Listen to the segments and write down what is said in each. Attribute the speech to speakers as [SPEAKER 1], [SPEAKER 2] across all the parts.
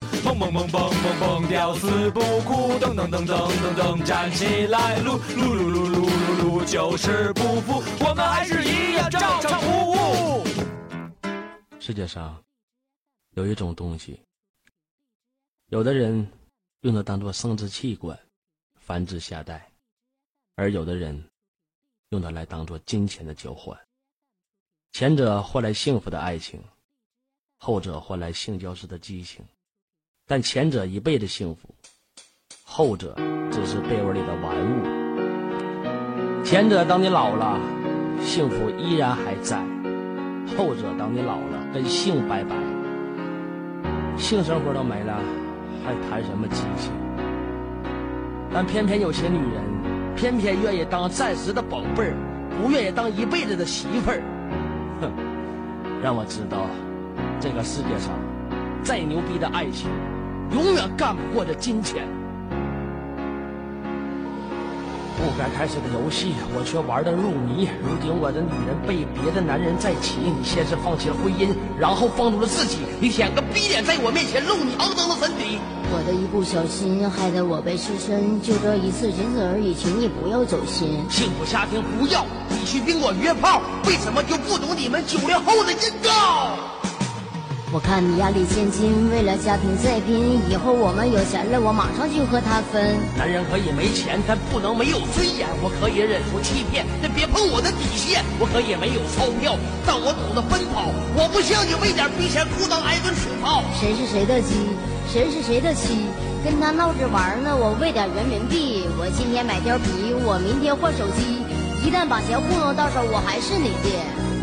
[SPEAKER 1] 蹦蹦蹦蹦蹦蹦，吊死不哭，噔噔噔噔噔噔，站起来，撸撸撸撸撸撸撸，就是不服，我们还是一样照常服务。
[SPEAKER 2] 世界上有一种东西，有的人用它当做生殖器官，繁殖下代，而有的人用它来当做金钱的交换。前者换来幸福的爱情，后者换来性交时的激情。但前者一辈子幸福，后者只是被窝里的玩物。前者当你老了，幸福依然还在；后者当你老了，跟性拜拜，性生活都没了，还谈什么激情？但偏偏有些女人，偏偏愿意当暂时的宝贝儿，不愿意当一辈子的媳妇儿。哼，让我知道，这个世界上再牛逼的爱情，永远干不过这金钱。不该开始的游戏，我却玩的入迷。如今我的女人被别的男人在骑，你先是放弃了婚姻，然后放逐了自己。你舔个逼脸在我面前露你肮脏的身体。
[SPEAKER 3] 我的一不小心，害得我被失身。就这一次，仅此而已，请你不要走心。
[SPEAKER 2] 幸福家庭不要，你去宾馆约炮，为什么就不懂你们九零后的阴道？
[SPEAKER 3] 我看你压力千金，为了家庭再拼。以后我们有钱了，我马上就和他分。
[SPEAKER 2] 男人可以没钱，但不能没有尊严。我可以忍受欺骗，但别碰我的底线。我可以没有钞票，但我懂得奔跑。我不像你为点逼钱裤裆挨顿水泡。
[SPEAKER 3] 谁是谁的鸡，谁是谁的妻？跟他闹着玩呢，我为点人民币。我今天买貂皮，我明天换手机。一旦把钱糊弄到手，我还是你的。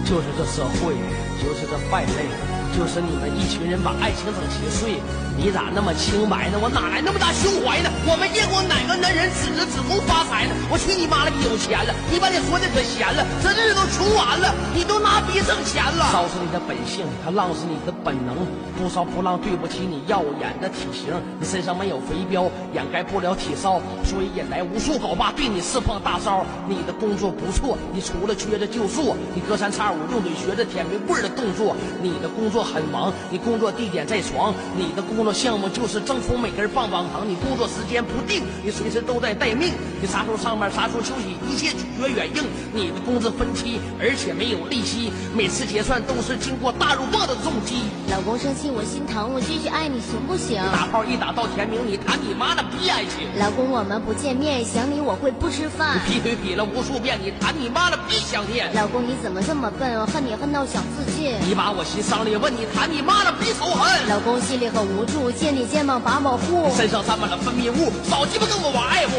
[SPEAKER 2] 就是这社会，就是这败类。就是你们一群人把爱情整稀碎，你咋那么清白呢？我哪来那么大胸怀呢？我没见过哪个男人指着子宫发财呢？我去你妈了，逼有钱了！你把你说的可闲了，这日子都穷完了，你都拿逼挣钱了，烧死你的本性，他浪是你的本能，不骚不浪，对不起你耀眼的体型，你身上没有肥膘，掩盖不了体骚，所以引来无数镐把对你释放大招。你的工作不错，你除了撅着就坐，你隔三差五用嘴学着舔冰棍的动作，你的工作。很忙，你工作地点在床，你的工作项目就是争出每根棒棒糖。你工作时间不定，你随时都在待命。你啥时候上班，啥时候休息，一切取决远应。你的工资分期，而且没有利息，每次结算都是经过大肉棒的重击。
[SPEAKER 3] 老公生气我心疼，我继续爱你行不行？
[SPEAKER 2] 打炮一打到天明，你谈你妈的逼爱情！
[SPEAKER 3] 老公我们不见面，想你我会不吃饭。
[SPEAKER 2] 你劈腿劈了无数遍，你谈你妈的逼想念！
[SPEAKER 3] 老公你怎么这么笨？我恨你恨到想自尽。
[SPEAKER 2] 你把我心伤裂。问你谈你妈的逼仇恨！
[SPEAKER 3] 老公心里很无助，借你肩膀把我护。
[SPEAKER 2] 身上沾满了分泌物，少鸡巴跟我玩爱慕。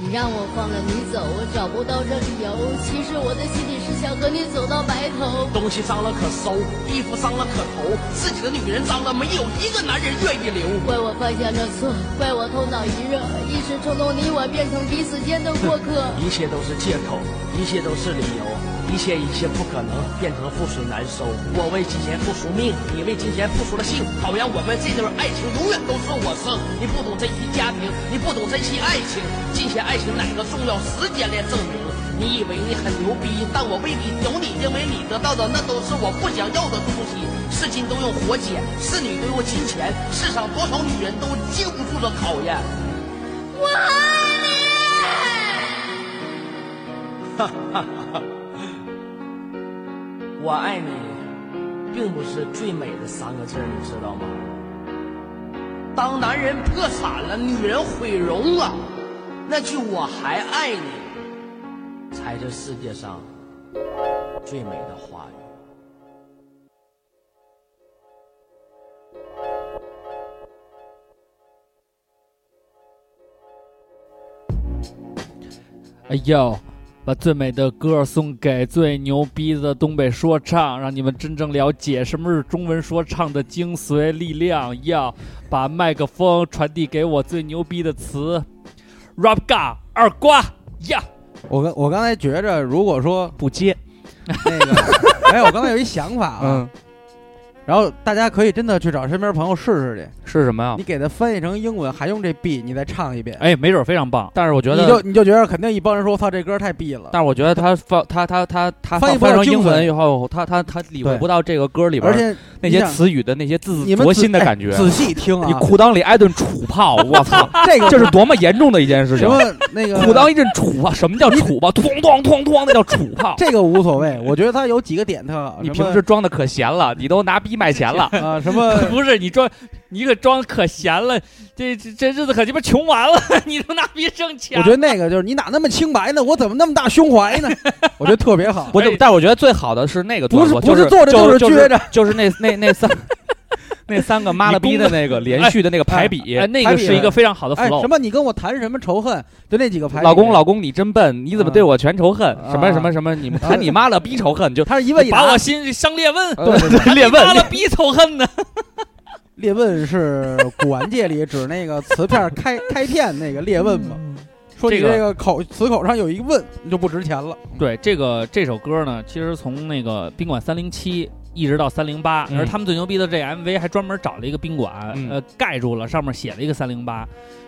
[SPEAKER 3] 你让我放了你走，我找不到这理由。其实我的心里是想和你走到白头。
[SPEAKER 2] 东西脏了可收，衣服脏了可投，自己的女人脏了没有一个男人愿意留。
[SPEAKER 3] 怪我犯下了错，怪我头脑一热，一时冲动你我变成彼此间的过客。
[SPEAKER 2] 一切都是借口，一切都是理由。一切一切不可能变成覆水难收。我为金钱付出命，你为金钱付出了性。好让我们这对爱情永远都是我胜。你不懂珍惜家庭，你不懂珍惜爱情。金钱、爱情哪个重要？时间来证明。你以为你很牛逼，但我未必有你，因为你得到的那都是我不想要的东西。是金都用火捡，是女都用金钱。世上多少女人都经不住这考验。
[SPEAKER 3] 我爱
[SPEAKER 2] 你。哈哈哈。我爱你，并不是最美的三个字，你知道吗？当男人破产了，女人毁容了，那句“我还爱你”才是世界上最美的话语。
[SPEAKER 4] 哎呦！把最美的歌送给最牛逼的东北说唱，让你们真正了解什么是中文说唱的精髓力量。要把麦克风传递给我最牛逼的词，rap ga 二瓜呀、yeah！
[SPEAKER 5] 我刚我刚才觉 着，如果说
[SPEAKER 6] 不接，
[SPEAKER 5] 那个，哎，我刚才有一想法啊，嗯、
[SPEAKER 6] 啊然后大家可以真的去找身边朋友试试去，
[SPEAKER 7] 是什么呀
[SPEAKER 6] 你？给它翻译成英文，还用这 B，你再唱一遍，
[SPEAKER 8] 哎，没准非常棒。
[SPEAKER 7] 但是我觉
[SPEAKER 6] 你就
[SPEAKER 7] 得，
[SPEAKER 6] 你就觉得肯定一帮人说我操这歌太 B 了，
[SPEAKER 7] 但是我觉得他放他他他他
[SPEAKER 6] 翻译不
[SPEAKER 7] 翻成
[SPEAKER 6] 了精
[SPEAKER 7] 英文
[SPEAKER 6] 髓
[SPEAKER 7] 以后，他他他领会
[SPEAKER 6] 对
[SPEAKER 7] 不到这个歌里边
[SPEAKER 6] 而
[SPEAKER 7] 儿
[SPEAKER 6] 且
[SPEAKER 7] 那
[SPEAKER 6] 你
[SPEAKER 7] 些
[SPEAKER 6] 想
[SPEAKER 7] 词语的那些字字
[SPEAKER 6] 你们
[SPEAKER 7] 灼
[SPEAKER 6] 仔
[SPEAKER 7] 心的
[SPEAKER 6] 哎
[SPEAKER 7] 感觉。
[SPEAKER 6] 仔细听啊
[SPEAKER 7] 你，裤裆里挨顿杵炮，我操！
[SPEAKER 6] 这 个
[SPEAKER 7] 这是多么严重的一件事
[SPEAKER 6] 什
[SPEAKER 7] 情！
[SPEAKER 6] 么那个
[SPEAKER 7] 裤裆一阵杵啊！什么叫杵吧？哐哐哐哐，那叫杵炮。
[SPEAKER 6] 这个无所谓，我觉得它有几个点特好，
[SPEAKER 7] 你
[SPEAKER 6] 什
[SPEAKER 7] 平
[SPEAKER 6] 么
[SPEAKER 7] 时装的可闲了，你都拿逼卖钱了。
[SPEAKER 6] 啊 什么
[SPEAKER 8] 不是你装，你可装可闲了，这这这日子可鸡巴穷完了， 你都拿逼挣钱。
[SPEAKER 6] 我觉得那个就是你哪那么清白呢？我怎么那么大胸怀呢？我觉得特别好。哎
[SPEAKER 7] 我
[SPEAKER 8] 哎
[SPEAKER 7] 怎么？但是我觉得最好的是那个
[SPEAKER 6] 不
[SPEAKER 7] 段
[SPEAKER 6] 是
[SPEAKER 7] 落，
[SPEAKER 6] 不
[SPEAKER 7] 就是
[SPEAKER 6] 坐着
[SPEAKER 7] 就是
[SPEAKER 6] 撅
[SPEAKER 7] 着，
[SPEAKER 6] 着，
[SPEAKER 7] 就是那那那三 那三个妈了逼的那个连续的那个排比
[SPEAKER 8] 哎，。那
[SPEAKER 6] 还
[SPEAKER 8] 个
[SPEAKER 6] 有
[SPEAKER 8] 是一个非常好的
[SPEAKER 6] 哎，什
[SPEAKER 8] flow。
[SPEAKER 6] 么？你跟我谈什么仇恨？就那几个牌。
[SPEAKER 7] 老公，老公，你真笨！你怎么对我全仇恨？什么什么什么？你们
[SPEAKER 6] 啊
[SPEAKER 7] 谈你妈了逼仇恨，就
[SPEAKER 6] 他是一问一答。
[SPEAKER 8] 把我心里像裂问，
[SPEAKER 6] 对对 对
[SPEAKER 7] 裂
[SPEAKER 8] 妈了
[SPEAKER 7] 问。
[SPEAKER 8] 逼仇恨呢！
[SPEAKER 6] 裂问是古玩界里指那个瓷片开开片那个裂问嘛？说你
[SPEAKER 8] 这个
[SPEAKER 6] 这个口瓷口上有一问，你就不值钱了。
[SPEAKER 7] 嗯
[SPEAKER 8] 对这个这首歌呢，其实从那个宾馆三零七一直到三零八，
[SPEAKER 7] 嗯
[SPEAKER 8] 而他们最牛逼的这 MV 还专门找了一个宾馆，
[SPEAKER 7] 嗯
[SPEAKER 8] 呃，盖住了，上面写了一个三零八。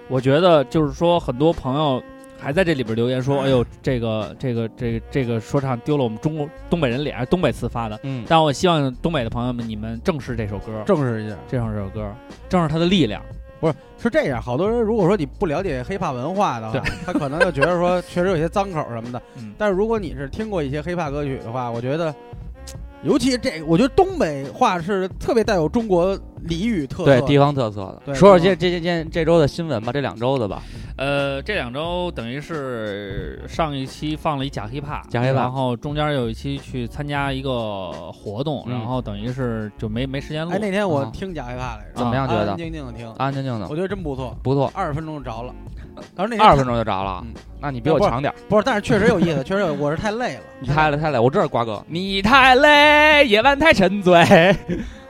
[SPEAKER 8] 我觉得就是说，很多朋友还在这里边留言
[SPEAKER 7] 嗯
[SPEAKER 8] 说：“哎呦，这个这个这个这个说唱丢了我们中国东北人脸，东北词发的。”
[SPEAKER 7] 嗯，
[SPEAKER 8] 但我希望东北的朋友们，你们正视这首歌，
[SPEAKER 6] 正视一下，
[SPEAKER 8] 正视这首歌，正视它的力量。
[SPEAKER 6] 是这样。好多人如果说你不了解黑怕文化的话，他可能就觉得说确实有些脏口什么 的。
[SPEAKER 8] 嗯，
[SPEAKER 6] 但是如果你是听过一些黑怕歌曲的话，我觉得，尤其这个，我觉得东北话是特别带有中国俚语特色
[SPEAKER 7] 对
[SPEAKER 6] 的。
[SPEAKER 7] 地方特色的。
[SPEAKER 6] 对
[SPEAKER 7] 说说这这这这这周的新闻吧，这两周的吧。
[SPEAKER 8] 呃，这两周等于是上一期放了一假 hiphop，
[SPEAKER 7] 假 hiphop
[SPEAKER 8] 然后中间有一期去参加一个活动，
[SPEAKER 7] 嗯
[SPEAKER 8] 然后等于是就没没时间录。
[SPEAKER 6] 哎，那天我
[SPEAKER 7] 啊
[SPEAKER 6] 听假黑怕来着，
[SPEAKER 7] 怎么样觉
[SPEAKER 6] 安
[SPEAKER 7] 得
[SPEAKER 6] 安？静静的听，
[SPEAKER 7] 安安静静的
[SPEAKER 6] 我，觉得真不错，
[SPEAKER 7] 不错。
[SPEAKER 6] 二十分钟就着了。当时那天
[SPEAKER 7] 二十分钟就着了
[SPEAKER 6] 嗯，
[SPEAKER 7] 那你比我强点儿。
[SPEAKER 6] 不是，但是确实有意思，确实有，我是太累了。
[SPEAKER 7] 你太累太累，我这是瓜哥，你太累，夜晚太沉醉。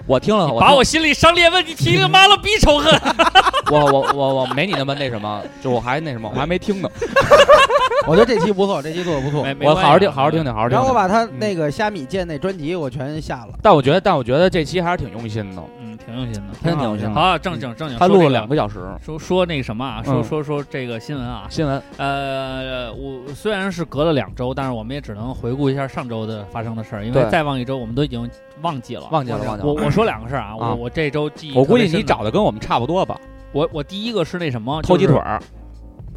[SPEAKER 7] 我听了，我
[SPEAKER 8] 把
[SPEAKER 7] 听
[SPEAKER 8] 我心里伤裂问题提了妈了逼仇恨，
[SPEAKER 7] 我我我我没你那么那什么，就我还那什么，我还没听呢。
[SPEAKER 6] 我觉得这期不错，这期做的不错
[SPEAKER 8] 没。没
[SPEAKER 7] 我
[SPEAKER 8] 关系啊
[SPEAKER 7] 好好听，好好听听，好好听
[SPEAKER 6] 然后
[SPEAKER 7] 听。
[SPEAKER 6] 我把他那个虾米键那专辑我全下了，
[SPEAKER 7] 但我觉得，但我觉得这期还是挺用心的，
[SPEAKER 8] 嗯，挺用心的，
[SPEAKER 7] 真的挺用心
[SPEAKER 8] 好
[SPEAKER 7] 的。
[SPEAKER 8] 啊，正经正经，
[SPEAKER 7] 他
[SPEAKER 8] 说
[SPEAKER 7] 录了
[SPEAKER 8] 这个
[SPEAKER 7] 两个小时
[SPEAKER 8] 说说那个什么啊，说
[SPEAKER 7] 嗯
[SPEAKER 8] 说说这个新闻啊，
[SPEAKER 7] 新闻，
[SPEAKER 8] 呃，我虽然是隔了两周，但是我们也只能回顾一下上周的发生的事儿，因为
[SPEAKER 7] 对
[SPEAKER 8] 再往一周我们都已经忘记了。
[SPEAKER 7] 忘记了忘记
[SPEAKER 8] 我
[SPEAKER 7] 了。
[SPEAKER 8] 我说两个事儿 啊，
[SPEAKER 7] 啊
[SPEAKER 8] 我我这周记忆，
[SPEAKER 7] 我估计你找，的跟我们差不多吧，
[SPEAKER 8] 我我第一个是那什么
[SPEAKER 7] 偷鸡腿。
[SPEAKER 8] 就是
[SPEAKER 7] 儿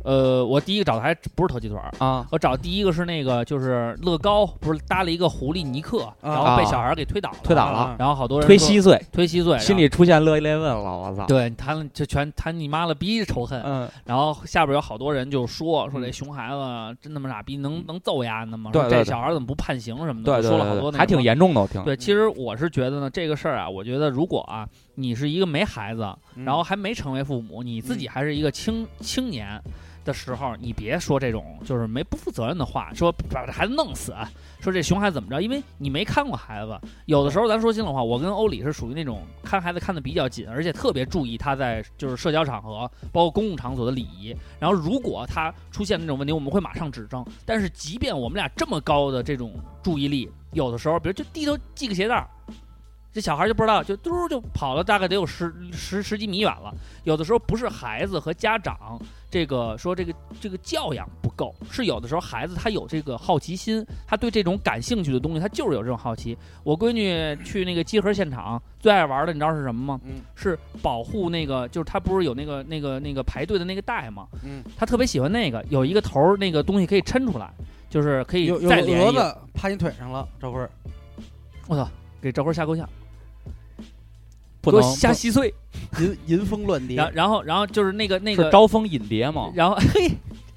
[SPEAKER 8] 呃，我第一个找的还不是偷鸡腿儿，
[SPEAKER 7] 啊，
[SPEAKER 8] 我找第一个是那个就是乐高，不是搭了一个狐狸尼克，然后被小孩儿给推倒了，
[SPEAKER 7] 啊推倒
[SPEAKER 6] 啊
[SPEAKER 7] 了，
[SPEAKER 8] 然后好多人
[SPEAKER 7] 推
[SPEAKER 8] 说
[SPEAKER 7] 稀碎，
[SPEAKER 8] 推稀碎，
[SPEAKER 7] 心里出现热泪问了，我操
[SPEAKER 8] 然后。对谈就全谈你妈了逼仇恨，
[SPEAKER 7] 嗯，
[SPEAKER 8] 然后下边有好多人就说说这熊孩子真他妈傻逼，能能揍丫呢吗？
[SPEAKER 7] 对
[SPEAKER 8] 说
[SPEAKER 7] 对
[SPEAKER 8] 这
[SPEAKER 7] 对
[SPEAKER 8] 小孩怎么不判刑什么
[SPEAKER 7] 对
[SPEAKER 8] 的？
[SPEAKER 7] 对
[SPEAKER 8] 说了好
[SPEAKER 7] 对
[SPEAKER 8] 多
[SPEAKER 7] 对，
[SPEAKER 8] 那
[SPEAKER 7] 还挺
[SPEAKER 8] 什么。
[SPEAKER 7] 严重的，我听。
[SPEAKER 8] 对，其实我是觉得呢，这个事儿啊，我觉得如果啊，你是一个没孩子，然后还没成为父母，你自己还是一个青青年的时候，你别说这种就是没不负责任的话，说把这孩子弄死，啊说这熊孩子怎么着，因为你没看过孩子。有的时候咱说心里话，我跟欧里是属于那种看孩子看得比较紧，而且特别注意他在就是社交场合，包括公共场所的礼仪。然后如果他出现那种问题，我们会马上指正。但是即便我们俩这么高的这种注意力，有的时候，比如就低头系个鞋带儿。这小孩儿就不知道，就嘟儿就跑了，大概得有十十十几米远了。有的时候不是孩子和家长这个说这个这个教养不够，是有的时候孩子他有这个好奇心，他对这种感兴趣的东西，他就是有这种好奇。我闺女去那个集合现场，最爱玩的你知道是什么吗？
[SPEAKER 6] 嗯
[SPEAKER 8] 是保护那个，就是他不是有那个那个那个排队的那个带吗？
[SPEAKER 6] 嗯，
[SPEAKER 8] 他特别喜欢那个，有一个头儿那个东西可以抻出来，就是可以
[SPEAKER 6] 有有
[SPEAKER 8] 哎再连
[SPEAKER 6] 蛾
[SPEAKER 8] 一个。
[SPEAKER 6] 子趴你腿上了，这会儿
[SPEAKER 8] 我操，给赵辉吓够呛，
[SPEAKER 7] 不
[SPEAKER 8] 给我
[SPEAKER 7] 能
[SPEAKER 8] 吓稀碎。
[SPEAKER 6] 银银风乱蝶
[SPEAKER 8] 然后然后然后就是那个那个
[SPEAKER 7] 是招蜂引蝶吗？
[SPEAKER 8] 然后嘿，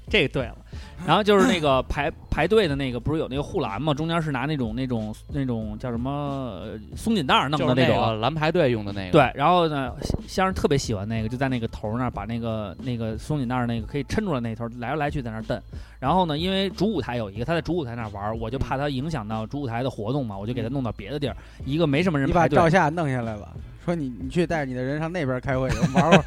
[SPEAKER 8] 这个对了。然后就是那个排排队的那个，不是有那个护栏吗？中间是拿那种那种那种叫什么呃松紧带儿弄
[SPEAKER 7] 就
[SPEAKER 8] 的
[SPEAKER 7] 是那
[SPEAKER 8] 种。
[SPEAKER 7] 个蓝排队用的那个。
[SPEAKER 8] 对，然后呢，先生特别喜欢那个，就在那个头儿那儿把那个那个松紧带儿那个可以抻出来那头儿来来去在那儿蹬。然后呢，因为主舞台有一个，他在主舞台那儿玩儿，我
[SPEAKER 7] 嗯
[SPEAKER 8] 就怕他影响到主舞台的活动嘛，我就给他弄到别的地儿，一个没什么人
[SPEAKER 6] 你把
[SPEAKER 8] 排队
[SPEAKER 6] 赵。夏弄下来了，说你你去带着你的人上那边开会去玩玩。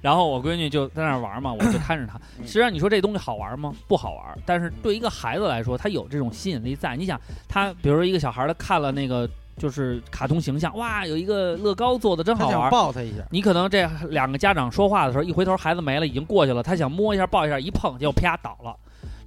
[SPEAKER 8] 然后我闺女就在那儿玩儿嘛，我 就看着她。
[SPEAKER 6] 嗯
[SPEAKER 8] 实际上，你说这东西好玩儿吗？不好玩儿。但是对一个孩子来说，他有这种吸引力在。你想，他比如说一个小孩儿，他看了那个就是卡通形象，哇，有一个乐高做的真
[SPEAKER 6] 他
[SPEAKER 8] 好玩
[SPEAKER 6] 想
[SPEAKER 8] 儿。
[SPEAKER 6] 抱他一下，
[SPEAKER 8] 你可能这两个家长说话的时候，一回头孩子没了，已经过去了，他想摸一下抱一下，一碰就啪倒了。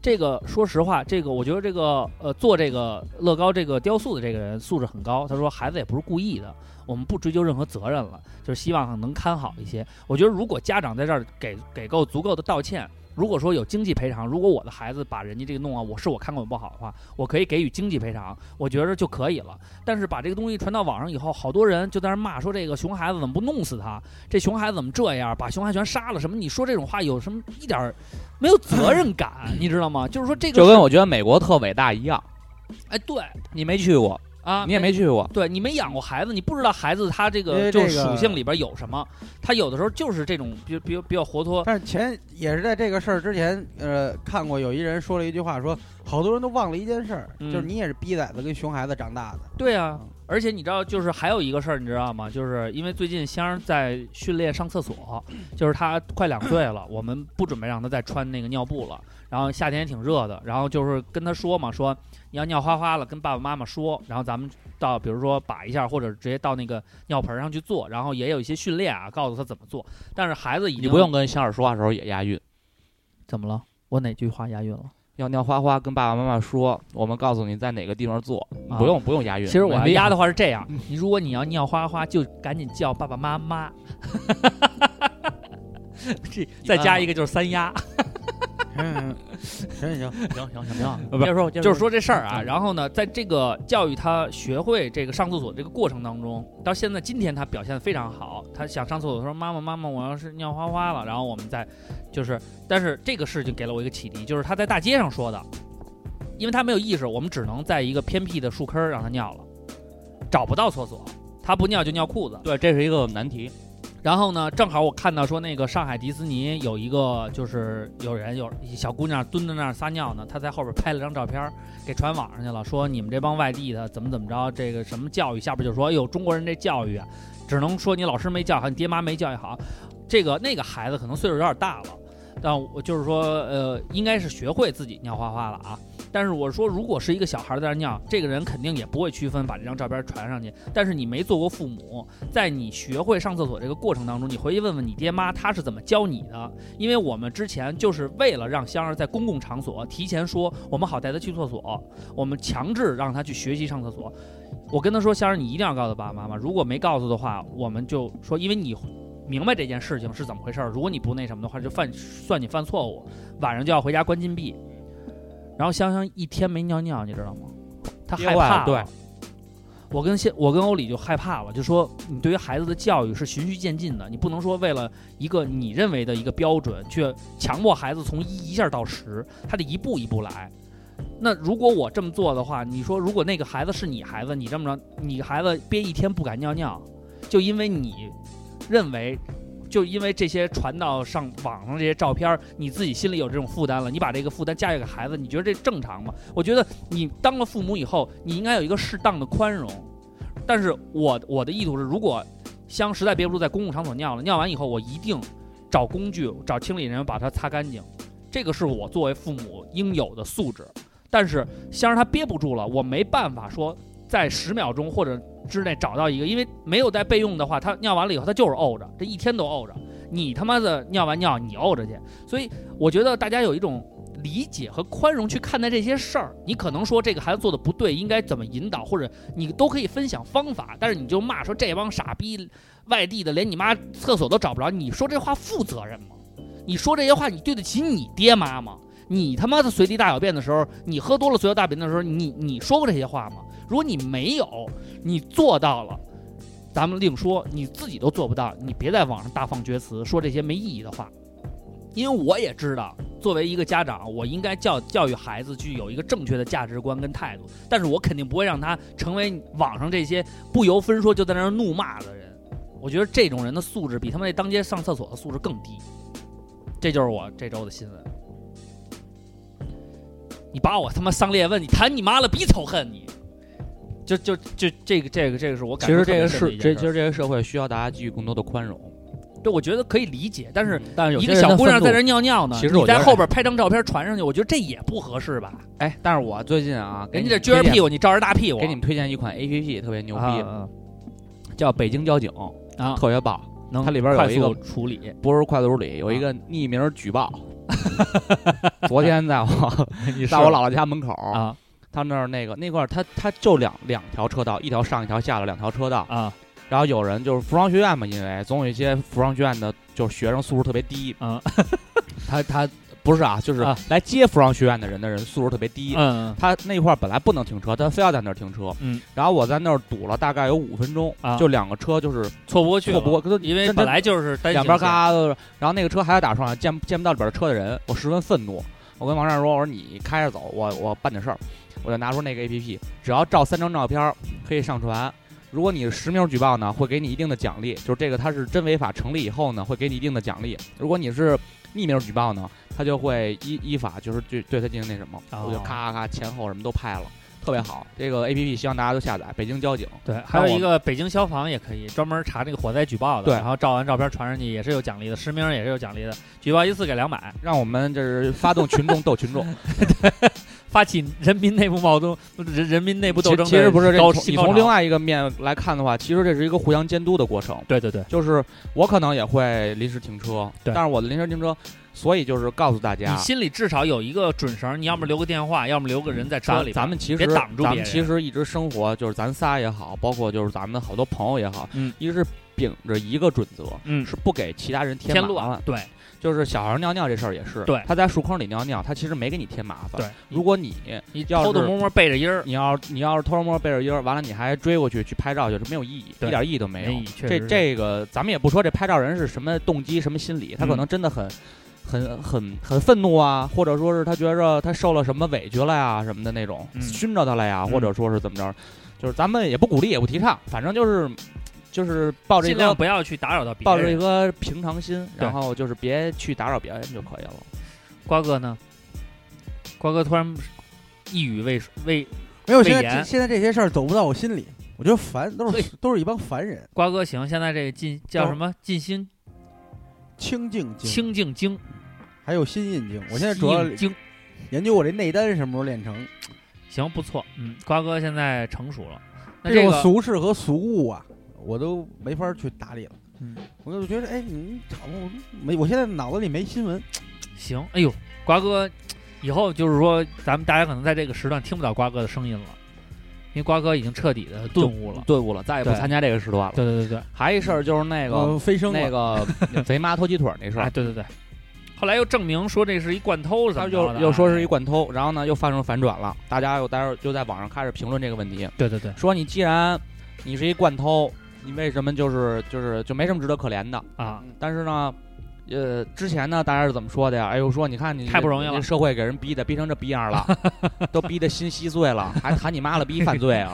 [SPEAKER 8] 这个说实话，这个我觉得这个呃做这个乐高这个雕塑的这个人素质很高。他说孩子也不是故意的，我们不追究任何责任了，就是希望能看好一些。我觉得如果家长在这儿给给够足够的道歉，如果说有经济赔偿，如果我的孩子把人家这个弄啊，我是我看管不好的话，我可以给予经济赔偿，我觉着就可以了。但是把这个东西传到网上以后，好多人就在那儿骂说这个熊孩子怎么不弄死他？这熊孩子怎么这样？把熊孩子全杀了什么？你说这种话有什么一点儿没有责 任感？你知道吗？就是说这个
[SPEAKER 7] 就跟
[SPEAKER 8] 是
[SPEAKER 7] 我觉得美国特伟大一样。
[SPEAKER 8] 哎对
[SPEAKER 7] 你没去过，
[SPEAKER 8] 啊，
[SPEAKER 7] 你也没去过，
[SPEAKER 8] 对你没养过孩子，你不知道孩子他这
[SPEAKER 6] 因
[SPEAKER 8] 个
[SPEAKER 6] 为
[SPEAKER 8] 就
[SPEAKER 6] 这
[SPEAKER 8] 是
[SPEAKER 6] 个
[SPEAKER 8] 属性里边有什么，他有的时候就是这种比比比较活脱，
[SPEAKER 6] 但是前也是在这个事儿之前，呃，看过有一人说了一句话说，好多人都忘了一件事儿，
[SPEAKER 8] 嗯
[SPEAKER 6] 就是你也是逼崽子跟熊孩子长大的。
[SPEAKER 8] 对啊
[SPEAKER 6] 嗯，
[SPEAKER 8] 而且你知道，就是还有一个事儿，你知道吗？就是因为最近香儿在训练上厕所，就是他快两岁了，我们不准备让他再穿那个尿布了。然后夏天也挺热的，然后就是跟他说嘛，说你要尿哗哗了，跟爸爸妈妈说，然后咱们到比如说把一下，或者直接到那个尿盆上去做，然后也有一些训练啊，告诉他怎么做。但是孩子已经
[SPEAKER 7] 你不用跟香儿说话的时候也押韵。
[SPEAKER 8] 怎么了？我哪句话押韵了？
[SPEAKER 7] 要尿花花跟爸爸妈妈说，我们告诉你在哪个地方做，
[SPEAKER 8] 啊
[SPEAKER 7] 不用不用押韵。
[SPEAKER 8] 其实我要
[SPEAKER 7] 没必要
[SPEAKER 8] 压的话是这样：你如果你要尿花花，就赶紧叫爸爸妈妈。这再加
[SPEAKER 7] 啊
[SPEAKER 8] 一个就是三丫，
[SPEAKER 6] 嗯，行行行，
[SPEAKER 7] 行行行行，
[SPEAKER 8] 不
[SPEAKER 7] 接着说，接着
[SPEAKER 8] 就是说这事儿
[SPEAKER 7] 嗯
[SPEAKER 8] 啊。然后呢，在这个教育他学会这个上厕所这个过程当中，到现在今天他表现得非常好。他想上厕所的时候，妈妈妈妈，我要是尿花花了，然后我们再就是，但是这个事情给了我一个启迪，就是他在大街上说的，因为他没有意识，我们只能在一个偏僻的树坑儿让他尿了，找不到厕所，他不尿就尿裤子。
[SPEAKER 7] 对，这是一个难题。
[SPEAKER 8] 然后呢，正好我看到说那个上海迪士尼有一个就是有人有一小姑娘蹲在那儿撒尿呢，她在后边拍了张照片儿给传网上去了，说你们这帮外地的怎么怎么着，这个什么教育，下边就说，哎呦中国人这教育啊，只能说你老师没教好，你爹妈没教育好，这个那个孩子可能岁数有点大了。但我就是说，呃，应该是学会自己尿花花了啊。但是我说，如果是一个小孩在那尿，这个人肯定也不会区分，把这张照片传上去。但是你没做过父母，在你学会上厕所这个过程当中，你回去问问你爹妈他是怎么教你的，因为我们之前就是为了让香儿在公共场所提前说，我们好带他去厕所，我们强制让他去学习上厕所。我跟他说，香儿你一定要告诉爸爸妈妈，如果没告诉的话，我们就说，因为你明白这件事情是怎么回事儿，如果你不那什么的话，就犯算你犯错误，晚上就要回家关禁闭。然后香香一天没尿尿，你知道吗？他害
[SPEAKER 7] 憋坏
[SPEAKER 8] 怕
[SPEAKER 7] 了
[SPEAKER 8] 了
[SPEAKER 7] 对
[SPEAKER 8] 我跟现我跟欧里就害怕了，就说你对于孩子的教育是循序渐进的，你不能说为了一个你认为的一个标准，去强迫孩子从一一下到十，他得一步一步来。那如果我这么做的话，你说如果那个孩子是你孩子，你这么着，你孩子憋一天不敢尿尿，就因为你认为，就因为这些传到上网上这些照片儿，你自己心里有这种负担了，你把这个负担加给孩子，你觉得这正常吗？我觉得你当了父母以后，你应该有一个适当的宽容。但是我我的意图是，如果香实在憋不住在公共场所尿了，尿完以后我一定找工具找清理人把它擦干净，这个是我作为父母应有的素质。但是香儿他憋不住了，我没办法说在十秒钟或者之内找到一个，因为没有带备用的话，他尿完了以后他就是呕着，这一天都哦呕着。你他妈的尿完尿你呕着去，所以我觉得大家有一种理解和宽容去看待这些事儿。你可能说这个孩子做的不对，应该怎么引导，或者你都可以分享方法，但是你就骂说这帮傻逼外地的连你妈厕所都找不着，你说这话负责任吗？你说这些话，你对得起你爹妈吗？你他妈的随地大小便的时候，你喝多了随地大小便的时候，你你说过这些话吗？如果你没有，你做到了，咱们另说，你自己都做不到，你别在网上大放厥词，说这些没意义的话。因为我也知道，作为一个家长，我应该教教育孩子去有一个正确的价值观跟态度，但是我肯定不会让他成为网上这些不由分说就在那儿怒骂的人。我觉得这种人的素质比他们那当街上厕所的素质更低。这就是我这周的新闻。你把我他妈上列问，你谈你妈了，逼仇恨你！就就就这个这个这个是我
[SPEAKER 7] 其
[SPEAKER 8] 感
[SPEAKER 7] 实
[SPEAKER 8] 觉
[SPEAKER 7] 这个
[SPEAKER 8] 特别深的
[SPEAKER 7] 是
[SPEAKER 8] 一件
[SPEAKER 7] 这
[SPEAKER 8] 事
[SPEAKER 7] 其实这个社会需要大家给予更多的宽容，
[SPEAKER 8] 这我觉得可以理解，但
[SPEAKER 6] 嗯
[SPEAKER 8] 是
[SPEAKER 4] 但是有
[SPEAKER 8] 一
[SPEAKER 4] 些
[SPEAKER 8] 个
[SPEAKER 4] 人的
[SPEAKER 8] 小姑娘
[SPEAKER 4] 愤怒
[SPEAKER 8] 在这尿尿呢，
[SPEAKER 6] 其实
[SPEAKER 8] 你
[SPEAKER 6] 我觉
[SPEAKER 8] 在
[SPEAKER 6] 得
[SPEAKER 8] 后边拍张照片传上去，我觉得这也不合适吧？
[SPEAKER 6] 哎，但是我最近啊，给
[SPEAKER 8] 人
[SPEAKER 6] 你
[SPEAKER 8] 家这撅着屁
[SPEAKER 6] 股，
[SPEAKER 8] 股，你照着大屁股，
[SPEAKER 6] 给你们推荐一款 A P P，特别牛
[SPEAKER 4] 啊
[SPEAKER 6] 逼，叫北京交警，
[SPEAKER 8] 啊
[SPEAKER 6] 特别棒。
[SPEAKER 8] 能
[SPEAKER 6] 它里边有
[SPEAKER 8] 快
[SPEAKER 6] 一个
[SPEAKER 8] 速处理，
[SPEAKER 6] 不是快速处理，有一个匿名举报。昨天在我在我姥姥家门口，
[SPEAKER 8] 啊
[SPEAKER 6] 他那儿那个那块儿，他他就两两条车道，一条上一条下的两条车道。
[SPEAKER 8] 啊
[SPEAKER 6] 然后有人就是服装学院嘛，因为总有一些服装学院的，就是学生素质特别低。
[SPEAKER 8] 啊，
[SPEAKER 6] 他他不是啊，就是
[SPEAKER 8] 啊
[SPEAKER 6] 来接服装学院的人的人素质特别低。
[SPEAKER 8] 嗯
[SPEAKER 6] 他那块儿本来不能停车，他非要在那儿停车。
[SPEAKER 8] 嗯，
[SPEAKER 6] 然后我在那儿堵了大概有五分钟，
[SPEAKER 8] 啊
[SPEAKER 6] 就两个车就是
[SPEAKER 8] 错不过去了，
[SPEAKER 6] 错不过都
[SPEAKER 8] 因为
[SPEAKER 6] 真
[SPEAKER 8] 本来就是单
[SPEAKER 6] 两
[SPEAKER 8] 哎行
[SPEAKER 6] 边
[SPEAKER 8] 线
[SPEAKER 6] 嘎的，然后那个车还在打双闪，见见不到里边车的人，我十分愤怒。我跟王站说：“我说你开着走，我我办点事儿。”我就拿出那个 A P P，只要照三张照片儿可以上传。如果你是实名举报呢，会给你一定的奖励，就是这个它是真违法成立以后呢，会给你一定的奖励。如果你是匿名举报呢，他就会依依法就是对对他进行那什么，
[SPEAKER 8] 哦
[SPEAKER 6] 我就咔咔咔前后什么都拍了，特别好。这个 A P P 希望大家都下载。北京交警
[SPEAKER 8] 对，还有一个北京消防也可以专门查那个火灾举报的，
[SPEAKER 6] 对
[SPEAKER 8] 然后照完照片传上去也是有奖励的，实名也是有奖励的，举报一次给两百，
[SPEAKER 6] 让我们这是发动群众斗 群众。
[SPEAKER 8] 发起人民内部矛盾，人人民内部斗争
[SPEAKER 6] 其实不是这
[SPEAKER 8] 高
[SPEAKER 6] 从
[SPEAKER 8] 新
[SPEAKER 6] 你
[SPEAKER 8] 高
[SPEAKER 6] 从
[SPEAKER 8] 潮
[SPEAKER 6] 另外一个面来看的话，其实这是一个互相监督的过程。
[SPEAKER 8] 对对对，
[SPEAKER 6] 就是我可能也会临时停车，
[SPEAKER 8] 对
[SPEAKER 6] 但是我的临时停车，所以就是告诉大
[SPEAKER 8] 你
[SPEAKER 6] 家，
[SPEAKER 8] 心里至少有一个准绳，你要么留个电话，要么留个人在车
[SPEAKER 6] 咱
[SPEAKER 8] 里。
[SPEAKER 6] 咱们其实
[SPEAKER 8] 别挡住
[SPEAKER 6] 咱
[SPEAKER 8] 别
[SPEAKER 6] 们
[SPEAKER 8] 人
[SPEAKER 6] 其实一直生活就是咱仨也好，包括就是咱们好多朋友也好，
[SPEAKER 8] 嗯，
[SPEAKER 6] 一直是秉着一个准则，
[SPEAKER 8] 嗯
[SPEAKER 6] 是不给其他人添
[SPEAKER 8] 添
[SPEAKER 6] 麻
[SPEAKER 8] 乱
[SPEAKER 6] 烦，。
[SPEAKER 8] 啊对
[SPEAKER 6] 就是小孩尿尿这事儿也是，
[SPEAKER 8] 对
[SPEAKER 6] 他在树坑里尿尿，他其实没给你添麻烦。
[SPEAKER 8] 对，
[SPEAKER 6] 如果你
[SPEAKER 8] 你
[SPEAKER 6] 要
[SPEAKER 8] 偷偷
[SPEAKER 6] 是
[SPEAKER 8] 摸摸背着音儿，
[SPEAKER 6] 你要你要是偷偷摸摸背着音儿，完了你还追过去去拍照，就是没有意义，
[SPEAKER 8] 对
[SPEAKER 6] 一点意义都没有
[SPEAKER 8] 没意义。哎确
[SPEAKER 6] 这
[SPEAKER 8] 实是
[SPEAKER 6] 这个咱们也不说这拍照人是什么动机、什么心理，他
[SPEAKER 8] 嗯
[SPEAKER 6] 可能真的很、很很很愤怒啊，或者说是他觉着他受了什么委屈了呀什么的那种，
[SPEAKER 8] 嗯
[SPEAKER 6] 熏着他了呀，
[SPEAKER 8] 嗯
[SPEAKER 6] 或者说是怎么着，就是咱们也不鼓励也不提倡，反正就是就是抱着一
[SPEAKER 8] 尽量
[SPEAKER 6] 个
[SPEAKER 8] 不要去打扰到别
[SPEAKER 6] 抱着一
[SPEAKER 8] 人。
[SPEAKER 6] 颗平常心，
[SPEAKER 8] 对
[SPEAKER 6] 然后就是别去打扰别人就可以了。
[SPEAKER 8] 瓜哥呢？瓜哥突然一语未未，
[SPEAKER 5] 没有，
[SPEAKER 8] 魏
[SPEAKER 5] 现在
[SPEAKER 8] 延
[SPEAKER 5] 这现在这些事儿走不到我心里，我觉得烦，都
[SPEAKER 8] 对
[SPEAKER 5] 是都是一帮凡人，
[SPEAKER 8] 瓜哥行，现在这个进叫什么？进心
[SPEAKER 5] 哦清净经，
[SPEAKER 8] 清净经，
[SPEAKER 5] 还有心印经。我现在主要
[SPEAKER 8] 心经
[SPEAKER 5] 研究我这内丹什么时候练成，
[SPEAKER 8] 行不错，嗯，瓜哥现在成熟了。那
[SPEAKER 5] 这
[SPEAKER 8] 这
[SPEAKER 5] 种
[SPEAKER 8] 个
[SPEAKER 5] 俗事和俗物啊，我都没法去打理了。
[SPEAKER 8] 嗯，
[SPEAKER 5] 我就觉得，哎，你好，我没，我现在脑子里没新闻，
[SPEAKER 8] 行，哎呦，瓜哥，以后就是说，咱们大家可能在这个时段听不到瓜哥的声音了，因为瓜哥已经彻底的顿悟了。
[SPEAKER 6] 顿悟了，再也不
[SPEAKER 8] 对
[SPEAKER 6] 参加这个时段了。
[SPEAKER 8] 对对对对，
[SPEAKER 6] 还一事儿就是那个
[SPEAKER 5] 呃，
[SPEAKER 8] 嗯
[SPEAKER 5] 飞升了
[SPEAKER 6] 那个贼妈拖鸡腿儿那事儿
[SPEAKER 8] 哎，，对对对。后来又证明说这是一罐头，怎
[SPEAKER 6] 他
[SPEAKER 8] 么
[SPEAKER 6] 又
[SPEAKER 8] 着的
[SPEAKER 6] 又说是一
[SPEAKER 8] 哎
[SPEAKER 6] 惯偷，然后呢又发生反转了，大家又待会儿就在网上开始评论这个问题，
[SPEAKER 8] 对对对
[SPEAKER 6] 说你既然你是一惯偷，你为什么就是就是就没什么值得可怜的？
[SPEAKER 8] 啊，
[SPEAKER 6] 但是呢，呃，之前呢大家是怎么说的呀？哎呦，说你看你
[SPEAKER 8] 太不容易了
[SPEAKER 6] 你社会给人逼的逼成这逼样了，都逼得心稀碎了，还喊你妈了逼犯罪 啊？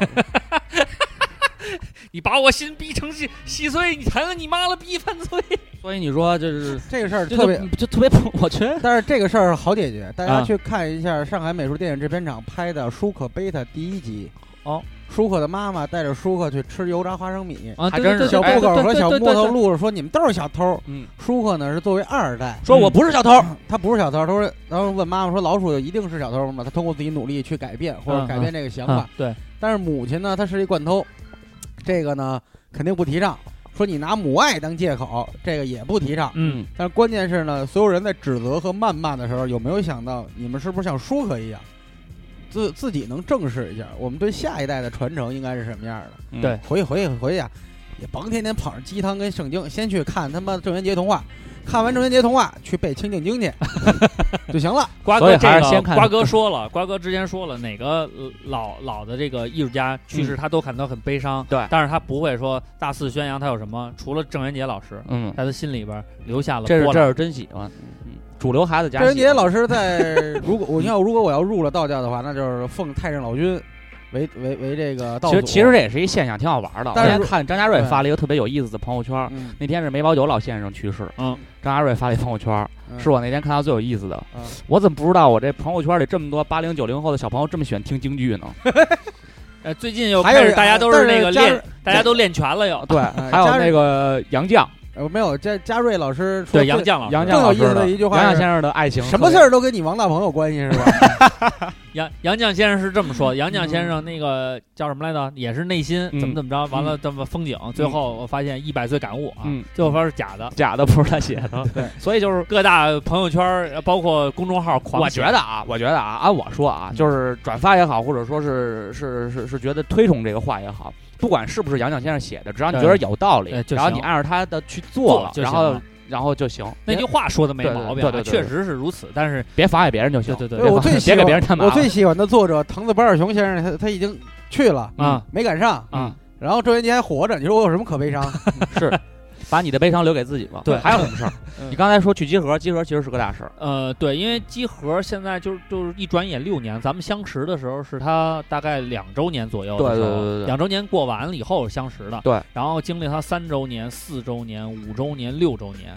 [SPEAKER 8] 你把我心逼成稀稀碎，你谈了你妈了逼犯罪。
[SPEAKER 6] 所以你说这是
[SPEAKER 5] 这个事儿
[SPEAKER 6] 这
[SPEAKER 5] 特别。
[SPEAKER 6] 就特别不，我觉得
[SPEAKER 5] 但是这个事儿好解决，大家
[SPEAKER 8] 啊
[SPEAKER 5] 去看一下上海美术电影制片厂拍的《舒克贝塔》第一集。
[SPEAKER 6] 哦，
[SPEAKER 5] 舒克的妈妈带着舒克去吃油炸花生米，
[SPEAKER 6] 啊
[SPEAKER 8] 还
[SPEAKER 6] 还
[SPEAKER 8] 真
[SPEAKER 6] 真
[SPEAKER 8] 是
[SPEAKER 6] 是
[SPEAKER 5] 小布
[SPEAKER 6] 哎
[SPEAKER 5] 狗
[SPEAKER 6] 对
[SPEAKER 5] 和
[SPEAKER 6] 对
[SPEAKER 5] 小
[SPEAKER 6] 对
[SPEAKER 5] 木头
[SPEAKER 6] 对
[SPEAKER 5] 录着说：“你们都是小偷。”
[SPEAKER 6] 嗯，
[SPEAKER 5] 舒克呢是作为二代，
[SPEAKER 6] 说
[SPEAKER 8] 嗯
[SPEAKER 6] 我不是小偷，
[SPEAKER 5] 他不是小偷。他说，然后问妈妈说：“老鼠就一定是小偷吗？”他通过自己努力去改变或者
[SPEAKER 8] 嗯
[SPEAKER 5] 改变这个想
[SPEAKER 8] 啊
[SPEAKER 5] 法。，
[SPEAKER 8] 对，
[SPEAKER 5] 但是母亲呢，她是一惯偷，这个呢肯定不提倡。说你拿母爱当借口，这个也不提倡。
[SPEAKER 8] 嗯，
[SPEAKER 5] 但是关键是呢，所有人在指责和谩骂的时候，有没有想到你们是不是像舒克一样，自自己能正视一下，我们对下一代的传承应该是什么样的？
[SPEAKER 6] 嗯
[SPEAKER 8] 对
[SPEAKER 5] 回回去回去啊，也甭天天捧着鸡汤跟圣经，先去看他妈郑渊洁童话，看完郑渊洁童话去背清净经 去就行了。
[SPEAKER 8] 瓜
[SPEAKER 6] 所
[SPEAKER 8] 哥
[SPEAKER 6] 以还
[SPEAKER 8] 这
[SPEAKER 6] 是
[SPEAKER 8] 个
[SPEAKER 6] 先看
[SPEAKER 8] 瓜哥说了，瓜哥之前说了，哪个呃老老的这个艺术家去世，他都感到很悲伤。
[SPEAKER 6] 对
[SPEAKER 8] 但是他不会说大肆宣扬他有什么，除了郑渊洁老师，
[SPEAKER 6] 嗯，
[SPEAKER 8] 在他心里边留下了
[SPEAKER 6] 这是
[SPEAKER 8] 波
[SPEAKER 6] 这
[SPEAKER 8] 澜。
[SPEAKER 6] 是真喜欢，嗯主流孩子家
[SPEAKER 5] 郑渊洁
[SPEAKER 6] 喜欢
[SPEAKER 5] 老师在如果我要如果我要入了道教的话，那就是奉太上老君为为为这个道
[SPEAKER 6] 其
[SPEAKER 5] 祖。
[SPEAKER 6] 实其实这也是一现象，挺好玩的。我
[SPEAKER 5] 但
[SPEAKER 6] 那
[SPEAKER 5] 是
[SPEAKER 6] 天看张家瑞
[SPEAKER 5] 对
[SPEAKER 6] 发了一个特别有意思的朋友圈，
[SPEAKER 5] 嗯，
[SPEAKER 6] 那天是梅葆玖老先生去世，
[SPEAKER 8] 嗯，
[SPEAKER 6] 张家瑞发了一朋友圈，
[SPEAKER 5] 嗯
[SPEAKER 6] 是我那天看到最有意思的
[SPEAKER 5] 嗯。
[SPEAKER 6] 我怎么不知道我这朋友圈里这么多八零九零后的小朋友这么喜欢听京剧呢？
[SPEAKER 8] 呃，最近又
[SPEAKER 5] 还有
[SPEAKER 8] 开始
[SPEAKER 5] 人
[SPEAKER 8] 大家都
[SPEAKER 5] 但
[SPEAKER 8] 那个
[SPEAKER 5] 家
[SPEAKER 8] 练
[SPEAKER 5] 人，
[SPEAKER 8] 大家都练拳了又。
[SPEAKER 6] 对，
[SPEAKER 5] 哎
[SPEAKER 6] 还有
[SPEAKER 5] 家瑞
[SPEAKER 6] 那个杨绛，
[SPEAKER 5] 呃，没有，这嘉瑞老师说
[SPEAKER 8] 对
[SPEAKER 5] 最
[SPEAKER 8] 杨绛老师，
[SPEAKER 6] 杨绛
[SPEAKER 5] 啊更有
[SPEAKER 6] 老
[SPEAKER 5] 意
[SPEAKER 6] 师
[SPEAKER 5] 思
[SPEAKER 6] 的
[SPEAKER 5] 的一句话是
[SPEAKER 6] 杨绛先生的爱情，
[SPEAKER 5] 什么事儿都跟你王大鹏有关系是吧？
[SPEAKER 8] 杨杨绛先生是这么 说的，杨绛先生那个叫什么来着？也是内心
[SPEAKER 6] 嗯
[SPEAKER 8] 怎么怎么着，完了这么风景，最后我发现一百岁感悟啊
[SPEAKER 6] 嗯，
[SPEAKER 8] 最后发现是假的。
[SPEAKER 6] 假的，不是他写的。对，所以就是
[SPEAKER 8] 各大朋友圈儿呃包括公众号狂
[SPEAKER 6] 我
[SPEAKER 8] 写
[SPEAKER 6] 觉得啊，我觉得啊，按我说啊，就是转发也好，或者说是是是是觉得推崇这个话也好，不管是不是杨绛先生写的，只要你
[SPEAKER 8] 对
[SPEAKER 6] 觉得有道理
[SPEAKER 8] 对，就
[SPEAKER 6] 然后
[SPEAKER 8] 行
[SPEAKER 6] 你按照他的去
[SPEAKER 8] 做
[SPEAKER 6] 做了，
[SPEAKER 8] 就
[SPEAKER 6] 然
[SPEAKER 8] 行
[SPEAKER 6] 后
[SPEAKER 8] 了
[SPEAKER 6] 然后就行。
[SPEAKER 8] 那
[SPEAKER 6] 别
[SPEAKER 8] 句话说的没
[SPEAKER 6] 对对
[SPEAKER 8] 毛病
[SPEAKER 6] 对
[SPEAKER 8] 啊，
[SPEAKER 6] 对对
[SPEAKER 8] 确实是如此。但是
[SPEAKER 6] 别妨碍别人就行。
[SPEAKER 8] 对对对
[SPEAKER 6] 别
[SPEAKER 5] 我
[SPEAKER 6] 妨
[SPEAKER 5] 最喜
[SPEAKER 6] 别给
[SPEAKER 5] 欢
[SPEAKER 6] 别人太麻
[SPEAKER 5] 我
[SPEAKER 6] 烦。
[SPEAKER 5] 最喜欢的作者藤子不二雄先生，他他已经去了
[SPEAKER 8] 啊，
[SPEAKER 5] 没赶上。
[SPEAKER 6] 嗯，
[SPEAKER 5] 然后周元杰还活着，你说我有什么可悲伤？
[SPEAKER 6] 是，把你的悲伤留给自己吧。
[SPEAKER 8] 对
[SPEAKER 6] 还有什么事儿？你刚才说去集合，集合其实是个大事儿。
[SPEAKER 8] 呃，对，因为集合现在就是就是一转眼六年，咱们相识的时候是他大概两周年左右的时候，
[SPEAKER 6] 对对对对对
[SPEAKER 8] 两周年过完了以后相识的，
[SPEAKER 6] 对，
[SPEAKER 8] 然后经历他三周年、四周年、五周年、六周年，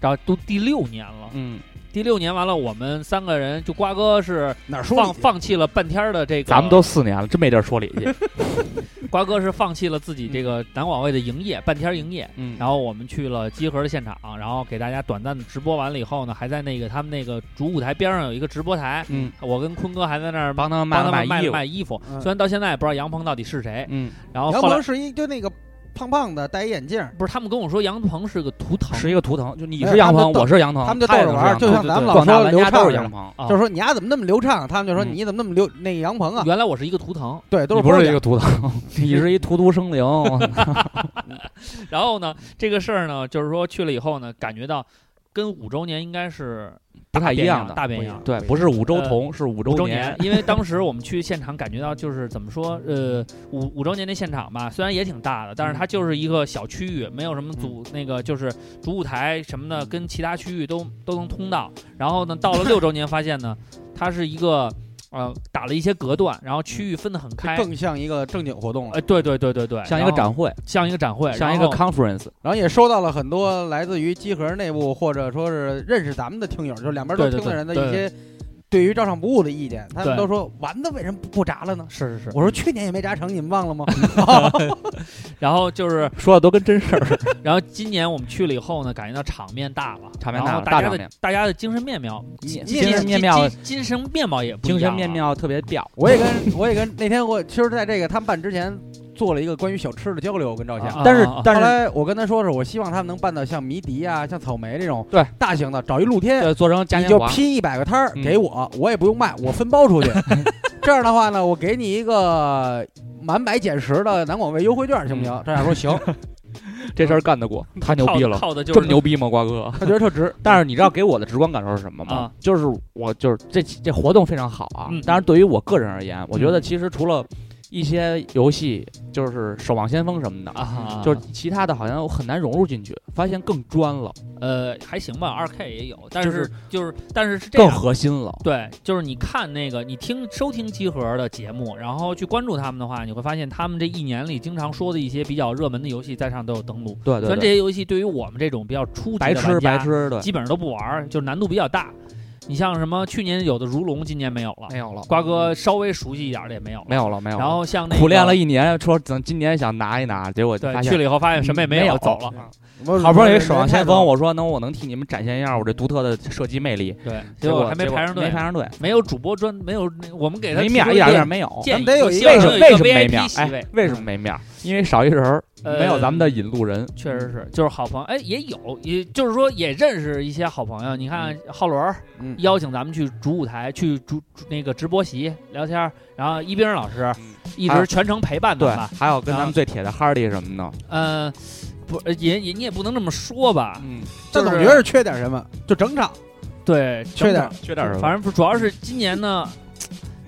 [SPEAKER 8] 然后都第六年了，
[SPEAKER 6] 嗯，
[SPEAKER 8] 第六年完了，我们三个人就瓜哥是
[SPEAKER 5] 哪儿说
[SPEAKER 8] 放
[SPEAKER 5] 理
[SPEAKER 8] 放弃了半天儿的这个，
[SPEAKER 6] 咱们都四年了，真没地儿说理去。
[SPEAKER 8] 瓜哥是放弃了自己这个南广卫的营业半天儿营业，
[SPEAKER 6] 嗯，
[SPEAKER 8] 然后我们去了集合的现场，然后给大家短暂的直播完了以后呢，还在那个他们那个主舞台边上有一个直播台，
[SPEAKER 6] 嗯，
[SPEAKER 8] 我跟坤哥还在那儿
[SPEAKER 6] 帮他们
[SPEAKER 8] 帮他
[SPEAKER 6] 卖了
[SPEAKER 8] 们卖
[SPEAKER 6] 衣服。
[SPEAKER 8] 卖衣服，
[SPEAKER 5] 嗯
[SPEAKER 8] 虽然到现在也不知道杨鹏到底是谁，
[SPEAKER 6] 嗯，
[SPEAKER 8] 然后
[SPEAKER 5] 杨
[SPEAKER 8] 后来
[SPEAKER 5] 鹏是一就那个胖胖的，戴一眼镜儿，
[SPEAKER 8] 不是他们跟我说杨鹏是个图腾，
[SPEAKER 6] 是一个图腾，就你
[SPEAKER 5] 哎
[SPEAKER 6] 是杨
[SPEAKER 5] 他们
[SPEAKER 6] 鹏，
[SPEAKER 5] 就
[SPEAKER 6] 我是杨鹏，
[SPEAKER 5] 他们就
[SPEAKER 6] 他也
[SPEAKER 5] 逗着
[SPEAKER 6] 能
[SPEAKER 5] 玩儿
[SPEAKER 6] 是杨鹏对
[SPEAKER 5] 就像咱
[SPEAKER 6] 对
[SPEAKER 5] 们老
[SPEAKER 6] 广大
[SPEAKER 5] 说
[SPEAKER 6] 玩
[SPEAKER 5] 刘
[SPEAKER 6] 家都是
[SPEAKER 5] 畅似
[SPEAKER 6] 杨
[SPEAKER 5] 的
[SPEAKER 6] 鹏。
[SPEAKER 8] 啊
[SPEAKER 5] 就说你丫怎么那么流畅？他们就说
[SPEAKER 6] 哦嗯
[SPEAKER 5] 你怎么那么流那杨鹏啊？
[SPEAKER 8] 原来我是一个图腾，
[SPEAKER 5] 对，都
[SPEAKER 6] 你
[SPEAKER 5] 是
[SPEAKER 6] 不
[SPEAKER 5] 包
[SPEAKER 6] 是
[SPEAKER 5] 浆
[SPEAKER 6] 一个图腾， 你是一图图生 灵。
[SPEAKER 8] 然后呢，这个事儿呢，就是说去了以后呢，感觉到跟五周年应该是
[SPEAKER 6] 不太
[SPEAKER 8] 大
[SPEAKER 6] 一
[SPEAKER 8] 变
[SPEAKER 6] 样
[SPEAKER 8] 样
[SPEAKER 6] 的
[SPEAKER 8] 大变
[SPEAKER 5] 不一
[SPEAKER 8] 样
[SPEAKER 5] 样。
[SPEAKER 6] 对，不是五周同，是五
[SPEAKER 8] 五周
[SPEAKER 6] 周年。
[SPEAKER 8] 因为当时我们去现场，感觉到就是怎么说，呃，五五周年那现场吧，虽然也挺大的，但
[SPEAKER 5] 嗯
[SPEAKER 8] 是它就是一个小区域，没有什么主那个就是主舞台什么的，跟其他区域都都能通到。然后呢，到了六周年，发现呢，它是一个呃打了一些隔断，然后区域分得很开。
[SPEAKER 5] 更像一个正经活动了。
[SPEAKER 8] 呃，对对对对对，
[SPEAKER 6] 像一个
[SPEAKER 8] 然后
[SPEAKER 6] 展会，
[SPEAKER 8] 像一个展会，
[SPEAKER 6] 像一
[SPEAKER 8] 然
[SPEAKER 6] 个
[SPEAKER 8] 后
[SPEAKER 6] conference，
[SPEAKER 5] 然后也收到了很多来自于集合内部或者说是认识咱们的听友，就两边都
[SPEAKER 8] 对对
[SPEAKER 5] 听的人的
[SPEAKER 8] 对
[SPEAKER 5] 一些对于照常不误的意见，他
[SPEAKER 8] 对
[SPEAKER 5] 们都说丸子为什么不不炸了呢？
[SPEAKER 8] 是是是，
[SPEAKER 5] 我说去年也没炸成，你们忘了吗？
[SPEAKER 8] 然后就是
[SPEAKER 6] 说的都跟真事 儿似的。
[SPEAKER 8] 然后今年我们去了以后呢，感觉到场面大了，
[SPEAKER 6] 场面
[SPEAKER 8] 然
[SPEAKER 6] 大
[SPEAKER 8] 后
[SPEAKER 6] 了
[SPEAKER 8] 大
[SPEAKER 6] 大
[SPEAKER 8] 家
[SPEAKER 6] 场
[SPEAKER 8] 的
[SPEAKER 6] 面
[SPEAKER 8] 大家的精神面貌，
[SPEAKER 6] 精
[SPEAKER 5] 精神
[SPEAKER 6] 面貌
[SPEAKER 8] 精精神面貌也不一
[SPEAKER 6] 精神
[SPEAKER 8] 样啊
[SPEAKER 6] 面
[SPEAKER 8] 了。
[SPEAKER 6] 貌特别吊，
[SPEAKER 5] 我也跟我也跟那天我其实在这个他们办之前做了一个关于小吃的交流，我跟赵
[SPEAKER 8] 啊
[SPEAKER 5] 翔。
[SPEAKER 6] 但是
[SPEAKER 8] 啊啊
[SPEAKER 6] 但
[SPEAKER 5] 后
[SPEAKER 6] 是
[SPEAKER 5] 来我跟他说说，我希望他们能办到像迷笛啊、像草莓这种
[SPEAKER 6] 对
[SPEAKER 5] 大型的，找一露天，
[SPEAKER 6] 对做成嘉
[SPEAKER 5] 你
[SPEAKER 6] 年
[SPEAKER 5] 就
[SPEAKER 6] 华，
[SPEAKER 5] 批一百个摊儿
[SPEAKER 6] 嗯
[SPEAKER 5] 给我，我也不用卖，我分 包出去。这样的话呢，我给你一个满百减十的南广味优惠券，行不行
[SPEAKER 6] 嗯？
[SPEAKER 5] 赵翔说行，
[SPEAKER 6] 这事儿干得 过，太牛
[SPEAKER 8] 靠
[SPEAKER 6] 逼了，
[SPEAKER 8] 靠的就
[SPEAKER 6] 这么
[SPEAKER 8] 是
[SPEAKER 6] 牛逼吗，瓜 哥？
[SPEAKER 5] 他觉得特值。
[SPEAKER 6] 但是你知道给我的直观感受是什么吗？
[SPEAKER 8] 啊
[SPEAKER 6] 就是我就是这这活动非常好啊。
[SPEAKER 8] 嗯
[SPEAKER 6] 但是对于我个人而言，我觉得其实除了一些游戏，就是《守望先锋》什么的，
[SPEAKER 8] 啊，
[SPEAKER 6] 嗯就是其他的好像我很难融入进去，发现更专了，
[SPEAKER 8] 呃还行吧，二 K 也有，但
[SPEAKER 6] 就是是
[SPEAKER 8] 就是但是是这
[SPEAKER 6] 更
[SPEAKER 8] 样。
[SPEAKER 6] 核心了。
[SPEAKER 8] 对，就是你看那个，你听收听集合的节目，然后去关注他们的话，你会发现他们这一年里经常说的一些比较热门的游戏，在上都有登录。
[SPEAKER 6] 对
[SPEAKER 8] 虽
[SPEAKER 6] 对
[SPEAKER 8] 然这
[SPEAKER 6] 对，
[SPEAKER 8] 些游戏对于我们这种比较初级的
[SPEAKER 6] 白痴
[SPEAKER 8] 玩家
[SPEAKER 6] 白痴，对，
[SPEAKER 8] 基本上都不玩儿，就是难度比较大。你像什么去年有的如龙，今年没有了。
[SPEAKER 6] 没有了，
[SPEAKER 8] 瓜哥稍微熟悉一点儿的也没有了。
[SPEAKER 6] 没有了，没有了。
[SPEAKER 8] 然后像那个
[SPEAKER 6] 苦练了一年，说等今年想拿一拿，结果
[SPEAKER 8] 对
[SPEAKER 6] 发
[SPEAKER 8] 去
[SPEAKER 6] 现嗯
[SPEAKER 8] 了以后发现什么也
[SPEAKER 6] 没
[SPEAKER 8] 有，
[SPEAKER 6] 有
[SPEAKER 8] 走了。
[SPEAKER 6] 好不容易《
[SPEAKER 5] 人
[SPEAKER 6] 守望
[SPEAKER 5] 太
[SPEAKER 6] 先
[SPEAKER 5] 多
[SPEAKER 6] 锋》，
[SPEAKER 5] 了
[SPEAKER 6] 我说能我能替你们展现一下我这独特的射击魅力，
[SPEAKER 8] 对，
[SPEAKER 6] 结
[SPEAKER 8] 结
[SPEAKER 6] 果
[SPEAKER 8] 果还没
[SPEAKER 6] 结果
[SPEAKER 8] 排上队
[SPEAKER 6] 没，排上队，
[SPEAKER 8] 没有主播专，没有那我们给他
[SPEAKER 6] 没
[SPEAKER 8] 提
[SPEAKER 6] 面
[SPEAKER 8] 出
[SPEAKER 6] 儿，
[SPEAKER 8] 的
[SPEAKER 6] 一点
[SPEAKER 8] 建
[SPEAKER 6] 面没有。
[SPEAKER 8] 建议，
[SPEAKER 5] 咱们得有
[SPEAKER 8] 一
[SPEAKER 5] 一
[SPEAKER 8] 个
[SPEAKER 5] 个
[SPEAKER 6] 为
[SPEAKER 5] 为
[SPEAKER 6] 什
[SPEAKER 5] 什
[SPEAKER 6] 么
[SPEAKER 5] 么
[SPEAKER 6] 为什么没面儿
[SPEAKER 8] VIP 席
[SPEAKER 6] 哎
[SPEAKER 8] 位？，
[SPEAKER 6] 为什么没面儿？因为少一人儿，
[SPEAKER 8] 呃嗯
[SPEAKER 6] 没有咱们的引路人。
[SPEAKER 8] 确实是，就是好朋友，哎，也有，也就是说也认识一些好朋友。你看浩伦儿
[SPEAKER 5] 嗯
[SPEAKER 8] 邀请咱们去主舞台，去主主那个直播席聊天儿，然后一冰老师
[SPEAKER 6] 嗯
[SPEAKER 8] 一
[SPEAKER 6] 还
[SPEAKER 8] 直
[SPEAKER 6] 有
[SPEAKER 8] 全程陪伴咱
[SPEAKER 6] 对
[SPEAKER 8] 们吧。，
[SPEAKER 6] 还有跟咱
[SPEAKER 8] 啊
[SPEAKER 6] 们最铁的哈利什么的，
[SPEAKER 8] 嗯，不，呃也也你也不能这么说吧，
[SPEAKER 6] 嗯，
[SPEAKER 5] 但
[SPEAKER 8] 就
[SPEAKER 5] 总
[SPEAKER 8] 是
[SPEAKER 5] 觉得是缺点什么，就整场
[SPEAKER 8] 对，
[SPEAKER 5] 缺点
[SPEAKER 8] 整整
[SPEAKER 6] 缺点嗯什么？
[SPEAKER 8] 反正不主要是今年呢，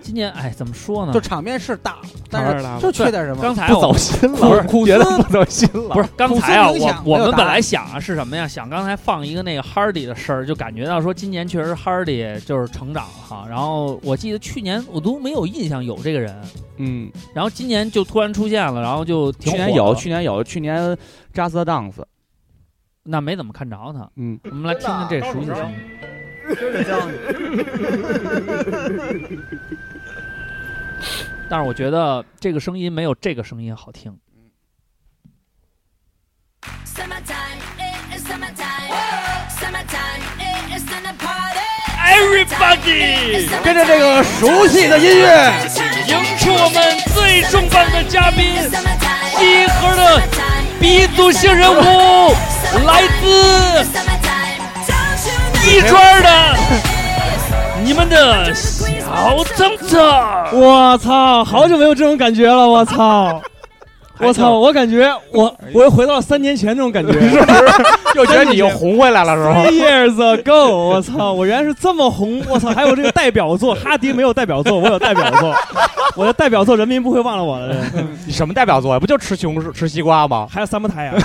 [SPEAKER 8] 今年哎怎么说呢
[SPEAKER 5] 就？场面是大，
[SPEAKER 6] 场面
[SPEAKER 5] 但
[SPEAKER 6] 是大
[SPEAKER 5] 是就缺点什么
[SPEAKER 8] 刚。才
[SPEAKER 6] 不
[SPEAKER 8] 我
[SPEAKER 6] 走心
[SPEAKER 5] 不
[SPEAKER 6] 了，
[SPEAKER 5] 是苦
[SPEAKER 6] 觉得
[SPEAKER 5] 思
[SPEAKER 6] 不走心了。
[SPEAKER 8] 不是刚才啊，
[SPEAKER 5] 苦思冥
[SPEAKER 8] 我
[SPEAKER 5] 想
[SPEAKER 8] 我们
[SPEAKER 5] 没有答案
[SPEAKER 8] 本来想啊是什么呀？想刚才放一个那个 Hardy 的事儿，就感觉到说今年确实 Hardy 就是成长了哈。然后我记得去年我都没有印象有这个人，
[SPEAKER 6] 嗯，
[SPEAKER 8] 然后今年就突然出现了，然后就
[SPEAKER 6] 去
[SPEAKER 8] 挺火的
[SPEAKER 6] 年有，去年有，去年 Just Dance，
[SPEAKER 8] 那没怎么看着他。
[SPEAKER 6] 嗯，
[SPEAKER 8] 我们来听听这熟悉的声音。 但是我觉得这个声音没有这个声音好听。
[SPEAKER 7] Summertime, eh, eh,
[SPEAKER 8] Everybody，
[SPEAKER 5] 跟着这个熟悉的音乐，
[SPEAKER 8] 迎出我们最重磅的嘉宾，
[SPEAKER 7] eh,
[SPEAKER 8] 集合的鼻祖性人物，来自亦庄的你们的小曾曾。
[SPEAKER 7] 我操，好久没有这种感觉了，我操！我 操！哦我感觉我我又回到了三年前那种感觉
[SPEAKER 6] 又觉得你又红回来了是吗？
[SPEAKER 7] ，three years ago！我操！我原来是这么红！我操！还有这个代表作，哈迪没有代表作，我有代表作，我的代表作人民不会忘了我的。
[SPEAKER 6] 你什么代表作呀？不就吃西红柿、吃西瓜吗？
[SPEAKER 7] 还有三胞胎啊，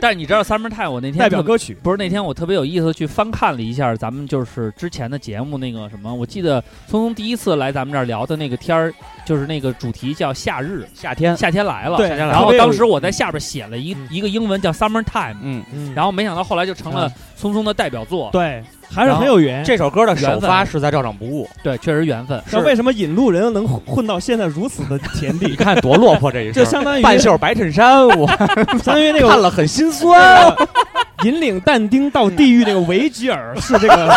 [SPEAKER 8] 但是你知道 Summer Time，我那天
[SPEAKER 7] 代表
[SPEAKER 8] 特别
[SPEAKER 7] 歌曲。
[SPEAKER 8] 不是那天我特别有意思地去翻看了一下咱们就是之前的节目那个什么，我记得聪聪第一次来咱们这儿聊的那个天儿，就是那个主题叫夏日，
[SPEAKER 6] 夏天，
[SPEAKER 8] 夏天来了。
[SPEAKER 7] 对
[SPEAKER 8] 然
[SPEAKER 7] 特
[SPEAKER 8] 后
[SPEAKER 7] 别有
[SPEAKER 8] 当时我在下边写了一一个英文叫 Summer Time，
[SPEAKER 6] 嗯，
[SPEAKER 8] 然后没想到后来就成了
[SPEAKER 7] 啊
[SPEAKER 8] 聪聪的代表作。
[SPEAKER 7] 对，还是很有缘。
[SPEAKER 6] 这首歌的
[SPEAKER 8] 缘
[SPEAKER 6] 首
[SPEAKER 8] 分
[SPEAKER 6] 发是在照常不误，
[SPEAKER 8] 对，确实缘分。
[SPEAKER 7] 那为什么引路人能混混到现在如 此的田
[SPEAKER 6] 你
[SPEAKER 7] 地？
[SPEAKER 6] 看多落魄这 一
[SPEAKER 7] 就
[SPEAKER 6] 身，
[SPEAKER 7] 相当于
[SPEAKER 6] 半袖白衬衫，我
[SPEAKER 7] 相当于那个
[SPEAKER 6] 看了很心酸。
[SPEAKER 7] 那个 引领但丁到地狱那个维吉尔是这个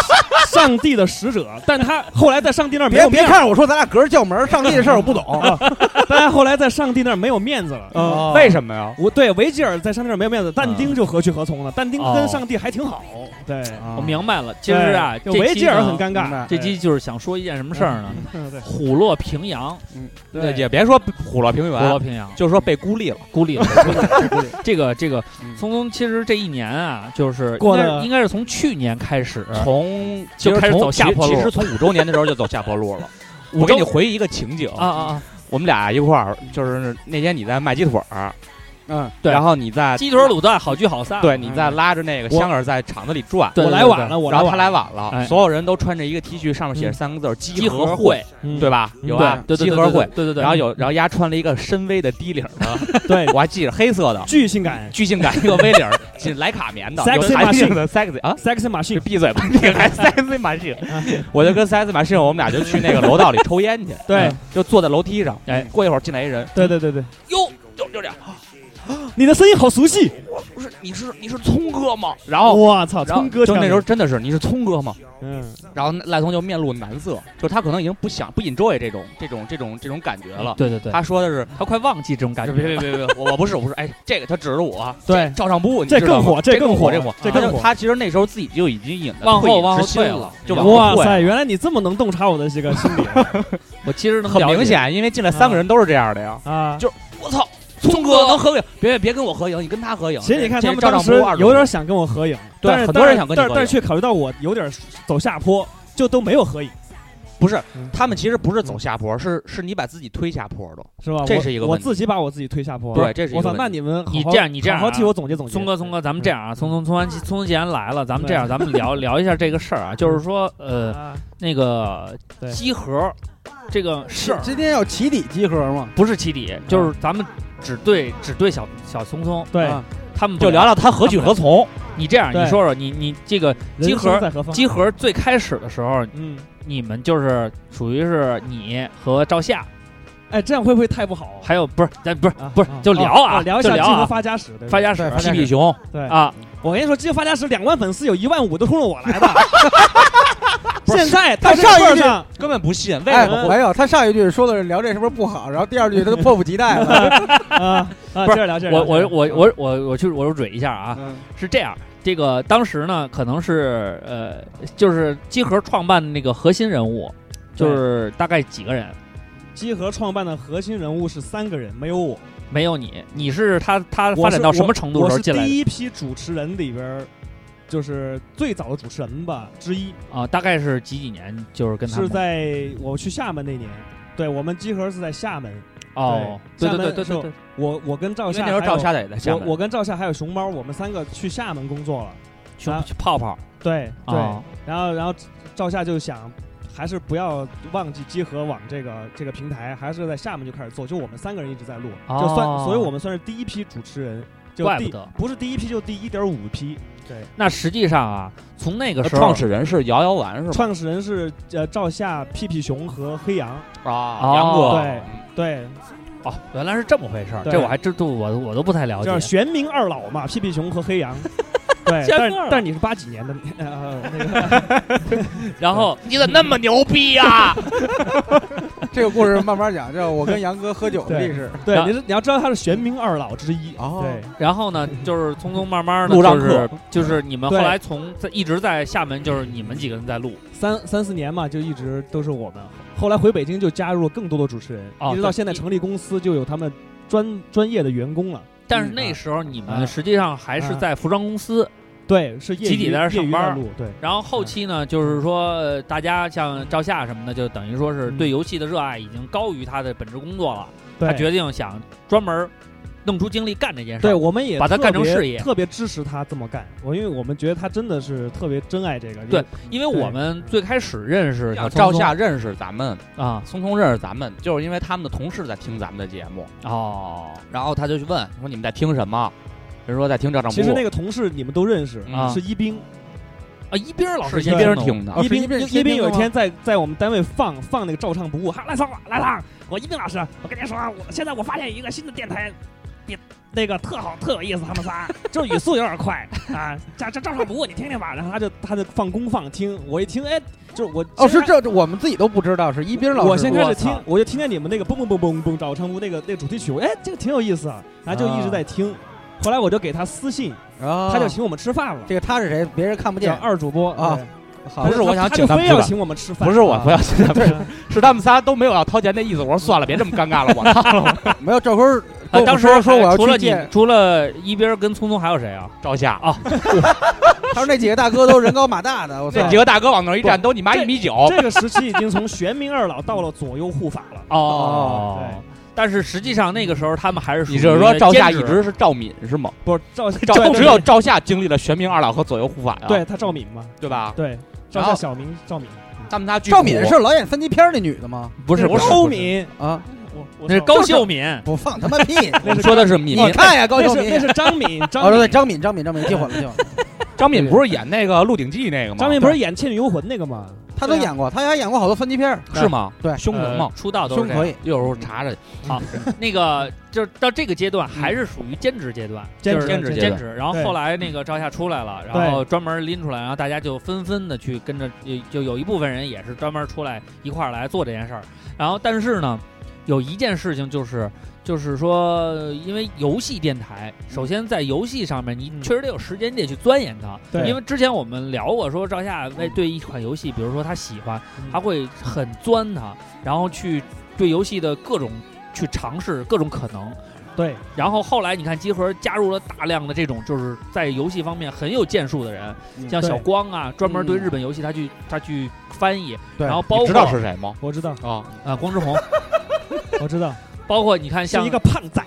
[SPEAKER 7] 上帝的使者，但他后来在上帝那儿没
[SPEAKER 5] 别
[SPEAKER 7] 有
[SPEAKER 5] 别
[SPEAKER 7] 面子，
[SPEAKER 5] 看着我说咱俩隔着校门，上帝的事儿我不懂。
[SPEAKER 7] 但他后来在上帝那儿没有面子了。
[SPEAKER 5] 哦
[SPEAKER 6] 为什么呀？
[SPEAKER 7] 我对维吉尔在上帝那儿没有面子，但丁就何去何从了？但丁跟上帝还挺好，对，
[SPEAKER 8] 我明白了，其实啊，
[SPEAKER 7] 对
[SPEAKER 8] 这
[SPEAKER 7] 维
[SPEAKER 8] 期
[SPEAKER 7] 吉尔
[SPEAKER 8] 呢
[SPEAKER 7] 很尴
[SPEAKER 5] 明
[SPEAKER 7] 尬
[SPEAKER 5] 白，
[SPEAKER 8] 这期就是想说一件什么事儿呢？
[SPEAKER 7] 嗯对
[SPEAKER 8] 虎落平阳，
[SPEAKER 6] 那也别说虎落平
[SPEAKER 8] 虎落
[SPEAKER 6] 原，
[SPEAKER 8] 平阳，
[SPEAKER 6] 就是说被孤立了。
[SPEAKER 8] 孤立了。这个这个，聪聪其实这一年啊，就是应
[SPEAKER 7] 过
[SPEAKER 8] 该
[SPEAKER 7] 得
[SPEAKER 8] 应该是从去年开始，
[SPEAKER 6] 从
[SPEAKER 8] 就
[SPEAKER 6] 其实
[SPEAKER 8] 开始
[SPEAKER 6] 从
[SPEAKER 8] 走下坡路
[SPEAKER 6] 其其实从五周年的时候就走下坡路了。 我给你回忆一个情景
[SPEAKER 8] 啊啊啊！
[SPEAKER 6] 我们俩一块儿，就是那天你在卖鸡腿儿，
[SPEAKER 5] 嗯，
[SPEAKER 8] 对
[SPEAKER 6] 然后你在
[SPEAKER 8] 鸡腿卤蛋好聚好散，
[SPEAKER 6] 对你在拉着那个
[SPEAKER 7] 我
[SPEAKER 6] 香儿在厂子里转，
[SPEAKER 8] 对
[SPEAKER 7] 我
[SPEAKER 8] 对
[SPEAKER 7] 来
[SPEAKER 8] 对
[SPEAKER 7] 晚了，我
[SPEAKER 6] 然后他
[SPEAKER 7] 晚
[SPEAKER 6] 来
[SPEAKER 7] 了，
[SPEAKER 6] 晚了，
[SPEAKER 8] 哎嗯
[SPEAKER 6] 所有人都穿着一个 T 恤，上面写着三个字儿“
[SPEAKER 8] 鸡
[SPEAKER 6] 鸡
[SPEAKER 8] 和
[SPEAKER 6] 和
[SPEAKER 8] 会，，
[SPEAKER 7] 嗯
[SPEAKER 6] 对吧？有吧？
[SPEAKER 8] 啊对对对
[SPEAKER 6] 鸡和会。
[SPEAKER 8] 对对对，
[SPEAKER 6] 然后有，然后丫穿了一个深 V 的低领儿 的，
[SPEAKER 7] 对，
[SPEAKER 6] 我还记着黑色的
[SPEAKER 7] 巨性感
[SPEAKER 6] 巨性感一个 V 领儿， 是莱卡棉的，有
[SPEAKER 7] Sexy
[SPEAKER 6] 弹性
[SPEAKER 7] machine
[SPEAKER 6] 的 sexy 啊。
[SPEAKER 7] ，sexy 马
[SPEAKER 6] 就
[SPEAKER 7] 逊，
[SPEAKER 6] 闭 嘴吧，你还 sexy 马逊， 我就跟 sexy 马逊，我们俩就去那个楼道里抽烟去， 嗯
[SPEAKER 7] 对，
[SPEAKER 6] 就坐在楼梯上。
[SPEAKER 8] 哎
[SPEAKER 6] 过一会儿进来一人，
[SPEAKER 7] 对对对对，
[SPEAKER 6] 哟，就就这样，
[SPEAKER 7] 你的声音好熟悉，
[SPEAKER 6] 不是你是你是聪哥吗？然后
[SPEAKER 7] 我操，
[SPEAKER 6] 然后
[SPEAKER 7] 聪哥
[SPEAKER 6] 就
[SPEAKER 7] 强
[SPEAKER 6] 那
[SPEAKER 7] 烈
[SPEAKER 6] 时候，真的是你是聪哥吗？
[SPEAKER 7] 嗯，
[SPEAKER 6] 然后赖聪就面露难色，就他可能已经不想不 enjoy 这种这种这种这种感觉了。
[SPEAKER 8] 对对对，
[SPEAKER 6] 他说的是，
[SPEAKER 8] 他快忘记这种感觉
[SPEAKER 6] 别
[SPEAKER 8] 了，
[SPEAKER 6] 别别别，我我不是我不是，哎，这个他指着我，
[SPEAKER 7] 对，
[SPEAKER 6] 照上不误，你
[SPEAKER 7] 这
[SPEAKER 6] 知道
[SPEAKER 7] 更
[SPEAKER 6] 吗
[SPEAKER 7] 火，
[SPEAKER 6] 这
[SPEAKER 7] 更
[SPEAKER 6] 火，
[SPEAKER 7] 火，
[SPEAKER 6] 这火。
[SPEAKER 7] 这
[SPEAKER 6] 他
[SPEAKER 7] 更
[SPEAKER 6] 就
[SPEAKER 7] 火。
[SPEAKER 6] 他其实那时候自己就已经引得
[SPEAKER 8] 往后
[SPEAKER 6] 退隐
[SPEAKER 8] 往后
[SPEAKER 6] 之心
[SPEAKER 8] 退
[SPEAKER 6] 了
[SPEAKER 8] 了，
[SPEAKER 6] 就
[SPEAKER 8] 他
[SPEAKER 6] 往
[SPEAKER 7] 哇
[SPEAKER 6] 后退
[SPEAKER 7] 塞，原来你这么能洞察我的这个心理
[SPEAKER 8] 我其实能
[SPEAKER 6] 很
[SPEAKER 8] 了解
[SPEAKER 6] 明，显，因为进来三个人都是这样的呀。
[SPEAKER 7] 啊！
[SPEAKER 6] 我操，聪哥能合影，别别跟我合影，你跟他合影。
[SPEAKER 7] 其实你看，
[SPEAKER 6] 这
[SPEAKER 7] 他们
[SPEAKER 6] 照
[SPEAKER 7] 当
[SPEAKER 6] 上
[SPEAKER 7] 时
[SPEAKER 6] 不误二十
[SPEAKER 7] 有点
[SPEAKER 6] 多
[SPEAKER 7] 想跟我合影，
[SPEAKER 6] 对
[SPEAKER 7] 但是
[SPEAKER 6] 很多人想跟你
[SPEAKER 7] 但
[SPEAKER 6] 合
[SPEAKER 7] 是
[SPEAKER 6] 影
[SPEAKER 7] 但是却考虑到我有点走下坡，就都没有合影，
[SPEAKER 6] 不是
[SPEAKER 7] 嗯，
[SPEAKER 6] 他们其实不是走下坡，是是你把自己推下坡的。
[SPEAKER 7] 是吧？
[SPEAKER 6] 这
[SPEAKER 7] 我
[SPEAKER 6] 是一个
[SPEAKER 7] 我
[SPEAKER 6] 问题
[SPEAKER 7] 自己把我自己推下坡了。
[SPEAKER 6] 对这是一个
[SPEAKER 7] 我操，
[SPEAKER 6] 问题
[SPEAKER 7] 那你们好好
[SPEAKER 8] 你这样你这样啊
[SPEAKER 7] 好好替我总结总结。
[SPEAKER 8] 聪哥，聪哥，咱们这样啊，聪聪聪完，聪聪既然来了，咱们这样，
[SPEAKER 7] 对
[SPEAKER 8] 咱们聊聊一下这个事儿啊，就是说，呃，
[SPEAKER 7] 啊，
[SPEAKER 8] 那个
[SPEAKER 7] 对
[SPEAKER 8] 集合这个事儿啊
[SPEAKER 5] 今天要起底集合吗？
[SPEAKER 8] 不是起底，
[SPEAKER 7] 嗯
[SPEAKER 8] 就是咱们只对只对小小聪聪
[SPEAKER 7] 对，
[SPEAKER 5] 啊
[SPEAKER 8] 他们不
[SPEAKER 6] 就聊聊他何去何从。
[SPEAKER 8] 你这样，
[SPEAKER 7] 对
[SPEAKER 8] 你说说你你这个
[SPEAKER 7] 人
[SPEAKER 8] 集
[SPEAKER 7] 生
[SPEAKER 8] 合
[SPEAKER 7] 在何方？
[SPEAKER 8] 集合最开始的时候，
[SPEAKER 7] 嗯，
[SPEAKER 8] 你们就是属于是你和赵夏，
[SPEAKER 7] 哎，这样会不会太不好？
[SPEAKER 8] 还有不是咱不是
[SPEAKER 7] 啊
[SPEAKER 8] 不是
[SPEAKER 7] 啊
[SPEAKER 8] 就聊啊
[SPEAKER 7] 哦聊一
[SPEAKER 8] 就
[SPEAKER 7] 下集
[SPEAKER 8] 聊啊
[SPEAKER 7] 合发家史，对吧
[SPEAKER 8] 发家史
[SPEAKER 5] 对发
[SPEAKER 6] 皮
[SPEAKER 5] 家
[SPEAKER 6] 皮熊，
[SPEAKER 7] 对，
[SPEAKER 8] 啊，
[SPEAKER 7] 我跟你说，集合发家史两万粉丝有一万五都冲着我来的。现在到这
[SPEAKER 5] 他上一
[SPEAKER 7] 份儿
[SPEAKER 5] 句
[SPEAKER 7] 上，
[SPEAKER 6] 根本不信，为
[SPEAKER 5] 哎
[SPEAKER 6] 什么，会？
[SPEAKER 5] 没有，他上一句说的是聊这是不是不好，然后第二句他就迫不及待 了。
[SPEAKER 7] 啊啊，
[SPEAKER 8] 不
[SPEAKER 7] 接着
[SPEAKER 8] 是
[SPEAKER 7] 聊，接着聊
[SPEAKER 8] 我我我我我我去我就蕊一下啊，
[SPEAKER 5] 嗯
[SPEAKER 8] 是这样，这个当时呢，可能是呃，就是集合创办的那个核心人物，就是大概几个人，
[SPEAKER 7] 集合创办的核心人物是三个人，没有我。
[SPEAKER 8] 没有你，你是他他
[SPEAKER 7] 我
[SPEAKER 8] 发
[SPEAKER 7] 是
[SPEAKER 8] 展到什么程度的
[SPEAKER 7] 我
[SPEAKER 8] 时候
[SPEAKER 7] 是
[SPEAKER 8] 进来的
[SPEAKER 7] 第一批主持人里边儿，就是最早的主持人吧之一，
[SPEAKER 8] 啊？大概是几几年？就是跟他
[SPEAKER 7] 是
[SPEAKER 8] 们
[SPEAKER 7] 在我去厦门那年。对我们集合是在厦门，
[SPEAKER 8] 哦，对
[SPEAKER 7] 对
[SPEAKER 8] 对对
[SPEAKER 7] 厦门
[SPEAKER 8] 对对对，
[SPEAKER 7] 我我跟赵
[SPEAKER 9] 哦
[SPEAKER 6] 因为
[SPEAKER 7] 夏还
[SPEAKER 6] 那时
[SPEAKER 7] 有
[SPEAKER 6] 候赵夏也在厦
[SPEAKER 7] 我
[SPEAKER 6] 门。
[SPEAKER 7] 我跟赵夏还有熊猫，我们三个去厦门工作了。
[SPEAKER 8] 去
[SPEAKER 7] 啊
[SPEAKER 8] 去泡泡
[SPEAKER 7] 对对，
[SPEAKER 6] 哦
[SPEAKER 8] 啊，
[SPEAKER 7] 然后然后赵夏就想，还是不要忘记集合网这个这个平台，还是在厦门就开始做，就我们三个人一直在录，
[SPEAKER 8] 哦
[SPEAKER 7] 就算，所以我们算是第一批主持人，就
[SPEAKER 8] 怪不
[SPEAKER 7] 第
[SPEAKER 8] 得。
[SPEAKER 7] 不是第一批就第一点五批，
[SPEAKER 8] 那实际上啊，从那个时候
[SPEAKER 6] 呃创始人是摇摇丸是吧？
[SPEAKER 7] 创始人是呃赵夏、屁屁熊和黑羊，
[SPEAKER 6] 啊，杨哥，
[SPEAKER 7] 对对，
[SPEAKER 8] 哦，原来是这么回事儿，
[SPEAKER 7] 对
[SPEAKER 8] 这我还真都我我都不太了
[SPEAKER 7] 叫
[SPEAKER 8] 解。
[SPEAKER 7] 玄冥二老嘛，屁屁熊和黑羊，
[SPEAKER 9] 对，
[SPEAKER 8] 全
[SPEAKER 9] 但
[SPEAKER 8] 个儿
[SPEAKER 9] 是但是你是八几年的，呃，那个
[SPEAKER 8] 然后
[SPEAKER 6] 你怎么那么牛逼呀？
[SPEAKER 5] 这个故事慢慢讲，叫我跟杨哥喝酒的历史。
[SPEAKER 9] 对，
[SPEAKER 8] 然
[SPEAKER 9] 你是你要知道他是玄冥二老之一，
[SPEAKER 5] 哦
[SPEAKER 9] 对，
[SPEAKER 8] 然后呢，就是匆匆慢慢的，
[SPEAKER 9] 录
[SPEAKER 8] 就
[SPEAKER 9] 上
[SPEAKER 8] 是就是你们后
[SPEAKER 9] 对
[SPEAKER 8] 来从在一直在厦门，就是你们几个人在录，
[SPEAKER 9] 三三四年嘛，就一直都是我们，后来回北京就加入了更多的主持人，
[SPEAKER 8] 哦
[SPEAKER 9] 一直到
[SPEAKER 8] 对
[SPEAKER 9] 现在成立公司就有他们专专业的员工了，
[SPEAKER 8] 但是那时候你
[SPEAKER 9] 啊
[SPEAKER 8] 们实际上还是在服装公司，
[SPEAKER 9] 对，是业余
[SPEAKER 8] 集体在那儿
[SPEAKER 9] 业
[SPEAKER 8] 上
[SPEAKER 9] 余
[SPEAKER 8] 班儿
[SPEAKER 9] 录，对，
[SPEAKER 8] 然后后期呢，就是说呃大家像赵夏什么的，就等于说是
[SPEAKER 9] 嗯
[SPEAKER 8] 对游戏的热爱已经高于他的本职工作了，他
[SPEAKER 9] 对，
[SPEAKER 8] 决定想专门弄出精力干这件事儿。
[SPEAKER 9] 对，我们也
[SPEAKER 8] 把它
[SPEAKER 9] 特
[SPEAKER 8] 干成
[SPEAKER 9] 别
[SPEAKER 8] 事业
[SPEAKER 9] 特别支持他这么干。我因为我们觉得他真的是特别真爱这个。
[SPEAKER 8] 对
[SPEAKER 9] 就，
[SPEAKER 8] 因为我们最开始认识小
[SPEAKER 6] 赵
[SPEAKER 8] 聪
[SPEAKER 6] 夏认识咱们，
[SPEAKER 8] 聪啊，
[SPEAKER 6] 聪聪认识咱们，就是因为他们的同事在听咱们的节目，
[SPEAKER 8] 哦，
[SPEAKER 6] 然后他就去问说你们在听什么？人说在听赵尚
[SPEAKER 9] 其实那
[SPEAKER 6] 武，
[SPEAKER 9] 个同事你们都认识，
[SPEAKER 8] 啊
[SPEAKER 9] 是一冰。
[SPEAKER 8] 啊，一边儿老师
[SPEAKER 6] 是一边听的
[SPEAKER 5] 哦，
[SPEAKER 9] 啊一
[SPEAKER 5] 是
[SPEAKER 9] 冰
[SPEAKER 5] 一冰
[SPEAKER 9] 一冰有
[SPEAKER 5] 先听的
[SPEAKER 9] 一
[SPEAKER 5] 吗
[SPEAKER 9] 天在在我们单位放放那个照唱不误，哈来上吧来上！我一冰老师，我跟你说啊，我现在我发现一个新的电台，比那个特好特有意思，他们仨就是语速有点快啊。这这照唱不误你听听吧，然后他就他就放公放听，我一听哎，就是我
[SPEAKER 5] 哦，是
[SPEAKER 9] 先
[SPEAKER 5] 这，这我们自己都不知道，是一冰老师。
[SPEAKER 9] 我先开始听
[SPEAKER 8] 我操，
[SPEAKER 9] 我就听见你们那个嘣嘣嘣嘣嘣找称呼那个那个主题曲，我哎，这个挺有意思啊，然后就一直在听。后来我就给他私信，
[SPEAKER 5] 啊，
[SPEAKER 9] 他就请我们吃饭了
[SPEAKER 5] 这，个他是谁？别人看不
[SPEAKER 9] 叫
[SPEAKER 5] 见。
[SPEAKER 9] 二主播
[SPEAKER 5] 啊，好
[SPEAKER 9] 对
[SPEAKER 6] 不是我想
[SPEAKER 9] 他
[SPEAKER 6] 请他
[SPEAKER 9] 他
[SPEAKER 6] 们
[SPEAKER 9] 就非
[SPEAKER 6] 吃
[SPEAKER 9] 要
[SPEAKER 6] 饭
[SPEAKER 9] 请我们吃饭，
[SPEAKER 6] 不是我
[SPEAKER 9] 啊
[SPEAKER 6] 不要请他们吃
[SPEAKER 9] 对
[SPEAKER 6] 饭，是他们仨都没有要掏钱的意思。我说算了，别这么尴尬了，我操了。
[SPEAKER 5] 没有这会儿
[SPEAKER 8] 啊
[SPEAKER 5] 跟我
[SPEAKER 8] 当时
[SPEAKER 5] 说说
[SPEAKER 9] 哎
[SPEAKER 5] 我要
[SPEAKER 8] 除了
[SPEAKER 5] 去
[SPEAKER 8] 你
[SPEAKER 5] 见，，
[SPEAKER 8] 除了一边儿跟聪聪还有谁啊？
[SPEAKER 6] 赵夏
[SPEAKER 8] 啊
[SPEAKER 5] 他说那几个大哥都人高马大的，我操
[SPEAKER 6] 那！几个大哥往那儿一站，都你妈
[SPEAKER 9] 这
[SPEAKER 6] 一米九。
[SPEAKER 9] 这个时期已经从玄冥二老到了左右护法了。
[SPEAKER 8] 哦
[SPEAKER 9] 对，
[SPEAKER 8] 但是实际上那个时候他们还是属于
[SPEAKER 6] 你是说赵夏一
[SPEAKER 8] 兼职
[SPEAKER 6] 直是赵敏是吗？
[SPEAKER 9] 不是赵
[SPEAKER 6] 赵
[SPEAKER 9] 赵
[SPEAKER 6] 只有赵夏经历了玄冥二老和左右护法呀，
[SPEAKER 9] 对他赵敏嘛，
[SPEAKER 6] 对吧？
[SPEAKER 9] 对赵
[SPEAKER 6] 然
[SPEAKER 9] 夏
[SPEAKER 6] 后
[SPEAKER 9] 小明赵敏
[SPEAKER 6] 他们仨巨
[SPEAKER 5] 赵
[SPEAKER 6] 苦
[SPEAKER 5] 敏是老演三级片儿那女的吗？
[SPEAKER 8] 不是
[SPEAKER 9] 那
[SPEAKER 8] 不是
[SPEAKER 9] 高
[SPEAKER 8] 不是
[SPEAKER 9] 敏，
[SPEAKER 5] 啊，
[SPEAKER 9] 我我
[SPEAKER 8] 那是
[SPEAKER 9] 操
[SPEAKER 8] 高秀敏，
[SPEAKER 5] 不放他妈 屁！
[SPEAKER 9] 那是
[SPEAKER 6] 说的是哦敏
[SPEAKER 5] 你
[SPEAKER 6] 敏，
[SPEAKER 5] 看呀，高
[SPEAKER 9] 那
[SPEAKER 5] 秀
[SPEAKER 9] 是
[SPEAKER 5] 敏
[SPEAKER 9] 那。是张敏张
[SPEAKER 5] 哦，对，
[SPEAKER 9] 敏啊
[SPEAKER 5] 张敏，张敏，张敏，记混了，记 混了。
[SPEAKER 6] 张敏不是演那个《鹿鼎记》那个吗？
[SPEAKER 9] 张敏不是演《倩女幽魂》那个吗？
[SPEAKER 5] 他都演过，他还演过好多三级片儿。
[SPEAKER 6] 是吗？
[SPEAKER 5] 对
[SPEAKER 6] 凶
[SPEAKER 8] 呃
[SPEAKER 6] 能吗？
[SPEAKER 8] 出道都是
[SPEAKER 5] 胸
[SPEAKER 8] 这样啊
[SPEAKER 5] 可以，
[SPEAKER 6] 一会儿查查去。
[SPEAKER 8] 那个就是到这个阶段还是属于兼职阶段，
[SPEAKER 9] 兼
[SPEAKER 8] 就是
[SPEAKER 9] 职
[SPEAKER 8] 兼
[SPEAKER 9] 兼职
[SPEAKER 6] 阶段
[SPEAKER 8] 职。然后
[SPEAKER 9] 对
[SPEAKER 8] 后来那个赵夏出来了，然后专门拎出来，然后大家就纷纷的去跟着，就就有一部分人也是专门出来一块儿来做这件事儿。然后但是呢，有一件事情就是。就是说，因为游戏电台，首先在游戏上面，你确实得有时间，你得去钻研它。
[SPEAKER 9] 对
[SPEAKER 8] 因为之前我们聊过，说赵夏为对一款游戏，比如说他喜欢，他会很钻它，然后去对游戏的各种去尝试各种可能。
[SPEAKER 9] 对，
[SPEAKER 8] 然后后来你看，集合加入了大量的这种就是在游戏方面很有建树的人，
[SPEAKER 5] 嗯
[SPEAKER 8] 像小
[SPEAKER 9] 对
[SPEAKER 8] 光啊，专门对
[SPEAKER 5] 嗯
[SPEAKER 8] 日本游戏他去他去翻译，
[SPEAKER 5] 对
[SPEAKER 8] 然后包
[SPEAKER 6] 你知道
[SPEAKER 8] 括
[SPEAKER 6] 是谁吗？
[SPEAKER 9] 我知道，
[SPEAKER 6] 啊，
[SPEAKER 8] 啊光之红，
[SPEAKER 9] 我知道，
[SPEAKER 8] 包括你看
[SPEAKER 9] 是
[SPEAKER 8] 像
[SPEAKER 9] 一个胖仔，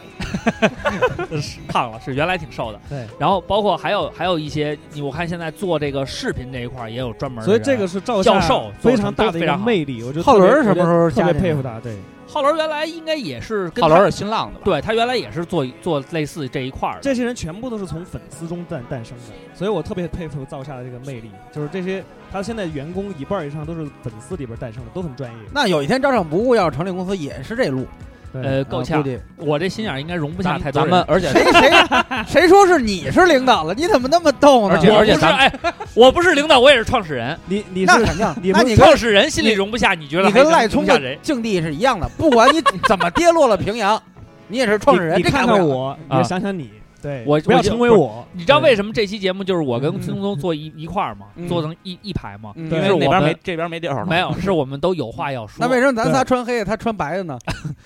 [SPEAKER 8] 是胖了，是原来挺瘦的，
[SPEAKER 9] 对。
[SPEAKER 8] 然后包括还有还有一些，你我看现在做这个视频这一块儿也有专门的
[SPEAKER 9] 所
[SPEAKER 8] 人，
[SPEAKER 9] 以这个是赵夏
[SPEAKER 8] 教授
[SPEAKER 9] 非常大
[SPEAKER 8] 做
[SPEAKER 9] 的
[SPEAKER 8] 得非
[SPEAKER 9] 一个
[SPEAKER 8] 常好
[SPEAKER 9] 魅力，我觉得
[SPEAKER 5] 浩伦
[SPEAKER 9] 特
[SPEAKER 5] 什
[SPEAKER 9] 别
[SPEAKER 5] 么时候
[SPEAKER 9] 特
[SPEAKER 5] 加
[SPEAKER 9] 别
[SPEAKER 5] 进
[SPEAKER 9] 佩
[SPEAKER 5] 去
[SPEAKER 9] 服他？对，
[SPEAKER 8] 浩伦原来应该也是跟
[SPEAKER 6] 浩
[SPEAKER 8] 他
[SPEAKER 6] 伦是新浪的吧？
[SPEAKER 8] 对他原来也是做做类似这一块儿的，
[SPEAKER 9] 这些人全部都是从粉丝中诞诞生的，所以我特别佩服赵夏的这个魅力，就是这些他现在员工一半以上都是粉丝里边诞生的，都很专业。
[SPEAKER 5] 那有一天照尚不误要是成立公司，也是这路，
[SPEAKER 9] 对，
[SPEAKER 8] 呃
[SPEAKER 5] 啊
[SPEAKER 8] 够
[SPEAKER 5] 估
[SPEAKER 8] 呛，
[SPEAKER 5] 计
[SPEAKER 8] 我这心眼儿应该容不下
[SPEAKER 6] 咱
[SPEAKER 8] 太
[SPEAKER 6] 们
[SPEAKER 8] 多
[SPEAKER 6] 咱
[SPEAKER 8] 人
[SPEAKER 6] 们，而且
[SPEAKER 5] 谁 谁谁说是你是领导了？你怎么那么逗呢？
[SPEAKER 6] 而且
[SPEAKER 8] 我不是
[SPEAKER 6] 咱们
[SPEAKER 8] 哎，我不是领导，我也是创始人。
[SPEAKER 9] 你你
[SPEAKER 5] 那
[SPEAKER 9] 是
[SPEAKER 5] 肯定，
[SPEAKER 9] 你不
[SPEAKER 5] 那你跟
[SPEAKER 8] 创始人心里容不下，你觉得
[SPEAKER 5] 你
[SPEAKER 8] 还
[SPEAKER 5] 跟
[SPEAKER 8] 能
[SPEAKER 5] 赖
[SPEAKER 8] 容
[SPEAKER 5] 聪
[SPEAKER 8] 不下
[SPEAKER 5] 的
[SPEAKER 8] 谁？
[SPEAKER 5] 境地是一样的，不管你怎么跌落了平阳， 你也是创始人。
[SPEAKER 9] 你
[SPEAKER 5] 这
[SPEAKER 9] 你看
[SPEAKER 5] 改
[SPEAKER 9] 看
[SPEAKER 5] 不了，
[SPEAKER 9] 我，你就想想你，对，
[SPEAKER 8] 啊我
[SPEAKER 9] 不要
[SPEAKER 8] 我就
[SPEAKER 9] 成为
[SPEAKER 8] 不是
[SPEAKER 9] 我，
[SPEAKER 8] 你知道为
[SPEAKER 9] 么？
[SPEAKER 8] 什么这期节目就是我跟
[SPEAKER 9] 嗯
[SPEAKER 8] 聪聪坐一一块儿吗？
[SPEAKER 5] 嗯
[SPEAKER 8] 坐成一一排吗？
[SPEAKER 5] 嗯
[SPEAKER 9] 因
[SPEAKER 8] 为
[SPEAKER 6] 那
[SPEAKER 8] 我
[SPEAKER 6] 边没
[SPEAKER 8] 们
[SPEAKER 6] 这边没地儿了，
[SPEAKER 8] 没有，是我们都有话要说
[SPEAKER 5] 那。为什么咱
[SPEAKER 9] 对
[SPEAKER 5] 仨穿黑的，他穿白的 呢？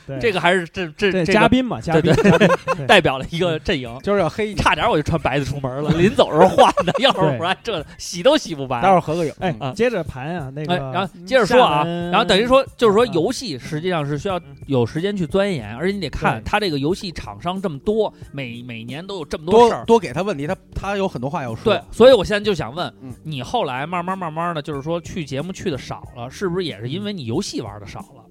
[SPEAKER 9] 对
[SPEAKER 8] 这个还是这这
[SPEAKER 9] 对
[SPEAKER 8] 这
[SPEAKER 9] 嘉
[SPEAKER 8] 个
[SPEAKER 9] 宾嘛，嘉
[SPEAKER 8] 对
[SPEAKER 9] 宾嘉 宾，对嗯
[SPEAKER 8] 代表了一个阵营，
[SPEAKER 5] 就是要黑你。
[SPEAKER 8] 差点我就穿白的出门了，临走时候换 的，要不然这洗都洗不白。
[SPEAKER 5] 待会儿合个影。
[SPEAKER 9] 哎
[SPEAKER 5] 嗯，
[SPEAKER 8] 啊
[SPEAKER 9] 接着盘啊，那
[SPEAKER 8] 哎，
[SPEAKER 9] 个，
[SPEAKER 8] 然后接着说啊
[SPEAKER 9] 厦，门
[SPEAKER 8] 然后等于说就是说
[SPEAKER 9] 嗯
[SPEAKER 8] 游戏实际上是需要有时间去钻研，而且你得看
[SPEAKER 9] 对
[SPEAKER 8] 它这个游戏厂商这么多，每每年都有这么多事
[SPEAKER 5] 多
[SPEAKER 8] 儿，
[SPEAKER 5] 多给他问题，他他有很多话要说。
[SPEAKER 8] 对，，所以我现在就想问
[SPEAKER 5] 嗯，
[SPEAKER 8] 你后来慢慢慢慢的，就是说去节目去的少了，是不是也是因为
[SPEAKER 9] 嗯
[SPEAKER 8] 你游戏玩的少了？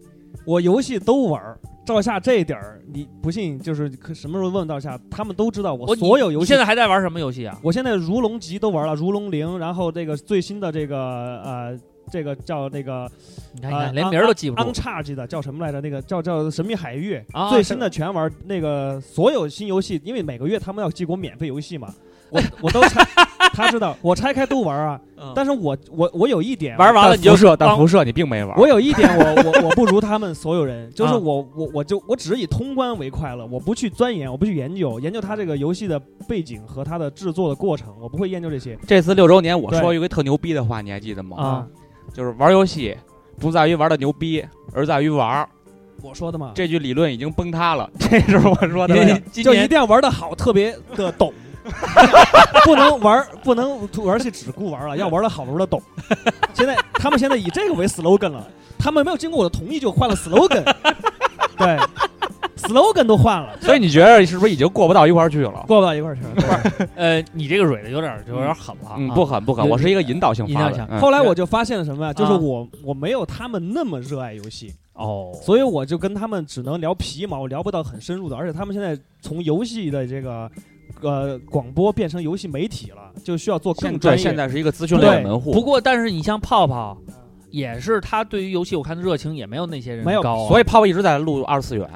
[SPEAKER 9] 我游戏都玩儿。赵夏这一点儿，你不信就是可什么时候问赵夏，他们都知道我
[SPEAKER 8] 我
[SPEAKER 9] 所有游
[SPEAKER 8] 你
[SPEAKER 9] 戏
[SPEAKER 8] 现在还在玩什么游戏啊？
[SPEAKER 9] 我现在如龙级都玩了，如龙零，然后这个最新的这个呃，这个叫那个
[SPEAKER 8] 你看，你
[SPEAKER 9] 呃
[SPEAKER 8] 看，哎连名儿都记不住
[SPEAKER 9] Uncharge 的叫什么来着？那个叫叫神秘海域，
[SPEAKER 8] 啊！
[SPEAKER 9] 最新的全玩。 那个所有新游戏，因为每个月他们要寄给我免费游戏嘛，我我都参他知道我拆开都玩啊，
[SPEAKER 8] 嗯
[SPEAKER 9] 但是我我我有一点
[SPEAKER 6] 玩完了你就
[SPEAKER 9] 但辐射
[SPEAKER 6] 但
[SPEAKER 9] 当
[SPEAKER 6] 辐射你并没玩，
[SPEAKER 9] 我有一点我，我我不如他们所有人，就
[SPEAKER 8] 嗯
[SPEAKER 9] 是
[SPEAKER 6] 啊
[SPEAKER 9] 我我我就我只是以通关为快乐，我不去钻研，我不去研究研究它这个游戏的背景和它的制作的过程，我不会研究这些
[SPEAKER 6] 这次六周年我说
[SPEAKER 9] 对
[SPEAKER 6] 一个特牛逼的话，你还记得吗？，就是玩游戏不在于玩的牛逼，而在于玩儿。
[SPEAKER 9] 我说的嘛，
[SPEAKER 6] 这句理论已经崩塌了， 这是我说的。
[SPEAKER 9] 这就一定要玩的好，特别的懂，不能玩不能玩戏只顾玩了，要玩的好玩的懂。现在他们现在以这个为 slogan 了，他们没有经过我的同意就换了 slogan，对，slogan 都换了，
[SPEAKER 6] 所以你觉得是不是已经过不到一块儿去了？
[SPEAKER 9] 过不到一块儿去了。
[SPEAKER 8] 呃，你这个蕊的有点儿有点儿狠了啊，
[SPEAKER 6] 嗯，不狠不狠，
[SPEAKER 8] 有
[SPEAKER 6] 我是一个引导性发
[SPEAKER 8] 引导性
[SPEAKER 6] 问。嗯
[SPEAKER 9] 后来我就发现了什么呀？就是
[SPEAKER 8] 啊
[SPEAKER 9] 我我没有他们那么热爱游戏，
[SPEAKER 8] 哦，
[SPEAKER 9] 所以我就跟他们只能聊皮毛，聊不到很深入的。而且他们现在从游戏的这个呃广播变成游戏媒体了，就需要做
[SPEAKER 6] 现
[SPEAKER 9] 更专
[SPEAKER 6] 对
[SPEAKER 9] 业。
[SPEAKER 6] 现在是一个资讯类的
[SPEAKER 9] 对
[SPEAKER 6] 门户，
[SPEAKER 8] 不过但是你像泡泡，也是他对于游戏我看的热情也没有那些人
[SPEAKER 9] 没有
[SPEAKER 8] 高啊，
[SPEAKER 6] 所以泡泡一直在录二次 元，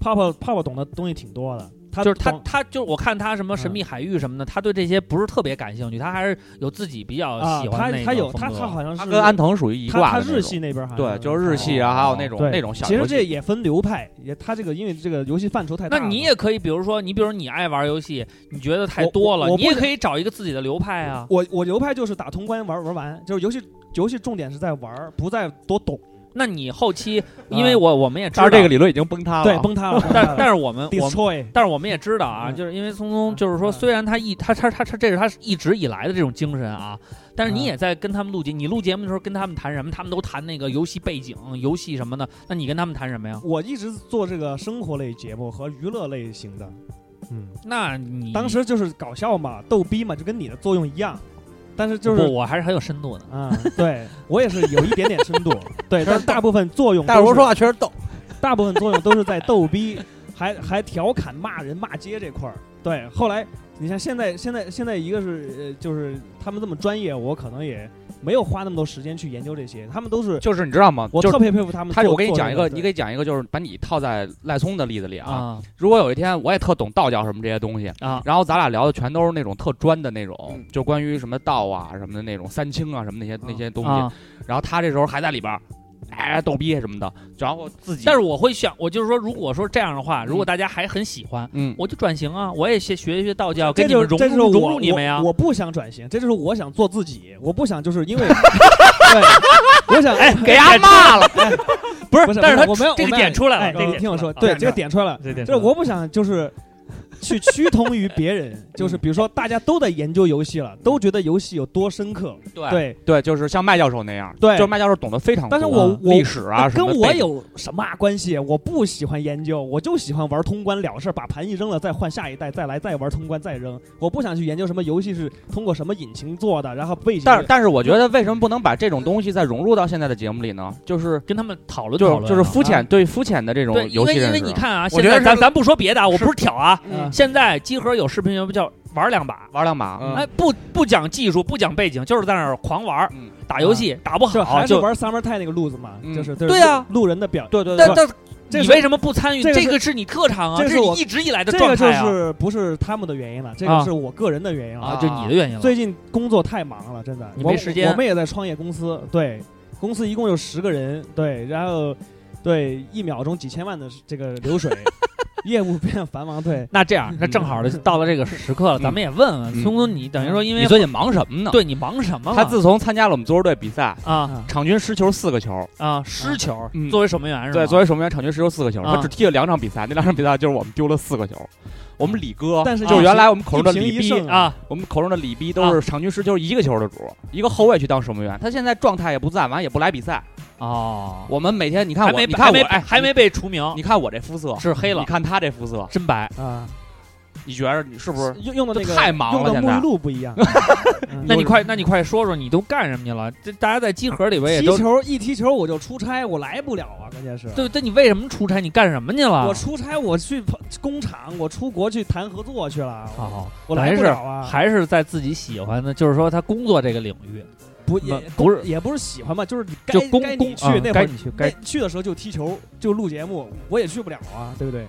[SPEAKER 9] 泡泡泡泡懂的东西挺多的，他
[SPEAKER 8] 就是他
[SPEAKER 9] 懂，
[SPEAKER 8] 他就是我看他什么神秘海域什么的，他对这些不是特别感兴趣，他还是有自己比较
[SPEAKER 9] 啊，
[SPEAKER 8] 喜
[SPEAKER 9] 他
[SPEAKER 8] 欢的那个
[SPEAKER 9] 他有
[SPEAKER 8] 风
[SPEAKER 9] 他
[SPEAKER 8] 格
[SPEAKER 9] 他好像是
[SPEAKER 6] 他跟安藤属于一
[SPEAKER 9] 他
[SPEAKER 6] 挂
[SPEAKER 9] 他
[SPEAKER 6] 的那种
[SPEAKER 9] 日系那边好像哦
[SPEAKER 6] 对，就是日系啊，还有那种
[SPEAKER 9] 对
[SPEAKER 6] 那种小
[SPEAKER 9] 其
[SPEAKER 6] 游
[SPEAKER 9] 实
[SPEAKER 6] 戏。
[SPEAKER 9] 这也分流派，也他这个因为这个游戏范畴太大
[SPEAKER 8] 那
[SPEAKER 9] 了。
[SPEAKER 8] 你也可以，比如说你，比如你爱玩游戏，你觉得太
[SPEAKER 9] 我
[SPEAKER 8] 多了
[SPEAKER 9] 我，我
[SPEAKER 8] 你也
[SPEAKER 9] 不
[SPEAKER 8] 可以找一个自己的流派啊。
[SPEAKER 9] 我我流派就是打通关玩玩完，就是游戏游戏重点是在玩儿，不在多懂。
[SPEAKER 8] 那你后
[SPEAKER 9] 啊
[SPEAKER 8] 期，因为我我们也知道
[SPEAKER 6] 但是这个，理论已经崩塌了。
[SPEAKER 9] 对，崩塌了。
[SPEAKER 8] 但但是我 们我们
[SPEAKER 9] destroy
[SPEAKER 8] 但是我们也知道啊，
[SPEAKER 9] 嗯
[SPEAKER 8] 就是因为聪聪，
[SPEAKER 9] 嗯
[SPEAKER 8] 就是说，
[SPEAKER 9] 嗯
[SPEAKER 8] 虽然他一他他他他这是他一直以来的这种精神啊，但是你
[SPEAKER 9] 嗯
[SPEAKER 8] 也在跟他们录节，你录节目的时候跟他们谈什么？他们都谈那个游戏背景、游戏什么的，那你跟他们谈什么呀？
[SPEAKER 9] 我一直做这个生活类节目和娱乐类型的，嗯，
[SPEAKER 8] 那你
[SPEAKER 9] 当时就是搞笑嘛，逗逼嘛，就跟你的作用一样，但是就
[SPEAKER 8] 不，
[SPEAKER 9] 是。
[SPEAKER 8] 我还是很有深度的。
[SPEAKER 9] 啊、对我也是有一点点 深度，对，但大部分作用都
[SPEAKER 5] 大
[SPEAKER 9] 是，
[SPEAKER 5] 叔说话确实逗，
[SPEAKER 9] 大部分作用都是在逗 逼，还还调侃、骂人、骂街这块儿。对，后来你像现在，现在现在一个是呃，就是他们这么专业，我可能也没有花那么多时间去研究这些，他们都是
[SPEAKER 6] 就是你知道吗？
[SPEAKER 9] 我
[SPEAKER 6] 就
[SPEAKER 9] 特别佩服他们做。
[SPEAKER 6] 他，我给你
[SPEAKER 9] 做
[SPEAKER 6] 讲一
[SPEAKER 9] 这
[SPEAKER 6] 个，
[SPEAKER 9] 对
[SPEAKER 6] 你给讲一个，就是把你套在赖聪的例子里啊。
[SPEAKER 8] 啊
[SPEAKER 6] 如果有一天我也特懂道教什么这些东西
[SPEAKER 8] 啊
[SPEAKER 6] 然后咱俩聊的全都是那种特专的那种
[SPEAKER 5] 嗯，
[SPEAKER 6] 就关于什么道啊什么的那种三清啊什么那些那些东西。
[SPEAKER 8] 啊！
[SPEAKER 6] 然后他这时候还在里边儿，哎逗逼什么的，然后自己，
[SPEAKER 8] 但是我会想，我就是说，如果说这样的话，
[SPEAKER 9] 嗯
[SPEAKER 8] 如果大家还很喜欢，
[SPEAKER 6] 嗯，
[SPEAKER 8] 我就转型啊，我也学学一学道教，
[SPEAKER 9] 这
[SPEAKER 8] 跟你们融
[SPEAKER 9] 就是这就是
[SPEAKER 8] 入
[SPEAKER 9] 我
[SPEAKER 8] 融入你们呀
[SPEAKER 9] 我。。我不想转型，这就是我想做自己，我不想就是因 为，对，我想哎，
[SPEAKER 6] 给他骂了，
[SPEAKER 9] 不是
[SPEAKER 8] 不
[SPEAKER 9] 不
[SPEAKER 8] 是
[SPEAKER 9] 是，
[SPEAKER 8] 但是他
[SPEAKER 9] 我们要
[SPEAKER 8] 这个
[SPEAKER 9] 我们要
[SPEAKER 8] 点出来了
[SPEAKER 9] 哎
[SPEAKER 8] 这个点
[SPEAKER 9] 你听我
[SPEAKER 8] 出来了
[SPEAKER 9] 说，对
[SPEAKER 8] 啊，
[SPEAKER 9] 这个点出来了，
[SPEAKER 8] 这点
[SPEAKER 9] 就是我不想就是去趋同于别人，就是比如说大家都在研究游戏了，都觉得游戏有多深刻，
[SPEAKER 6] 对
[SPEAKER 9] 对，
[SPEAKER 6] 对，就是像麦教授那样，
[SPEAKER 9] 对
[SPEAKER 6] 就是麦教授懂得非常多，
[SPEAKER 9] 但是我我
[SPEAKER 6] 历史啊
[SPEAKER 9] 那
[SPEAKER 6] 什么
[SPEAKER 9] 跟
[SPEAKER 6] 的
[SPEAKER 9] 我
[SPEAKER 6] 背景
[SPEAKER 9] 有什么关系？我不喜欢研究，我就喜欢玩通关了事儿，把盘一扔了，再换下一代，再来再玩通关再扔。我不想去研究什么游戏是通过什么引擎做的，然后背景是。
[SPEAKER 6] 但
[SPEAKER 8] 嗯
[SPEAKER 6] 是但是我觉得为什么不能把这种东西再融入到现在的节目里呢？就是
[SPEAKER 8] 跟他们讨论讨
[SPEAKER 6] 就
[SPEAKER 8] 论
[SPEAKER 6] 是
[SPEAKER 8] 啊，
[SPEAKER 6] 就是肤浅对肤浅的这种
[SPEAKER 8] 对，因
[SPEAKER 6] 游
[SPEAKER 8] 为
[SPEAKER 6] 戏
[SPEAKER 8] 因
[SPEAKER 6] 认
[SPEAKER 8] 为
[SPEAKER 6] 识。
[SPEAKER 8] 你看啊，
[SPEAKER 6] 我
[SPEAKER 8] 现
[SPEAKER 6] 觉得
[SPEAKER 8] 在
[SPEAKER 6] 是
[SPEAKER 8] 咱咱不说别的啊，我不是挑啊，
[SPEAKER 9] 嗯
[SPEAKER 8] 现在集合有视频节目叫玩两把，
[SPEAKER 6] 玩两把，
[SPEAKER 5] 嗯
[SPEAKER 8] 哎，不不讲技术，不讲背景，就是在那儿狂玩儿
[SPEAKER 6] 嗯，
[SPEAKER 8] 打游戏，打不
[SPEAKER 9] 就
[SPEAKER 8] 好
[SPEAKER 9] 还是
[SPEAKER 8] 哦就。
[SPEAKER 9] 玩 Summer Time 那个路子嘛，
[SPEAKER 6] 嗯
[SPEAKER 9] 就是就是
[SPEAKER 8] 对啊
[SPEAKER 9] 路人的表，
[SPEAKER 6] 对对
[SPEAKER 8] 但
[SPEAKER 6] 对，
[SPEAKER 8] 但
[SPEAKER 9] 这
[SPEAKER 8] 你
[SPEAKER 9] 是
[SPEAKER 8] 为什么不参与？
[SPEAKER 9] 这个
[SPEAKER 8] 这
[SPEAKER 9] 是
[SPEAKER 8] 个是你特长啊，
[SPEAKER 9] 这
[SPEAKER 8] 这
[SPEAKER 9] 是
[SPEAKER 8] 是你
[SPEAKER 9] 我
[SPEAKER 8] 一直以来的
[SPEAKER 9] 这
[SPEAKER 8] 状
[SPEAKER 9] 个就
[SPEAKER 8] 态啊
[SPEAKER 9] 是不是他们的原因了，这
[SPEAKER 8] 啊
[SPEAKER 9] 个是我个人的原因了。
[SPEAKER 8] 啊，就你的原因了
[SPEAKER 9] 最。近工作太忙了，真的，
[SPEAKER 8] 你
[SPEAKER 9] 我
[SPEAKER 8] 没时间
[SPEAKER 9] 我们也在创业公司，对，公司一共有十个人，对，然后对一秒钟几千万的这个 流水，业务变得繁忙，对。
[SPEAKER 8] 那这样，那正好的到了这个时刻了，
[SPEAKER 6] 嗯
[SPEAKER 8] 咱们也问问
[SPEAKER 6] 嗯
[SPEAKER 8] 聪聪，你等于说因为
[SPEAKER 6] 你最近忙什么呢？，
[SPEAKER 8] 对你忙啊什么了？
[SPEAKER 6] 他自从参加了我们足球队比赛，
[SPEAKER 8] 啊
[SPEAKER 9] 嗯
[SPEAKER 6] 场均失球四个球，
[SPEAKER 8] 啊失球
[SPEAKER 6] 嗯
[SPEAKER 8] 作为守门员是吧？
[SPEAKER 6] 对，作为守门员场均失球四个球，
[SPEAKER 8] 啊
[SPEAKER 6] 他只踢了两场比赛，那两场比赛就是我们丢了四个球。我们李哥，
[SPEAKER 9] 但是
[SPEAKER 6] 就
[SPEAKER 9] 一
[SPEAKER 6] 原来我们口
[SPEAKER 9] 一
[SPEAKER 6] 中的
[SPEAKER 9] 平
[SPEAKER 6] 李
[SPEAKER 9] 一
[SPEAKER 6] 逼，
[SPEAKER 9] 胜，
[SPEAKER 8] 啊，
[SPEAKER 6] 我们口中的李逼都是场均失球一个球的主，一个后卫去当守门员，他现在状态也不在，完也不来比赛。
[SPEAKER 8] 哦，
[SPEAKER 6] 嗯我们每天你看
[SPEAKER 8] 还
[SPEAKER 6] 我，
[SPEAKER 8] 没
[SPEAKER 6] 你看
[SPEAKER 8] 还
[SPEAKER 6] 我
[SPEAKER 8] 没，
[SPEAKER 6] 哎，
[SPEAKER 8] 还没被除名，
[SPEAKER 6] 你，你看我这肤色
[SPEAKER 8] 是黑了
[SPEAKER 6] 你看他这肤色，
[SPEAKER 8] 真白。
[SPEAKER 9] 啊，
[SPEAKER 6] 你觉得你是不是？
[SPEAKER 9] 用用的那个
[SPEAKER 6] 太忙了
[SPEAKER 9] 用
[SPEAKER 6] 现
[SPEAKER 9] 的
[SPEAKER 6] 在
[SPEAKER 9] 沐浴露不 一样。嗯
[SPEAKER 8] 那你快，那你快说说你都干什么去了？这大家在集合里边也
[SPEAKER 9] 踢
[SPEAKER 8] 都
[SPEAKER 9] 球一踢球我就出差，我来不了啊，关键是。
[SPEAKER 8] 对，但你为什么出差？你干什么去了？
[SPEAKER 9] 我出差，我去工厂，我出国去谈合作去了。
[SPEAKER 8] 好好，
[SPEAKER 9] 我
[SPEAKER 8] 等
[SPEAKER 9] 来
[SPEAKER 8] 于
[SPEAKER 9] 不
[SPEAKER 8] 是
[SPEAKER 9] 了啊，
[SPEAKER 8] 哦还是在自己喜欢的，就是说他工作这个领域，
[SPEAKER 9] 不
[SPEAKER 8] 不
[SPEAKER 9] 也
[SPEAKER 8] 不是
[SPEAKER 9] 也不是喜欢吧，就是该
[SPEAKER 8] 就公
[SPEAKER 9] 该
[SPEAKER 8] 公
[SPEAKER 9] 你去
[SPEAKER 8] 啊
[SPEAKER 9] 那会
[SPEAKER 8] 该
[SPEAKER 9] 儿
[SPEAKER 8] 你去该
[SPEAKER 9] 那去的时候就踢球就录节目，我也去不了啊，对不对？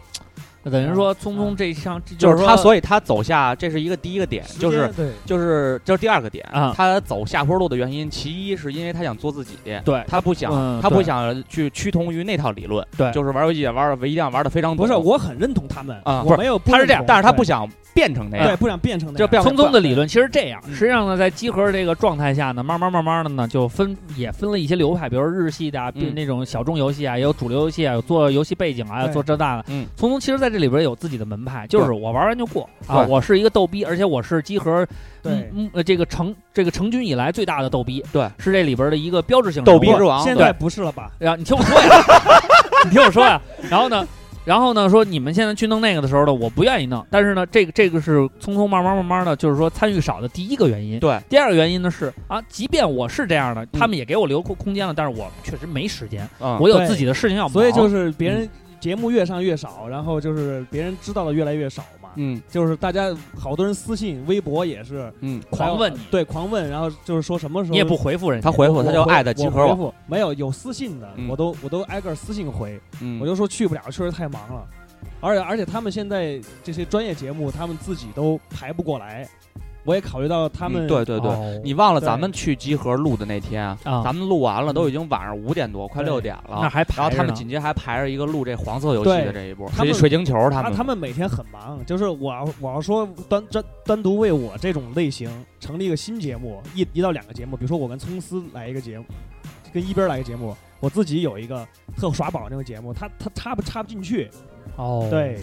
[SPEAKER 8] 等于说聪聪这项这
[SPEAKER 6] 就是
[SPEAKER 8] 说
[SPEAKER 6] 他，所以他走下这是一个第一个点，就是
[SPEAKER 9] 对
[SPEAKER 6] 就是这是第二个点
[SPEAKER 8] 啊
[SPEAKER 6] 他走下坡路的原因，其一是因为他想做自己，
[SPEAKER 8] 对
[SPEAKER 6] 他不想、
[SPEAKER 8] 嗯
[SPEAKER 6] 他不
[SPEAKER 8] 对
[SPEAKER 6] 想去趋同于那套理论，
[SPEAKER 8] 对
[SPEAKER 6] 就是玩游戏也玩的一定要玩的非常
[SPEAKER 9] 不是，
[SPEAKER 6] 懂
[SPEAKER 9] 我很认同他们
[SPEAKER 6] 啊不
[SPEAKER 9] 我
[SPEAKER 6] 是
[SPEAKER 9] 没有，
[SPEAKER 6] 他是这样，但是他不
[SPEAKER 9] 想，
[SPEAKER 6] 想变成那
[SPEAKER 9] 对，
[SPEAKER 6] 样，
[SPEAKER 9] 不想变成那
[SPEAKER 6] 就
[SPEAKER 9] 样
[SPEAKER 6] 不。想
[SPEAKER 8] 聪聪的理论其实这样，
[SPEAKER 9] 嗯
[SPEAKER 8] 实际上呢，在集合这个状态下呢，慢慢慢慢的呢，就分也分了一些流派，比如日系的啊，比如
[SPEAKER 6] 嗯
[SPEAKER 8] 那种小众游戏啊，也有主流游戏啊，有做游戏背景啊，有
[SPEAKER 9] 对
[SPEAKER 8] 做这那的。
[SPEAKER 6] 嗯，
[SPEAKER 8] 聪聪其实在这里边有自己的门派，就是我玩完就过啊，
[SPEAKER 6] 对
[SPEAKER 8] 我是一个逗逼，而且我是集合，
[SPEAKER 9] 对
[SPEAKER 8] 嗯，嗯呃这个成这个成军以来最大的逗逼，
[SPEAKER 6] 对，
[SPEAKER 8] 是这里边的一个标志性
[SPEAKER 6] 逗逼
[SPEAKER 8] 人物
[SPEAKER 6] 之王，
[SPEAKER 9] 现在不是了吧？
[SPEAKER 8] 然后你听我说哎呀， 你听我说呀。然后呢，然后呢，说你们现在去弄那个的时候呢，我不愿意弄。但是呢，这个这个是匆匆慢慢慢慢的，就是说参与少的第一个原因。
[SPEAKER 6] 对
[SPEAKER 8] 第二个原因呢是啊，即便我是这样的，他们也给我留空空间了，但是我确实没时间，
[SPEAKER 6] 嗯
[SPEAKER 8] 我有
[SPEAKER 9] 对
[SPEAKER 8] 自己的事情要忙。
[SPEAKER 9] 所以就是别人节目越上越少，然后就是别人知道的越来越少嘛。
[SPEAKER 6] 嗯
[SPEAKER 9] 就是大家好多人私信、微博也是
[SPEAKER 6] 嗯，
[SPEAKER 8] 狂问你
[SPEAKER 9] 对，狂问，然后就是说什么时候
[SPEAKER 8] 你也不回复人家
[SPEAKER 6] 他，回复
[SPEAKER 9] 我
[SPEAKER 6] 他就
[SPEAKER 9] 回
[SPEAKER 6] 艾特集合
[SPEAKER 9] 我回
[SPEAKER 6] 网，
[SPEAKER 9] 复没有有私信的，
[SPEAKER 6] 嗯
[SPEAKER 9] 我都我都挨个私信回，
[SPEAKER 6] 嗯，
[SPEAKER 9] 我就说去不了，确实太忙了。而且而且他们现在这些专业节目，他们自己都排不过来，我也考虑到他们、啊
[SPEAKER 6] 嗯对对对
[SPEAKER 8] 哦
[SPEAKER 6] 你忘了咱
[SPEAKER 9] 对
[SPEAKER 6] 们去集合录的那天啊，
[SPEAKER 8] 啊
[SPEAKER 6] 咱们录完了都已经晚上五点多，快
[SPEAKER 9] 对
[SPEAKER 6] 六点
[SPEAKER 8] 那
[SPEAKER 6] 了。
[SPEAKER 8] 还排
[SPEAKER 6] 啊然后他
[SPEAKER 8] 着
[SPEAKER 6] 们
[SPEAKER 8] 呢
[SPEAKER 6] 紧接着还排着一个录这黄色游戏的
[SPEAKER 9] 对
[SPEAKER 6] 这一波，
[SPEAKER 9] 他们
[SPEAKER 6] 这水晶球他
[SPEAKER 9] 他
[SPEAKER 6] 们
[SPEAKER 9] 他们每天很忙，就是我要我要说单单单独为我这种类型成立一个新节目，一一到两个节目，比如说我跟葱丝来一个节目，跟一边来一个节目，我自己有一个特耍宝那个节目，他他插不插不进去，
[SPEAKER 8] 哦，
[SPEAKER 9] 对，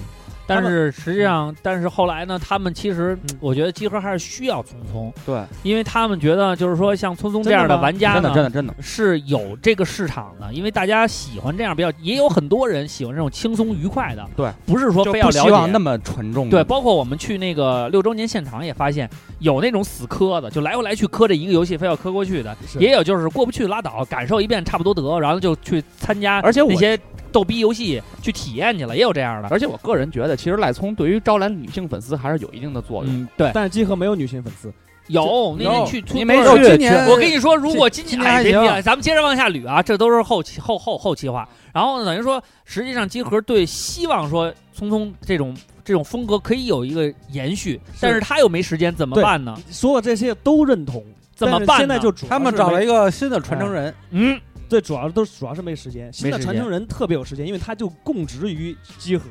[SPEAKER 8] 但是实际上，但是后来呢，他们其实
[SPEAKER 9] 嗯
[SPEAKER 8] 我觉得集合还是需要聪聪，
[SPEAKER 6] 对，
[SPEAKER 8] 因为他们觉得就是说像聪聪这样
[SPEAKER 9] 真的
[SPEAKER 8] 的
[SPEAKER 9] 吗
[SPEAKER 8] 玩家
[SPEAKER 6] 真的
[SPEAKER 8] 呢，
[SPEAKER 6] 真的真的，
[SPEAKER 8] 是有这个市场的，因为大家喜欢这样比较，也有很多人喜欢这种轻松愉快的，
[SPEAKER 6] 对，
[SPEAKER 8] 不是说
[SPEAKER 6] 就
[SPEAKER 8] 非要
[SPEAKER 6] 不
[SPEAKER 8] 了
[SPEAKER 6] 希望
[SPEAKER 8] 解
[SPEAKER 6] 那。么沉重的。
[SPEAKER 8] 对，包括我们去那个六周年现场也发现，有那种死磕的，就来回来去磕这一个游戏，非要磕过去的，
[SPEAKER 9] 是
[SPEAKER 8] 也有就是过不去拉倒，感受一遍差不多得，然后就去参加
[SPEAKER 6] 而且我
[SPEAKER 8] 那些逗逼游戏去体验去了，也有这样的。
[SPEAKER 6] 而且我个人觉得，其实赖聪对于招揽女性粉丝还是有一定的作用。
[SPEAKER 8] 嗯，对，
[SPEAKER 9] 但是集合没有女性粉丝，
[SPEAKER 8] 有那天
[SPEAKER 6] 有
[SPEAKER 8] 去出
[SPEAKER 6] 你没
[SPEAKER 8] 多少
[SPEAKER 6] 去
[SPEAKER 8] 人
[SPEAKER 6] 去
[SPEAKER 5] 年
[SPEAKER 8] 我跟你说，如果今
[SPEAKER 5] 今
[SPEAKER 8] 年
[SPEAKER 5] 年
[SPEAKER 8] 哎，
[SPEAKER 5] 还
[SPEAKER 8] 别
[SPEAKER 5] 行
[SPEAKER 8] 别，咱们接着往下捋啊，这都是后期后后后期话。然后呢，等于说，实际上集合对希望说聪聪这种这种风格可以有一个延续，但是他又没时间，怎么
[SPEAKER 9] 对
[SPEAKER 8] 办呢？
[SPEAKER 9] 所有这些都认同，
[SPEAKER 8] 怎么
[SPEAKER 9] 但是
[SPEAKER 8] 办呢
[SPEAKER 9] 现在就主要
[SPEAKER 5] 他们
[SPEAKER 9] 是
[SPEAKER 5] 找
[SPEAKER 9] 没
[SPEAKER 5] 了一个新的传承人，
[SPEAKER 8] 嗯，
[SPEAKER 9] 对，主要都是主要是没时间，新的
[SPEAKER 8] 没时
[SPEAKER 9] 传
[SPEAKER 8] 间
[SPEAKER 9] 承人特别有时间，因为他就供职于集合，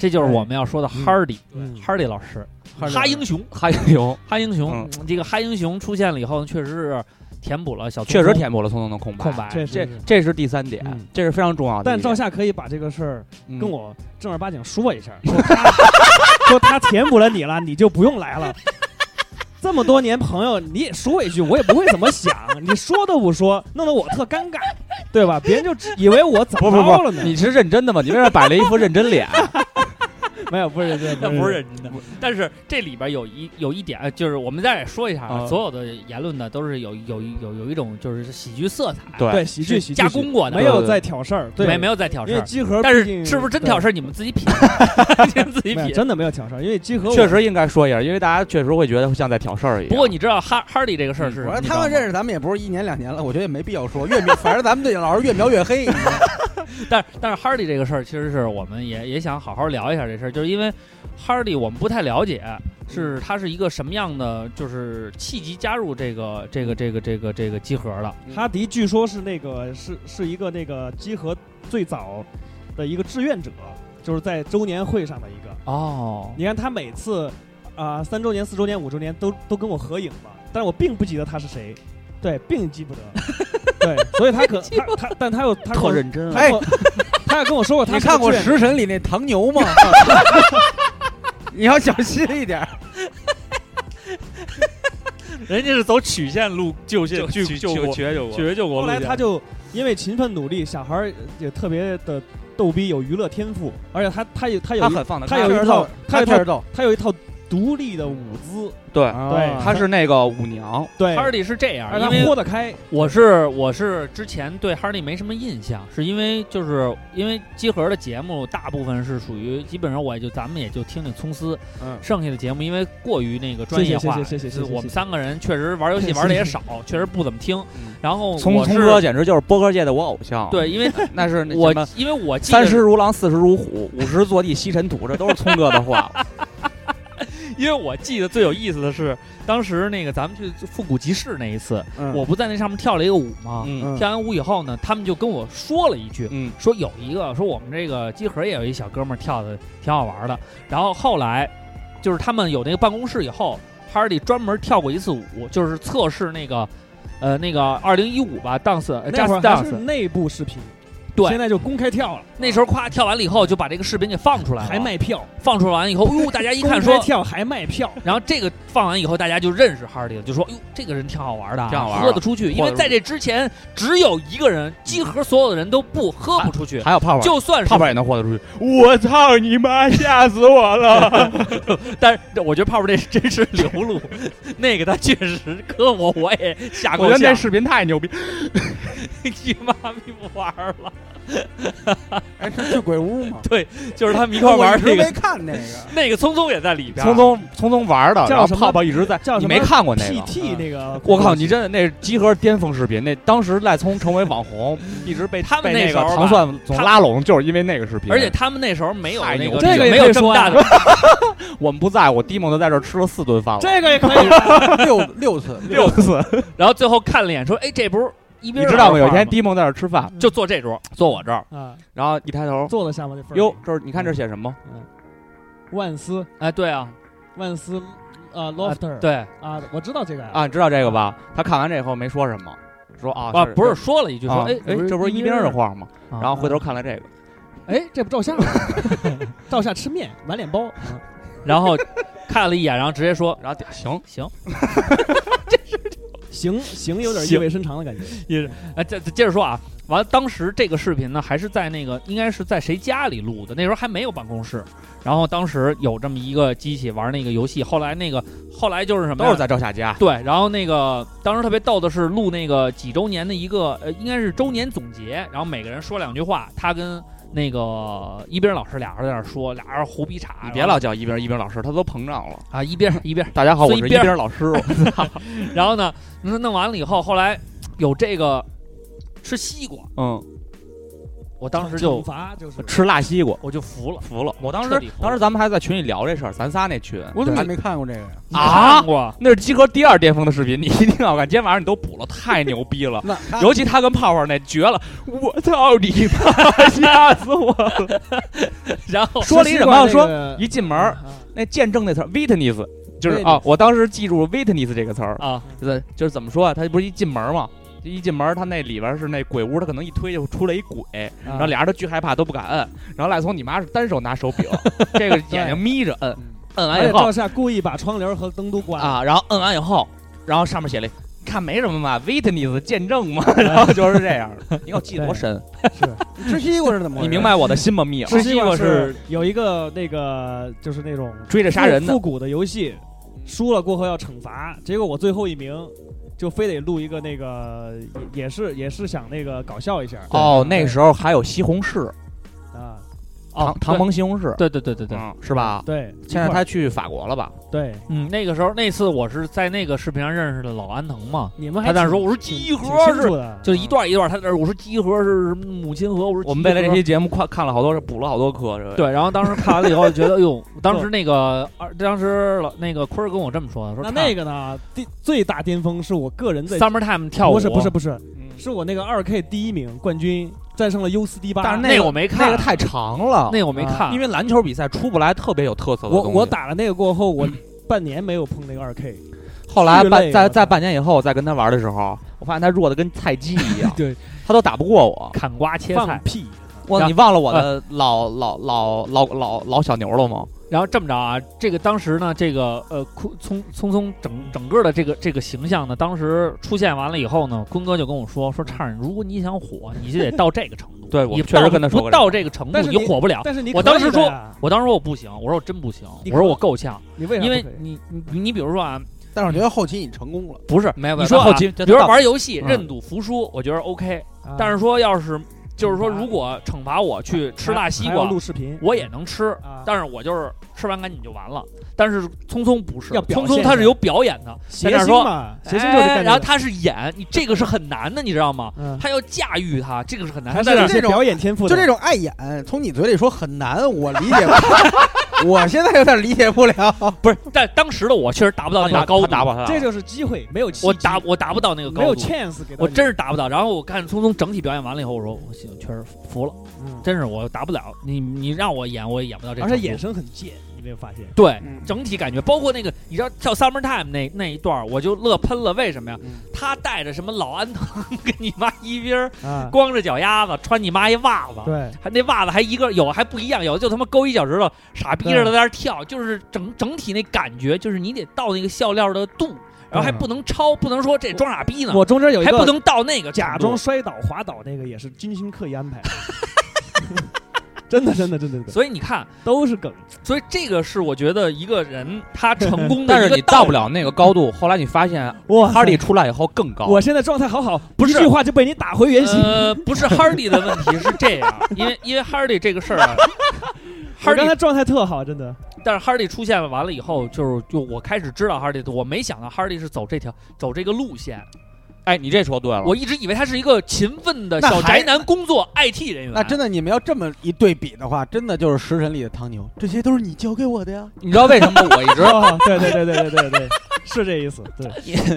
[SPEAKER 8] 这就是我们要说的
[SPEAKER 5] 嗯
[SPEAKER 8] Hardy
[SPEAKER 9] 嗯
[SPEAKER 8] Hardy 老师，
[SPEAKER 5] 还是
[SPEAKER 8] 哈英雄，
[SPEAKER 6] 哈英雄
[SPEAKER 8] 哈英雄，这个哈英雄出现了以后，确实是填补了小聪
[SPEAKER 6] 确实
[SPEAKER 8] 聪
[SPEAKER 6] 填补啊了聪聪的空白，
[SPEAKER 8] 空白。
[SPEAKER 9] 确实
[SPEAKER 6] 这
[SPEAKER 9] 是
[SPEAKER 6] 这是第三点
[SPEAKER 9] 嗯，
[SPEAKER 6] 这是非常重要的一点。
[SPEAKER 9] 但赵夏可以把这个事儿
[SPEAKER 6] 嗯
[SPEAKER 9] 跟我正儿八经说一下， 说他说他填补了你了，你就不用来了。 这么多年朋友，你也说一句，我也不会怎么想，你说都不说，弄得我特尴尬，对吧？别人就只以为我怎 么
[SPEAKER 6] 不不
[SPEAKER 9] 着了呢？
[SPEAKER 6] 不，你是认真的吗？你为啥摆了一副认真脸？
[SPEAKER 9] 没有，不是这，
[SPEAKER 8] 那不是认
[SPEAKER 9] 嗯
[SPEAKER 8] 真的。但是这里边有一有一点，呃就是我们再说一下啊，
[SPEAKER 6] 嗯
[SPEAKER 8] 所有的言论呢都是有有有有一种就是喜剧色彩，
[SPEAKER 6] 对
[SPEAKER 9] 对喜剧
[SPEAKER 8] 是
[SPEAKER 9] 喜剧
[SPEAKER 8] 加工过的，
[SPEAKER 9] 没有在挑事儿，对，
[SPEAKER 8] 没没有在挑事
[SPEAKER 9] 因为
[SPEAKER 8] 儿。
[SPEAKER 9] 集合，
[SPEAKER 8] 但是是不是真挑
[SPEAKER 9] 事？
[SPEAKER 8] 事儿，你们自 己品， 你们自己
[SPEAKER 9] 没有
[SPEAKER 8] 品。
[SPEAKER 9] 真的没有挑事儿，因为集合我
[SPEAKER 6] 确实应该说一下，因为大家确实会觉得像在挑事儿一样。
[SPEAKER 8] 不过你知道哈哈利这个事儿是什
[SPEAKER 9] 嗯
[SPEAKER 8] 么
[SPEAKER 5] 哎我说
[SPEAKER 8] 地
[SPEAKER 5] 他
[SPEAKER 8] 方吗？
[SPEAKER 5] 们认识咱们也不是一年两年了，我觉得也没必要说，越描，反正咱们这老是越描越黑。你知 道吗
[SPEAKER 8] 但但是 Hardy 这个事儿，其实是我们也也想好好聊一下这事儿，就是因为 Hardy 我们不太了解，是他是一个什么样的，就是契机加入这个这个这个这个这个集合的。
[SPEAKER 9] 哈迪据说是那个是是一个那个集合最早的一个志愿者，就是在周年会上的一个。
[SPEAKER 8] 哦，
[SPEAKER 9] 你看他每次啊、三周年、四周年、五周年都都跟我合影嘛，但是我并不记得他是谁，对，并记不得，对，所以他可他他，但他又他跟
[SPEAKER 6] 特
[SPEAKER 9] 我
[SPEAKER 6] 认真啊，
[SPEAKER 9] 他跟我他要跟我说过他
[SPEAKER 5] 你
[SPEAKER 9] 是
[SPEAKER 5] 看过
[SPEAKER 9] 个
[SPEAKER 5] 《
[SPEAKER 9] 志愿者
[SPEAKER 5] 食神》里那唐牛吗？你要小心一点。
[SPEAKER 8] 人家是走曲线路救
[SPEAKER 7] 就
[SPEAKER 8] 救
[SPEAKER 7] 就
[SPEAKER 8] 救
[SPEAKER 7] 就
[SPEAKER 8] 国
[SPEAKER 7] 绝就
[SPEAKER 8] 绝救国
[SPEAKER 9] 后来他就因为勤奋努力，小孩儿也特别的逗逼，有娱乐天赋，而且他他有他有
[SPEAKER 6] 他
[SPEAKER 9] 一
[SPEAKER 6] 很放得
[SPEAKER 9] 他
[SPEAKER 6] 开
[SPEAKER 9] 有。一
[SPEAKER 5] 确实
[SPEAKER 9] 套
[SPEAKER 5] 逗
[SPEAKER 9] 他
[SPEAKER 5] 他
[SPEAKER 9] 有一
[SPEAKER 5] 确
[SPEAKER 9] 套
[SPEAKER 5] 实逗，
[SPEAKER 9] 他有一套独立的舞姿，
[SPEAKER 6] 对，
[SPEAKER 9] 对
[SPEAKER 6] 她是那个舞娘，
[SPEAKER 9] 对，
[SPEAKER 8] Hardy 是这样，
[SPEAKER 9] 而
[SPEAKER 8] 因
[SPEAKER 9] 他
[SPEAKER 8] 为
[SPEAKER 9] 豁得开，
[SPEAKER 8] 我是我是之前对 Hardy 没什么印象，是因为就是因为集合的节目大部分是属于基本上我也就咱们也就听听葱丝，
[SPEAKER 9] 嗯，
[SPEAKER 8] 剩下的节目因为过于那个专业化，
[SPEAKER 9] 谢谢谢谢谢谢谢谢
[SPEAKER 8] 就是我们三个人确实玩游戏玩的也 少，确实不怎么听。
[SPEAKER 9] 嗯
[SPEAKER 8] 然后
[SPEAKER 6] 聪
[SPEAKER 8] 我
[SPEAKER 6] 聪哥
[SPEAKER 8] 是
[SPEAKER 6] 简直就是播客界的我偶像，，
[SPEAKER 8] 对， 因为
[SPEAKER 6] 那是那
[SPEAKER 8] 我
[SPEAKER 6] 什么
[SPEAKER 8] 因为我记
[SPEAKER 6] 三
[SPEAKER 8] 得
[SPEAKER 6] 十如狼，四十如虎，五十坐地吸尘土，这都是聪哥的话。
[SPEAKER 8] 因为我记得最有意思的是当时那个咱们去复古集市那一次，
[SPEAKER 9] 嗯
[SPEAKER 8] 我不在那上面跳了一个舞吗？
[SPEAKER 6] 嗯
[SPEAKER 8] 跳完舞以后呢，他们就跟我说了一句，
[SPEAKER 6] 嗯，
[SPEAKER 8] 说有一个说我们这个集合也有一小哥们儿跳的挺好玩的，然后后来就是他们有那个办公室以后，Hardy 专门跳过一次舞，就是测试那个呃那个二零一五吧，dance 呃
[SPEAKER 9] 那会
[SPEAKER 8] just
[SPEAKER 9] 儿还是
[SPEAKER 8] dance，
[SPEAKER 9] 内部视频，
[SPEAKER 8] 对
[SPEAKER 9] 现在就公开跳了，
[SPEAKER 8] 那时候夸跳完了以后就把这个视频给放出来了，
[SPEAKER 9] 还卖票，
[SPEAKER 8] 放出来完以后， 哟，大家一看
[SPEAKER 9] 公开
[SPEAKER 8] 说。
[SPEAKER 9] 跳还卖票，
[SPEAKER 8] 然后这个放完以后，大家就认识 Hardy 了，就说：“哟，哎这个人挺好玩的啊，
[SPEAKER 6] 挺好玩
[SPEAKER 8] 喝得出去。”因
[SPEAKER 6] 豁
[SPEAKER 8] 为
[SPEAKER 6] 得
[SPEAKER 8] 在这之前，只有一个人，集合所有的人都不喝不出去，
[SPEAKER 6] 还有泡泡，
[SPEAKER 8] 就算是
[SPEAKER 6] 泡泡也能豁得出去。我操你妈！吓死我 了！
[SPEAKER 8] 但是我觉得泡泡这真是 流露，那个他确实搁我我也吓
[SPEAKER 6] 我
[SPEAKER 8] 够
[SPEAKER 6] 觉得
[SPEAKER 8] 呛
[SPEAKER 6] 那，视频太牛逼，
[SPEAKER 8] 你妈咪不玩了，
[SPEAKER 5] 哎，是去鬼屋 吗？
[SPEAKER 8] 就是他们一块玩
[SPEAKER 5] 我
[SPEAKER 8] 那
[SPEAKER 5] 一直
[SPEAKER 8] 个
[SPEAKER 5] 没看那个，
[SPEAKER 8] 那个聪聪也在里边，
[SPEAKER 6] 聪聪聪聪玩的，
[SPEAKER 9] 叫
[SPEAKER 6] 然后
[SPEAKER 9] 什么
[SPEAKER 6] 泡泡一直在，
[SPEAKER 9] 叫
[SPEAKER 6] 你
[SPEAKER 9] 什么
[SPEAKER 6] 没看过那个？
[SPEAKER 9] PT 那个，
[SPEAKER 6] 我靠！你真的那是集合巅峰视频，那当时赖聪成为网红，一直被
[SPEAKER 8] 他们那
[SPEAKER 6] 被那
[SPEAKER 8] 时候
[SPEAKER 6] 个
[SPEAKER 8] 吧
[SPEAKER 6] 糖蒜总
[SPEAKER 8] 他
[SPEAKER 6] 拉拢，就是因为那个视频。
[SPEAKER 8] 而且他们那时候没有
[SPEAKER 6] 太
[SPEAKER 8] 那
[SPEAKER 6] 牛
[SPEAKER 8] 个
[SPEAKER 6] 逼了
[SPEAKER 8] 没有这么大的，
[SPEAKER 6] 我们不在，我 Dimo 都在这儿吃了四顿饭了，
[SPEAKER 9] 这个也可以吧，
[SPEAKER 5] 六六次，
[SPEAKER 6] 六 次。
[SPEAKER 8] 然后最后看了一眼说，哎，这不是一边
[SPEAKER 6] 你知道吗？有一天 Dimo 在这儿吃饭，
[SPEAKER 8] 就坐这桌，
[SPEAKER 6] 坐我这儿，
[SPEAKER 9] 啊，
[SPEAKER 6] 然后一抬头，
[SPEAKER 9] 坐在下面那份儿
[SPEAKER 6] 哟，这儿你看这写什么？
[SPEAKER 9] 万斯
[SPEAKER 8] 哎，对啊，
[SPEAKER 9] 万斯啊 Lofter
[SPEAKER 8] 对
[SPEAKER 9] 啊，我知道这个呀
[SPEAKER 6] 啊，你知道这个吧？他看完这以后没说什么，说啊
[SPEAKER 8] 啊，不是说了一句
[SPEAKER 6] 就
[SPEAKER 8] 说，哎
[SPEAKER 6] 哎，嗯哎，这不是一冰的画吗？
[SPEAKER 8] 啊
[SPEAKER 6] 然后回头看了这个，
[SPEAKER 9] 哎，这不照相吗？ 照相吃面，满脸包，啊
[SPEAKER 8] 然后看了一眼，然后直接说啊
[SPEAKER 6] 然后点行，
[SPEAKER 8] 行，
[SPEAKER 9] 行行，有点意
[SPEAKER 8] 行
[SPEAKER 9] 味深长的感觉。
[SPEAKER 8] 哎，接接着说啊，完了，当时这个视频呢，还是在那个应该是在谁家里录的，那时候还没有办公室。然后当时有这么一个机器玩那个游戏，后来那个后来就是什么
[SPEAKER 6] 都
[SPEAKER 8] 呀
[SPEAKER 6] 是在赵夏家。
[SPEAKER 8] 对，然后那个当时特别逗的是录那个几周年的一个呃，应该是周年总结，然后每个人说两句话，他跟那个一冰老师俩人在那儿说，俩人胡逼岔，
[SPEAKER 6] 你别
[SPEAKER 8] 然后
[SPEAKER 6] 老叫一冰一冰老师，他都膨胀了。
[SPEAKER 8] 啊一边一边
[SPEAKER 6] 大家好，我是
[SPEAKER 8] 所以
[SPEAKER 6] 一
[SPEAKER 8] 边
[SPEAKER 6] 冰老师。
[SPEAKER 8] 然后呢，弄弄完了以后，后来有这个吃西瓜，
[SPEAKER 6] 嗯，
[SPEAKER 8] 我当时
[SPEAKER 9] 惩
[SPEAKER 8] 就
[SPEAKER 9] 罚就是
[SPEAKER 6] 吃辣西瓜，
[SPEAKER 8] 我就服了。
[SPEAKER 6] 服了。我当
[SPEAKER 8] 彻
[SPEAKER 6] 时
[SPEAKER 8] 底服了
[SPEAKER 6] 当时咱们还在群里聊这事儿，咱仨那群，
[SPEAKER 5] 我怎么也没看过这个呀？
[SPEAKER 6] 啊
[SPEAKER 8] 看过
[SPEAKER 6] 那是鸡哥第二巅峰的视频，你一定要看。今天晚上你都补了，太牛逼了。
[SPEAKER 5] 那他
[SPEAKER 6] 尤其 他跟泡泡那绝了，我操你妈，吓死我了！
[SPEAKER 8] 然后
[SPEAKER 6] 说了一什么？说
[SPEAKER 9] 说
[SPEAKER 6] 一进门儿
[SPEAKER 9] 嗯
[SPEAKER 6] 那见证那词儿 witness，就是啊
[SPEAKER 9] Witness，
[SPEAKER 6] 我当时记住 witness 这个词儿，
[SPEAKER 8] 啊，
[SPEAKER 6] 就是就是怎么说啊？他不是一进门嘛，就一进门他那里边是那鬼屋，他可能一推就出来一鬼，
[SPEAKER 9] 啊
[SPEAKER 6] 然后俩人都巨害怕，都不敢摁。然后赖聪你妈是单手拿手 柄，这个眼睛眯着摁，摁
[SPEAKER 9] 嗯而
[SPEAKER 6] 完以
[SPEAKER 9] 且
[SPEAKER 6] 后
[SPEAKER 9] 赵夏故意把窗帘和灯都关了，
[SPEAKER 6] 哎啊，然后摁完以后，然后上面写了。看没什么嘛，witness 见证嘛，然后就是这 样。你看我记得多深，
[SPEAKER 5] 吃西瓜是怎么回
[SPEAKER 6] 你
[SPEAKER 5] 事？
[SPEAKER 6] 明白我的心吗？哦密友
[SPEAKER 9] 吃
[SPEAKER 6] 西瓜
[SPEAKER 9] 是有一个那个就是那种
[SPEAKER 6] 追着杀人的
[SPEAKER 9] 复，古的游戏，输了过后要惩罚，结果我最后一名，就非得录一个那个，也也是也是想那个搞笑一下。
[SPEAKER 6] 哦，那时候还有西红柿，
[SPEAKER 9] 候啊，
[SPEAKER 8] 哦
[SPEAKER 6] 唐唐
[SPEAKER 8] 对
[SPEAKER 6] 蒙西红柿，
[SPEAKER 8] 对对对对对，
[SPEAKER 6] 嗯，是吧？
[SPEAKER 9] 对，
[SPEAKER 6] 现在
[SPEAKER 9] 一块
[SPEAKER 6] 他
[SPEAKER 9] 儿
[SPEAKER 6] 去法国了吧？
[SPEAKER 9] 对
[SPEAKER 8] 嗯，那个时候那次我是在那个视频上认识的老安藤嘛，
[SPEAKER 9] 你们还
[SPEAKER 8] 他在那
[SPEAKER 9] 挺
[SPEAKER 8] 说我是
[SPEAKER 9] 挺
[SPEAKER 8] 集
[SPEAKER 9] 挺
[SPEAKER 8] 合
[SPEAKER 9] 清
[SPEAKER 8] 是嗯
[SPEAKER 9] 楚，的，
[SPEAKER 8] 就一段一段他在那儿我说集合是什么母亲河，我说
[SPEAKER 6] 我们为了这
[SPEAKER 8] 集
[SPEAKER 6] 期节目看看了好多，补了好多课，这
[SPEAKER 8] 合。对，然后当时看完了以后就觉得，哎 呦，当时那个二，当时老那个坤儿跟我这么说的，说
[SPEAKER 9] 那那个呢，第最大巅峰是我个人在
[SPEAKER 8] summertime 跳舞
[SPEAKER 9] 不是不是，不是，
[SPEAKER 6] 嗯
[SPEAKER 9] 是我那个二 K 第一名冠军战胜了 U 四 D 八，
[SPEAKER 6] 但是
[SPEAKER 8] 那
[SPEAKER 6] 个
[SPEAKER 8] 我没看
[SPEAKER 6] 那个太长了，
[SPEAKER 8] 那个我没看，
[SPEAKER 6] 因为篮球比赛出不来特别有特色的
[SPEAKER 9] 我
[SPEAKER 6] 东西。
[SPEAKER 9] 我打了那个过后，
[SPEAKER 8] 嗯
[SPEAKER 9] 我半年没有碰那个二 K，
[SPEAKER 6] 后来
[SPEAKER 9] 巨
[SPEAKER 6] 半
[SPEAKER 9] 累
[SPEAKER 6] 在
[SPEAKER 9] 我，
[SPEAKER 6] 在半年以后，我再跟他玩的时候，我发现他弱的跟菜鸡 一样
[SPEAKER 9] 对，
[SPEAKER 6] 他都打不过我。
[SPEAKER 8] 砍瓜切
[SPEAKER 9] 放
[SPEAKER 8] 菜，
[SPEAKER 9] 屁，
[SPEAKER 6] 我
[SPEAKER 8] 然后哎
[SPEAKER 6] 你忘了我的老老老老老老老小牛了吗？
[SPEAKER 8] 然后这么着啊，这个当时呢，这个呃，坤聪聪聪整整个的这个这个形象呢，当时出现完了以后呢，坤哥就跟我说说，畅，如果你想火，你就得到这个程度。
[SPEAKER 6] 对我
[SPEAKER 8] 你
[SPEAKER 6] 确实
[SPEAKER 8] 到
[SPEAKER 6] 跟他说
[SPEAKER 8] 不
[SPEAKER 6] 过这
[SPEAKER 8] 到这个程度
[SPEAKER 9] 但是你
[SPEAKER 8] 火不了。
[SPEAKER 9] 但是你
[SPEAKER 8] 我
[SPEAKER 9] 可以
[SPEAKER 8] 当时说
[SPEAKER 9] 的呀，
[SPEAKER 8] 我当时说我不行，我说我真不行，
[SPEAKER 9] 你
[SPEAKER 8] 我说
[SPEAKER 9] 可
[SPEAKER 8] 我够呛，
[SPEAKER 9] 你为啥
[SPEAKER 8] 因
[SPEAKER 9] 不可以？
[SPEAKER 8] 为你你你你比如说啊，
[SPEAKER 5] 但是我觉得后期你成功了，
[SPEAKER 8] 不是
[SPEAKER 6] 没有没有
[SPEAKER 8] 你说啊
[SPEAKER 6] 后期就
[SPEAKER 8] 比如说
[SPEAKER 6] 到
[SPEAKER 8] 玩游戏
[SPEAKER 6] 嗯
[SPEAKER 8] 认赌服输，我觉得 OK，
[SPEAKER 9] 啊
[SPEAKER 8] 但是说要是就是说
[SPEAKER 9] 惩罚
[SPEAKER 8] 如果惩罚我去吃大西
[SPEAKER 9] 还要
[SPEAKER 8] 瓜，
[SPEAKER 9] 录视频，
[SPEAKER 8] 我也能吃，
[SPEAKER 9] 啊
[SPEAKER 8] 但是我就是吃完赶紧就完了。但是聪聪不是，
[SPEAKER 9] 要表
[SPEAKER 8] 聪
[SPEAKER 9] 现
[SPEAKER 8] 聪他是有表演的，
[SPEAKER 9] 谐
[SPEAKER 8] 在那儿
[SPEAKER 9] 星
[SPEAKER 8] 说
[SPEAKER 9] 嘛，谐星就是
[SPEAKER 8] 哎
[SPEAKER 9] 干这
[SPEAKER 8] 然后
[SPEAKER 9] 个
[SPEAKER 8] 他是演，你这个是很难的，你知道吗？
[SPEAKER 9] 嗯，
[SPEAKER 8] 他要驾驭他，这个是很难。
[SPEAKER 9] 还
[SPEAKER 8] 他
[SPEAKER 9] 是
[SPEAKER 8] 在那
[SPEAKER 9] 有
[SPEAKER 8] 儿
[SPEAKER 9] 些表演天赋的，啊
[SPEAKER 5] 就这种碍眼，从你嘴里说很难，我理解不了， 我现在有点理解 不了。
[SPEAKER 8] 不是，但当时的我确实达不到
[SPEAKER 6] 他
[SPEAKER 8] 那
[SPEAKER 6] 打
[SPEAKER 8] 个高
[SPEAKER 6] 他
[SPEAKER 8] 度，
[SPEAKER 6] 打不了他，
[SPEAKER 9] 这就是机会，没有契机
[SPEAKER 8] 我达我达不到那个
[SPEAKER 9] 没
[SPEAKER 8] 高
[SPEAKER 9] 有
[SPEAKER 8] 度，
[SPEAKER 9] chance 给到
[SPEAKER 8] 我
[SPEAKER 9] 你
[SPEAKER 8] 真是达不到。然后我看聪聪整体表演完了以后，我说我行，确实服了，
[SPEAKER 9] 嗯
[SPEAKER 8] 真是我达不了。你你让我演，我也演不到这
[SPEAKER 9] 而
[SPEAKER 8] 程
[SPEAKER 9] 且
[SPEAKER 8] 度。
[SPEAKER 9] 眼神很贱，你没有发现？
[SPEAKER 8] 对，
[SPEAKER 5] 嗯
[SPEAKER 8] 整体感觉，包括那个你知道跳 Summertime 那那一段儿，我就乐喷了。为什么呀？
[SPEAKER 5] 嗯
[SPEAKER 8] 他带着什么老安藤跟你妈一边儿
[SPEAKER 9] 啊，
[SPEAKER 8] 光着脚丫子，穿你妈一袜子，
[SPEAKER 9] 对，
[SPEAKER 8] 还那袜子还一个有还不一样，有的就他妈勾一脚趾头，傻逼似的在那儿跳，就是整整体那感觉，就是你得到那个笑料的度，然后还不能超，不能说这装傻逼呢，
[SPEAKER 9] 我中间有一
[SPEAKER 8] 啊还不
[SPEAKER 9] 个
[SPEAKER 8] 能到那个
[SPEAKER 9] 假
[SPEAKER 8] 程
[SPEAKER 9] 装
[SPEAKER 8] 度
[SPEAKER 9] 摔倒滑倒那个也是精心刻意安排的， 真的真的真的真的
[SPEAKER 8] 所以你看，
[SPEAKER 9] 都是梗，
[SPEAKER 8] 所以这个是我觉得一个人他成功的
[SPEAKER 6] 但
[SPEAKER 8] 一
[SPEAKER 6] 是
[SPEAKER 8] 个
[SPEAKER 6] 你到不
[SPEAKER 8] 道理
[SPEAKER 6] 了那个高度。后来你发现
[SPEAKER 9] 哇
[SPEAKER 6] 哈利出来以后更高，
[SPEAKER 9] 我现在状态好好，
[SPEAKER 8] 不是
[SPEAKER 9] 一句话就被你打回原形。
[SPEAKER 8] 呃，不是 Hardy 的问题，是这样，因为因为 Hardy 这个事儿啊
[SPEAKER 9] 我刚
[SPEAKER 8] ，Hardy，
[SPEAKER 9] 才状态特好，真的。
[SPEAKER 8] 但是 Hardy 出现了，完了以后，就是就我开始知道 Hardy，的我没想到 Hardy 是走这条走这个路线，
[SPEAKER 6] 哎，你这说对了，
[SPEAKER 8] 我一直以为他是一个勤奋的
[SPEAKER 5] 那
[SPEAKER 8] 小
[SPEAKER 5] 还
[SPEAKER 8] 宅男工作 IT 人员，
[SPEAKER 5] 那真的，你们要这么一对比的话，真的就是《食神》里的汤牛，这些都是你教给我的呀。
[SPEAKER 6] 你知道为什么我一直
[SPEAKER 9] 哦，对对对对对对对，是这意思。 对，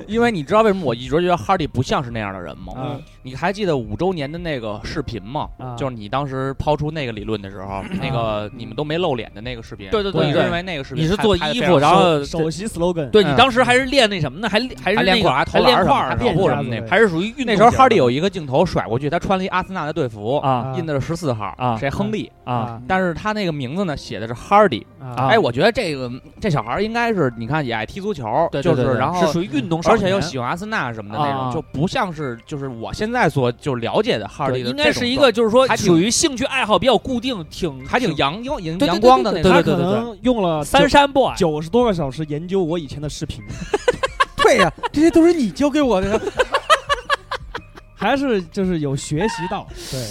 [SPEAKER 6] 因为你知道为什么我一直觉得哈利不像是那样的人吗？
[SPEAKER 9] 啊
[SPEAKER 6] 你还记得五周年的那个视频吗？
[SPEAKER 9] 啊
[SPEAKER 6] 就是你当时抛出那个理论的时候，那个你们都没露脸的那个视频。
[SPEAKER 8] 对对
[SPEAKER 6] 我
[SPEAKER 8] 对
[SPEAKER 6] 一直
[SPEAKER 8] 对
[SPEAKER 6] 认为那个视频
[SPEAKER 8] 你是
[SPEAKER 6] 拍
[SPEAKER 8] 做
[SPEAKER 6] 拍得
[SPEAKER 8] 衣
[SPEAKER 6] 非
[SPEAKER 8] 服，
[SPEAKER 6] 常
[SPEAKER 8] 然
[SPEAKER 6] 舒服
[SPEAKER 8] 后
[SPEAKER 9] 首席 slogan
[SPEAKER 8] 对你
[SPEAKER 6] 嗯
[SPEAKER 8] 当时还是练那什么呢？还还是
[SPEAKER 6] 还练
[SPEAKER 8] 那
[SPEAKER 6] 块
[SPEAKER 8] 个
[SPEAKER 6] 儿还投
[SPEAKER 8] 还
[SPEAKER 6] 篮
[SPEAKER 8] 练
[SPEAKER 6] 儿
[SPEAKER 8] 块儿
[SPEAKER 6] 什么
[SPEAKER 8] 呢
[SPEAKER 6] 的跑步什么
[SPEAKER 9] 还
[SPEAKER 6] 的
[SPEAKER 9] 练
[SPEAKER 6] 那
[SPEAKER 9] 啥
[SPEAKER 8] 还是属于运动型的。
[SPEAKER 6] 那时候哈利有一个镜头甩过去，他穿了一阿森纳的队服，
[SPEAKER 8] 啊
[SPEAKER 6] 印的是十四号，
[SPEAKER 8] 啊
[SPEAKER 6] 谁亨利。
[SPEAKER 8] 啊
[SPEAKER 6] 但是他那个名字呢，写的是 Hardy。
[SPEAKER 9] 啊
[SPEAKER 6] 哎，我觉得这个这小孩儿应该是，你看也爱踢足球，
[SPEAKER 8] 对，对
[SPEAKER 6] 就
[SPEAKER 8] 对
[SPEAKER 6] 是
[SPEAKER 8] 对
[SPEAKER 6] 然后
[SPEAKER 8] 是属于运动少
[SPEAKER 6] 而
[SPEAKER 8] 年，
[SPEAKER 6] 且又喜欢阿森纳什么的那
[SPEAKER 8] 啊
[SPEAKER 6] 种，就不像是就是我现在所就了解的哈
[SPEAKER 8] 对
[SPEAKER 6] 利的这种
[SPEAKER 8] 应
[SPEAKER 6] 状态，
[SPEAKER 8] 该是一个就是说
[SPEAKER 6] 还挺
[SPEAKER 8] 属于兴趣爱好比较固定，挺
[SPEAKER 6] 还挺阳阳阳
[SPEAKER 8] 对对
[SPEAKER 6] 阳光的那
[SPEAKER 8] 对
[SPEAKER 6] 种
[SPEAKER 8] 对
[SPEAKER 9] 他
[SPEAKER 8] 对。对
[SPEAKER 9] 可能用了
[SPEAKER 8] 三山 boy。
[SPEAKER 9] 九十多个小时研究我以前的 视频，
[SPEAKER 5] 对呀、这些都是你教给我的呀。
[SPEAKER 9] 还是就是有学习到。对，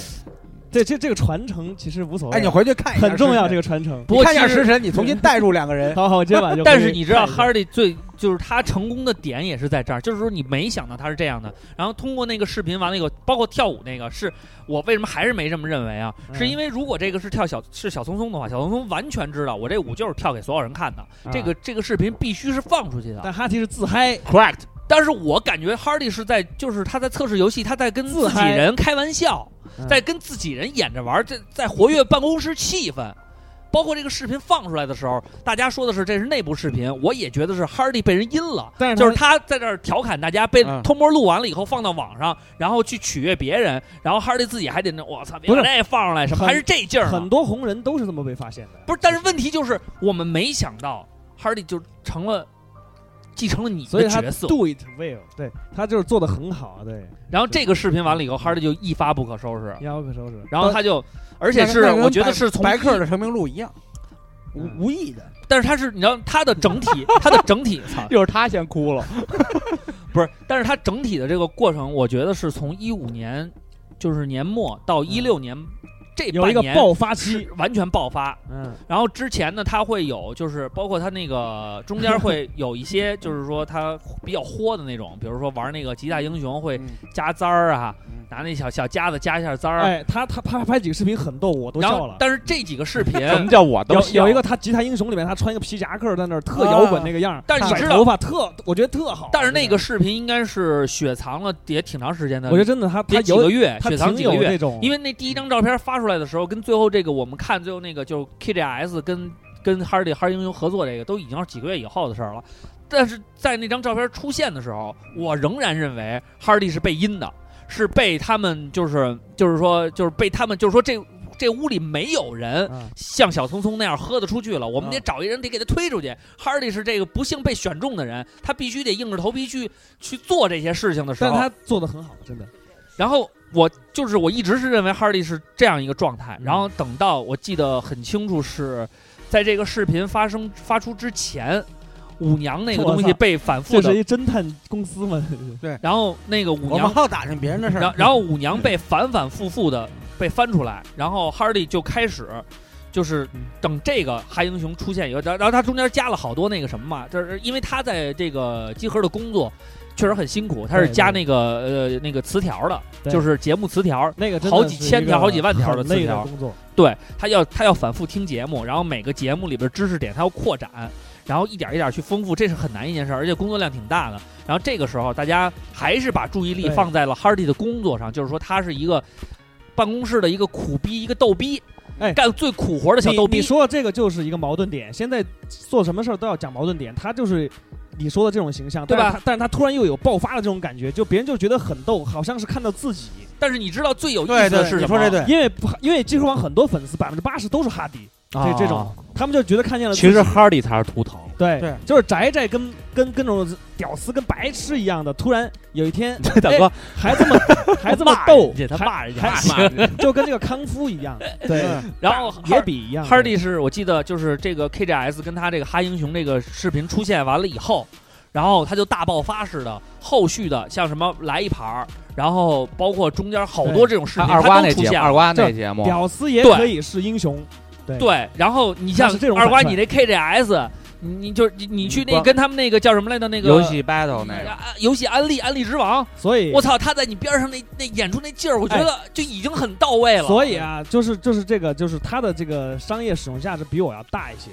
[SPEAKER 9] 这这这个传承其实无所谓。
[SPEAKER 5] 哎，你回去看一下，
[SPEAKER 9] 很重要这个传承。
[SPEAKER 8] 不
[SPEAKER 5] 你
[SPEAKER 8] 过
[SPEAKER 5] 看一下
[SPEAKER 8] 其
[SPEAKER 5] 《食
[SPEAKER 8] 实，
[SPEAKER 5] 神》，你重新带入两个人。
[SPEAKER 9] 好好，我今晚就回去看
[SPEAKER 8] 但
[SPEAKER 9] 一下。
[SPEAKER 8] 是你知道哈利最就是他成功的点也是在这儿，就是说你没想到他是这样的。然后通过那个视频完了以后，包括跳舞那个，是我为什么还是没这么认为啊？
[SPEAKER 9] 嗯
[SPEAKER 8] 是因为如果这个是跳小是小松松的话，小松松完全知道我这舞就是跳给所有人看的，
[SPEAKER 9] 啊
[SPEAKER 8] 这个这个视频必须是放出去的。
[SPEAKER 9] 但哈提是自嗨，
[SPEAKER 6] correct，
[SPEAKER 8] 但是我感觉 Hardy 是在，就是他在测试游戏，他在跟
[SPEAKER 9] 自
[SPEAKER 8] 自己
[SPEAKER 9] 嗨
[SPEAKER 8] 人开玩笑，
[SPEAKER 9] 嗯
[SPEAKER 8] 在跟自己人演着玩儿，这在活跃办公室气氛。包括这个视频放出来的时候，大家说的是这是内部视频，我也觉得是 Hardy 被人阴了，
[SPEAKER 9] 但是
[SPEAKER 8] 就是他在这儿调侃大家，被
[SPEAKER 5] 嗯
[SPEAKER 8] 偷摸录完了以后放到网上，然后去取悦别人，然后 Hardy 自己还得那我操，别
[SPEAKER 9] 不是
[SPEAKER 8] 把这放上来什么，
[SPEAKER 9] 很
[SPEAKER 8] 还是这劲儿呢啊
[SPEAKER 9] 很多红人都是这么被发现的。
[SPEAKER 8] 不是，但是问题就是我们没想到 Hardy 就成了继承了你
[SPEAKER 9] 所以
[SPEAKER 8] 的
[SPEAKER 9] 他
[SPEAKER 8] 角色，嗯
[SPEAKER 9] do it well，对他就是做的很好，对，
[SPEAKER 8] 然后这个视频完了以后，Hardy 就一发不可收拾，
[SPEAKER 9] 压我可收拾。
[SPEAKER 8] 然后他就， 而且是
[SPEAKER 5] 那跟
[SPEAKER 8] 我觉得是从嗯
[SPEAKER 5] 白
[SPEAKER 8] 客
[SPEAKER 5] 客，的成名录一样，无无意的。
[SPEAKER 8] 但是他是你知道他的整体， 他的整体，操，
[SPEAKER 6] 就是他先哭了。
[SPEAKER 8] 不是，但是他整体的这个过程，我觉得是从一五年，就是年末到一六年这
[SPEAKER 9] 有
[SPEAKER 8] 半
[SPEAKER 9] 一个
[SPEAKER 8] 年
[SPEAKER 9] 爆发期，
[SPEAKER 8] 是完全爆发，
[SPEAKER 9] 嗯，
[SPEAKER 8] 然后之前呢，他会有就是包括他那个中间会有一些就是说他比较豁的那种，比如说玩那个极大英雄会加簪儿啊
[SPEAKER 5] 嗯，
[SPEAKER 8] 拿那小小夹子夹一下簪儿。啊
[SPEAKER 9] 哎，他他他拍几个视频很逗，我都
[SPEAKER 8] 然
[SPEAKER 9] 笑
[SPEAKER 8] 后
[SPEAKER 9] 了，。
[SPEAKER 8] 但是这几个视频
[SPEAKER 6] 什么叫我
[SPEAKER 9] 有
[SPEAKER 6] 都笑
[SPEAKER 9] 有一个他吉他英雄里面，他穿一个皮夹克在那儿特摇滚那个样儿，
[SPEAKER 8] 啊但是你
[SPEAKER 9] 甩
[SPEAKER 8] 知道
[SPEAKER 9] 头发特，我觉得特好。
[SPEAKER 8] 但是那个视频应该是雪藏了也挺长时间的，
[SPEAKER 9] 我觉得真的他他
[SPEAKER 8] 得几个
[SPEAKER 9] 有
[SPEAKER 8] 月，
[SPEAKER 9] 他
[SPEAKER 8] 雪藏
[SPEAKER 9] 挺
[SPEAKER 8] 几
[SPEAKER 9] 有
[SPEAKER 8] 个
[SPEAKER 9] 那
[SPEAKER 8] 月。
[SPEAKER 9] 种，
[SPEAKER 8] 因为那第一张照片发出来的时候，跟最后这个我们看最后那个就是 KJS 跟跟哈利哈利英雄合作这个，都已经是几个月以后的事儿了。但是在那张照片出现的时候，我仍然认为哈利是被阴的，是被他们就是就是说就是被他们就是说这这屋里没有人
[SPEAKER 9] 嗯
[SPEAKER 8] 像小聪聪那样喝得出去了，我们
[SPEAKER 9] 嗯
[SPEAKER 8] 得找一人得给他推出去。哈利是这个不幸被选中的人，他必须得硬着头皮去去做这些事情的时
[SPEAKER 9] 但
[SPEAKER 8] 候，
[SPEAKER 9] 他做的很好，真的。
[SPEAKER 8] 然后我就是我一直是认为哈利是这样一个状态，
[SPEAKER 9] 嗯
[SPEAKER 8] 然后等到我记得很清楚是在这个视频发生发出之前，舞娘那个东
[SPEAKER 9] 我
[SPEAKER 8] 西
[SPEAKER 9] 操
[SPEAKER 8] 被反复
[SPEAKER 9] 这是
[SPEAKER 8] 的，
[SPEAKER 9] 一侦探公司嘛？
[SPEAKER 8] 然后那个舞
[SPEAKER 5] 我们
[SPEAKER 8] 娘，
[SPEAKER 5] 好打听别人的事
[SPEAKER 8] 然
[SPEAKER 5] 儿
[SPEAKER 8] 后，然后舞娘被反反复复的被翻出来，然后哈利就开始。就是
[SPEAKER 9] 嗯
[SPEAKER 8] 等这个哈英雄出现以后，然后然后他中间加了好多那个什么嘛，就是因为他在这个集合的工作确实很辛苦，他是
[SPEAKER 9] 对
[SPEAKER 8] 加
[SPEAKER 9] 对
[SPEAKER 8] 那个呃那个词条的，
[SPEAKER 9] 对
[SPEAKER 8] 就是节目词条，
[SPEAKER 9] 那个真的
[SPEAKER 8] 好几千条
[SPEAKER 9] 是一个
[SPEAKER 8] 好几万条的
[SPEAKER 9] 很累
[SPEAKER 8] 词条
[SPEAKER 9] 的工作，
[SPEAKER 8] 对他要他要反复听节目，然后每个节目里边知识点他要扩展，然后一点一点去丰富，这是很难一件事，而且工作量挺大的。然后这个时候大家还是把注意力
[SPEAKER 9] 对
[SPEAKER 8] 放在了 Hardy 的工作上，就是说他是一个办公室的一个苦逼，一个逗逼，
[SPEAKER 9] 哎
[SPEAKER 8] 干最苦活的小逗
[SPEAKER 9] 你
[SPEAKER 8] 逼
[SPEAKER 9] 你。说的这个就是一个矛盾点，现在做什么事儿都要讲矛盾点，他就是你说的这种形象，
[SPEAKER 8] 对吧
[SPEAKER 9] 但是他但是他突然又有爆发的这种感觉，就别人就觉得很逗，好像是看到自己，
[SPEAKER 8] 但是你知道最有意
[SPEAKER 5] 对
[SPEAKER 8] 思的
[SPEAKER 5] 对，
[SPEAKER 8] 是
[SPEAKER 5] 你
[SPEAKER 8] 什
[SPEAKER 5] 说
[SPEAKER 8] 么？
[SPEAKER 5] 这对。
[SPEAKER 9] 因为不因为技术网很多粉丝百分之八十都是哈迪，这这种
[SPEAKER 8] 啊
[SPEAKER 9] 他们就觉得看见了自己。
[SPEAKER 6] 其实哈利才是秃头，
[SPEAKER 9] 对
[SPEAKER 5] 对
[SPEAKER 9] 就是宅宅跟跟跟种屌丝跟白痴一样的，突然有一天
[SPEAKER 6] 大哥
[SPEAKER 9] 还 这么还这么
[SPEAKER 8] 骂
[SPEAKER 9] 逗
[SPEAKER 8] 人，家，他
[SPEAKER 9] 还
[SPEAKER 8] 骂人家，
[SPEAKER 9] 还
[SPEAKER 8] 哎骂人家。
[SPEAKER 9] 就跟这个康夫一样，对，
[SPEAKER 8] 然后
[SPEAKER 9] 也
[SPEAKER 8] Hardy-
[SPEAKER 9] 比一 样。
[SPEAKER 8] 哈迪是我记得就是这个 KGS 跟他这个哈英雄这个视频出现完了以后，然后他就大爆发似的，后续的像什么来一盘儿，然后包括中间好多这种视
[SPEAKER 6] 他
[SPEAKER 8] 频，
[SPEAKER 6] 二瓜
[SPEAKER 8] 他都
[SPEAKER 6] 那
[SPEAKER 8] 出
[SPEAKER 6] 节
[SPEAKER 8] 现
[SPEAKER 6] 目，
[SPEAKER 8] 了。
[SPEAKER 6] 二瓜那节目，
[SPEAKER 9] 屌丝也
[SPEAKER 8] 对
[SPEAKER 9] 可以是英雄，
[SPEAKER 8] 对，然后你像
[SPEAKER 9] 他是这种
[SPEAKER 8] 二瓜，
[SPEAKER 9] 反
[SPEAKER 8] 你
[SPEAKER 9] 串
[SPEAKER 8] 这 KGS，你你就是你你去那
[SPEAKER 6] 不
[SPEAKER 8] 跟他们那个叫什么来着那个
[SPEAKER 6] 游戏 battle 那个，
[SPEAKER 8] 啊游戏安利安利之王，
[SPEAKER 9] 所以
[SPEAKER 8] 我操，他在你边上那那演出那劲儿，我觉
[SPEAKER 6] 哎
[SPEAKER 8] 得就已经很到位了。
[SPEAKER 9] 所以啊，就是就是这个，就是它的这个商业使用价值比我要大一些，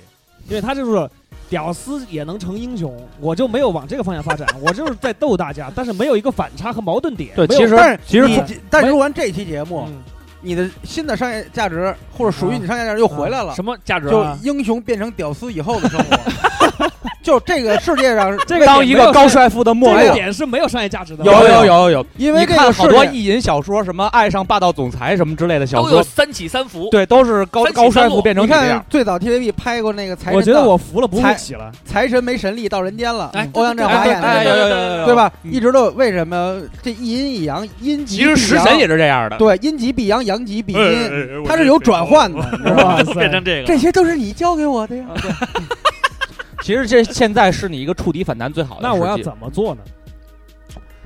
[SPEAKER 9] 因为它就是屌丝也能成英雄，我就没有往这个方向 发展，我就是在逗大家，但是没有一个反差和矛盾点。
[SPEAKER 6] 对，
[SPEAKER 9] 没
[SPEAKER 6] 其
[SPEAKER 9] 有
[SPEAKER 6] 实
[SPEAKER 5] 但是
[SPEAKER 6] 其实
[SPEAKER 5] 你
[SPEAKER 6] 从
[SPEAKER 5] 但是录完这期节目，
[SPEAKER 9] 嗯
[SPEAKER 5] 你的新的商业价值或者属于你商业价值
[SPEAKER 9] 啊
[SPEAKER 5] 又回来了
[SPEAKER 8] 什，么价值
[SPEAKER 5] 就
[SPEAKER 8] 啊？
[SPEAKER 5] 英雄变成屌丝以后的生活，就这个世界上
[SPEAKER 9] 这个
[SPEAKER 6] 当一个高
[SPEAKER 9] 帅
[SPEAKER 6] 帅富的末
[SPEAKER 9] 这
[SPEAKER 6] 日
[SPEAKER 9] 个。点是没有商业价值的。
[SPEAKER 6] 有有有有，
[SPEAKER 5] 因为
[SPEAKER 6] 你
[SPEAKER 5] 这
[SPEAKER 6] 看
[SPEAKER 5] 个
[SPEAKER 6] 好
[SPEAKER 5] 世
[SPEAKER 6] 多
[SPEAKER 5] 界
[SPEAKER 6] 意淫小说，什么爱上霸道总裁什么之类的小
[SPEAKER 8] 都有
[SPEAKER 6] 说，
[SPEAKER 8] 三起三伏，
[SPEAKER 6] 对，都是高
[SPEAKER 8] 三起三
[SPEAKER 6] 高帅
[SPEAKER 8] 落
[SPEAKER 6] 富变成
[SPEAKER 5] 你
[SPEAKER 6] 你这样
[SPEAKER 5] 看。最早 TVB 拍过那个财神到，
[SPEAKER 9] 我觉得我服了，不服
[SPEAKER 5] 才
[SPEAKER 9] 起了。
[SPEAKER 5] 财神没神力到人间了
[SPEAKER 8] 哎，
[SPEAKER 5] 欧阳震
[SPEAKER 6] 哎
[SPEAKER 5] 华
[SPEAKER 6] 对
[SPEAKER 5] 演
[SPEAKER 6] 哎
[SPEAKER 5] 的，
[SPEAKER 6] 有有有有有，
[SPEAKER 5] 对？吧？
[SPEAKER 6] 嗯
[SPEAKER 5] 一直都有为什么这一阴一阳，阴极
[SPEAKER 6] 其实
[SPEAKER 5] 必
[SPEAKER 6] 食
[SPEAKER 5] 阳
[SPEAKER 6] 神也是这样的，
[SPEAKER 5] 对阴极必阳，阳极必阴，它是有转换的，你知道吗？
[SPEAKER 9] 哇
[SPEAKER 8] 变成
[SPEAKER 9] 塞，
[SPEAKER 8] 这个。
[SPEAKER 5] 这些都是你教给我的呀。
[SPEAKER 6] 其实这现在是你一个触底反弹最好的。
[SPEAKER 9] 那我要？怎么做呢？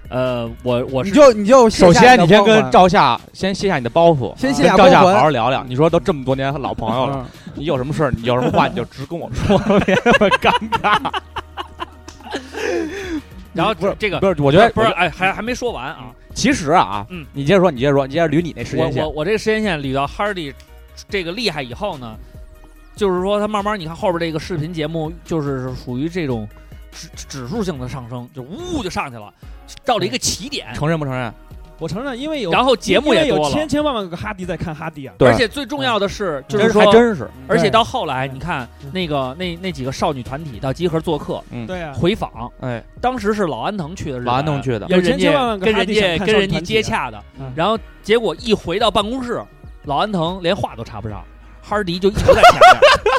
[SPEAKER 8] 呃，我我
[SPEAKER 5] 你
[SPEAKER 8] 是
[SPEAKER 5] 就你就
[SPEAKER 6] 首
[SPEAKER 5] 卸下
[SPEAKER 6] 先，
[SPEAKER 5] 的
[SPEAKER 6] 你先
[SPEAKER 5] 光环
[SPEAKER 6] 跟赵夏先卸下你的包袱，
[SPEAKER 5] 先卸
[SPEAKER 6] 跟
[SPEAKER 5] 下
[SPEAKER 6] 赵
[SPEAKER 5] 光
[SPEAKER 6] 夏好
[SPEAKER 5] 环
[SPEAKER 6] 好，聊聊。你说都这么多年老朋友了，你有什么事儿，你有什么话，你就直 跟我说，别那么尴尬。
[SPEAKER 8] 然后
[SPEAKER 6] 不是
[SPEAKER 8] 这个
[SPEAKER 6] 不是，我觉得
[SPEAKER 8] 不是，
[SPEAKER 6] 我觉得
[SPEAKER 8] 哎，还还没说完啊。
[SPEAKER 6] 其实啊，
[SPEAKER 8] 嗯
[SPEAKER 6] 你接着说，你接着说，你接着捋你那时
[SPEAKER 8] 我
[SPEAKER 6] 间线
[SPEAKER 8] 我。我这个时间线捋到 Hardy 这个厉害以后呢，就是说他慢慢你看后边这个视频节目就是属于这种指指数性的上升，就呜就上去了，到了一个
[SPEAKER 6] 嗯
[SPEAKER 8] 起点，
[SPEAKER 6] 承认不承认？
[SPEAKER 9] 我承认，因为有
[SPEAKER 8] 然后节目
[SPEAKER 9] 因
[SPEAKER 8] 也
[SPEAKER 9] 为有
[SPEAKER 8] 多了
[SPEAKER 9] 千，千万万个哈迪在看哈迪啊。
[SPEAKER 6] 对嗯
[SPEAKER 8] 而且最重要的是就
[SPEAKER 6] 真
[SPEAKER 8] 是
[SPEAKER 6] 还
[SPEAKER 8] 说，
[SPEAKER 6] 真是，
[SPEAKER 8] 而且到后来
[SPEAKER 9] 对
[SPEAKER 8] 你看
[SPEAKER 9] 嗯
[SPEAKER 8] 那个那那几个少女团体到集合做客
[SPEAKER 9] 对啊，
[SPEAKER 8] 回访，
[SPEAKER 6] 哎，
[SPEAKER 8] 当时是老安藤去的日本，
[SPEAKER 6] 老安弄去的，
[SPEAKER 8] 跟
[SPEAKER 9] 有
[SPEAKER 8] 人
[SPEAKER 9] 千千万
[SPEAKER 8] 家
[SPEAKER 9] 万个
[SPEAKER 8] 跟
[SPEAKER 9] 哈
[SPEAKER 8] 人
[SPEAKER 9] 迪想
[SPEAKER 8] 家
[SPEAKER 9] 看
[SPEAKER 8] 跟人家
[SPEAKER 9] 少女团体
[SPEAKER 8] 接
[SPEAKER 9] 啊
[SPEAKER 8] 洽的
[SPEAKER 9] 嗯，
[SPEAKER 8] 然后结果一回到办公室，老安藤连话都插不 上，哈迪就一直在前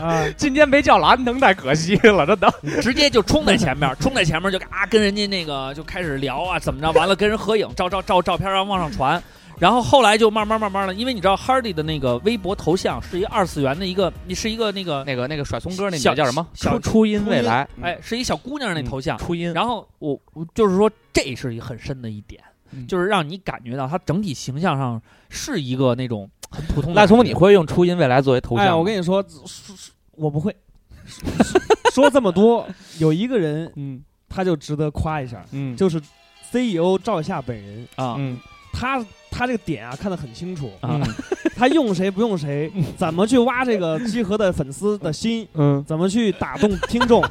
[SPEAKER 8] 面，
[SPEAKER 9] 啊，
[SPEAKER 6] 今天没叫老安藤太可惜了，真的。
[SPEAKER 8] 直接就冲在前面，冲在前面就啊跟人家那个就开始聊啊怎么着，完了跟人合影，照照照照片然后往上传，然后后来就慢慢慢慢的，因为你知道哈迪的那个微博头像是一个二次元的一个，是一个那个
[SPEAKER 6] 那个那个甩葱歌那女
[SPEAKER 8] 小
[SPEAKER 6] 的叫什么？
[SPEAKER 8] 小
[SPEAKER 6] 初音未来，
[SPEAKER 8] 哎是一小姑娘那头像，
[SPEAKER 6] 初
[SPEAKER 9] 嗯
[SPEAKER 6] 音。
[SPEAKER 8] 然后我我就是说，这是一个很深的一点，
[SPEAKER 6] 嗯
[SPEAKER 8] 就是让你感觉到他整体形象上是一个那种很普通的
[SPEAKER 6] 赖
[SPEAKER 8] 人。
[SPEAKER 6] 聪，你会用初音未来作为头像
[SPEAKER 9] 哎，
[SPEAKER 6] 吗？
[SPEAKER 9] 我跟你说，说说我不会。 说这么多，有一个人
[SPEAKER 6] 嗯
[SPEAKER 9] 他就值得夸一下，
[SPEAKER 6] 嗯
[SPEAKER 9] 就是 CEO 赵夏本人，
[SPEAKER 8] 啊
[SPEAKER 6] 嗯
[SPEAKER 9] 他他这个点啊看得很清楚，
[SPEAKER 8] 啊
[SPEAKER 6] 嗯
[SPEAKER 9] 他用谁不用谁，怎么去挖这个集合的粉丝的心，
[SPEAKER 6] 嗯，
[SPEAKER 9] 怎么去打动听众，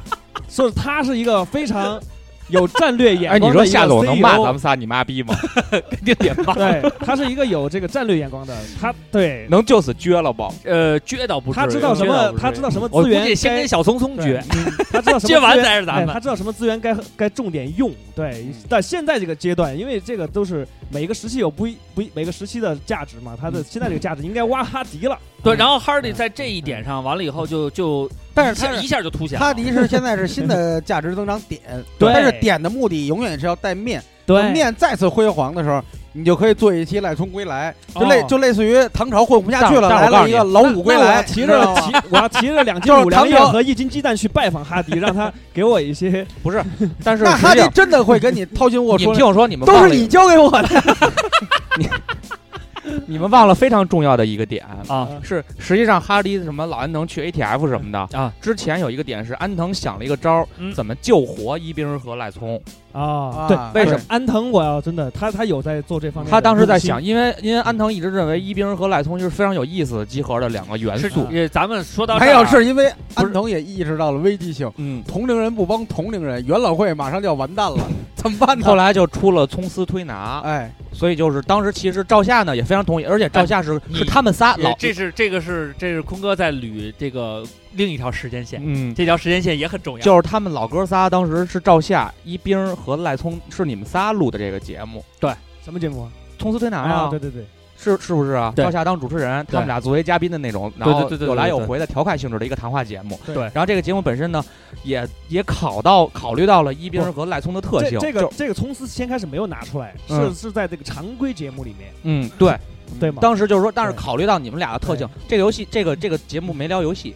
[SPEAKER 9] 所以他是一个非常有战略眼
[SPEAKER 6] 哎，
[SPEAKER 9] 光的
[SPEAKER 6] 你
[SPEAKER 9] 一个 E
[SPEAKER 6] 说夏
[SPEAKER 9] CEO。
[SPEAKER 6] 总能骂咱们仨你妈逼吗？肯定得骂，
[SPEAKER 9] 对，他是一个有这个战略眼光的，他对，
[SPEAKER 6] 能就此撅了不？
[SPEAKER 8] 呃，撅倒不至于，
[SPEAKER 9] 他知道什
[SPEAKER 8] 撅倒
[SPEAKER 9] 么
[SPEAKER 8] 不，至于
[SPEAKER 9] 他知道什么
[SPEAKER 8] 我
[SPEAKER 9] 资
[SPEAKER 8] 估
[SPEAKER 9] 源
[SPEAKER 8] 计先
[SPEAKER 9] 该
[SPEAKER 8] 跟小聪聪
[SPEAKER 9] 对
[SPEAKER 8] 撅，
[SPEAKER 9] 嗯他知道什么
[SPEAKER 8] 撅完
[SPEAKER 9] 资源
[SPEAKER 8] 才是咱
[SPEAKER 9] 哎，
[SPEAKER 8] 们
[SPEAKER 9] 他。知道什么资源该该重点用，对。但现在这个阶段，因为这个都是每个时期有不一不一每个时期的价值嘛，它的现在这个价值应该挖哈迪了，
[SPEAKER 8] 对，然后哈
[SPEAKER 9] 嗯
[SPEAKER 8] 迪在这一点上完了以后就就
[SPEAKER 5] 但是
[SPEAKER 8] 一
[SPEAKER 5] 他
[SPEAKER 8] 下一
[SPEAKER 5] 是
[SPEAKER 8] 下就凸显了
[SPEAKER 5] 他的是现在是新的价值增长 点，
[SPEAKER 9] 对
[SPEAKER 5] 但是点的目的永远是要带面。等
[SPEAKER 9] 对，
[SPEAKER 5] 面再次辉煌的时候，你就可以做一期《赖聪归来》，就
[SPEAKER 9] 哦
[SPEAKER 5] 类就类似于唐朝混不下去了，
[SPEAKER 6] 但
[SPEAKER 5] 来
[SPEAKER 6] 但我告诉
[SPEAKER 5] 了一
[SPEAKER 6] 你
[SPEAKER 5] 个老五归
[SPEAKER 9] 那我
[SPEAKER 5] 来，
[SPEAKER 9] 要骑
[SPEAKER 5] 你知道
[SPEAKER 9] 着
[SPEAKER 5] 吗
[SPEAKER 9] 骑，我要骑着两斤
[SPEAKER 5] 就是
[SPEAKER 9] 五粮液
[SPEAKER 5] 唐朝
[SPEAKER 9] 和一斤鸡蛋去拜访哈迪，让他给我一些
[SPEAKER 6] 不是，但是
[SPEAKER 5] 那
[SPEAKER 6] 实
[SPEAKER 5] 哈
[SPEAKER 6] 际
[SPEAKER 5] 迪
[SPEAKER 6] 上，
[SPEAKER 5] 真的会跟你掏心窝
[SPEAKER 6] 你们
[SPEAKER 5] 说，
[SPEAKER 6] 听我说，你们
[SPEAKER 5] 都
[SPEAKER 6] 忘
[SPEAKER 5] 是
[SPEAKER 6] 了
[SPEAKER 5] 你教给我的。
[SPEAKER 6] 你们忘了非常重要的一个点
[SPEAKER 8] 啊
[SPEAKER 6] 是实际上哈迪什么老安藤去 ATF 什么的
[SPEAKER 8] 啊，
[SPEAKER 6] 之前有一个点是安藤想了一个招儿
[SPEAKER 8] 嗯，
[SPEAKER 6] 怎么救活伊兵和赖聪。
[SPEAKER 9] 啊
[SPEAKER 5] 对
[SPEAKER 9] 对，
[SPEAKER 6] 为什么？
[SPEAKER 9] 安藤，我要真的，他他有在做这方面的
[SPEAKER 6] 他当时在
[SPEAKER 9] 用心
[SPEAKER 8] 嗯
[SPEAKER 6] 想，，因为因为安藤一直认为伊兵和赖聪就是非常有意思的集合的两个元
[SPEAKER 8] 是
[SPEAKER 6] 素。
[SPEAKER 8] 也咱们说到这
[SPEAKER 5] 还
[SPEAKER 8] 儿啊
[SPEAKER 5] 有 是因为安藤也意识到了危机性，
[SPEAKER 6] 嗯，
[SPEAKER 5] 同龄人不帮同龄人，元老会马上就要完蛋了，怎么办呢？
[SPEAKER 6] 后来就出了葱丝推拿，
[SPEAKER 5] 哎，
[SPEAKER 6] 所以就是当时其实赵夏呢也非常同意，而且赵夏是
[SPEAKER 8] 你
[SPEAKER 6] 是他们仨
[SPEAKER 8] 也
[SPEAKER 6] 老
[SPEAKER 8] 这是这个是这是坤哥在捋这个另一条时间线，
[SPEAKER 6] 嗯。
[SPEAKER 8] 这条时间线也很重要。
[SPEAKER 6] 就是他们老哥仨，当时是赵夏、一兵和赖聪，是你们仨录的这个节目
[SPEAKER 9] 什么节目啊
[SPEAKER 6] 《葱丝推拿》
[SPEAKER 9] 啊？
[SPEAKER 6] 呀
[SPEAKER 9] 对，对对，
[SPEAKER 6] 是是不是啊？
[SPEAKER 8] 对
[SPEAKER 6] 赵夏当主持人，他们
[SPEAKER 8] 对
[SPEAKER 6] 俩作为嘉宾的那种，然
[SPEAKER 8] 对
[SPEAKER 6] 后
[SPEAKER 8] 对对对
[SPEAKER 6] 有来
[SPEAKER 8] 对
[SPEAKER 6] 有
[SPEAKER 8] 对
[SPEAKER 6] 回的调侃性质的一个谈话节目。
[SPEAKER 9] 对
[SPEAKER 6] 然后这个节目本身呢，也也考到考虑到了一兵和赖聪的特性，
[SPEAKER 9] 这这个
[SPEAKER 6] 就
[SPEAKER 9] 这个从司先开始没有拿出来，
[SPEAKER 6] 嗯
[SPEAKER 9] 是是在这个常规节目里面，
[SPEAKER 6] 嗯对，
[SPEAKER 9] 对吗？
[SPEAKER 6] 当时就是说，但是
[SPEAKER 9] 对
[SPEAKER 6] 考虑到你们俩的特性，这个游戏这个这个节目没聊游戏，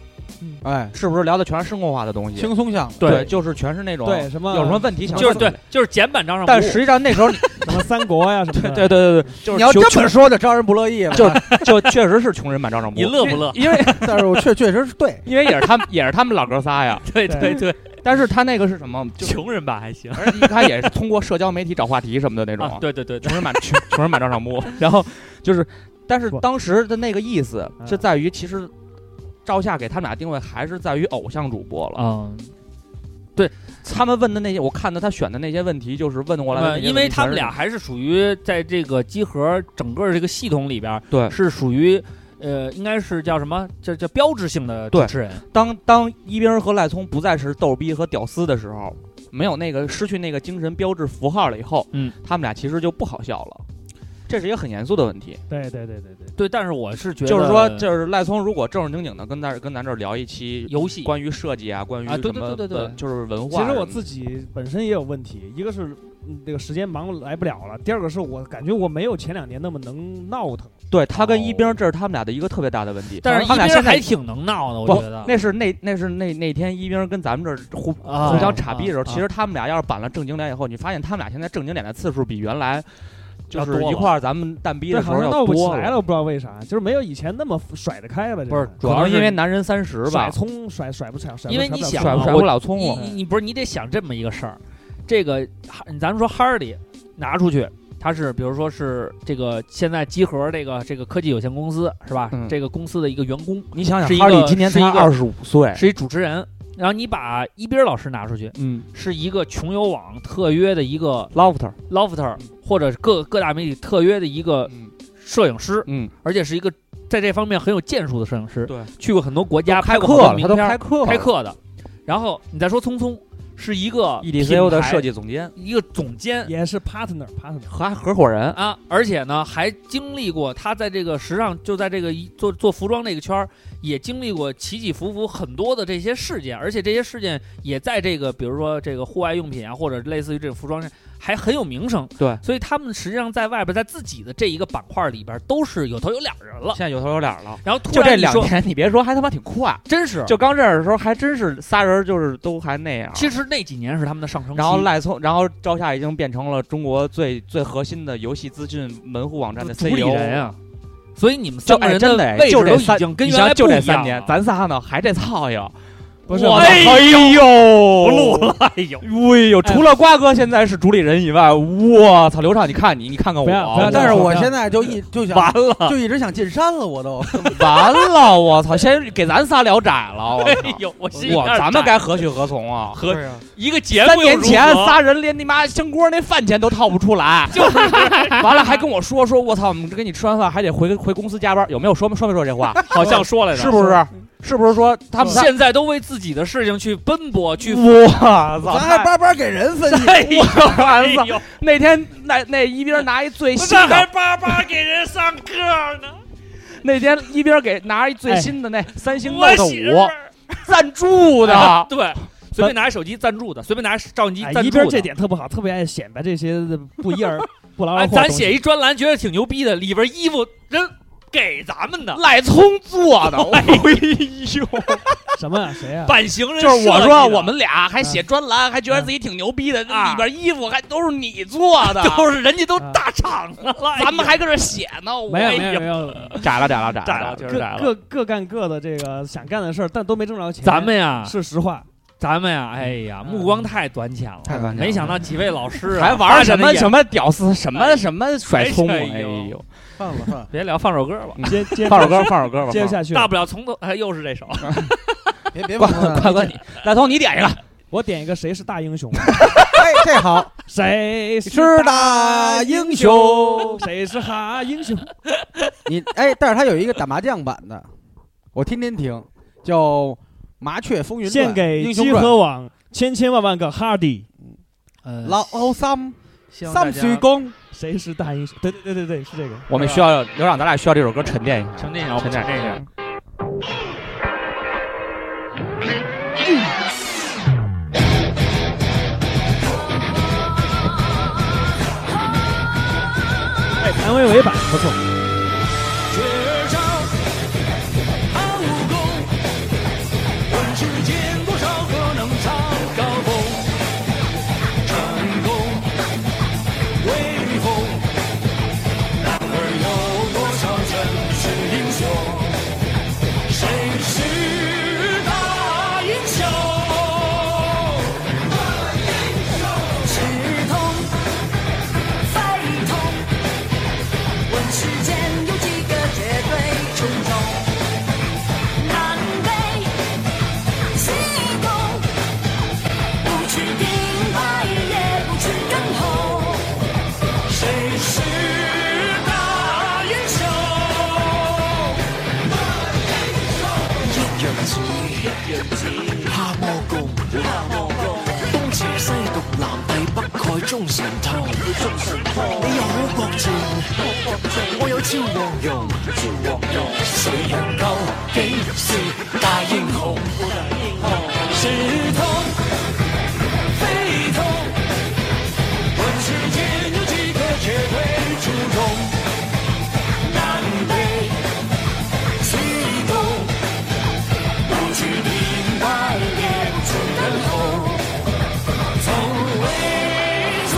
[SPEAKER 5] 哎，
[SPEAKER 6] 是不是聊的全是生活化的东西？
[SPEAKER 5] 轻松项目，
[SPEAKER 6] 对，就是全是那种
[SPEAKER 9] 对什么
[SPEAKER 6] 有什么问题想
[SPEAKER 8] 就是
[SPEAKER 6] 问
[SPEAKER 8] 对，就是简版张上不误，
[SPEAKER 6] 但实际上那 时候你
[SPEAKER 9] 什么三国呀什么的，
[SPEAKER 6] 对对对对，就是
[SPEAKER 5] 你要
[SPEAKER 6] 穷
[SPEAKER 5] 这么说就招人不乐意了。
[SPEAKER 6] 就就确实是穷人版照 上不误
[SPEAKER 8] 你乐不乐？
[SPEAKER 6] 因为
[SPEAKER 5] 但是我确确实是对，
[SPEAKER 6] 因为也是他们也是他们老哥 仨呀，
[SPEAKER 8] 对对对，
[SPEAKER 6] 但是他那个是什么？就是
[SPEAKER 8] 穷人版还行
[SPEAKER 6] 而且他也是通过社交媒体找话题什么的那
[SPEAKER 8] 啊，
[SPEAKER 6] 种，
[SPEAKER 8] 对对对对
[SPEAKER 6] 穷人版穷穷人版照上不误。 然后就是，但是
[SPEAKER 9] 不
[SPEAKER 6] 当时的那个意思
[SPEAKER 9] 嗯
[SPEAKER 6] 是在于，其实赵夏给他们俩定位还是在于偶像主播了。
[SPEAKER 8] 嗯，
[SPEAKER 6] 他们问的那些，我看到他选的那些问题，就是问过来的那
[SPEAKER 8] 呃
[SPEAKER 6] 些问题
[SPEAKER 8] 因为他们俩
[SPEAKER 6] 全是
[SPEAKER 8] 还是属于在这个集合整个这个系统里边儿
[SPEAKER 6] 对
[SPEAKER 8] 是属于。呃，应该是叫什么？叫叫标志性的主
[SPEAKER 6] 对
[SPEAKER 8] 持人，
[SPEAKER 6] 当当一兵和赖聪不再是逗逼和屌丝的时候，没有那个失去那个精神标志符号了以后，
[SPEAKER 8] 嗯，
[SPEAKER 6] 他们俩其实就不好笑了。这是一个很严肃的问题，
[SPEAKER 9] 对对对对对，
[SPEAKER 8] 对。但是我是觉得，
[SPEAKER 6] 就是说，就是赖聪如果正正经经的跟咱跟咱这儿聊一期
[SPEAKER 8] 游戏
[SPEAKER 6] 关于设计啊，关于
[SPEAKER 8] 啊对
[SPEAKER 6] 什
[SPEAKER 8] 对
[SPEAKER 6] 么
[SPEAKER 8] 对对对
[SPEAKER 6] 文就是文
[SPEAKER 9] 其
[SPEAKER 6] 化什么的。
[SPEAKER 9] 实我自己本身也有问题，一个是嗯这个时间忙来不了了，第二个是我感觉我没有前两年那么能闹腾。
[SPEAKER 6] 对他跟一兵，这是他们俩的一个特别大的问题。
[SPEAKER 8] 但是
[SPEAKER 6] 他
[SPEAKER 8] 一
[SPEAKER 6] 们俩
[SPEAKER 8] 边
[SPEAKER 6] 现在
[SPEAKER 8] 还挺能闹的，我
[SPEAKER 6] 不
[SPEAKER 8] 觉得，。
[SPEAKER 6] 那是那那是那那天一兵跟咱们这儿互
[SPEAKER 8] 啊
[SPEAKER 6] 互相岔逼的时候，
[SPEAKER 8] 啊啊
[SPEAKER 6] 其实他们俩要是板了正经脸以后，你发现他们俩现在正经脸的次数比原来就
[SPEAKER 8] 要
[SPEAKER 6] 是
[SPEAKER 8] 多
[SPEAKER 6] 一
[SPEAKER 8] 了
[SPEAKER 6] 块儿咱们蛋逼的
[SPEAKER 9] 对，
[SPEAKER 6] 时
[SPEAKER 9] 好
[SPEAKER 6] 候
[SPEAKER 9] 像
[SPEAKER 6] 要
[SPEAKER 9] 闹不起
[SPEAKER 6] 多
[SPEAKER 9] 来了，。我不知道为啥，就是没有以前那么甩得开了。
[SPEAKER 8] 不是
[SPEAKER 9] 这
[SPEAKER 8] 主
[SPEAKER 6] 主
[SPEAKER 8] 要
[SPEAKER 6] 要
[SPEAKER 8] 是
[SPEAKER 6] 因为男人三十
[SPEAKER 9] 甩
[SPEAKER 6] 吧，
[SPEAKER 9] 葱甩甩不甩，甩不
[SPEAKER 8] 因为
[SPEAKER 9] 甩不
[SPEAKER 8] 你
[SPEAKER 9] 了
[SPEAKER 8] 想
[SPEAKER 9] 葱
[SPEAKER 6] 甩
[SPEAKER 8] 啊
[SPEAKER 6] 不甩
[SPEAKER 8] 我
[SPEAKER 6] 不了葱
[SPEAKER 8] 你
[SPEAKER 6] 了。
[SPEAKER 8] 你你不是你得想这么一个事儿，这个哈咱们说哈尔里拿出去，它是比如说是这个现在集合这个这个科技有限公司是吧？
[SPEAKER 6] 嗯
[SPEAKER 8] 这个公司的一个员工
[SPEAKER 6] 你想
[SPEAKER 8] 是一
[SPEAKER 6] 想，
[SPEAKER 8] 个
[SPEAKER 6] 哈利今年
[SPEAKER 8] 是一
[SPEAKER 6] 才
[SPEAKER 8] 个
[SPEAKER 6] 二十五岁，
[SPEAKER 8] 是一主持人，然后你把一斌老师拿出去，
[SPEAKER 6] 嗯
[SPEAKER 8] 是一个穷游网特约的一个
[SPEAKER 6] ，Lofter，
[SPEAKER 8] lofter 或者各各大媒体特约的一个
[SPEAKER 6] 嗯
[SPEAKER 8] 摄影师，
[SPEAKER 6] 嗯，
[SPEAKER 8] 而且是一个在这方面很有建树的摄影师，
[SPEAKER 6] 对，
[SPEAKER 8] 去过很多国家，
[SPEAKER 6] 开
[SPEAKER 8] 拍
[SPEAKER 6] 课
[SPEAKER 8] 过好多
[SPEAKER 6] 了，
[SPEAKER 8] 名
[SPEAKER 6] 他都
[SPEAKER 8] 片儿
[SPEAKER 6] 开课了，
[SPEAKER 8] 开课的。然后你再说聪聪是一个
[SPEAKER 6] EDCO 的
[SPEAKER 8] 品牌
[SPEAKER 6] 设计总监，
[SPEAKER 8] 一个总监
[SPEAKER 9] 也是 partner partner。
[SPEAKER 6] 还合伙 人，
[SPEAKER 8] 啊，而且呢还经历过他在这个时尚，就在这个一做做服装这个圈儿，也经历过起起伏伏很多的这些事件，而且这些事件也在这个比如说这个户外用品啊，或者类似于这种服装上还很有名声。
[SPEAKER 6] 对
[SPEAKER 8] 所以他们实际上在外边在自己的这一个板块里边都是有头有脸人了
[SPEAKER 6] 现。在有头有脸了。
[SPEAKER 8] 然后突
[SPEAKER 6] 就这
[SPEAKER 8] 然你
[SPEAKER 6] 两啊
[SPEAKER 8] 说，
[SPEAKER 6] 年，你别说，还他妈挺快。
[SPEAKER 8] 真是，
[SPEAKER 6] 就刚认识的时候，还真是仨人，就是都还那样。
[SPEAKER 8] 其实那几年是他们的上升期。
[SPEAKER 6] 然后赖聪，然后赵夏已经变成了中国最最核心的游戏资讯门户网站的
[SPEAKER 8] 主理
[SPEAKER 6] CEO
[SPEAKER 8] 人啊。所以你们
[SPEAKER 6] E 就
[SPEAKER 8] 三个
[SPEAKER 6] 哎
[SPEAKER 8] 人
[SPEAKER 6] 真的
[SPEAKER 8] 的
[SPEAKER 6] 哎
[SPEAKER 8] 位置
[SPEAKER 6] 就
[SPEAKER 8] 都
[SPEAKER 6] 这
[SPEAKER 8] 已
[SPEAKER 6] 三，
[SPEAKER 8] 经跟
[SPEAKER 6] 你
[SPEAKER 8] 原来
[SPEAKER 6] 想
[SPEAKER 8] 不
[SPEAKER 6] 就
[SPEAKER 8] 一样啊
[SPEAKER 6] 这三年
[SPEAKER 8] 了，
[SPEAKER 6] 咱仨呢还这操性，
[SPEAKER 9] 不是
[SPEAKER 6] 我
[SPEAKER 9] 哎
[SPEAKER 6] 哎呦，
[SPEAKER 8] 不录了，哎呦，
[SPEAKER 6] 哎呦，除了瓜哥现在是主理人以外，我操，刘畅，你看你，你看看
[SPEAKER 9] 不要不
[SPEAKER 6] 我
[SPEAKER 9] 要，
[SPEAKER 5] 但是
[SPEAKER 9] 不要
[SPEAKER 5] 我现在就一就想
[SPEAKER 6] 完了，
[SPEAKER 5] 就一直想进山了，我都
[SPEAKER 6] 完了，我操，先给咱仨聊窄了，我
[SPEAKER 8] 哎
[SPEAKER 6] 操
[SPEAKER 8] 呦，我心里
[SPEAKER 6] 我
[SPEAKER 8] 开始
[SPEAKER 6] 咱
[SPEAKER 8] 炸
[SPEAKER 6] 们该何去何从啊？
[SPEAKER 8] 和一个节目
[SPEAKER 6] 三年前
[SPEAKER 8] 又如何
[SPEAKER 6] 仨人连你妈香锅那饭钱都掏不出来，就是 完了还跟我说说，我操，我们跟你吃完饭还得回回公司加班，有没有说没说没说这话？
[SPEAKER 8] 好像说来着，
[SPEAKER 6] 是不是？是不是说他们仨？
[SPEAKER 8] 现在都为自己的事情去奔波去。
[SPEAKER 6] 我操！
[SPEAKER 5] 咱还巴巴给人分析。
[SPEAKER 8] 哎呦，哎
[SPEAKER 6] 我操！
[SPEAKER 8] 呦，
[SPEAKER 6] 那天那那一边拿一最新
[SPEAKER 8] 这还
[SPEAKER 6] 的，
[SPEAKER 8] 巴巴给人上课呢。哎
[SPEAKER 6] 那天一边给拿一最新的那三星 Note
[SPEAKER 8] 媳妇
[SPEAKER 6] 五
[SPEAKER 8] 儿
[SPEAKER 6] 赞助
[SPEAKER 8] 哎
[SPEAKER 6] 的，
[SPEAKER 8] 对，随便拿手机赞助的，随便拿照相机
[SPEAKER 9] 哎
[SPEAKER 8] 赞助的。
[SPEAKER 9] 一边这点特不好，特别爱显摆这些不一 而不劳而
[SPEAKER 8] 哎，
[SPEAKER 9] 获的
[SPEAKER 8] 咱
[SPEAKER 9] 东西。
[SPEAKER 8] 写一专栏，觉得挺牛逼的，里边衣服人给咱们的，
[SPEAKER 6] 赖聪 做的，哎呦！
[SPEAKER 9] 什么呀？啊谁呀？
[SPEAKER 8] 版型人
[SPEAKER 6] 就是我
[SPEAKER 8] 设计
[SPEAKER 6] 说
[SPEAKER 8] 的
[SPEAKER 6] 我们俩还写专栏，还觉得自己挺牛逼的，
[SPEAKER 8] 啊
[SPEAKER 6] 那里边衣服还都是你做 的，嗯
[SPEAKER 8] 都是人家都
[SPEAKER 9] 啊
[SPEAKER 8] 大厂子了，哎
[SPEAKER 6] 咱们还搁这写呢。我
[SPEAKER 9] 没有没
[SPEAKER 8] 哎
[SPEAKER 9] 有
[SPEAKER 8] 呦
[SPEAKER 9] 没有，
[SPEAKER 6] 窄了窄了窄
[SPEAKER 8] 窄了确实窄了
[SPEAKER 9] 各各各干各的这个想干的事儿，但都没挣着钱。
[SPEAKER 8] 咱们呀，
[SPEAKER 9] 是实话，
[SPEAKER 8] 咱们呀，哎呀，目光太短浅了，
[SPEAKER 5] 太短浅了
[SPEAKER 8] 没想到几位老师啊
[SPEAKER 6] 还玩什么？
[SPEAKER 8] 发展的也
[SPEAKER 6] 什么屌丝什么什么甩葱，
[SPEAKER 8] 哎
[SPEAKER 6] 哎
[SPEAKER 8] 呦
[SPEAKER 6] 呦，
[SPEAKER 5] 算了算了，
[SPEAKER 8] 别聊，放首歌吧，
[SPEAKER 6] 嗯
[SPEAKER 9] 接接
[SPEAKER 6] 放首歌放首歌吧，
[SPEAKER 9] 接
[SPEAKER 6] 放首歌
[SPEAKER 9] 不下去了
[SPEAKER 8] 大。不了从头，哎，又是这首，
[SPEAKER 5] 别别
[SPEAKER 6] 瓜
[SPEAKER 5] 忘了，
[SPEAKER 6] 瓜哥啊你，大头你点一个，
[SPEAKER 9] 我点一个，谁是大英雄？啊
[SPEAKER 5] 哎，这好，
[SPEAKER 9] 谁
[SPEAKER 5] 是大英雄？
[SPEAKER 9] 谁是哈英雄？
[SPEAKER 5] 你哎，但是他有一个打麻将版的，我天天听，叫《麻雀风云传》，
[SPEAKER 9] 献给
[SPEAKER 5] 英雄
[SPEAKER 9] 集
[SPEAKER 5] 传。
[SPEAKER 9] 合网千千万万个哈迪。
[SPEAKER 8] 呃
[SPEAKER 5] 老老三
[SPEAKER 8] 希望大
[SPEAKER 5] 三
[SPEAKER 8] 家
[SPEAKER 5] 水公，
[SPEAKER 9] 谁是大英雄？对对对对对，是这个。
[SPEAKER 6] 我们需要刘让，咱俩需要这首歌沉淀一下，
[SPEAKER 8] 成这首，成
[SPEAKER 6] 沉
[SPEAKER 8] 这
[SPEAKER 6] 淀一
[SPEAKER 8] 个
[SPEAKER 6] 下。。
[SPEAKER 9] 哎，谭维维版不错。
[SPEAKER 1] 绝招，好武功，问世间多少个能唱高峰？成功，威风，然而有多少人是英雄？谁是大英雄？吃痛，沸腾。问世间有几个绝对从容？南北西东，不去兵败，也不去跟红。谁是大英雄？一樣似，一樣似，蛤蟆功，蛤蟆功，東邪西毒，南帝北丐，中神通，中神通。你有冇國戰？我有趙黃蓉，趙黃蓉。誰人夠幾時大英雄？是痛，非痛，問世間有幾個絕對出眾？南北西東。不去明白，也不去等候，从未做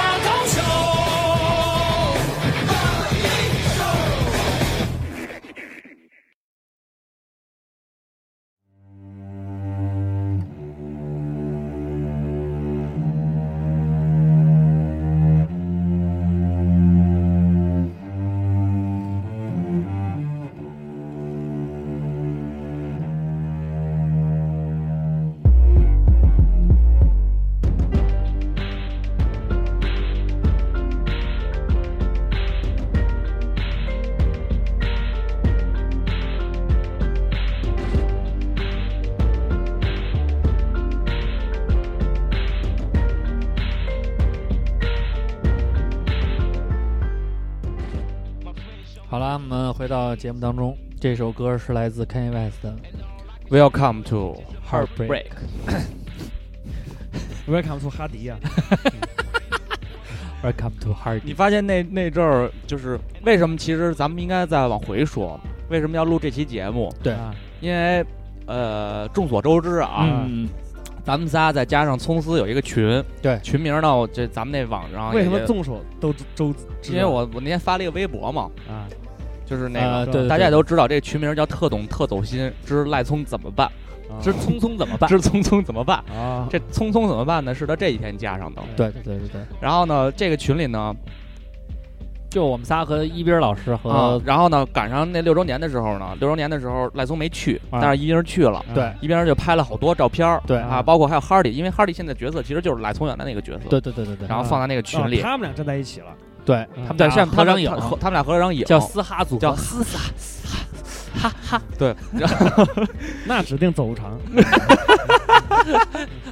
[SPEAKER 1] 那高手。
[SPEAKER 8] 好了，我们回到节目当中，这首歌是来自 Kanye West 的
[SPEAKER 6] Welcome to
[SPEAKER 8] Heartbreak。
[SPEAKER 9] Welcome to 哈迪啊呀、
[SPEAKER 8] Welcome to Hard。
[SPEAKER 6] 你发现那那阵儿就是为什么？其实咱们应该再往回说，为什么要录这期节目？
[SPEAKER 8] 对
[SPEAKER 9] 啊，
[SPEAKER 6] 因为呃，众所周知啊，
[SPEAKER 8] 嗯，
[SPEAKER 6] 咱们仨再加上葱丝有一个群，
[SPEAKER 8] 对
[SPEAKER 6] 群名呢，我这咱们那网上
[SPEAKER 9] 啊为
[SPEAKER 6] 啊也
[SPEAKER 9] 什么众所周周知？
[SPEAKER 6] 因为我我那天发了一个微博嘛，
[SPEAKER 9] 啊，
[SPEAKER 6] 就是那个、
[SPEAKER 8] 呃，对，对
[SPEAKER 6] 大家也都知道这个群名叫“特懂特走心之赖葱怎么办”，
[SPEAKER 8] 知匆匆怎么办？
[SPEAKER 6] 知匆匆怎么办？
[SPEAKER 9] 啊，
[SPEAKER 6] 这匆匆怎么办呢？是他这几天加上的。
[SPEAKER 8] 对对对对对，
[SPEAKER 6] 然后呢，这个群里呢，
[SPEAKER 8] 就我们仨和一斌老师
[SPEAKER 6] 啊、
[SPEAKER 8] 和
[SPEAKER 6] 然后呢，赶上那六周年的时候呢，六周年的时候赖松没去，但是一人去
[SPEAKER 9] 啊
[SPEAKER 6] 了，
[SPEAKER 8] 对
[SPEAKER 6] 一边就拍了好多照片儿
[SPEAKER 8] 对
[SPEAKER 6] 啊，包括还有哈迪，因为哈迪现在角色其实就是赖松演的那个角色，
[SPEAKER 8] 对对对对对
[SPEAKER 6] 然后放在那个
[SPEAKER 9] 啊
[SPEAKER 6] 群里，
[SPEAKER 9] 他们俩站在一起了，
[SPEAKER 8] 嗯对，他
[SPEAKER 6] 他们
[SPEAKER 8] 们
[SPEAKER 6] 像
[SPEAKER 8] 像
[SPEAKER 6] 他
[SPEAKER 8] 合
[SPEAKER 6] 们
[SPEAKER 8] 张影
[SPEAKER 6] 俩合他们俩合了张影，
[SPEAKER 8] 叫嘶哈组
[SPEAKER 6] 叫
[SPEAKER 8] 合，
[SPEAKER 6] 嘶哈嘶哈哈哈，对，
[SPEAKER 9] 那指定走不长。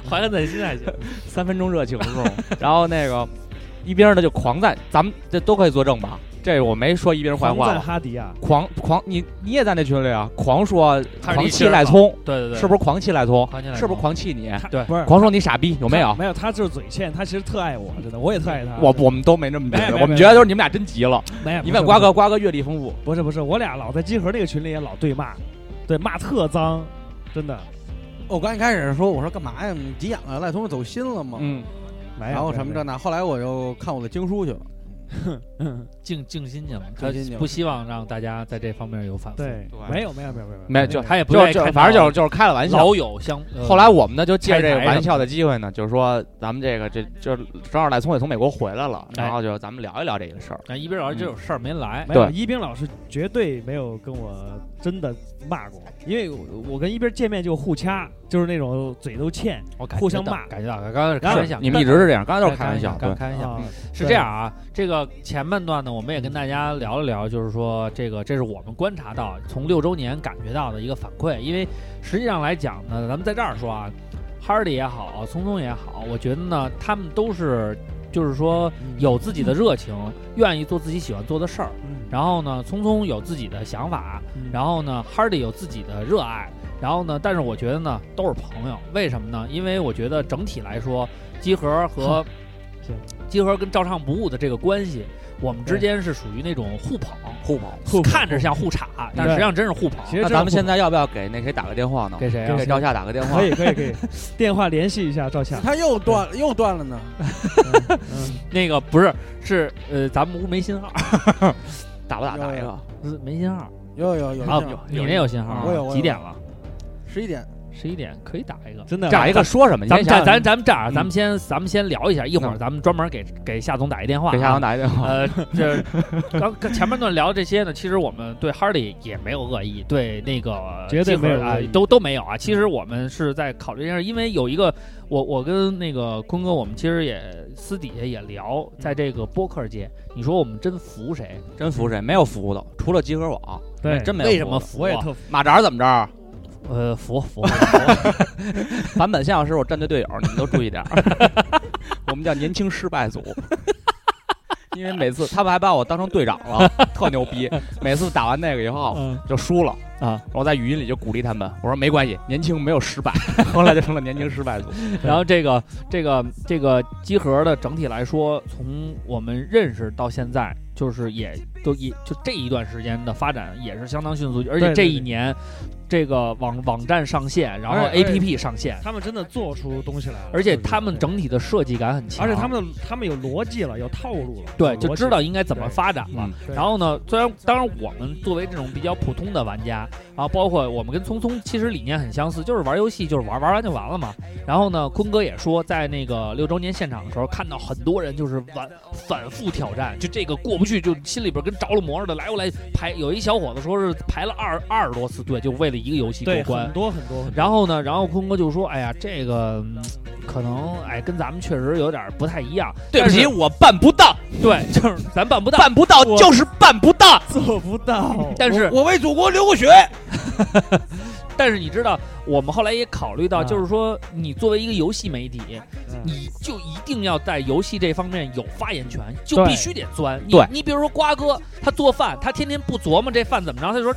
[SPEAKER 8] 怀恨在心还行。
[SPEAKER 6] 三分钟热情是吗？ 然后那个一边呢就狂赞，咱们这都可以作证吧？这我没说一边坏
[SPEAKER 9] 狂
[SPEAKER 6] 话
[SPEAKER 9] 赞
[SPEAKER 6] 吧？
[SPEAKER 9] 哈迪啊，
[SPEAKER 6] 狂狂，你你也在那群里啊？狂说
[SPEAKER 8] 他是
[SPEAKER 6] 狂
[SPEAKER 8] 一
[SPEAKER 6] 气
[SPEAKER 8] 心儿
[SPEAKER 6] 赖
[SPEAKER 8] 好
[SPEAKER 6] 聪，
[SPEAKER 8] 对对对，
[SPEAKER 6] 是不是狂气赖聪？
[SPEAKER 8] 狂气赖
[SPEAKER 6] 是不是
[SPEAKER 8] 聪
[SPEAKER 6] 狂气你？
[SPEAKER 9] 不是
[SPEAKER 6] 狂说你傻逼，有没有？
[SPEAKER 9] 没有，他就是嘴欠，他其实特爱我，真的，我也特爱他。
[SPEAKER 6] 我我们都没这么觉
[SPEAKER 9] 没
[SPEAKER 6] 得，
[SPEAKER 9] 没
[SPEAKER 6] 我们
[SPEAKER 9] 没
[SPEAKER 6] 觉得就是你们俩真急了。
[SPEAKER 9] 没有，
[SPEAKER 6] 你
[SPEAKER 9] 不是
[SPEAKER 6] 问瓜哥，，瓜哥阅历丰富，
[SPEAKER 9] 不是不是，我俩老在集合那个群里也老对骂，对骂特脏，真的
[SPEAKER 5] 我刚一开始说，我说干嘛呀？你急眼了，赖聪走心了吗？
[SPEAKER 6] 嗯，
[SPEAKER 9] 没有。
[SPEAKER 5] 然后什
[SPEAKER 9] 没
[SPEAKER 5] 么
[SPEAKER 9] 有
[SPEAKER 5] 这那，后来我就看我的经书去了。
[SPEAKER 8] 静静心去嘛，他
[SPEAKER 5] 静心去了
[SPEAKER 8] 不希望让大家在这方面有反复。
[SPEAKER 9] 对，没有没有没有没有，
[SPEAKER 6] 没有就
[SPEAKER 8] 他也不
[SPEAKER 6] 就
[SPEAKER 8] 愿意
[SPEAKER 6] 就
[SPEAKER 8] 看到
[SPEAKER 6] 反正就是就是开了玩笑。
[SPEAKER 8] 老友相。呃
[SPEAKER 6] 后来我们呢就借着这个
[SPEAKER 8] 开台
[SPEAKER 6] 玩笑的机会呢，就是说咱们这个这就是正好赖聪也从美国回来了，
[SPEAKER 8] 哎
[SPEAKER 6] 然后就咱们聊一聊这个事儿。
[SPEAKER 8] 啊，一斌老师这有事儿没来
[SPEAKER 9] 没，有
[SPEAKER 6] 对
[SPEAKER 9] 一冰老师绝对没有跟我真的骂过，因为我我跟一冰见面就互掐，就是那种嘴都欠，
[SPEAKER 8] 我感觉
[SPEAKER 9] 互相
[SPEAKER 8] 到
[SPEAKER 9] 骂
[SPEAKER 8] 感觉到刚刚是
[SPEAKER 9] 然
[SPEAKER 8] 开
[SPEAKER 9] 后
[SPEAKER 8] 玩笑，
[SPEAKER 6] 你们一直是这样，刚才都是开
[SPEAKER 8] 开
[SPEAKER 6] 玩笑，
[SPEAKER 8] 刚
[SPEAKER 6] 对，
[SPEAKER 8] 开玩笑。
[SPEAKER 9] 啊
[SPEAKER 8] 是这样啊，这个前半段呢，我们也跟大家聊了聊，就是说这个这是我们观察到从六周年感觉到的一个反馈，因为实际上来讲呢，咱们在这儿说啊，哈尔的也好，聪聪也好，我觉得呢，他们都是就是说
[SPEAKER 9] 嗯
[SPEAKER 8] 有自己的热情，愿意做自己喜欢做的事儿，
[SPEAKER 9] 嗯
[SPEAKER 8] 然后呢，聪聪有自己的想法，然后呢，Hardy 有自己的热爱，然后呢，但是我觉得呢，都是朋友。为什么呢？因为我觉得整体来说，集合和
[SPEAKER 9] 行
[SPEAKER 8] 集合跟照唱不误的这个关系，我们之间是属于那种互捧，
[SPEAKER 6] 互捧。
[SPEAKER 9] 互捧
[SPEAKER 8] 看着像互插，但实际上真是互捧。
[SPEAKER 9] 其实
[SPEAKER 6] 那
[SPEAKER 9] 这
[SPEAKER 6] 咱们现在要不要给那谁打个电话呢？
[SPEAKER 8] 给谁啊
[SPEAKER 6] 给？赵夏打个电话
[SPEAKER 9] 可。以可以可以，电话联系一下赵夏。
[SPEAKER 5] 他又断又断了呢。
[SPEAKER 9] 嗯，
[SPEAKER 8] 那个不是是呃，咱们屋没信号，
[SPEAKER 6] 打不打？打一个。
[SPEAKER 8] 是没信号
[SPEAKER 5] 有有有
[SPEAKER 8] 啊？你那有信号啊？
[SPEAKER 5] 我有我有
[SPEAKER 8] 几点了？
[SPEAKER 5] 十一点，
[SPEAKER 8] 十一点可以打一个。
[SPEAKER 9] 真的
[SPEAKER 6] 打一个说什么？你
[SPEAKER 8] 咱
[SPEAKER 6] 先
[SPEAKER 8] 们
[SPEAKER 6] 想
[SPEAKER 8] 这
[SPEAKER 6] 想
[SPEAKER 8] 咱咱们这样，
[SPEAKER 6] 嗯
[SPEAKER 8] 咱们先咱们先聊一下，一会儿
[SPEAKER 6] 嗯
[SPEAKER 8] 咱们专门给给夏总打一电话啊。
[SPEAKER 6] 给夏阳打一电话。
[SPEAKER 8] 呃，这刚刚前半段聊这些呢，其实我们对 Hardy 也没有恶意，对那个
[SPEAKER 9] 绝
[SPEAKER 8] 集
[SPEAKER 9] 对
[SPEAKER 8] 合
[SPEAKER 9] 没有
[SPEAKER 8] 啊
[SPEAKER 9] 恶意，
[SPEAKER 8] 都都没有啊。其实我们是在考虑这件事，因为有一个我我跟那个坤哥，我们其实也私底下也聊，在这个播客界，你说我们真服谁？
[SPEAKER 6] 真服谁？没有服的，除了集合网，
[SPEAKER 9] 对
[SPEAKER 6] 真没有。
[SPEAKER 8] 为什么？服
[SPEAKER 9] 我也
[SPEAKER 8] 啊？
[SPEAKER 9] 特
[SPEAKER 6] 马扎怎么着？
[SPEAKER 8] 呃，服服。
[SPEAKER 6] 坂本向是我战队队友，你们都注意点儿。 我们叫年轻失败组，因为每次他们还把我当成队长了，特牛逼。每次打完那个以后
[SPEAKER 9] 嗯
[SPEAKER 6] 就输了
[SPEAKER 8] 啊，
[SPEAKER 6] 我在语音里就鼓励他们，我说没关系，年轻没有失败。后来就成了年轻失败组。
[SPEAKER 8] 然后这个这个这个集合的整体来说，从我们认识到现在，就是也都也就这一段时间的发展也是相当迅速，而且
[SPEAKER 9] 对对
[SPEAKER 8] 这一年这个网网站上线，然后
[SPEAKER 9] 而且
[SPEAKER 8] A P P 上线，
[SPEAKER 9] 他们真的做出东西来了，
[SPEAKER 8] 而且
[SPEAKER 9] 就是
[SPEAKER 8] 他们，整体的设计感很
[SPEAKER 9] 对
[SPEAKER 8] 强，
[SPEAKER 9] 而且他们的他们有逻辑了，有套路了，
[SPEAKER 8] 对
[SPEAKER 9] 有
[SPEAKER 8] 就
[SPEAKER 9] 逻辑
[SPEAKER 8] 知道应该怎么发展了
[SPEAKER 6] 嗯。
[SPEAKER 9] 对
[SPEAKER 8] 然后呢，虽然当然我们作为这种比较普通的玩家，然后包括我们跟聪聪其实理念很相似，就是玩游戏就是玩，玩完就完了嘛。然后呢，坤哥也说，在那个六周年现场的时候，看到很多人就是反反复挑战，就这个过不去，就心里边跟着了魔似的，来我来排。有一小伙子说是排了二二十多次队，就为了一个游戏过
[SPEAKER 9] 对
[SPEAKER 8] 关
[SPEAKER 9] 很。多很多很多。
[SPEAKER 8] 然后呢，然后坤哥就说：“哎呀，这个嗯可能哎跟咱们确实有点不太一样，
[SPEAKER 6] 对不
[SPEAKER 8] 但
[SPEAKER 6] 起，
[SPEAKER 8] 是
[SPEAKER 6] 我办不到，
[SPEAKER 8] 对，就是咱办不到。”
[SPEAKER 6] 办不到
[SPEAKER 9] 我
[SPEAKER 6] 就是办不到。
[SPEAKER 9] 做不到，
[SPEAKER 8] 但是
[SPEAKER 5] 我为祖国流过血。
[SPEAKER 8] 但是你知道，我们后来也考虑到，
[SPEAKER 9] 啊
[SPEAKER 8] 就是说，你作为一个游戏媒体，
[SPEAKER 9] 嗯
[SPEAKER 8] 你就一定要在游戏这方面有发言权，就
[SPEAKER 9] 对
[SPEAKER 8] 必须得钻。你
[SPEAKER 6] 对
[SPEAKER 8] 你比如说瓜哥，他做饭，他天天不琢磨这饭怎么着，他就说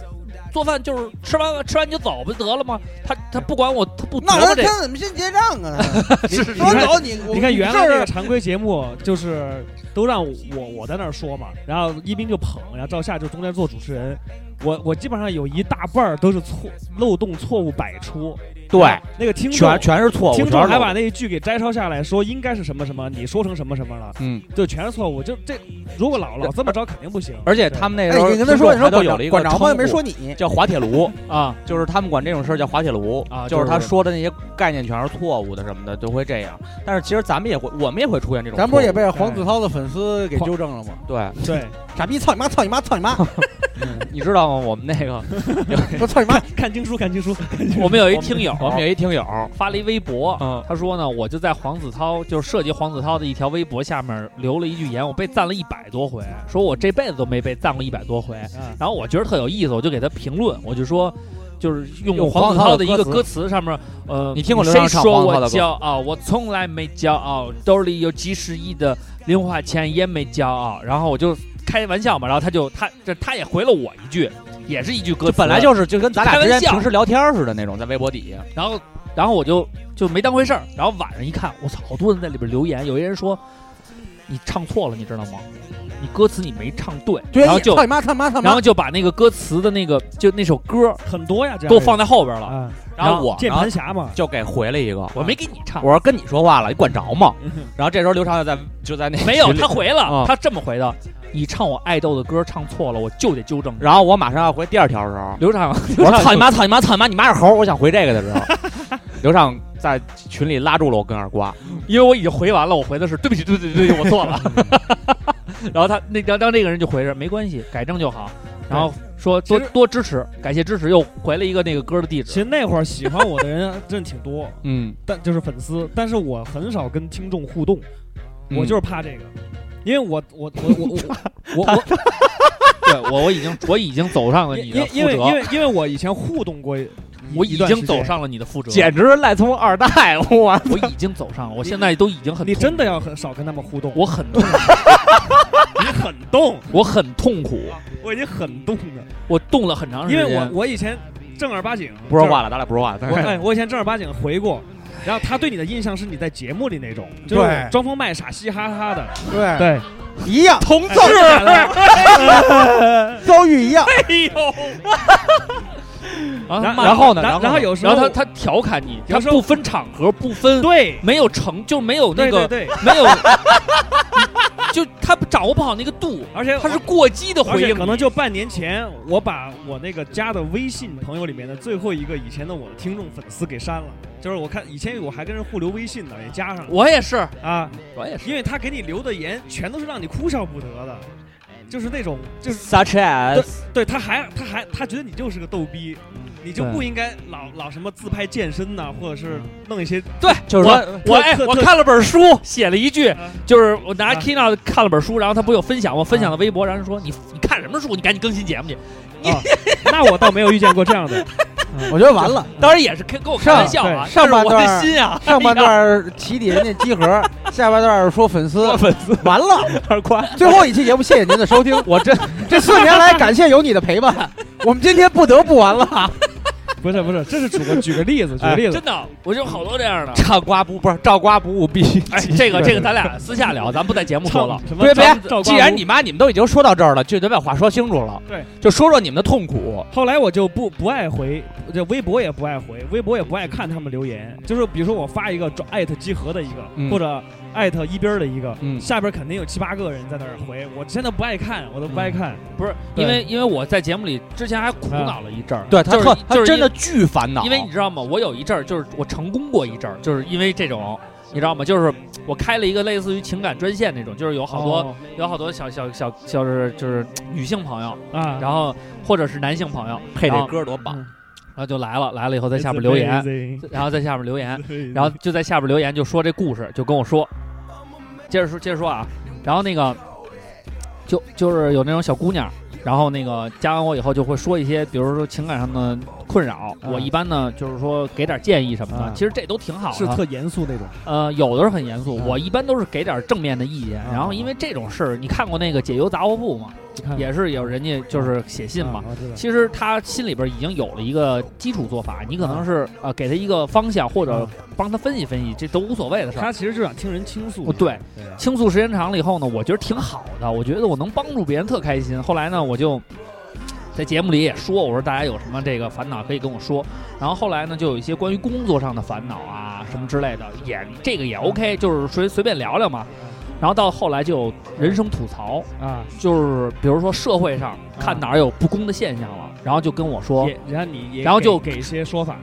[SPEAKER 8] 做饭就是吃完了吃完你就走不得了吗？他他不管我，他不
[SPEAKER 5] 那
[SPEAKER 8] 琢磨
[SPEAKER 5] 他
[SPEAKER 8] 这
[SPEAKER 5] 天。怎么先结账 啊？
[SPEAKER 9] 是
[SPEAKER 5] 说走你，我
[SPEAKER 9] 你看原来
[SPEAKER 5] 这
[SPEAKER 9] 那
[SPEAKER 5] 儿
[SPEAKER 9] 个常规节目就是都让我我在那儿说嘛，然后一斌就捧，然后赵夏就中间做主持人。我我基本上有一大半儿都是错漏洞错误百出，
[SPEAKER 6] 对，
[SPEAKER 9] 那个听众
[SPEAKER 6] 全全是错误，
[SPEAKER 9] 听
[SPEAKER 6] 全
[SPEAKER 9] 众
[SPEAKER 6] 是
[SPEAKER 9] 还
[SPEAKER 6] 错误
[SPEAKER 9] 把那一句给摘抄下来，说应该是什么什么，你说成什么什么了，
[SPEAKER 6] 嗯，
[SPEAKER 9] 就全是错误。就这，如果老老这么着肯定不行。
[SPEAKER 6] 而且他们那时
[SPEAKER 5] 哎，
[SPEAKER 6] 候
[SPEAKER 5] 你跟他
[SPEAKER 6] 听众
[SPEAKER 5] 说，你说
[SPEAKER 6] 还都
[SPEAKER 5] 管
[SPEAKER 6] 有
[SPEAKER 5] 着
[SPEAKER 6] 了一个
[SPEAKER 5] 管着吗？又
[SPEAKER 6] 称
[SPEAKER 5] 没
[SPEAKER 6] 呼
[SPEAKER 5] 说你，
[SPEAKER 6] 叫滑铁卢，
[SPEAKER 8] 啊，
[SPEAKER 6] 就是他们管这种事儿叫滑铁卢
[SPEAKER 8] 啊
[SPEAKER 6] 就
[SPEAKER 8] 就
[SPEAKER 6] 是
[SPEAKER 8] 是
[SPEAKER 6] 他说的那些概念全是错误的什么的，都会这样。但是其实咱们也会，我们也会出现这种错误，
[SPEAKER 5] 咱不是也被黄子韬的粉丝给纠正了吗？
[SPEAKER 6] 对？
[SPEAKER 9] 对，
[SPEAKER 5] 傻逼，操你妈，操你妈，操你妈，
[SPEAKER 6] 你知道吗？我们那 个，
[SPEAKER 5] 我操你妈！
[SPEAKER 9] 看经书，看经书，
[SPEAKER 8] 我们有一听友
[SPEAKER 6] 我们有一听友，
[SPEAKER 8] 发了一微博，
[SPEAKER 6] 嗯，
[SPEAKER 8] 他说呢，我就在黄子韬就是涉及黄子韬的一条微博下面留了一句言，我被赞了一百多回，说我这辈子都没被赞过一百多回。
[SPEAKER 6] 嗯
[SPEAKER 9] 啊
[SPEAKER 8] 然后我觉得特有意思，我就给他评论，我就说，就是用
[SPEAKER 6] 用
[SPEAKER 8] 黄
[SPEAKER 6] 黄
[SPEAKER 8] 子
[SPEAKER 6] 子
[SPEAKER 8] 韬
[SPEAKER 6] 韬
[SPEAKER 8] 的
[SPEAKER 6] 的
[SPEAKER 8] 一个歌
[SPEAKER 6] 歌
[SPEAKER 8] 词上面，呃，
[SPEAKER 6] 你听过刘
[SPEAKER 8] 谁
[SPEAKER 6] 洋唱
[SPEAKER 8] 说
[SPEAKER 6] 黄子
[SPEAKER 8] 我
[SPEAKER 6] 韬的歌
[SPEAKER 8] 骄傲？我从来没骄傲，兜里有几十亿的零花钱也没骄傲。然后我就开玩笑嘛，然后他就他这他也回了我一句，也是一句歌
[SPEAKER 6] 就
[SPEAKER 8] 词，
[SPEAKER 6] 本来就是就跟咱俩
[SPEAKER 8] 开玩
[SPEAKER 6] 之间
[SPEAKER 8] 笑
[SPEAKER 6] 平时聊天似的那种，在微博底下，
[SPEAKER 8] 然后，然后我就就没当回事儿。然后晚上一看，我操，好多人在里边留言，有一人说你唱错了，你知道吗？你歌词你没唱对，
[SPEAKER 5] 对，
[SPEAKER 8] 然后
[SPEAKER 5] 你
[SPEAKER 8] 就
[SPEAKER 5] 操你妈，操你妈，操你
[SPEAKER 8] 然后
[SPEAKER 5] 妈！
[SPEAKER 8] 就把那个歌词的那个就那首歌
[SPEAKER 9] 很多呀，这样
[SPEAKER 8] 给我放在后边了。
[SPEAKER 9] 啊，
[SPEAKER 8] 然
[SPEAKER 6] 然后
[SPEAKER 8] 后
[SPEAKER 6] 我
[SPEAKER 9] 键
[SPEAKER 6] 呢
[SPEAKER 9] 盘侠嘛，
[SPEAKER 6] 就给回了一个，
[SPEAKER 8] 我没给你唱
[SPEAKER 6] 啊我，说跟你说话了，你管着吗？然后这时候刘畅就在就在那
[SPEAKER 8] 没有，
[SPEAKER 6] 群里
[SPEAKER 8] 他回了
[SPEAKER 6] 啊，
[SPEAKER 8] 他这么回的：你唱我爱豆的歌唱错了，我就得纠正你。
[SPEAKER 6] 然后我马上要回第二条的时候，
[SPEAKER 8] 刘畅，
[SPEAKER 6] 我
[SPEAKER 8] 刘
[SPEAKER 6] 说
[SPEAKER 8] 畅
[SPEAKER 6] 操你妈，操你妈，操你妈，你妈是猴！我想回这个的时候， 刘畅在群里拉住了我跟二瓜，
[SPEAKER 8] 因为我已经回完了，我回的是对不起，对不起，对不起，我错 了。然后他那当当那个人就回着没关系，改正就好，然后说多
[SPEAKER 9] 其实
[SPEAKER 8] 多支持，感谢支持，又回了一个那个歌的地
[SPEAKER 9] 其
[SPEAKER 8] 址。
[SPEAKER 9] 实那会儿喜欢我的人真的挺多，
[SPEAKER 6] 嗯，
[SPEAKER 9] 但就是粉丝，但是我很少跟听众互动，
[SPEAKER 8] 嗯
[SPEAKER 6] 嗯
[SPEAKER 9] 我就是怕这个，因为我我我我 我
[SPEAKER 8] 我我对我我已经我已经走上了
[SPEAKER 9] 因
[SPEAKER 8] 你的
[SPEAKER 9] 因
[SPEAKER 8] 覆
[SPEAKER 9] 因为因
[SPEAKER 8] 辙，
[SPEAKER 9] 为因为我以前互动过一，
[SPEAKER 8] 我
[SPEAKER 9] 一
[SPEAKER 8] 已
[SPEAKER 9] 段
[SPEAKER 8] 经
[SPEAKER 9] 时
[SPEAKER 8] 走
[SPEAKER 9] 间
[SPEAKER 8] 上了你的覆辙，
[SPEAKER 6] 简直是赖聪二代，我
[SPEAKER 8] 我已经走上了，我现在都已经很
[SPEAKER 9] 你
[SPEAKER 8] 痛
[SPEAKER 9] 真的
[SPEAKER 8] 苦
[SPEAKER 9] 要很少跟他们互动，
[SPEAKER 8] 我很痛苦，
[SPEAKER 9] 你很动，
[SPEAKER 8] 我很痛苦，
[SPEAKER 9] 我已经很动了，
[SPEAKER 8] 我动了很长时
[SPEAKER 9] 因
[SPEAKER 8] 间，
[SPEAKER 9] 为我我以前正儿八经
[SPEAKER 6] 不说话
[SPEAKER 9] 了，
[SPEAKER 6] 了，咱俩不说话了。
[SPEAKER 9] 我哎，我以前正儿八经回过。然后他对你的印象是你在节目里那种，就是
[SPEAKER 5] 对
[SPEAKER 9] 装疯卖傻、嘻嘻哈哈的，
[SPEAKER 5] 对，
[SPEAKER 9] 对，
[SPEAKER 5] 一样，同
[SPEAKER 9] 哎这改了
[SPEAKER 5] 遭遇一样，
[SPEAKER 9] 哎
[SPEAKER 8] 啊
[SPEAKER 9] 然
[SPEAKER 8] 骂
[SPEAKER 6] 然后呢
[SPEAKER 9] 然
[SPEAKER 6] 然
[SPEAKER 9] 然
[SPEAKER 6] 后
[SPEAKER 9] 后
[SPEAKER 6] 呢
[SPEAKER 9] 有时
[SPEAKER 8] 然
[SPEAKER 9] 候
[SPEAKER 8] 后他他调侃你，他
[SPEAKER 9] 有时候
[SPEAKER 8] 不分场合，不分
[SPEAKER 9] 对
[SPEAKER 8] 没有成就没有那
[SPEAKER 9] 对
[SPEAKER 8] 个
[SPEAKER 9] 对对，
[SPEAKER 8] 没有， 就他掌握不好那个度，
[SPEAKER 9] 而且
[SPEAKER 8] 他是过激的
[SPEAKER 9] 而
[SPEAKER 8] 回
[SPEAKER 9] 且
[SPEAKER 8] 应，
[SPEAKER 9] 可能就半年前，我把我那个加的微信朋友里面的最后一个以前的我的听众粉丝给删了，就是我看以前我还跟人互留微信呢，也加上了
[SPEAKER 8] 我也是，
[SPEAKER 9] 啊，
[SPEAKER 8] 我也是，
[SPEAKER 9] 因为他给你留的言全都是让你哭笑不得的，就是那种就是
[SPEAKER 6] Such as
[SPEAKER 9] 对他还他还他觉得你就是个逗逼，
[SPEAKER 8] 嗯
[SPEAKER 9] 你就
[SPEAKER 6] 对
[SPEAKER 9] 不应该老老什么自拍健身呐、或者是
[SPEAKER 8] 嗯
[SPEAKER 9] 弄一些
[SPEAKER 8] 对，
[SPEAKER 6] 就是说
[SPEAKER 8] 我哎，
[SPEAKER 9] 特
[SPEAKER 8] 我
[SPEAKER 9] 特
[SPEAKER 8] 看了本书，写了一句
[SPEAKER 9] 啊，
[SPEAKER 8] 就是我拿
[SPEAKER 9] 啊
[SPEAKER 8] Kina 看了本书，然后他不有分享，我分享了微博，然后说你你看什么书？你赶紧更新节目去。
[SPEAKER 9] 啊，那我倒没有遇见过这样的，
[SPEAKER 5] 我觉得完了。
[SPEAKER 8] 当然也是跟跟我开玩笑啊，但
[SPEAKER 5] 上
[SPEAKER 8] 是我
[SPEAKER 5] 上半
[SPEAKER 8] 的
[SPEAKER 5] 段
[SPEAKER 8] 心啊，
[SPEAKER 5] 上半
[SPEAKER 8] 哎呀
[SPEAKER 5] 段起底人家集合，下半段说粉丝，
[SPEAKER 6] 粉丝
[SPEAKER 5] 完了，
[SPEAKER 6] 二瓜，
[SPEAKER 5] 最后一期节目，谢谢您的收听。
[SPEAKER 6] 我真。
[SPEAKER 5] 这四年来，感谢有你的陪伴，我们今天不得不完了。
[SPEAKER 9] 不是不是，这是举个举个例子，举个例子
[SPEAKER 8] 哎真，的，我就好多这样的
[SPEAKER 6] 唱瓜不不是照瓜不误必。
[SPEAKER 8] 哎，这个这个咱俩私下聊，咱不在节目说了。
[SPEAKER 9] 什么
[SPEAKER 6] 别别
[SPEAKER 9] 照照，
[SPEAKER 6] 既
[SPEAKER 9] 挂
[SPEAKER 6] 然
[SPEAKER 9] 屋
[SPEAKER 6] 你妈你们都已经说到这儿了，就得把话说清楚了。
[SPEAKER 9] 对，
[SPEAKER 6] 就说说你们的痛苦。
[SPEAKER 9] 后来我就不不爱回，这微博也不爱回，微博也不爱看他们留言。
[SPEAKER 8] 嗯
[SPEAKER 9] 就是比如说我发一个转艾特集合的一个，
[SPEAKER 6] 嗯
[SPEAKER 9] 或者艾特一边儿的一个，
[SPEAKER 6] 嗯
[SPEAKER 9] 下边肯定有七八个人在那儿回，我真的不爱看，我都
[SPEAKER 8] 嗯
[SPEAKER 9] 不爱看。
[SPEAKER 8] 不是，
[SPEAKER 9] 对
[SPEAKER 8] 因为因为我在节目里之前还苦恼了一阵儿，
[SPEAKER 6] 对他
[SPEAKER 8] 就是
[SPEAKER 6] 特
[SPEAKER 8] 就
[SPEAKER 6] 他
[SPEAKER 8] 是
[SPEAKER 6] 真的
[SPEAKER 8] 因
[SPEAKER 6] 巨烦恼，
[SPEAKER 8] 为，因为你知道吗？我有一阵儿就是我成功过一阵儿，就是因为这种，你知道吗？就是我开了一个类似于情感专线那种，就是有好多、
[SPEAKER 9] 哦
[SPEAKER 8] 有好多小小小小是就是女性朋友，
[SPEAKER 9] 啊，
[SPEAKER 8] 然后或者是男性朋友，
[SPEAKER 6] 嗯配
[SPEAKER 8] 然
[SPEAKER 6] 这
[SPEAKER 8] 后
[SPEAKER 6] 歌多棒。
[SPEAKER 8] 然后就来了，来了以后在下面留言，
[SPEAKER 9] It's
[SPEAKER 8] 然后在下面留言，
[SPEAKER 9] amazing，
[SPEAKER 8] 然后就在下边留言，就说这故事，就跟我说，接着说，接着说啊，然后那个，就就是有那种小姑娘，然后那个加完我以后就会说一些，比如说情感上的困扰，
[SPEAKER 9] 嗯
[SPEAKER 8] 我一般呢就是说给点建议什么的，
[SPEAKER 9] 嗯
[SPEAKER 8] 其实这都挺好的，
[SPEAKER 9] 是特严肃那种，
[SPEAKER 8] 呃，有的是很严肃，
[SPEAKER 9] 嗯
[SPEAKER 8] 我一般都是给点正面的意见，
[SPEAKER 9] 嗯
[SPEAKER 8] 然后因为这种事儿，你看过那个解忧杂货铺吗？
[SPEAKER 9] 你看
[SPEAKER 8] 也是有人家就是写信嘛
[SPEAKER 9] 啊，我知道
[SPEAKER 8] 其实他心里边已经有了一个基础做法，你可能是呃给他一个方向，或者
[SPEAKER 9] 嗯
[SPEAKER 8] 帮他分析分析，这都无所谓的事儿
[SPEAKER 9] 他。其实就想听人倾诉
[SPEAKER 8] 哦，，对，
[SPEAKER 9] 对啊
[SPEAKER 8] 倾诉时间长了以后呢，我觉得挺好的，我觉得我能帮助别人特开心。后来呢，我就在节目里也说，我说大家有什么这个烦恼可以跟我说。然后后来呢，就有一些关于工作上的烦恼啊什么之类的，也这个也 OK，就是随随便聊聊嘛。然后到后来就有人生吐槽，
[SPEAKER 9] 啊，
[SPEAKER 8] 就是比如说社会上看哪儿有不公的现象了，然后就跟我说，
[SPEAKER 9] 嗯也然后你也
[SPEAKER 8] 然后就
[SPEAKER 9] 给给一些说法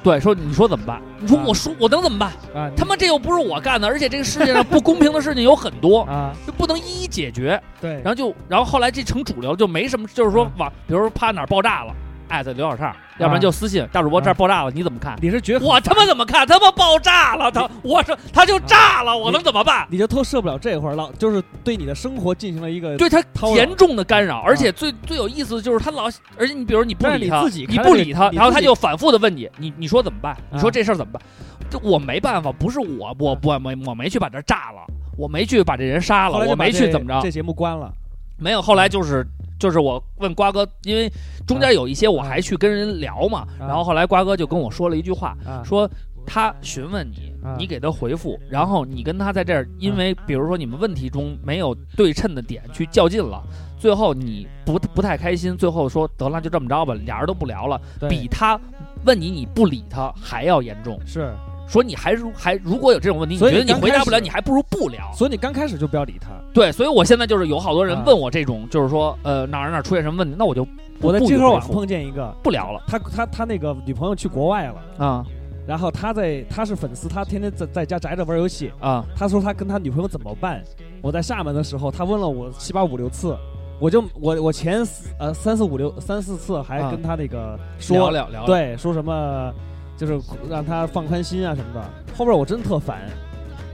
[SPEAKER 8] 对，说你说怎么办？你说
[SPEAKER 9] 啊
[SPEAKER 8] 我说我能怎么办？
[SPEAKER 9] 啊，你
[SPEAKER 8] 他妈这又不是我干的，而且这个世界上不公平的事情有很多，
[SPEAKER 9] 啊，
[SPEAKER 8] 就不能一一解决。
[SPEAKER 9] 对，然
[SPEAKER 8] 然后就，然后后来这成主流了就没什么，就是说
[SPEAKER 9] 嗯啊
[SPEAKER 8] 往，比如说怕哪儿爆炸了，艾特刘小畅，要不然就私信大主播这儿爆炸了，你怎么看？
[SPEAKER 9] 你是觉得
[SPEAKER 8] 我他妈怎么看？他妈爆炸了，他我说他就炸了，我能怎么办？
[SPEAKER 9] 你就特受不了这块儿了，就是对你的生活进呃行了一个
[SPEAKER 8] 对他
[SPEAKER 9] 叨扰
[SPEAKER 8] 严重的干扰，而且最最有意思的就是他老，而且你比如你不
[SPEAKER 9] 但是
[SPEAKER 8] 理
[SPEAKER 9] 你
[SPEAKER 8] 他，
[SPEAKER 9] 自己
[SPEAKER 8] 你
[SPEAKER 9] 看
[SPEAKER 8] 不
[SPEAKER 9] 着
[SPEAKER 8] 理他，
[SPEAKER 9] 你
[SPEAKER 8] 然后
[SPEAKER 9] 自
[SPEAKER 8] 他
[SPEAKER 9] 己
[SPEAKER 8] 就反复的问你，你你说怎么办？你说
[SPEAKER 9] 啊
[SPEAKER 8] 这事儿怎么办？这我没办法，不是我，我我没我没去把这儿炸了，我没去把这人杀了
[SPEAKER 9] 后来，就
[SPEAKER 8] 我
[SPEAKER 9] 把
[SPEAKER 8] 没去
[SPEAKER 9] 这
[SPEAKER 8] 怎么着？
[SPEAKER 9] 这节目关了，
[SPEAKER 8] 没有，后来就是就是我问瓜哥，因为中间有一些我还去跟人聊嘛，
[SPEAKER 9] 啊
[SPEAKER 8] 然后后来瓜哥就跟我说了一句话，
[SPEAKER 9] 啊
[SPEAKER 8] 说他询问你
[SPEAKER 9] 啊，
[SPEAKER 8] 你给他回复，然后你跟他在这儿，
[SPEAKER 9] 嗯
[SPEAKER 8] 因为比如说你们问题中没有对称的点去较劲了，最后你不不太开心，最后说得了，就这么着吧，俩人都不聊了，
[SPEAKER 9] 对
[SPEAKER 8] 比他问你你不理他还要严重。
[SPEAKER 9] 是，
[SPEAKER 8] 说你还如还如果有这种问题，你
[SPEAKER 9] 所以
[SPEAKER 8] 觉得你
[SPEAKER 9] 刚
[SPEAKER 8] 回
[SPEAKER 9] 开
[SPEAKER 8] 答不了，
[SPEAKER 9] 始
[SPEAKER 8] 你还不如不聊。
[SPEAKER 9] 所以你刚开始就不要理他。
[SPEAKER 8] 对，所以我现在就是有好多人
[SPEAKER 9] 啊
[SPEAKER 8] 问我这种，就是说，呃，哪儿哪儿出现什么问题，那我就不
[SPEAKER 9] 我在
[SPEAKER 8] 不
[SPEAKER 9] 集
[SPEAKER 8] 予
[SPEAKER 9] 合
[SPEAKER 8] 回
[SPEAKER 9] 网
[SPEAKER 8] 复
[SPEAKER 9] 碰见一个，
[SPEAKER 8] 不聊了
[SPEAKER 9] 他他他那个女朋友去国外了，
[SPEAKER 8] 啊
[SPEAKER 9] 然后他在他是粉丝，他天天在在家宅着玩游戏。
[SPEAKER 8] 啊
[SPEAKER 9] 他说他跟他女朋友怎么办？我在厦门的时候，他问了我七八五六次，我就我我前四呃三四五六三四次还
[SPEAKER 8] 啊
[SPEAKER 9] 跟他那个说
[SPEAKER 8] 聊聊聊聊
[SPEAKER 9] 对，说什么就是让他放宽心啊什么的。后边我真特烦，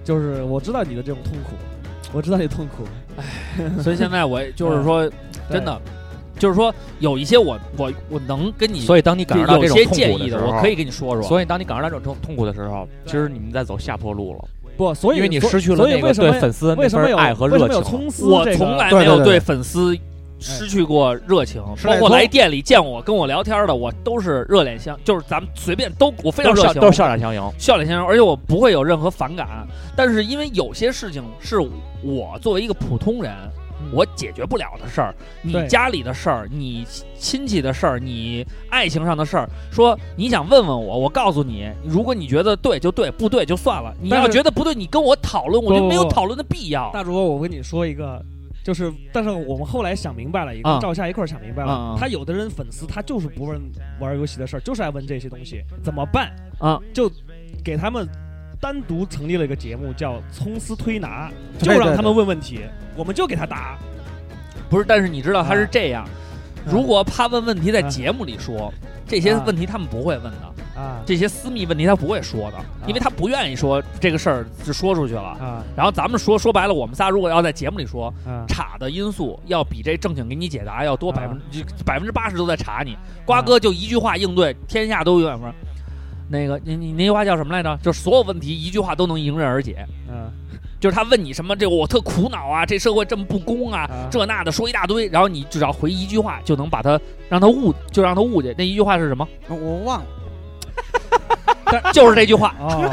[SPEAKER 9] 就是我知道你的这种痛苦，我知道你痛苦，
[SPEAKER 8] 所以现在我也
[SPEAKER 9] 嗯
[SPEAKER 8] 就是说，真的，就是说有一些我我我能跟你
[SPEAKER 6] 啊所以当你感受到
[SPEAKER 8] 有
[SPEAKER 6] 这种
[SPEAKER 8] 些
[SPEAKER 6] 痛
[SPEAKER 8] 建
[SPEAKER 6] 苦
[SPEAKER 8] 议
[SPEAKER 6] 时
[SPEAKER 8] 的，
[SPEAKER 6] 候，
[SPEAKER 8] 我可以跟你说说。
[SPEAKER 6] 所以当你感受到这种痛痛苦的时候，其实你们在走下坡路了，
[SPEAKER 9] 不，所以
[SPEAKER 6] 因为你
[SPEAKER 9] 所
[SPEAKER 6] 失去了
[SPEAKER 9] 所以
[SPEAKER 6] 那
[SPEAKER 9] 为
[SPEAKER 6] 个
[SPEAKER 9] 什么
[SPEAKER 6] 对粉丝的
[SPEAKER 9] 为
[SPEAKER 6] 那
[SPEAKER 9] 什么
[SPEAKER 6] 份
[SPEAKER 9] 有
[SPEAKER 6] 爱和
[SPEAKER 9] 为什
[SPEAKER 6] 热
[SPEAKER 9] 么有
[SPEAKER 6] 情。
[SPEAKER 9] 冲刺、
[SPEAKER 8] 我从来
[SPEAKER 5] 对
[SPEAKER 8] 没有
[SPEAKER 5] 对
[SPEAKER 8] 对
[SPEAKER 5] 对
[SPEAKER 8] 粉丝失去过热情，
[SPEAKER 5] 是
[SPEAKER 8] 包
[SPEAKER 5] 那
[SPEAKER 8] 括
[SPEAKER 5] 种
[SPEAKER 8] 来店里见我跟我聊天的，我都是热脸相，就是咱们随便都我非常
[SPEAKER 6] 都是
[SPEAKER 8] 热
[SPEAKER 6] 笑
[SPEAKER 8] 情，
[SPEAKER 6] 都是笑脸相迎，
[SPEAKER 8] 笑脸先生，而且我不会有任何反感。但是因为有些事情是我作为一个普通人，我解决不了的事儿，你
[SPEAKER 9] 对
[SPEAKER 8] 家里的事儿，你亲戚的事儿，你爱情上的事儿，说你想问问我，我告诉你，如果你觉得对就对，不对就算了。你
[SPEAKER 9] 但
[SPEAKER 8] 要
[SPEAKER 9] 是
[SPEAKER 8] 觉得不对，你跟我讨论，我
[SPEAKER 9] 不
[SPEAKER 8] 就
[SPEAKER 9] 不
[SPEAKER 8] 没有
[SPEAKER 9] 不
[SPEAKER 8] 讨论的必要。
[SPEAKER 9] 大主播，我跟你说一个，就是，但是我们后来想明白了一个，
[SPEAKER 8] 啊
[SPEAKER 9] 赵夏一块儿想明白了，
[SPEAKER 8] 啊啊
[SPEAKER 9] 他有的人粉丝他就是不问玩游戏的事儿，就是爱问这些东西，怎么办
[SPEAKER 8] 啊？
[SPEAKER 9] 就给他们单独成立了一个节目叫“葱丝推拿”，就
[SPEAKER 5] 对
[SPEAKER 9] 让
[SPEAKER 5] 对
[SPEAKER 9] 他们问问题，我们就给他答。
[SPEAKER 8] 不是，但是你知道他是
[SPEAKER 9] 啊
[SPEAKER 8] 这样，如果他问问题在
[SPEAKER 9] 啊
[SPEAKER 8] 节目里说，这些
[SPEAKER 9] 啊
[SPEAKER 8] 问题他们不会问的。
[SPEAKER 9] 啊
[SPEAKER 8] 这些私密问题他不会说的，因为他不愿意说这个事儿就说出去了。
[SPEAKER 9] 啊
[SPEAKER 8] 然后咱们说说白了，我们仨如果要在节目里说，
[SPEAKER 9] 啊！
[SPEAKER 8] 查的因素要比这正经给你解答要多
[SPEAKER 9] 啊
[SPEAKER 8] 百分之百分之八十都在查
[SPEAKER 5] 啊
[SPEAKER 8] 你。瓜哥就一句话应对天下都有点什么，那个你你那句话叫什么来着？就是所有问题一句话都能迎刃而解。
[SPEAKER 9] 嗯，
[SPEAKER 8] 就是他问你什么，这个我特苦恼啊，这社会这么不公啊，
[SPEAKER 9] 啊
[SPEAKER 8] 这那的说一大堆，然后你只要回一句话就能把他让他误，就让他误解那一句话是什 么？
[SPEAKER 5] 我忘了，
[SPEAKER 8] 就是这句话。
[SPEAKER 9] 哦，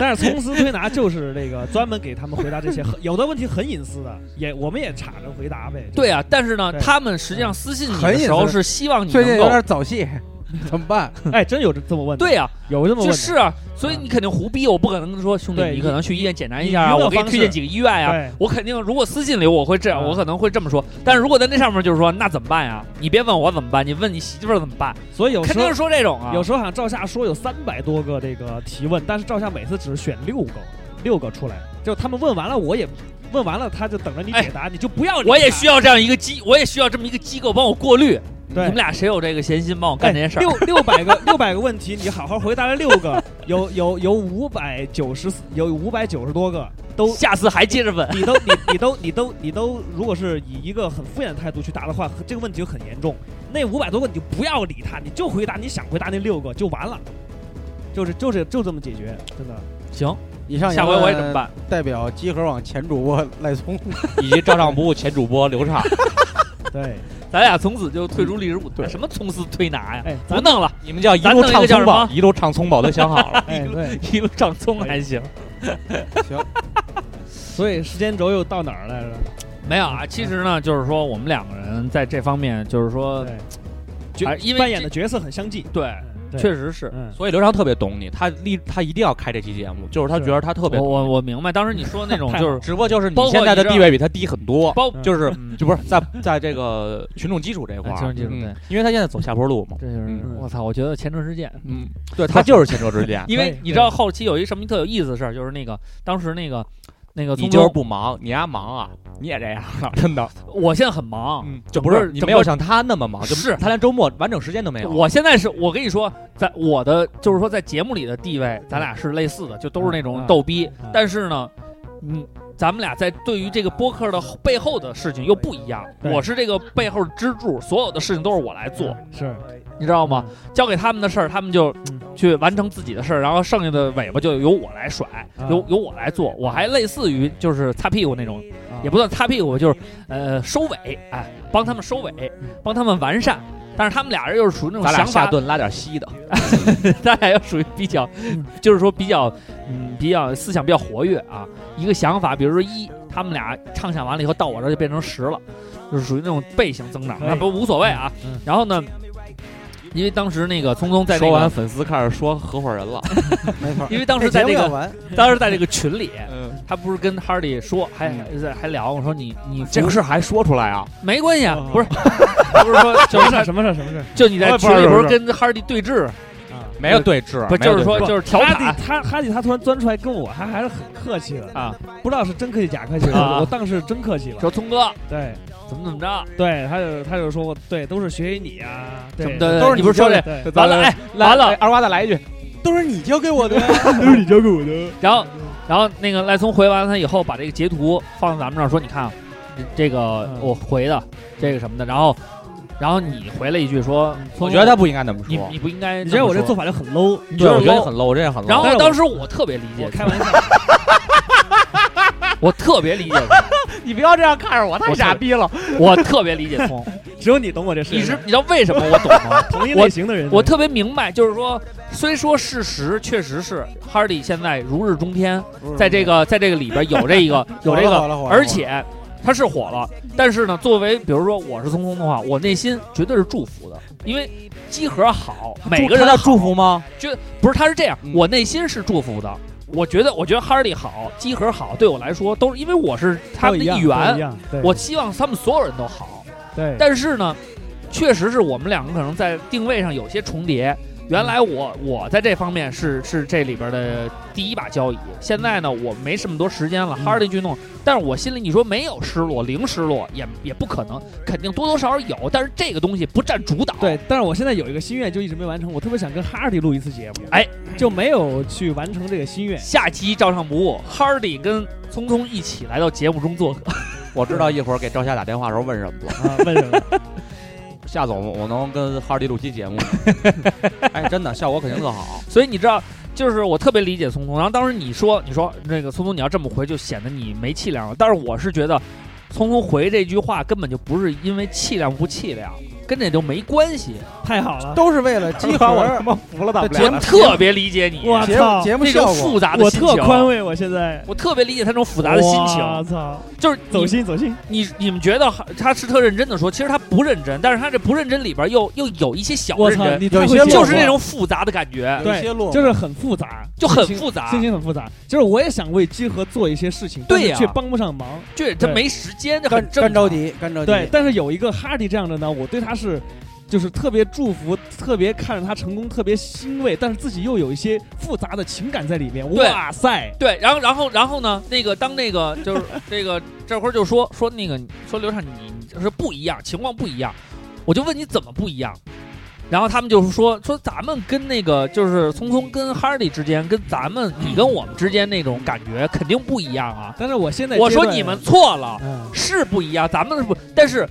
[SPEAKER 9] 但是葱丝推拿就是那个专门给他们回答这些，很有的问题很隐私的，也我们也插着回答呗。
[SPEAKER 8] 对啊，但是呢，
[SPEAKER 9] 对
[SPEAKER 8] 他们实际上私信你
[SPEAKER 5] 很
[SPEAKER 8] 的
[SPEAKER 5] 隐
[SPEAKER 8] 时候
[SPEAKER 5] 私
[SPEAKER 8] 是希望你
[SPEAKER 5] 最近
[SPEAKER 8] 能
[SPEAKER 5] 有
[SPEAKER 8] 够
[SPEAKER 5] 点早泄，怎么办？
[SPEAKER 9] 哎，真有这这么问的，
[SPEAKER 8] 对呀、
[SPEAKER 9] 有这么问
[SPEAKER 8] 就
[SPEAKER 9] 的，
[SPEAKER 8] 是啊，所以你肯定胡逼，我不可能说兄弟，
[SPEAKER 9] 对
[SPEAKER 8] 你可能去医院检查一下啊，
[SPEAKER 9] 你娱乐
[SPEAKER 8] 我给你
[SPEAKER 9] 方
[SPEAKER 8] 推
[SPEAKER 9] 式
[SPEAKER 8] 荐几个医院呀、
[SPEAKER 9] 对。
[SPEAKER 8] 我肯定如果私信里我会这样，
[SPEAKER 9] 嗯
[SPEAKER 8] 我可能会这么说。但是如果在那上面就是说，那怎么办呀？你别问我怎么办，你问你媳妇儿怎么办？
[SPEAKER 9] 所以有
[SPEAKER 8] 肯
[SPEAKER 9] 时
[SPEAKER 8] 定
[SPEAKER 9] 候
[SPEAKER 8] 是说这种啊。
[SPEAKER 9] 有时候好像赵夏说有三百多个这个提问，但是赵夏每次只选六个，六个出来，就他们问完了，我也问完了，他就等着你解答，你就不要理他。
[SPEAKER 8] 哎我也需要这样一个机，我也需要这么一个机构帮我过滤。你
[SPEAKER 9] 对
[SPEAKER 8] 们俩谁有这个闲心帮我干这件事
[SPEAKER 9] 哎
[SPEAKER 8] 儿？
[SPEAKER 9] 六六百个六百个问题，你好好回答了六个，有有有五百九十有五百九十多个都。
[SPEAKER 8] 下次还接着问。
[SPEAKER 9] 你都你你都你都你都，如果是以一个很敷衍的态度去答的话，这个问题就很严重。那五百多个你就不要理他，你就回答你想回答那六个就完了，就是就是就这么解决，真的。
[SPEAKER 8] 行，
[SPEAKER 5] 以上
[SPEAKER 8] 下回我也这么办。
[SPEAKER 5] 代表集合网前主播 赖聪，
[SPEAKER 6] 以及照常不误前主播刘 畅，
[SPEAKER 9] 对，
[SPEAKER 8] 咱俩从此就退出历史舞台，什么从私推拿呀？
[SPEAKER 9] 哎，咱。
[SPEAKER 8] 不 弄了，
[SPEAKER 6] 你们叫一
[SPEAKER 8] 咱
[SPEAKER 6] 路
[SPEAKER 8] 弄一个
[SPEAKER 6] 唱
[SPEAKER 8] 叫
[SPEAKER 6] 葱
[SPEAKER 8] 什
[SPEAKER 6] 宝，
[SPEAKER 8] 么
[SPEAKER 6] 一路唱葱宝都想好了
[SPEAKER 9] 哎对，
[SPEAKER 8] 一路上葱还行。
[SPEAKER 9] 所以时间轴又到哪儿来着？
[SPEAKER 8] 没有啊，其实呢，就是说我们两个人在这方面，就是说，就
[SPEAKER 9] 哎
[SPEAKER 8] 呃因为
[SPEAKER 9] 扮演
[SPEAKER 8] 这
[SPEAKER 9] 的角色很相近，
[SPEAKER 8] 对，
[SPEAKER 9] 对
[SPEAKER 8] 确实是。
[SPEAKER 9] 嗯，
[SPEAKER 6] 所以刘翔特别懂你，他立他一定要开这期节目，就是他
[SPEAKER 9] 是
[SPEAKER 6] 觉得他特别
[SPEAKER 8] 我
[SPEAKER 6] 懂
[SPEAKER 8] 我我明白，当时你说那种就是
[SPEAKER 6] 只不过就是你
[SPEAKER 8] 包括
[SPEAKER 6] 现在的
[SPEAKER 8] 你知道
[SPEAKER 6] 地位比他低很多，
[SPEAKER 8] 包，
[SPEAKER 9] 嗯
[SPEAKER 6] 就是
[SPEAKER 8] 嗯
[SPEAKER 6] 就不是在在这个群众基础这块
[SPEAKER 8] 哎
[SPEAKER 6] 儿，
[SPEAKER 8] 群众基础
[SPEAKER 6] 嗯
[SPEAKER 8] 对，
[SPEAKER 6] 因为他现在走下坡路嘛，
[SPEAKER 8] 这就是
[SPEAKER 6] 嗯
[SPEAKER 8] 我操，我觉得前车之鉴。，
[SPEAKER 6] 嗯，对他就是前车之鉴
[SPEAKER 8] 因为
[SPEAKER 9] 对
[SPEAKER 8] 你知道后期有一什么特有意思的事儿，就是那个当时那个那个
[SPEAKER 6] 你
[SPEAKER 8] 宗
[SPEAKER 6] 就是
[SPEAKER 8] 州，
[SPEAKER 6] 不忙，你丫忙啊，你也这样了，真的，
[SPEAKER 8] 我现在很忙，
[SPEAKER 6] 嗯，就
[SPEAKER 8] 整个
[SPEAKER 6] 不是你
[SPEAKER 8] 整
[SPEAKER 6] 没
[SPEAKER 8] 个
[SPEAKER 6] 有像他那么忙，就是他连周末完整时间都没有，
[SPEAKER 8] 我现在是我跟你说，在我的就是说在节目里的地位，咱俩是类似的，就都是那种逗逼
[SPEAKER 9] 嗯嗯。
[SPEAKER 8] 但是呢，嗯，咱们俩在对于这个播客的后背后的事情又不一样。
[SPEAKER 9] 对
[SPEAKER 8] 我是这个背后的支柱，所有的事情都是我来做，
[SPEAKER 9] 是
[SPEAKER 8] 你知道吗？交给他们的事儿，他们就
[SPEAKER 9] 嗯
[SPEAKER 8] 去完成自己的事儿，然后剩下的尾巴就由我来甩，
[SPEAKER 9] 啊
[SPEAKER 8] 由由我来做。我还类似于就是擦屁股那种，也不算擦屁股，就是呃收尾，哎，帮他们收尾，帮他们完善。但是他们俩人又是属于那种
[SPEAKER 6] 咱俩
[SPEAKER 8] 想
[SPEAKER 6] 下
[SPEAKER 8] 法
[SPEAKER 6] 顿拉点稀的，
[SPEAKER 8] 大家要属于比较， 就是说比较，嗯，比较思想比较活跃啊。一个想法，比如说一，他们俩畅想完了以后，到我这儿就变成十了，就是属于那种倍型增长，
[SPEAKER 9] 可以
[SPEAKER 8] 那不无所谓啊。
[SPEAKER 9] 嗯
[SPEAKER 8] 然后呢，因为当时那个聪聪在那
[SPEAKER 6] 说完
[SPEAKER 8] 个，
[SPEAKER 6] 粉丝开始说合伙人了，
[SPEAKER 5] 没错。
[SPEAKER 8] 因为当时在那
[SPEAKER 5] 这节目要
[SPEAKER 8] 个，
[SPEAKER 5] 完，
[SPEAKER 8] 当时在这个群里，
[SPEAKER 6] 嗯，
[SPEAKER 8] 他不是跟哈利说，还还还聊，我说你你
[SPEAKER 6] 这个
[SPEAKER 8] 是
[SPEAKER 6] 事儿还说出来啊，
[SPEAKER 8] 没关系啊
[SPEAKER 9] 哦，
[SPEAKER 8] 不 是，不是说就
[SPEAKER 9] 什么事
[SPEAKER 8] 是
[SPEAKER 9] 儿？什么事儿？什么事儿？
[SPEAKER 8] 就你在群里不是跟哈利对峙，
[SPEAKER 9] 啊，
[SPEAKER 6] 没有对峙，
[SPEAKER 8] 不
[SPEAKER 6] 没有
[SPEAKER 8] 就是说
[SPEAKER 6] 对峙
[SPEAKER 8] 就是调
[SPEAKER 9] 哈
[SPEAKER 8] 侃
[SPEAKER 9] 迪他哈迪他突然钻出来跟我，还还是很客气的，
[SPEAKER 8] 啊，
[SPEAKER 9] 不知道是真客气假客气了。
[SPEAKER 8] 啊
[SPEAKER 9] 我当时真客气了，
[SPEAKER 8] 说聪哥
[SPEAKER 9] 对
[SPEAKER 8] 怎么怎么着。
[SPEAKER 9] 对，他就他就说我对，都是学习你啊，
[SPEAKER 8] 什
[SPEAKER 9] 对
[SPEAKER 8] 么的，
[SPEAKER 6] 都是
[SPEAKER 8] 你
[SPEAKER 6] 你
[SPEAKER 8] 不是说这
[SPEAKER 6] 教
[SPEAKER 9] 对，
[SPEAKER 8] 完了，哎，完了，
[SPEAKER 6] 二瓜再来一句，
[SPEAKER 5] 都是你教给我的呀。
[SPEAKER 8] 然后，然后那个赖聪回完他以后，把这个截图放到咱们这儿，说你看啊，这个
[SPEAKER 9] 嗯
[SPEAKER 8] 我回的，这个什么的，然后，然后你回了一句说，
[SPEAKER 6] 我
[SPEAKER 8] 聪
[SPEAKER 6] 觉得他不应该那么
[SPEAKER 8] 你
[SPEAKER 6] 说，
[SPEAKER 8] 你不应该，
[SPEAKER 9] 你觉得我这做，法就很 low？
[SPEAKER 8] 你觉
[SPEAKER 6] 对，
[SPEAKER 8] 得
[SPEAKER 6] 我觉得你
[SPEAKER 8] low
[SPEAKER 6] 很 low，我这也很 low，
[SPEAKER 8] 然后
[SPEAKER 9] 但是我
[SPEAKER 8] 当时我特别理解
[SPEAKER 9] 我
[SPEAKER 8] 他，
[SPEAKER 9] 开玩笑，
[SPEAKER 8] 我特别理解他，
[SPEAKER 6] 你不要这样看着我，太
[SPEAKER 8] 我
[SPEAKER 6] 傻逼了。
[SPEAKER 8] 我特别理解 聪，
[SPEAKER 9] 只有你懂我这事。
[SPEAKER 8] 你知你知道为什么我懂 吗？
[SPEAKER 9] 同一
[SPEAKER 8] 我
[SPEAKER 9] 类型的人，
[SPEAKER 8] 我特别明白，就是说，虽说事实确实是哈迪现在如日中天，在这个在这个里边有这个有这
[SPEAKER 5] 火了
[SPEAKER 8] 个
[SPEAKER 5] 火了火，了
[SPEAKER 8] 而且他是火了，但是呢，作为比如说我是聪聪的话，我内心绝对是祝福的，因为集合好，每个人
[SPEAKER 6] 要
[SPEAKER 8] 的
[SPEAKER 6] 祝福吗？
[SPEAKER 8] 不是他是这样
[SPEAKER 6] 嗯，
[SPEAKER 8] 我内心是祝福的。我觉得，我觉得哈迪好，集合好，对我来说都是因为我是他
[SPEAKER 9] 都
[SPEAKER 8] 们的
[SPEAKER 9] 一样
[SPEAKER 8] 一
[SPEAKER 9] 都一
[SPEAKER 8] 员，
[SPEAKER 9] 样对
[SPEAKER 8] 我希望他们所有人都好。
[SPEAKER 9] 对
[SPEAKER 8] 但是呢，确实是我们两个可能在定位上有些重叠。原来我我在这方面是是这里边的第一把交椅，现在呢我没这么多时间了，哈利去弄。但是我心里你说没有失落，零失落也也不可能，肯定多多少少有，但是这个东西不占主导。
[SPEAKER 9] 对，但是我现在有一个心愿就一直没完成，我特别想跟哈迪录一次节目，
[SPEAKER 8] 哎，
[SPEAKER 9] 就没有去完成这个 心愿。
[SPEAKER 8] 下期照常不误，哈利跟聪聪一起来到节目中做客。
[SPEAKER 6] 我知道一会儿给赵夏打电话的时候问什么了。
[SPEAKER 9] 啊，问什么？
[SPEAKER 6] 夏总，我能跟哈迪录期节目吗？ 哎，真的效果肯定更好。
[SPEAKER 8] 所以你知道，就是我特别理解聪聪。然后当时你说，你说那个聪聪你要这么回，就显得你没气量了。但是我是觉得，聪聪回这句话根本就不是因为气量不气量，跟这都没关系。
[SPEAKER 9] 太好了，
[SPEAKER 5] 都是为了激活
[SPEAKER 9] 我他妈服了大
[SPEAKER 5] 的
[SPEAKER 9] 不
[SPEAKER 5] 节
[SPEAKER 9] 了
[SPEAKER 5] 目
[SPEAKER 9] 了。
[SPEAKER 8] 特别理解你
[SPEAKER 9] 我
[SPEAKER 5] 节
[SPEAKER 9] 操
[SPEAKER 5] 目节目
[SPEAKER 8] 那
[SPEAKER 5] 效
[SPEAKER 8] 种
[SPEAKER 5] 果
[SPEAKER 8] 复。杂的
[SPEAKER 9] 我
[SPEAKER 8] 心
[SPEAKER 9] 特
[SPEAKER 8] 情，
[SPEAKER 9] 宽慰，我现在
[SPEAKER 8] 我特别理解他那种复杂的心
[SPEAKER 9] 我
[SPEAKER 8] 情。
[SPEAKER 9] 操，
[SPEAKER 8] 就是
[SPEAKER 9] 走
[SPEAKER 8] 你
[SPEAKER 9] 心走心，
[SPEAKER 8] 你你们觉得他是特认真的说，其实他不认真，但是他这不认真里边又又有一些小
[SPEAKER 9] 我
[SPEAKER 8] 认
[SPEAKER 9] 操，
[SPEAKER 8] 真，
[SPEAKER 9] 你太会
[SPEAKER 5] 有些
[SPEAKER 9] 写
[SPEAKER 5] 落
[SPEAKER 8] 就是
[SPEAKER 9] 我
[SPEAKER 8] 那种复杂的感觉，
[SPEAKER 5] 有一些落寞
[SPEAKER 9] 就是很复杂，
[SPEAKER 8] 就很复杂
[SPEAKER 9] 心。情很复杂。就是我也想为集合做一些事情，但
[SPEAKER 8] 对
[SPEAKER 9] 是
[SPEAKER 8] 呀呃
[SPEAKER 9] 却帮不上忙。
[SPEAKER 8] 就是他
[SPEAKER 9] 对
[SPEAKER 8] 没时间，这
[SPEAKER 5] 干
[SPEAKER 8] 很
[SPEAKER 5] 干
[SPEAKER 8] 正常。
[SPEAKER 5] 着急，干着急。
[SPEAKER 9] 对，但是有一个哈迪这样的呢，我对他是就是特别祝福，特别看着他成功，特别欣慰，但是自己又有一些复杂的情感在里面。
[SPEAKER 8] 对
[SPEAKER 9] 哇塞，
[SPEAKER 8] 对，然后然后然后呢？那个当那个 就是这个这会儿就说说那个说刘畅你你就是不一样，情况不一样，我就问你怎么不一样。然后他们就是说说咱们跟那个就是聪聪跟哈利之间，跟咱们你跟我们之间那种感觉肯定不一样啊。
[SPEAKER 9] 但是我现在
[SPEAKER 8] 我
[SPEAKER 9] 阶
[SPEAKER 8] 说
[SPEAKER 9] 段
[SPEAKER 8] 你们错了，
[SPEAKER 9] 嗯
[SPEAKER 8] 是不一样，咱们是不，但是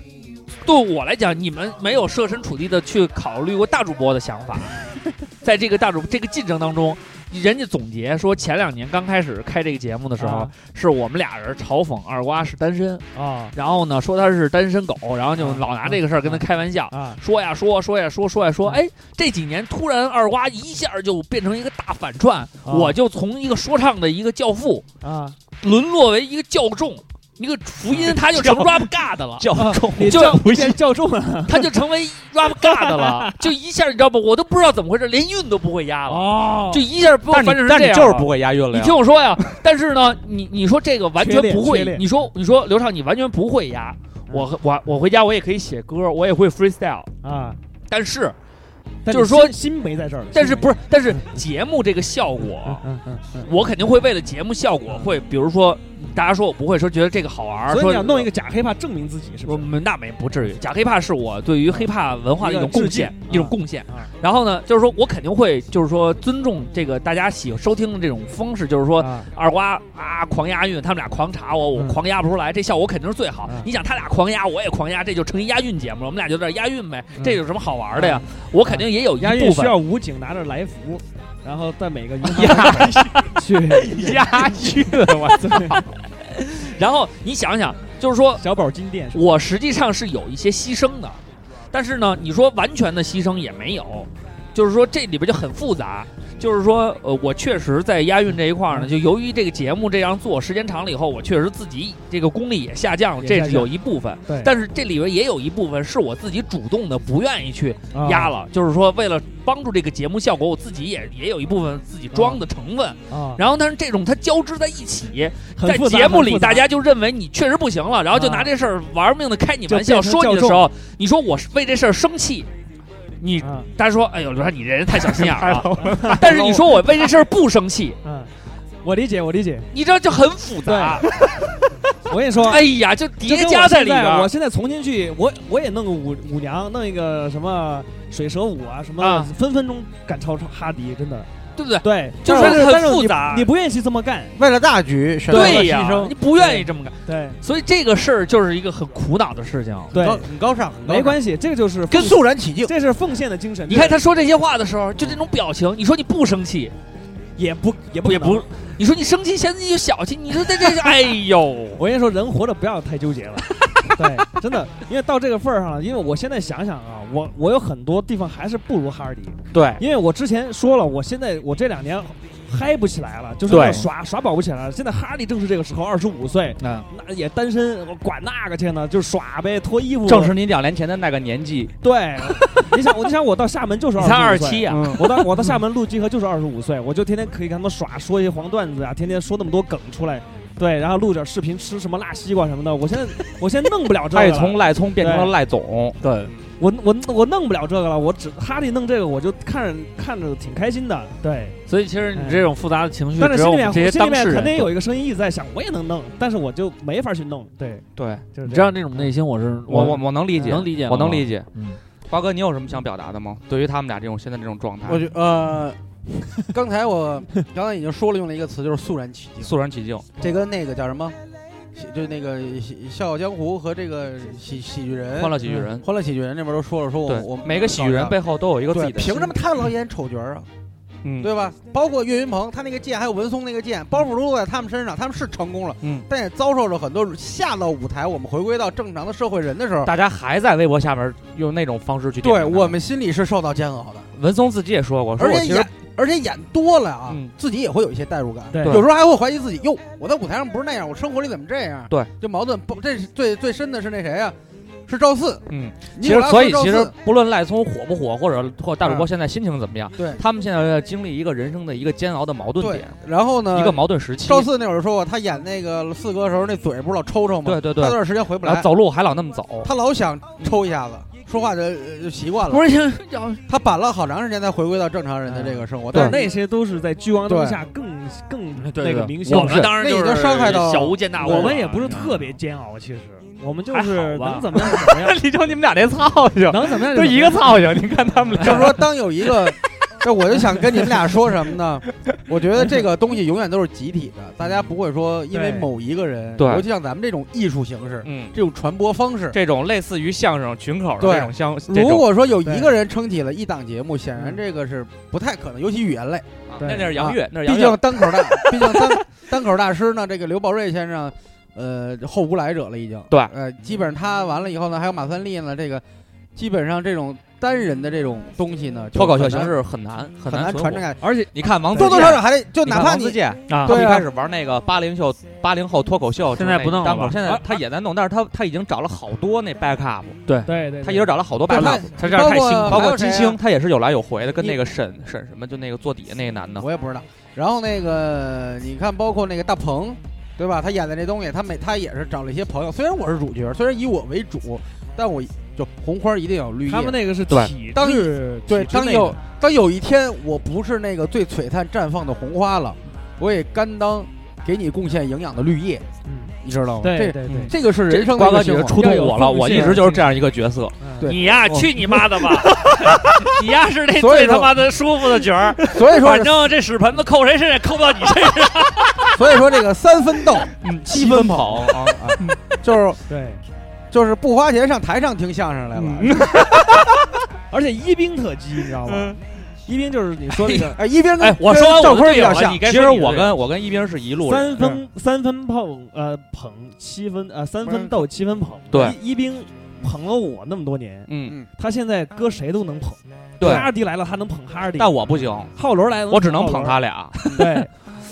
[SPEAKER 8] 对我来讲，你们没有设身处地的去考虑过大主播的想法，在这个大主这个竞争当中，人家总结说前两年刚开始开这个节目的时候，
[SPEAKER 9] 啊
[SPEAKER 8] 是我们俩人嘲讽二瓜是单身，
[SPEAKER 9] 啊
[SPEAKER 8] 然后呢说他是单身狗，然后就老拿这个事儿跟他开玩笑。
[SPEAKER 9] 啊，
[SPEAKER 8] 说呀说说呀说说呀说，
[SPEAKER 9] 嗯
[SPEAKER 8] 哎，这几年突然二瓜一下就变成一个大反串，
[SPEAKER 9] 啊
[SPEAKER 8] 我就从一个说唱的一个教父，
[SPEAKER 9] 啊
[SPEAKER 8] 沦落为一个教众。一个福 音，他就成 rap god 了，
[SPEAKER 6] 叫重
[SPEAKER 9] 啊你
[SPEAKER 8] 就
[SPEAKER 9] 叫叫叫重了
[SPEAKER 8] 他就成为 rap god 了，就一下你知道不？我都不知道怎么回事，连韵都不会押了，
[SPEAKER 9] 哦
[SPEAKER 8] 就一下不，
[SPEAKER 6] 但
[SPEAKER 8] 反正
[SPEAKER 6] 是你但
[SPEAKER 8] 这
[SPEAKER 6] 是
[SPEAKER 8] 样
[SPEAKER 6] 你就是
[SPEAKER 8] 了
[SPEAKER 6] 不会押韵了
[SPEAKER 8] 你
[SPEAKER 6] 呀。
[SPEAKER 8] 听我说呀，但是呢，你你说这个完全
[SPEAKER 9] 缺裂
[SPEAKER 8] 不
[SPEAKER 9] 缺嗯
[SPEAKER 8] 会
[SPEAKER 9] 裂，
[SPEAKER 8] 你说你说刘畅，你完全不会压。我我我回家我也可以写歌，我也会 freestyle，
[SPEAKER 9] 啊，
[SPEAKER 8] 但是
[SPEAKER 9] 但
[SPEAKER 8] 就是
[SPEAKER 9] 你
[SPEAKER 8] 说
[SPEAKER 9] 心心没在这儿了，
[SPEAKER 8] 但是
[SPEAKER 9] 心没
[SPEAKER 8] 不是？但是节目这个效果，
[SPEAKER 9] 嗯嗯嗯
[SPEAKER 8] 我肯定会为了节目效果会，比如说大家说我不会，说觉得这个好玩
[SPEAKER 9] 嗯，
[SPEAKER 8] 儿，
[SPEAKER 9] 所以
[SPEAKER 8] 说
[SPEAKER 9] 你想弄一个假黑怕证明自己是
[SPEAKER 8] 我
[SPEAKER 9] 不是？
[SPEAKER 8] 们那没不至于，假黑怕是我对于黑怕文化的一种贡献
[SPEAKER 9] 一个致，敬
[SPEAKER 8] 一种贡献
[SPEAKER 9] 啊。
[SPEAKER 8] 然后呢，就是说我肯定会，就是说尊重这个大家喜收听的这种方式，就是说
[SPEAKER 9] 啊
[SPEAKER 8] 二瓜啊狂押韵，他们俩狂查我，我
[SPEAKER 9] 嗯
[SPEAKER 8] 狂押不出来，这效果肯定是最好
[SPEAKER 9] 嗯。
[SPEAKER 8] 你想他俩狂押，我也狂押，这就成一押韵节目了，我们俩就在这儿押韵呗，这有什么好玩的呀？我肯定也有一
[SPEAKER 9] 嗯押
[SPEAKER 8] 部
[SPEAKER 9] 韵需
[SPEAKER 8] 分
[SPEAKER 9] 要武警拿着来福，然后在每个银行 去
[SPEAKER 8] 押韵。
[SPEAKER 9] 我操，
[SPEAKER 8] 然后你想想，就是说
[SPEAKER 9] 小宝金店是吧
[SPEAKER 8] 我实际上是有一些牺牲的，但是呢，你说完全的牺牲也没有，就是说这里边就很复杂。就是说，呃，我确实在押韵这一块儿呢，就由于这个节目这样做时间长了以后，我确实自己这个功力也下降了，
[SPEAKER 9] 也
[SPEAKER 8] 这
[SPEAKER 9] 下
[SPEAKER 8] 是
[SPEAKER 9] 降
[SPEAKER 8] 有一部分。
[SPEAKER 9] 对，
[SPEAKER 8] 但是这里边也有一部分是我自己主动的，不愿意去
[SPEAKER 9] 啊
[SPEAKER 8] 压了，就是说为了帮助这个节目效果，我自己也也有一部分自己装的成分。
[SPEAKER 9] 啊，
[SPEAKER 8] 然后，但是这种它交织在一起，
[SPEAKER 9] 很
[SPEAKER 8] 在
[SPEAKER 9] 复杂
[SPEAKER 8] 节目
[SPEAKER 9] 很
[SPEAKER 8] 里，
[SPEAKER 9] 复杂
[SPEAKER 8] 大家就认为你确实不行了，然后就拿
[SPEAKER 9] 啊
[SPEAKER 8] 这事儿玩命的开你
[SPEAKER 9] 就
[SPEAKER 8] 玩笑，
[SPEAKER 9] 变成
[SPEAKER 8] 说你
[SPEAKER 9] 较
[SPEAKER 8] 的时候，你说我是为这事儿生气，你
[SPEAKER 9] 啊
[SPEAKER 8] 他说，哎呦，刘畅，你这人太小心眼儿了。但是你说我为这事儿不生气，
[SPEAKER 9] 嗯，我理解我理解，
[SPEAKER 8] 你知道就很复杂。
[SPEAKER 9] 我跟你 说，
[SPEAKER 8] 哎呀，就
[SPEAKER 9] 就
[SPEAKER 8] 叠
[SPEAKER 9] 跟我
[SPEAKER 8] 加
[SPEAKER 9] 现
[SPEAKER 8] 里边儿。
[SPEAKER 9] 我现在重新去，我我也弄个舞舞娘，弄一个什么水蛇舞啊，什么
[SPEAKER 8] 啊
[SPEAKER 9] 分分钟赶超超哈迪，真的。
[SPEAKER 8] 对不对？
[SPEAKER 9] 对，
[SPEAKER 8] 就是
[SPEAKER 9] 但是
[SPEAKER 8] 很
[SPEAKER 9] 但是你
[SPEAKER 8] 复杂
[SPEAKER 9] 你不愿意去这么干，
[SPEAKER 5] 为了大局，选择了
[SPEAKER 8] 对
[SPEAKER 5] 牺
[SPEAKER 8] 呀，
[SPEAKER 5] 牲
[SPEAKER 8] 你，不愿意这么干，
[SPEAKER 9] 对
[SPEAKER 8] 所以这个事儿就是一个很苦恼的事情。
[SPEAKER 9] 对，
[SPEAKER 5] 高很高尚，很高
[SPEAKER 9] 没
[SPEAKER 5] 尚
[SPEAKER 9] 关系，这个就是
[SPEAKER 5] 跟
[SPEAKER 9] 奉
[SPEAKER 5] 肃然起敬。
[SPEAKER 9] 这是奉献的精神。
[SPEAKER 8] 你看他说这些话的时候，就这种表情，你说你不生气，
[SPEAKER 9] 也不也不
[SPEAKER 8] 也
[SPEAKER 9] 可能
[SPEAKER 8] 不，你说你生气，嫌自己就小气，你说在这， 哎呦，
[SPEAKER 9] 我跟你说，人活着不要太纠结 了。对，真的，因为到这个份儿上了，因为我现在想想啊，我我有很多地方还是不如哈尔迪，
[SPEAKER 6] 对，
[SPEAKER 9] 因为我之前说了，我现在我这两年嗨不起来了，就是
[SPEAKER 6] 对
[SPEAKER 9] 耍耍宝不起来了。现在哈利正是这个时候，二十五岁，
[SPEAKER 6] 嗯
[SPEAKER 9] 那也单身，我管那个去呢，就是耍呗，脱衣服。
[SPEAKER 6] 正是你两年前的那个年纪，
[SPEAKER 9] 对，你想，我你想我到厦门就是
[SPEAKER 8] 你
[SPEAKER 9] 二
[SPEAKER 8] 才二十
[SPEAKER 9] 岁嗯
[SPEAKER 8] 七。啊呀，
[SPEAKER 9] 我到我到厦门录集合就是二十五岁，我就天天可以跟他们耍，说一些黄段子啊，天天说那么多梗出来，对，然后录点视频，吃什么辣西瓜什么的。我现在我现在弄不了这个
[SPEAKER 6] 爱
[SPEAKER 9] 了，
[SPEAKER 6] 从赖聪变成了
[SPEAKER 9] 对
[SPEAKER 6] 赖总。对，
[SPEAKER 9] 我我我弄不了这个了，我只哈利弄这个，我就看着看着挺开心的，对。
[SPEAKER 8] 所以其实你这种复杂的情绪，
[SPEAKER 9] 但是
[SPEAKER 8] 只
[SPEAKER 9] 心
[SPEAKER 8] 有
[SPEAKER 9] 里
[SPEAKER 8] 我
[SPEAKER 9] 面
[SPEAKER 8] 们这些
[SPEAKER 9] 心里
[SPEAKER 8] 当
[SPEAKER 9] 面
[SPEAKER 8] 事
[SPEAKER 9] 肯定
[SPEAKER 8] 人
[SPEAKER 9] 有一个声音一直在想，我也能弄，但是我就没法去弄。对
[SPEAKER 6] 对
[SPEAKER 9] 就是
[SPEAKER 8] 你
[SPEAKER 9] 这
[SPEAKER 8] 知
[SPEAKER 9] 样。
[SPEAKER 8] 道那种内心，嗯我是
[SPEAKER 6] 我我我能理解，
[SPEAKER 8] 能理解
[SPEAKER 6] 我能
[SPEAKER 8] 吗
[SPEAKER 6] 理解。
[SPEAKER 8] 嗯，
[SPEAKER 6] 瓜哥，你有什么想表达的吗？对于他们俩这种现在这种状态，
[SPEAKER 5] 我觉呃， 刚才我 刚才已经说了，用了一个词就是肃然起敬，
[SPEAKER 6] 肃然起敬。
[SPEAKER 5] 这跟那个叫什么，喜就那个喜《笑傲江湖》和这个喜喜剧人
[SPEAKER 6] 欢乐喜剧人
[SPEAKER 5] 嗯欢乐喜剧人那边都说了，说嗯我
[SPEAKER 6] 对
[SPEAKER 5] 我，
[SPEAKER 6] 每个喜剧人背后都有一个自
[SPEAKER 5] 对
[SPEAKER 6] 己，的。
[SPEAKER 5] 凭什么？他老演丑角啊？
[SPEAKER 6] 嗯，
[SPEAKER 5] 对吧？包括岳云鹏，他那个剑，还有文松那个剑，包袱都在他们身上，他们是成功了，
[SPEAKER 6] 嗯，
[SPEAKER 5] 但也遭受着很多下到舞台，我们回归到正常的社会人的时候，
[SPEAKER 6] 大家还在微博下面用那种方式去点
[SPEAKER 5] 对
[SPEAKER 6] 评他
[SPEAKER 5] 我们心里是受到煎熬的，
[SPEAKER 6] 文松自己也说过，说
[SPEAKER 5] 而
[SPEAKER 6] 我
[SPEAKER 5] 且
[SPEAKER 6] 其实
[SPEAKER 5] 演而且演多了啊
[SPEAKER 6] 嗯，
[SPEAKER 5] 自己也会有一些代入感，
[SPEAKER 9] 对
[SPEAKER 5] 有时候还会怀疑自己，哟，我在舞台上不是那样，我生活里怎么这样？
[SPEAKER 6] 对，
[SPEAKER 5] 这矛盾不，这是最最深的是那谁呀、是赵四，
[SPEAKER 6] 嗯，
[SPEAKER 5] 尼
[SPEAKER 6] 其
[SPEAKER 5] 古
[SPEAKER 6] 实
[SPEAKER 5] 拉斯
[SPEAKER 6] 所以
[SPEAKER 5] 赵
[SPEAKER 6] 其
[SPEAKER 5] 四
[SPEAKER 6] 实不论赖聪火不火，或者或大主播现在心情怎么样，
[SPEAKER 5] 啊对
[SPEAKER 6] 他们现在在经历一个人生的一个煎熬的矛盾
[SPEAKER 5] 对
[SPEAKER 6] 点，，
[SPEAKER 5] 然后呢，
[SPEAKER 6] 一个矛盾时期。
[SPEAKER 5] 赵四那会儿说过，他演那个四哥的时候，那嘴不是老抽抽吗？
[SPEAKER 6] 对对
[SPEAKER 5] 他那
[SPEAKER 6] 对，
[SPEAKER 5] 段时间回不
[SPEAKER 6] 然
[SPEAKER 5] 来
[SPEAKER 6] 后，走路还老那么走，
[SPEAKER 5] 他老想抽一下子，说话就呃就习惯了。
[SPEAKER 8] 是
[SPEAKER 5] 他板了好长时间才回归到正常人的这个生活，
[SPEAKER 9] 但
[SPEAKER 5] 但是
[SPEAKER 9] 是那些都是在聚光灯
[SPEAKER 5] 对
[SPEAKER 9] 下更更
[SPEAKER 8] 对
[SPEAKER 9] 那
[SPEAKER 8] 对
[SPEAKER 9] 个
[SPEAKER 8] 对
[SPEAKER 9] 明显。
[SPEAKER 8] 我们当然
[SPEAKER 5] 那
[SPEAKER 8] 就
[SPEAKER 5] 已
[SPEAKER 8] 是
[SPEAKER 5] 经伤害到
[SPEAKER 8] 小巫见大巫了，
[SPEAKER 9] 我们也不是特别煎熬，其实我们就
[SPEAKER 8] 还
[SPEAKER 9] 是
[SPEAKER 8] 好吧
[SPEAKER 9] 能怎么样怎么 样，
[SPEAKER 6] 你就你们俩这操性，
[SPEAKER 9] 能怎么样
[SPEAKER 6] 就
[SPEAKER 9] 就
[SPEAKER 6] 一个操性。你看他们
[SPEAKER 5] 就是
[SPEAKER 6] 俩，
[SPEAKER 5] 说，当有一个，这我就想跟你们俩说什么呢？我觉得这个东西永远都是集体的，大家不会说因为
[SPEAKER 9] 对
[SPEAKER 5] 某一个人，
[SPEAKER 6] 对
[SPEAKER 5] 尤其像咱们这种艺术形式、
[SPEAKER 6] 嗯，
[SPEAKER 5] 这种传播方式。
[SPEAKER 6] 这种类似于相声群口的
[SPEAKER 5] 对
[SPEAKER 6] 这种相，这种
[SPEAKER 5] 如果说有一
[SPEAKER 9] 对
[SPEAKER 5] 个人撑起了一档节目，显然这个是不太可能，尤其语言类，
[SPEAKER 6] 啊
[SPEAKER 9] 对
[SPEAKER 6] 那那是杨越，那是
[SPEAKER 5] 毕
[SPEAKER 6] 杨越
[SPEAKER 5] 竟。单口大， 毕竟单单口大师呢，这个刘宝瑞先生，呃，后无来者了已经。
[SPEAKER 6] 对
[SPEAKER 5] 呃，基本上他完了以后呢，还有马三立呢，这个基本上这种单人的这种东西呢，就
[SPEAKER 6] 脱口秀
[SPEAKER 5] 很难
[SPEAKER 6] 形式很难很
[SPEAKER 5] 很难
[SPEAKER 6] 存
[SPEAKER 5] 传
[SPEAKER 6] 活
[SPEAKER 5] 承。下去。
[SPEAKER 6] 而且你看王
[SPEAKER 5] 做多
[SPEAKER 6] 自
[SPEAKER 5] 少
[SPEAKER 6] 健
[SPEAKER 5] 少还得就
[SPEAKER 6] 你
[SPEAKER 5] 哪
[SPEAKER 6] 看
[SPEAKER 5] 怕
[SPEAKER 6] 王自
[SPEAKER 5] 你
[SPEAKER 6] 健，
[SPEAKER 8] 啊
[SPEAKER 6] 他
[SPEAKER 5] 对
[SPEAKER 6] 一
[SPEAKER 5] 啊
[SPEAKER 6] 开始玩那个八零秀、八零后脱口秀，
[SPEAKER 8] 现在
[SPEAKER 6] 就是那
[SPEAKER 8] 不弄了
[SPEAKER 6] 单口
[SPEAKER 8] 吧
[SPEAKER 6] 现在
[SPEAKER 9] 啊
[SPEAKER 6] 他也在弄，但是他他已经找了好多那 backup，
[SPEAKER 9] 对对，
[SPEAKER 6] 他一直找了好多
[SPEAKER 5] 对
[SPEAKER 6] backup，
[SPEAKER 8] 他这样太辛苦了
[SPEAKER 6] 包
[SPEAKER 5] 还
[SPEAKER 6] 括
[SPEAKER 5] 有谁
[SPEAKER 6] 金
[SPEAKER 5] 啊
[SPEAKER 6] 星，他也是有来有回的，跟
[SPEAKER 5] 你
[SPEAKER 6] 那个沈沈什么就那个坐底下那个男的，
[SPEAKER 5] 啊我也不知道。然后那个你看，包括那个大鹏，对吧？他演的那东西，他每他也是找了一些朋友。虽然我是主角，虽然以我为主，但我就红花一定要有绿叶。
[SPEAKER 9] 他们那个是
[SPEAKER 6] 对
[SPEAKER 9] 体
[SPEAKER 5] 当
[SPEAKER 9] 制
[SPEAKER 5] 对，
[SPEAKER 9] 体制
[SPEAKER 5] 当
[SPEAKER 9] 内
[SPEAKER 5] 有
[SPEAKER 9] 的
[SPEAKER 5] 当有一天我不是那个最璀璨绽放的红花了，我也甘当给你贡献营养的绿叶，
[SPEAKER 9] 嗯，
[SPEAKER 5] 你知道吗？
[SPEAKER 9] 对
[SPEAKER 5] 这
[SPEAKER 9] 对对，
[SPEAKER 5] 这个是人生的
[SPEAKER 6] 瓜哥
[SPEAKER 5] 一个
[SPEAKER 6] 你
[SPEAKER 5] 循
[SPEAKER 6] 是
[SPEAKER 5] 环
[SPEAKER 6] 触动我了，
[SPEAKER 9] 要有
[SPEAKER 6] 我一
[SPEAKER 9] 奉
[SPEAKER 6] 直
[SPEAKER 9] 献
[SPEAKER 6] 就是这样一个角色，
[SPEAKER 9] 对
[SPEAKER 8] 你呀，
[SPEAKER 5] 哦
[SPEAKER 8] 去你妈的 吧！你呀是那
[SPEAKER 5] 所以
[SPEAKER 8] 最
[SPEAKER 5] 说
[SPEAKER 8] 他妈的舒服的角 儿，
[SPEAKER 5] 所以 说
[SPEAKER 8] 反，正这屎盆子扣谁身上也扣不到你身上。
[SPEAKER 5] 所以说这个三分斗，七 分
[SPEAKER 6] 跑啊，
[SPEAKER 5] 就是
[SPEAKER 9] 对，
[SPEAKER 5] 就是不花钱上台上听相声来
[SPEAKER 8] 嗯
[SPEAKER 5] 了。
[SPEAKER 9] 而且一兵特鸡，你知道吗？一兵就是你说那个
[SPEAKER 5] 哎，一边跟
[SPEAKER 8] 哎，我说完
[SPEAKER 5] 跟
[SPEAKER 8] 我的
[SPEAKER 5] 赵坤
[SPEAKER 8] 队
[SPEAKER 5] 比
[SPEAKER 8] 友
[SPEAKER 5] 较
[SPEAKER 8] 了，
[SPEAKER 5] 像
[SPEAKER 8] 你，该
[SPEAKER 6] 其
[SPEAKER 8] 说
[SPEAKER 6] 实
[SPEAKER 8] 你的
[SPEAKER 6] 我
[SPEAKER 8] 队友
[SPEAKER 6] 跟我跟一冰是一路人，
[SPEAKER 9] 三分三分捧呃捧七分呃三分斗七分捧，
[SPEAKER 6] 对
[SPEAKER 9] 一一兵捧了我那么多年，
[SPEAKER 6] 嗯，
[SPEAKER 9] 他现在搁谁都能捧，
[SPEAKER 6] 对
[SPEAKER 9] 哈，尔迪来了他能捧哈尔迪，
[SPEAKER 6] 但我不行，
[SPEAKER 9] 浩伦来了
[SPEAKER 6] 我只能
[SPEAKER 9] 浩
[SPEAKER 6] 捧
[SPEAKER 9] 伦，
[SPEAKER 6] 他俩，
[SPEAKER 9] 对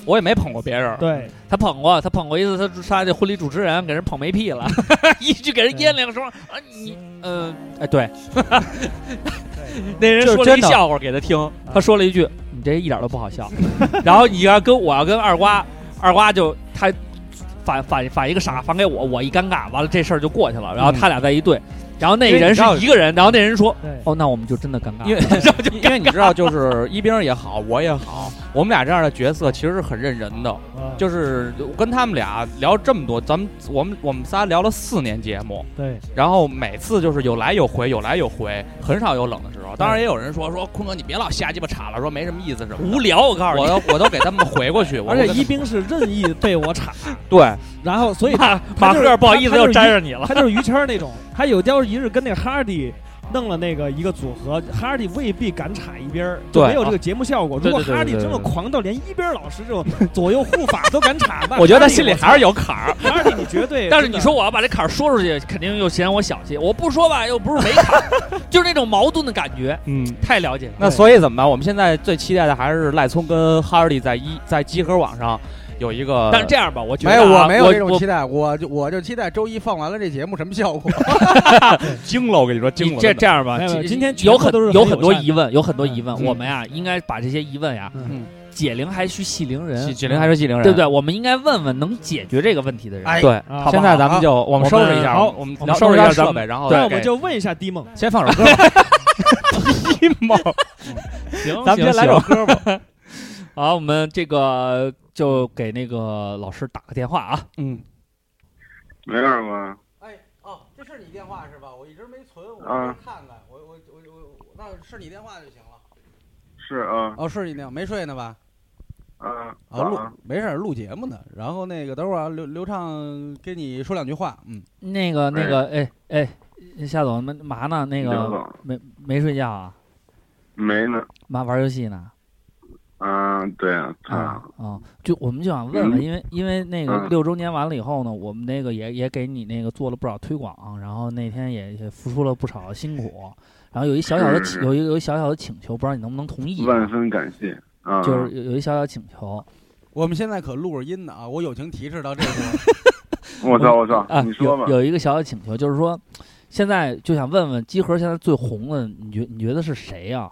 [SPEAKER 6] 我也没捧过别人，
[SPEAKER 9] 对，
[SPEAKER 8] 他捧过，他捧过一次，他他这婚礼主持人给人捧没 屁了，一句给人
[SPEAKER 9] 对
[SPEAKER 8] 咽两声啊你嗯哎对，
[SPEAKER 6] 那人
[SPEAKER 8] 人说了
[SPEAKER 6] 真
[SPEAKER 8] 一
[SPEAKER 6] 的，啊
[SPEAKER 8] 笑话给他听，他说了一句你这一点都不好笑， 然后你要跟我要跟二瓜，二瓜就他反反反一个傻反给我，我一尴尬，完了这事儿就过去了，然后他俩在一对，然后那
[SPEAKER 6] 因为
[SPEAKER 8] 人
[SPEAKER 6] 你
[SPEAKER 8] 是
[SPEAKER 6] 知道
[SPEAKER 8] 一个人，然后那人说
[SPEAKER 9] 对
[SPEAKER 8] 哦那我们就真的尴尬
[SPEAKER 6] 因
[SPEAKER 8] 了，
[SPEAKER 6] 为因为你知道，就是一冰也好，我也好，我们俩这样的角色其实是很认人的。
[SPEAKER 9] 啊
[SPEAKER 6] 就是跟他们俩聊这么多，咱们我们我们仨聊了四年节目，
[SPEAKER 9] 对
[SPEAKER 6] 然后每次就是有来有回，有来有回，很少有冷的时候。当然也有人说说坤哥你别老瞎鸡巴岔了，说没什么意思什么的。
[SPEAKER 8] 无聊我告诉
[SPEAKER 6] 我
[SPEAKER 8] 你，
[SPEAKER 6] 都我都给他们回过 去，我
[SPEAKER 9] 而
[SPEAKER 6] 都给
[SPEAKER 9] 且
[SPEAKER 6] 他们
[SPEAKER 9] 一兵是任意被我 插，
[SPEAKER 6] 对
[SPEAKER 9] 然后所以
[SPEAKER 8] 马
[SPEAKER 9] 他
[SPEAKER 8] 马
[SPEAKER 9] 就是
[SPEAKER 8] 赫不好意思
[SPEAKER 9] 他
[SPEAKER 8] 又
[SPEAKER 9] 就是
[SPEAKER 8] 粘
[SPEAKER 9] 一
[SPEAKER 8] 上你了，
[SPEAKER 9] 他就是于谦儿那种。 他有朝一日跟那个哈迪弄了那个一个组合，哈迪未必敢插一边儿，就
[SPEAKER 6] 对
[SPEAKER 9] 没有这个节目效果。
[SPEAKER 8] 对
[SPEAKER 9] 如果
[SPEAKER 8] 对对
[SPEAKER 9] 哈迪
[SPEAKER 8] 对对
[SPEAKER 9] 真的
[SPEAKER 8] 对
[SPEAKER 9] 狂到连一边儿老师 这种左右护法都敢插，那
[SPEAKER 6] 我觉得他
[SPEAKER 9] 哈迪
[SPEAKER 6] 心里
[SPEAKER 9] 我操
[SPEAKER 6] 还是有坎儿。
[SPEAKER 9] 哈迪，你 绝对。
[SPEAKER 8] 但是你
[SPEAKER 9] 真的
[SPEAKER 8] 说我要把这坎儿说出去，肯定又嫌我小气。我不说吧，又不是没坎儿， 就是那种矛盾的感觉，
[SPEAKER 6] 嗯，
[SPEAKER 8] 太了解了。
[SPEAKER 6] 那所以怎么办？我们现在最期待的还是赖聪跟哈尔利在一在集合网上有一个，
[SPEAKER 8] 但是这样吧，我觉得
[SPEAKER 5] 没
[SPEAKER 8] 啊、
[SPEAKER 5] 有，我没有这
[SPEAKER 8] 我
[SPEAKER 5] 种期待，我就我就期待周一放完了这节目什么效果。
[SPEAKER 6] 惊了，我跟你说惊
[SPEAKER 8] 你
[SPEAKER 6] 了。
[SPEAKER 8] 这这样吧
[SPEAKER 9] 没有没有，
[SPEAKER 8] 其
[SPEAKER 9] 今天全
[SPEAKER 8] 有
[SPEAKER 9] 部
[SPEAKER 8] 很
[SPEAKER 9] 都是很
[SPEAKER 8] 有
[SPEAKER 9] 友
[SPEAKER 8] 很多
[SPEAKER 9] 善的
[SPEAKER 8] 疑问，有很多疑问，
[SPEAKER 6] 嗯
[SPEAKER 8] 我们呀应该把这些疑问呀
[SPEAKER 9] 嗯，
[SPEAKER 8] 解铃还须系铃人，
[SPEAKER 6] 几几零还是几零人？
[SPEAKER 8] 对不对？我们应该问问能解决这个问题的人。
[SPEAKER 5] 哎
[SPEAKER 6] 对
[SPEAKER 9] 啊
[SPEAKER 6] 现在咱们就我们收拾一下，
[SPEAKER 8] 好
[SPEAKER 6] 我们
[SPEAKER 8] 我
[SPEAKER 6] 聊
[SPEAKER 8] 们收拾一下咱
[SPEAKER 6] 聊设
[SPEAKER 8] 们
[SPEAKER 6] 备，然后
[SPEAKER 9] 那
[SPEAKER 6] 再
[SPEAKER 9] 我们
[SPEAKER 6] 给
[SPEAKER 9] 就问一下迪梦，
[SPEAKER 6] 先放 首歌吧。一毛，
[SPEAKER 8] 行
[SPEAKER 6] 咱们先来首歌吧。
[SPEAKER 8] 好，我们这个就给那个老师打个电话啊。
[SPEAKER 6] 嗯，
[SPEAKER 10] 没事儿吗？
[SPEAKER 5] 哎，哦，这是你电话是吧？我一直没存，我
[SPEAKER 9] 嗯
[SPEAKER 10] 啊
[SPEAKER 5] 看看，我我我我，那是你电话就行了。
[SPEAKER 10] 是
[SPEAKER 9] 嗯
[SPEAKER 10] 啊，
[SPEAKER 5] 哦，是你电话，没睡呢吧？
[SPEAKER 10] 啊，
[SPEAKER 5] 啊，录
[SPEAKER 10] 晚
[SPEAKER 9] 嗯
[SPEAKER 10] 安
[SPEAKER 5] 没事儿，录节目呢。然后那个等会儿啊刘刘畅跟你说两句话，嗯，
[SPEAKER 8] 那个那个，哎哎，夏总，那嘛呢？那
[SPEAKER 10] 刘
[SPEAKER 8] 个
[SPEAKER 10] 总
[SPEAKER 8] 没没睡觉啊？
[SPEAKER 10] 没呢。
[SPEAKER 8] 嘛玩游戏呢？
[SPEAKER 10] 啊，对啊，
[SPEAKER 8] 啊
[SPEAKER 10] 操，
[SPEAKER 8] 啊！就我们就想问问，
[SPEAKER 10] 嗯
[SPEAKER 8] 因为因为那个
[SPEAKER 10] 嗯
[SPEAKER 8] 六周年完了以后呢，我们那个也也给你那个做了不少推广，然后那天也也付出了不少辛苦，然后有一小小的
[SPEAKER 10] 是
[SPEAKER 8] 请有一有一小小的请求，不知道你能不能同意？
[SPEAKER 10] 万分感谢啊！
[SPEAKER 8] 就是有有一小小请求，
[SPEAKER 5] 我们现在可录着音呢啊，我友情提示到这步。
[SPEAKER 10] 我操我操
[SPEAKER 8] 啊，，
[SPEAKER 10] 你说吧
[SPEAKER 8] 有。有一个小小请求，就是说，现在就想问问集合现在最红的，你觉你觉得是谁啊呀？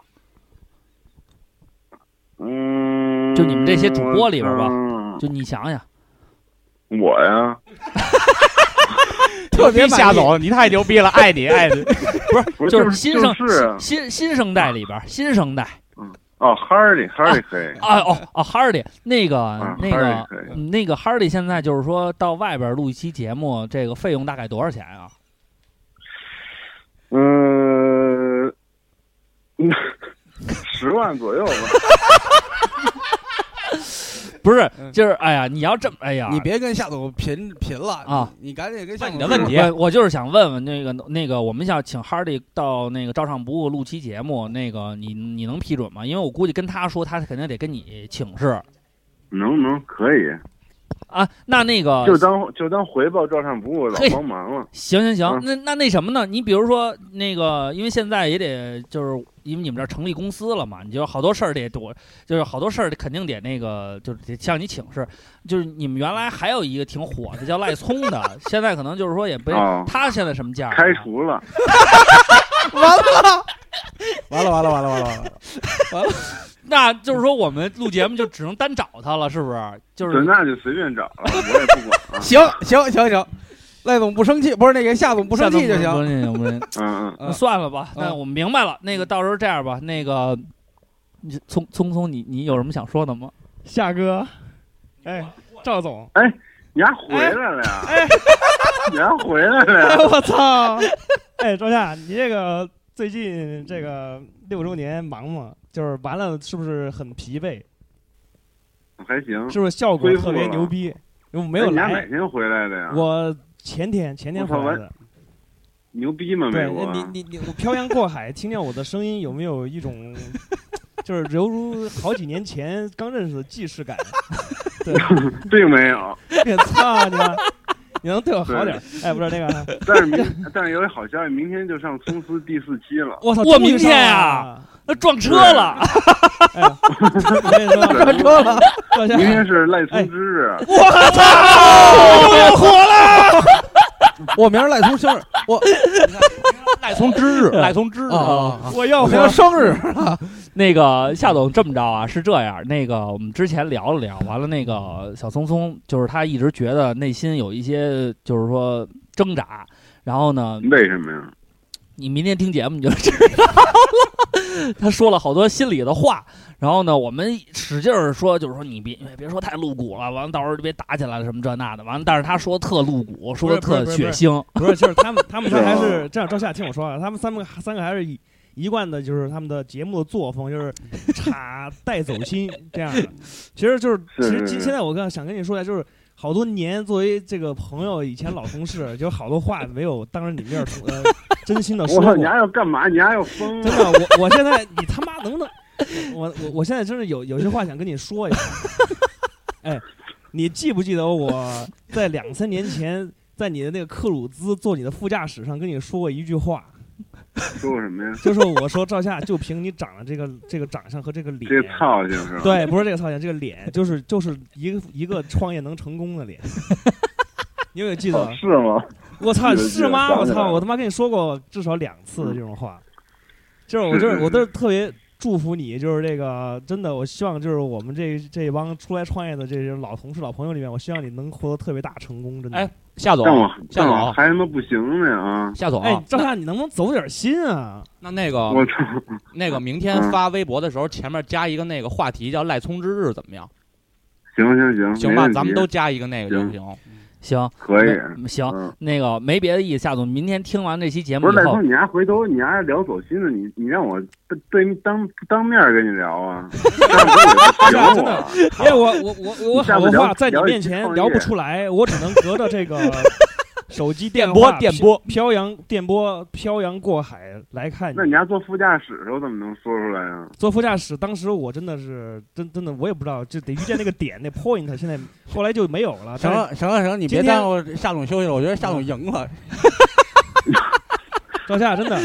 [SPEAKER 10] 嗯，
[SPEAKER 8] 就你们这些主播里边吧
[SPEAKER 10] 嗯
[SPEAKER 8] 就你想想，
[SPEAKER 10] 我呀，
[SPEAKER 5] 特别满意
[SPEAKER 6] 夏总，你太牛逼了，爱你爱你。
[SPEAKER 10] 不
[SPEAKER 8] 就是新生
[SPEAKER 10] 就是啊
[SPEAKER 8] 新新生代里边儿，新生代
[SPEAKER 10] 哦，哈利哈利可以，
[SPEAKER 8] 啊哦哦，哈尔的那个
[SPEAKER 10] 嗯
[SPEAKER 8] 那
[SPEAKER 10] 哈
[SPEAKER 8] 个
[SPEAKER 10] 利可以。
[SPEAKER 8] 嗯那个哈利现在就是说到外边录一期节目，这个费用大概多少钱啊？
[SPEAKER 10] 嗯，十万左右吧。
[SPEAKER 8] 不是，
[SPEAKER 5] 嗯
[SPEAKER 8] 就是哎呀，你要这么哎呀，
[SPEAKER 5] 你别跟夏总贫贫了
[SPEAKER 8] 啊！
[SPEAKER 5] 你你赶紧跟夏
[SPEAKER 6] 问
[SPEAKER 5] 总
[SPEAKER 6] 你的问
[SPEAKER 5] 说
[SPEAKER 6] 题，
[SPEAKER 8] 我我就是想问问那个那个，我们想请哈利到那个照常不误录期节目，那个你你能批准吗？因为我估计跟他说，他肯定得跟你请示。
[SPEAKER 10] 能能可以，
[SPEAKER 8] 啊，那那个
[SPEAKER 7] 就当就当回报照唱不误，老
[SPEAKER 8] 嘿
[SPEAKER 7] 帮忙了。
[SPEAKER 8] 行行行
[SPEAKER 7] 嗯，
[SPEAKER 8] 那那那什么呢？你比如说那个，因为现在也得就是因为你们这儿成立公司了嘛，你就好多事儿得躲，就是好多事儿肯定得那个，就是得向你请示。就是你们原来还有一个挺火的叫赖聪的， 现在可能就是说也不
[SPEAKER 7] 哦
[SPEAKER 8] 他现在什么价儿啊？
[SPEAKER 7] 开除了，
[SPEAKER 5] 完了完了完了完了完了，。
[SPEAKER 8] 那就是说我们录节目就只能单找他了，是不是？就
[SPEAKER 7] 准
[SPEAKER 8] 是
[SPEAKER 7] 那就随便找了，我也不管了
[SPEAKER 5] 行行行行，赖总不生气，不是那个夏总不生气就
[SPEAKER 8] 下次我
[SPEAKER 5] 行。
[SPEAKER 8] 们不不
[SPEAKER 7] 嗯
[SPEAKER 8] 不
[SPEAKER 7] 嗯，
[SPEAKER 5] 嗯
[SPEAKER 8] 算了吧，
[SPEAKER 5] 嗯
[SPEAKER 8] 那我们明白了。那个到时候这样吧，那个你聪聪聪，你你有什么想说的吗？
[SPEAKER 9] 夏哥，哎，赵总，
[SPEAKER 7] 哎
[SPEAKER 9] 哎
[SPEAKER 7] 你还回来了呀？ 你还回来了呀？
[SPEAKER 9] 我操！哎，庄夏，你这个最近这个六周年忙吗？就是完了，是不是很疲惫？
[SPEAKER 7] 还行。
[SPEAKER 9] 是不是效果
[SPEAKER 7] 恢复
[SPEAKER 9] 特别
[SPEAKER 7] 了
[SPEAKER 9] 牛逼？我没有
[SPEAKER 7] 哎你还哪
[SPEAKER 9] 来，
[SPEAKER 7] 天回来的呀？
[SPEAKER 9] 我前天前天
[SPEAKER 7] 我
[SPEAKER 9] 回
[SPEAKER 7] 操
[SPEAKER 9] 来
[SPEAKER 7] 完
[SPEAKER 9] 的。
[SPEAKER 7] 牛逼吗？美
[SPEAKER 9] 啊对
[SPEAKER 7] 国？
[SPEAKER 9] 你你你，我漂洋过海，听见我的声音有没有一 种，就是犹如好几年前刚认识的既 视感？
[SPEAKER 7] 并没有，
[SPEAKER 9] 别操你妈！你能对我好点儿？哎，不是那个，
[SPEAKER 7] 但是明但是有一好消息，明天就上松狮第四期了。
[SPEAKER 9] 我操！
[SPEAKER 8] 我
[SPEAKER 9] 终于
[SPEAKER 8] 明天
[SPEAKER 9] 上
[SPEAKER 8] 啊
[SPEAKER 9] 了！
[SPEAKER 8] 那撞车了。
[SPEAKER 9] 哎，我跟你说，
[SPEAKER 7] 对
[SPEAKER 5] 车了，
[SPEAKER 9] 坐下
[SPEAKER 7] 明天是赖聪之日，
[SPEAKER 5] 我明儿赖聪生日，我
[SPEAKER 6] 赖从之日，赖从之日
[SPEAKER 5] 啊啊啊！
[SPEAKER 9] 我要
[SPEAKER 5] 我
[SPEAKER 9] 回
[SPEAKER 5] 明儿生日，
[SPEAKER 8] 那个夏总这么着啊，是这样，那个我们之前聊了聊，完了那个小聪聪就是他一直觉得内心有一些就是说挣扎，然后呢，
[SPEAKER 7] 为什么呀？
[SPEAKER 8] 你明天听节目你就知道了，他说了好多心里的话，然后呢，我们使劲儿说，就是说你别别说太露骨了，完了到时候就别打起来了什么这那的，完了但是他说特露骨，说的
[SPEAKER 9] 不是
[SPEAKER 8] 特
[SPEAKER 9] 不是
[SPEAKER 8] 血腥，
[SPEAKER 9] 不是，就是他们，他们仨
[SPEAKER 7] 是啊
[SPEAKER 9] 还是这样。赵夏，听我说啊，他们三个三个还是一一贯的，就是他们的节目的作风，就是插带走心这样的。其实就是，其
[SPEAKER 7] 是
[SPEAKER 9] 实
[SPEAKER 7] 是
[SPEAKER 9] 今
[SPEAKER 7] 是
[SPEAKER 9] 现在我刚想跟你说一下，就是好多年作为这个朋友，以前老同事，有好多话没有当着你面说，呃，真心的说
[SPEAKER 7] 我
[SPEAKER 9] 过
[SPEAKER 7] 操，。你还要干嘛？你还要疯
[SPEAKER 9] 真
[SPEAKER 7] 啊？
[SPEAKER 9] 的，我我现在你他妈能不能？我我我现在真是有有些话想跟你说一下。哎，你记不记得我在两三年前在你的那个克鲁兹坐你的副驾驶上跟你说过一句话？
[SPEAKER 7] 说我什么呀？
[SPEAKER 9] 就是我说赵夏，就凭你长得这个这个长相和这个脸，
[SPEAKER 7] 这操性是吧？
[SPEAKER 9] 对，不是这个造型，这个脸就是就是一个一个创业能成功的脸。 你有没有记得
[SPEAKER 7] 哦，？是吗？
[SPEAKER 9] 我操，
[SPEAKER 7] 是
[SPEAKER 9] 是吗？
[SPEAKER 7] 是
[SPEAKER 9] 我
[SPEAKER 7] 想起来
[SPEAKER 9] 操，
[SPEAKER 7] 了嗯
[SPEAKER 9] 我他妈跟你说过至少两次的这种话，就是我
[SPEAKER 7] 是
[SPEAKER 9] 就是
[SPEAKER 7] 是
[SPEAKER 9] 我都是特别祝福你，就是这个真的，我希望就是我们这这一帮出来创业的这些老同事、老朋友里面，我希望你能获得特别大成功，真的。啊
[SPEAKER 6] 哎 夏总
[SPEAKER 7] 但我，
[SPEAKER 6] 夏
[SPEAKER 7] 但我
[SPEAKER 6] 总，啊
[SPEAKER 7] 还他妈不行呢啊！
[SPEAKER 6] 夏总，
[SPEAKER 9] 哎，赵夏，你能不能走点心啊？
[SPEAKER 6] 那那个
[SPEAKER 7] 我操！ 嗯
[SPEAKER 6] 那个明天发微博的时候，前面加一个那个话题叫“赖聪之日”，怎么样？
[SPEAKER 7] 行行行，
[SPEAKER 6] 行
[SPEAKER 7] 没
[SPEAKER 6] 吧
[SPEAKER 7] 问，题
[SPEAKER 6] 咱们都加一个那个就
[SPEAKER 7] 行
[SPEAKER 6] 行。
[SPEAKER 8] 行
[SPEAKER 7] 可以。
[SPEAKER 8] 那行。
[SPEAKER 7] 嗯，
[SPEAKER 8] 那个没别的意思，夏总，明天听完这期节目
[SPEAKER 7] 不
[SPEAKER 8] 以
[SPEAKER 7] 是赖
[SPEAKER 8] 后
[SPEAKER 7] 聪，，你还回头你还聊走心呢？你你让我对对当当面跟你聊啊？但是我也不行我。
[SPEAKER 9] 因为哎我我我我
[SPEAKER 7] 你下次
[SPEAKER 9] 好多
[SPEAKER 7] 聊
[SPEAKER 9] 话在你
[SPEAKER 7] 聊一
[SPEAKER 9] 面
[SPEAKER 7] 期
[SPEAKER 9] 前
[SPEAKER 7] 创
[SPEAKER 9] 聊不
[SPEAKER 7] 业
[SPEAKER 9] 出来，我只能隔着这个手机电
[SPEAKER 6] 波
[SPEAKER 9] 话
[SPEAKER 6] 电
[SPEAKER 9] 飘
[SPEAKER 6] 波
[SPEAKER 9] 漂洋电波漂洋过海来看
[SPEAKER 7] 那你要坐副驾驶的时候怎么能说出来啊？
[SPEAKER 9] 坐副驾驶，当时我真的是真真的我也不知道，就得遇见那个点那 point，现在后来就没有了。
[SPEAKER 5] 行
[SPEAKER 9] 但是
[SPEAKER 5] 了行了行了，你别
[SPEAKER 9] 啊今天
[SPEAKER 5] 耽误夏总休息了，我觉得夏总赢了。
[SPEAKER 9] 赵夏真的，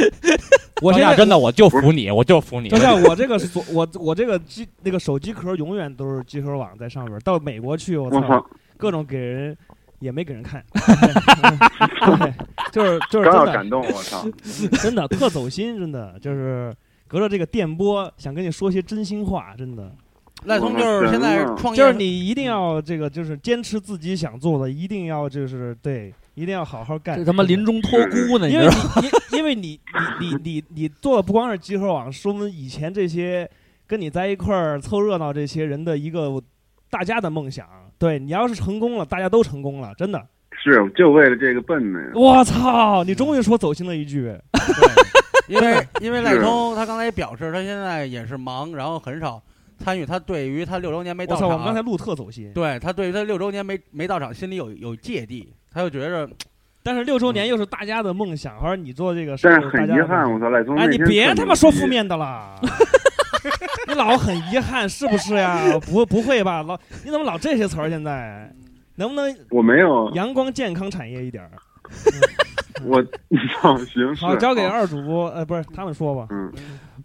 [SPEAKER 9] 我
[SPEAKER 6] 赵
[SPEAKER 9] 现在
[SPEAKER 6] 夏真的，我就服你，我就服你。
[SPEAKER 9] 赵夏我这个所我我这个机那个手机壳永远都是机壳网在上面，到美国去我
[SPEAKER 7] 我
[SPEAKER 9] 操
[SPEAKER 7] 操，，
[SPEAKER 9] 各种给人也没给 人看，对，就是就是
[SPEAKER 7] 刚
[SPEAKER 9] 真
[SPEAKER 7] 要
[SPEAKER 9] 的
[SPEAKER 7] 感动，我操！
[SPEAKER 9] 真的特走心，真的就是隔着这个电波想跟你说些真心话，真的
[SPEAKER 5] 赖聪就是现在
[SPEAKER 7] 我
[SPEAKER 5] 创业，
[SPEAKER 9] 就是你一定要这个就是坚持自己想做的，一定要就是对，一定要好好干。
[SPEAKER 8] 这他妈
[SPEAKER 9] 真的
[SPEAKER 8] 临终托孤呢，你
[SPEAKER 9] 因
[SPEAKER 8] 知
[SPEAKER 9] 为
[SPEAKER 8] 道吗？
[SPEAKER 9] 你， 因为你，你，你，你，你做的不光是集合网，是我们以前这些跟你在一块儿凑热闹这些人的一个大家的梦想。对你要是成功了，大家都成功了，真的。
[SPEAKER 7] 是就为了这个笨的呀。
[SPEAKER 9] 我操，你终于说走心了一句。
[SPEAKER 5] 因为因为赖聪他刚才也表示，他现在也是忙，然后很少参与。他对于他六周年没
[SPEAKER 9] 我
[SPEAKER 5] 到
[SPEAKER 9] 操，
[SPEAKER 5] 场，
[SPEAKER 9] 我们刚才录特走心，
[SPEAKER 5] 对他对于他六周年没没到场，心里有有芥蒂，他就觉着
[SPEAKER 9] 但是六周
[SPEAKER 8] 嗯
[SPEAKER 9] 年又是大家的梦想，而你做这个事
[SPEAKER 7] 但
[SPEAKER 9] 儿，
[SPEAKER 7] 是
[SPEAKER 9] 大
[SPEAKER 7] 很
[SPEAKER 9] 家
[SPEAKER 7] 遗
[SPEAKER 9] 的梦
[SPEAKER 7] 憾，
[SPEAKER 9] 想
[SPEAKER 7] 我操，赖聪
[SPEAKER 9] 哎，
[SPEAKER 7] 那
[SPEAKER 9] 你
[SPEAKER 7] 天特
[SPEAKER 9] 别
[SPEAKER 7] 牛
[SPEAKER 9] 他妈说
[SPEAKER 7] 逼
[SPEAKER 9] 负，面的了， 你老很遗憾是不是呀？不不会吧，老你怎么老这些词儿现在？能不能
[SPEAKER 10] 我没有，
[SPEAKER 9] 阳光健康产业一点儿？
[SPEAKER 10] 我好行，
[SPEAKER 9] 好，
[SPEAKER 10] 是
[SPEAKER 9] 交给二主播，呃，不是他们说吧。
[SPEAKER 10] 嗯，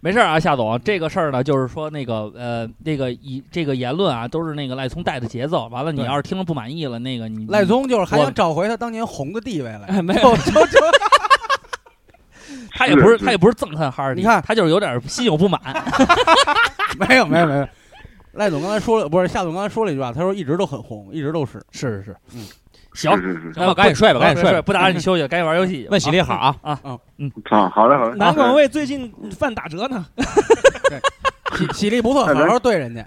[SPEAKER 8] 没事儿啊，夏总，这个事儿呢，就是说那个呃，那个以这个言论啊，都是那个赖聪带的节奏。完了，你
[SPEAKER 5] 对
[SPEAKER 8] 要是听了不满意了，那个你
[SPEAKER 5] 赖聪就是还
[SPEAKER 8] 我
[SPEAKER 5] 想找回他当年红的地位来。
[SPEAKER 8] 哎没有
[SPEAKER 5] 就就就
[SPEAKER 8] 他也不是
[SPEAKER 10] 是
[SPEAKER 8] 他也不是憎恨哈尔滨，
[SPEAKER 5] 你看
[SPEAKER 8] 他就是有点心有不 满。
[SPEAKER 5] 没有没有没有，赖总刚才说了，不是夏总刚才说了一句话，他说一直都很红，一直都是。
[SPEAKER 8] 是是是，
[SPEAKER 5] 嗯
[SPEAKER 8] 行，
[SPEAKER 10] 是是是，
[SPEAKER 8] 那
[SPEAKER 6] 我赶紧睡吧，赶紧睡吧。
[SPEAKER 8] 不打扰 你休息，赶紧玩游戏去。
[SPEAKER 6] 问喜力好啊，
[SPEAKER 9] 嗯
[SPEAKER 10] 操，好嘞好嘞，
[SPEAKER 9] 南广卫最近饭打折呢，
[SPEAKER 5] 喜喜力不错，
[SPEAKER 10] 哎
[SPEAKER 5] 好
[SPEAKER 10] 咱
[SPEAKER 5] 好对人家。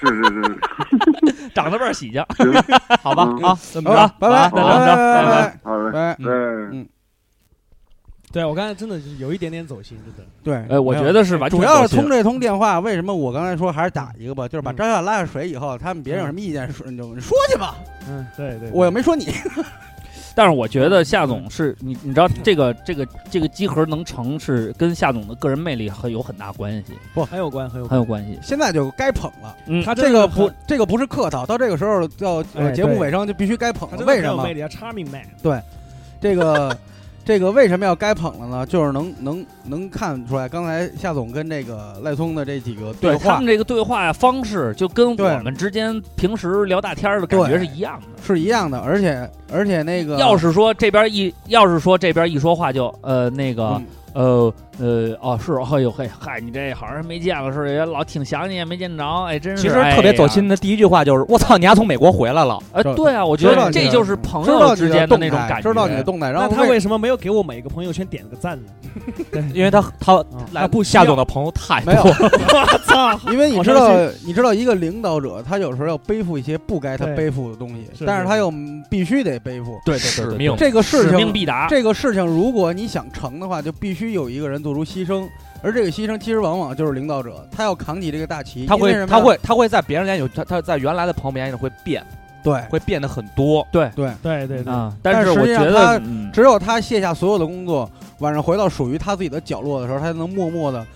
[SPEAKER 10] 是是是是，
[SPEAKER 8] 啊长得倍儿喜庆。
[SPEAKER 6] 好吧
[SPEAKER 10] 嗯
[SPEAKER 6] 啊，这么
[SPEAKER 5] 好
[SPEAKER 6] 着，
[SPEAKER 5] 拜
[SPEAKER 6] 晚安
[SPEAKER 5] 拜拜
[SPEAKER 10] 那咱
[SPEAKER 6] 么着
[SPEAKER 5] 拜
[SPEAKER 10] 好
[SPEAKER 5] 拜
[SPEAKER 10] 嘞好嘞，嗯
[SPEAKER 5] 拜。
[SPEAKER 8] 嗯
[SPEAKER 7] 嗯
[SPEAKER 10] 对。
[SPEAKER 9] 对我刚才真的是有一点点走心，真的。
[SPEAKER 5] 对，
[SPEAKER 8] 呃，我
[SPEAKER 5] 没有
[SPEAKER 8] 觉得是完全
[SPEAKER 5] 主
[SPEAKER 8] 走
[SPEAKER 5] 要是
[SPEAKER 8] 心
[SPEAKER 5] 通这通电话，为什么我刚才说还是打一个吧？就是把张小拉下水以后，他们别人有什么意见说，你就说去吧，
[SPEAKER 9] 嗯，对对。
[SPEAKER 5] 我又没说你。
[SPEAKER 8] 但是我觉得夏总是你，你知道这个这个这个集合能成是跟夏总的个人魅力很有很大关系，
[SPEAKER 9] 不很有关，很有关。
[SPEAKER 8] 很有关系。
[SPEAKER 5] 现在就该捧了，
[SPEAKER 8] 嗯
[SPEAKER 9] 他真
[SPEAKER 5] 这
[SPEAKER 9] 的
[SPEAKER 5] 个
[SPEAKER 9] 很
[SPEAKER 5] 不，这个不是客套，到这个时候到呃
[SPEAKER 9] 哎
[SPEAKER 5] 节目
[SPEAKER 9] 对
[SPEAKER 5] 尾声就必须该捧
[SPEAKER 9] 他
[SPEAKER 5] 了。
[SPEAKER 9] 真的
[SPEAKER 5] 为
[SPEAKER 9] 很
[SPEAKER 5] 什
[SPEAKER 9] 有
[SPEAKER 5] 么
[SPEAKER 9] 魅？力啊，charming man。
[SPEAKER 5] 这个这个为什么要该捧了呢？就是能能能看出来，刚才夏总跟这个赖聪的这几个
[SPEAKER 8] 对他
[SPEAKER 5] 话
[SPEAKER 8] 们这个对话方式，就跟
[SPEAKER 5] 对
[SPEAKER 8] 我们之间平时聊大天儿的感觉
[SPEAKER 5] 对
[SPEAKER 8] 是一样的。
[SPEAKER 5] 是一样的，而且而且那个
[SPEAKER 8] 要是说这边一，要是说这边一说话就呃那个
[SPEAKER 5] 嗯
[SPEAKER 8] 呃呃哦是哦呦嘿嗨你这好像没见过似的，也老挺想你也没见着，哎真是
[SPEAKER 6] 其实特别走
[SPEAKER 8] 哎
[SPEAKER 6] 心
[SPEAKER 8] 呀
[SPEAKER 6] 的第一句话就是：“我操，你还从美国回来 了
[SPEAKER 8] 呃对啊，我觉
[SPEAKER 5] 知道
[SPEAKER 8] 得
[SPEAKER 5] 你
[SPEAKER 8] 这
[SPEAKER 5] 的
[SPEAKER 8] 就是朋
[SPEAKER 5] 知道
[SPEAKER 8] 友
[SPEAKER 5] 你
[SPEAKER 8] 之间的
[SPEAKER 5] 动
[SPEAKER 8] 那种
[SPEAKER 5] 态
[SPEAKER 8] 感觉，
[SPEAKER 5] 知道你的动态，然
[SPEAKER 9] 那
[SPEAKER 5] 后
[SPEAKER 9] 他为什么没有给我每个朋友圈点个赞呢？？”
[SPEAKER 6] 因为他嗯他
[SPEAKER 9] 啊
[SPEAKER 6] 来不夏总的朋友太多
[SPEAKER 5] 没有
[SPEAKER 6] 了，
[SPEAKER 9] 操！
[SPEAKER 5] 因为你
[SPEAKER 9] 我
[SPEAKER 5] 知
[SPEAKER 9] 上
[SPEAKER 5] 道，你知道一个领导者，他有时候要背负一些不该他
[SPEAKER 9] 对
[SPEAKER 5] 背负的东西，
[SPEAKER 9] 是
[SPEAKER 5] 但是
[SPEAKER 9] 是
[SPEAKER 5] 他
[SPEAKER 9] 是
[SPEAKER 5] 又必须得背负
[SPEAKER 8] 对对
[SPEAKER 6] 使
[SPEAKER 8] 对对
[SPEAKER 6] 命
[SPEAKER 8] 对，
[SPEAKER 5] 这个事
[SPEAKER 8] 使
[SPEAKER 5] 情
[SPEAKER 8] 命。必达，
[SPEAKER 5] 这个事情，如果你想成的话，就必须有一个人做出牺牲，而这个牺牲其实往往就是领导者，他要扛起这个大旗。
[SPEAKER 6] 他
[SPEAKER 5] 因为什
[SPEAKER 6] 会
[SPEAKER 5] 么
[SPEAKER 6] 他
[SPEAKER 5] 呀
[SPEAKER 6] 会他会在别人眼里，他他在原来的朋友们眼里会变，
[SPEAKER 5] 对，
[SPEAKER 6] 会变得很多。
[SPEAKER 9] 对对对，
[SPEAKER 8] 啊，
[SPEAKER 5] 但
[SPEAKER 8] 但是
[SPEAKER 5] 实
[SPEAKER 8] 我
[SPEAKER 5] 际
[SPEAKER 8] 觉
[SPEAKER 5] 上
[SPEAKER 8] 得
[SPEAKER 5] 他
[SPEAKER 8] 嗯
[SPEAKER 5] 只有他卸下所有的工作，晚上回到属于他自己的角落的时候，他才能默默的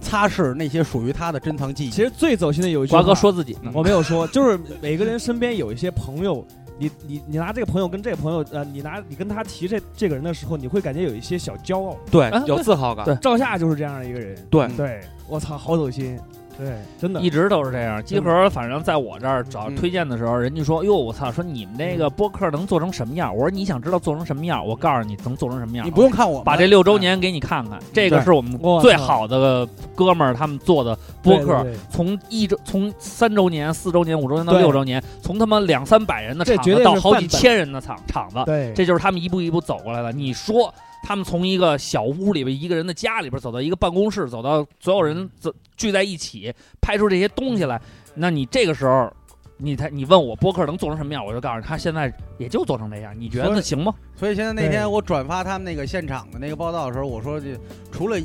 [SPEAKER 5] 擦拭那些属于他的珍藏记忆。
[SPEAKER 9] 其实最走心的有一句话，
[SPEAKER 8] 瓜哥说自己嗯呢，
[SPEAKER 9] 我没有说， 就是每个人身边有一些朋友，你你你拿这个朋友跟这个朋友，呃，你拿你跟他提这这个人的时候，你会感觉有一些小骄傲。
[SPEAKER 6] 对
[SPEAKER 8] 啊，
[SPEAKER 6] 有自豪感。
[SPEAKER 8] 对
[SPEAKER 9] 赵夏就是这样的一个人，
[SPEAKER 6] 对
[SPEAKER 5] 嗯
[SPEAKER 9] 对，我操，好走心，对，真的嗯
[SPEAKER 8] 一，直都是这样。集合反正在我这儿找
[SPEAKER 5] 嗯
[SPEAKER 8] 推荐的时候，人家说：“哟，我操，说你们那
[SPEAKER 9] 嗯
[SPEAKER 8] 个播客能做成什么样？”我说：“你想知道做成什么样？我告诉你能做成什么样。”
[SPEAKER 5] 你不用看我们，
[SPEAKER 8] 把这六周年给你看
[SPEAKER 9] 嗯
[SPEAKER 8] 看，这个是我们
[SPEAKER 9] 我操
[SPEAKER 8] 最好的哥们儿他们做的播客，
[SPEAKER 9] 对对对
[SPEAKER 8] 从一周从三周年、四周年、五周年到
[SPEAKER 9] 对
[SPEAKER 8] 六周年，从他妈两三百人的
[SPEAKER 9] 这
[SPEAKER 8] 场
[SPEAKER 9] 绝
[SPEAKER 8] 子
[SPEAKER 9] 对
[SPEAKER 8] 到
[SPEAKER 9] 是
[SPEAKER 8] 好
[SPEAKER 9] 范
[SPEAKER 8] 几
[SPEAKER 9] 本
[SPEAKER 8] 千人的场场子，
[SPEAKER 9] 对，
[SPEAKER 8] 啊这就是他们一步一步走过来的。你说他们从一个小屋里边，一个人的家里边走到一个办公室，走到所有
[SPEAKER 5] 嗯
[SPEAKER 8] 人走聚在一起，拍出这些东西来，那你这个时候，你才你问我播客能做成什么样，我就告诉你，他现在也就做成这样，你觉
[SPEAKER 5] 所
[SPEAKER 8] 得
[SPEAKER 5] 以
[SPEAKER 8] 行吗？
[SPEAKER 5] 所以现在那
[SPEAKER 9] 对
[SPEAKER 5] 天我转发他们那个现场的那个报道的时候，我说就除了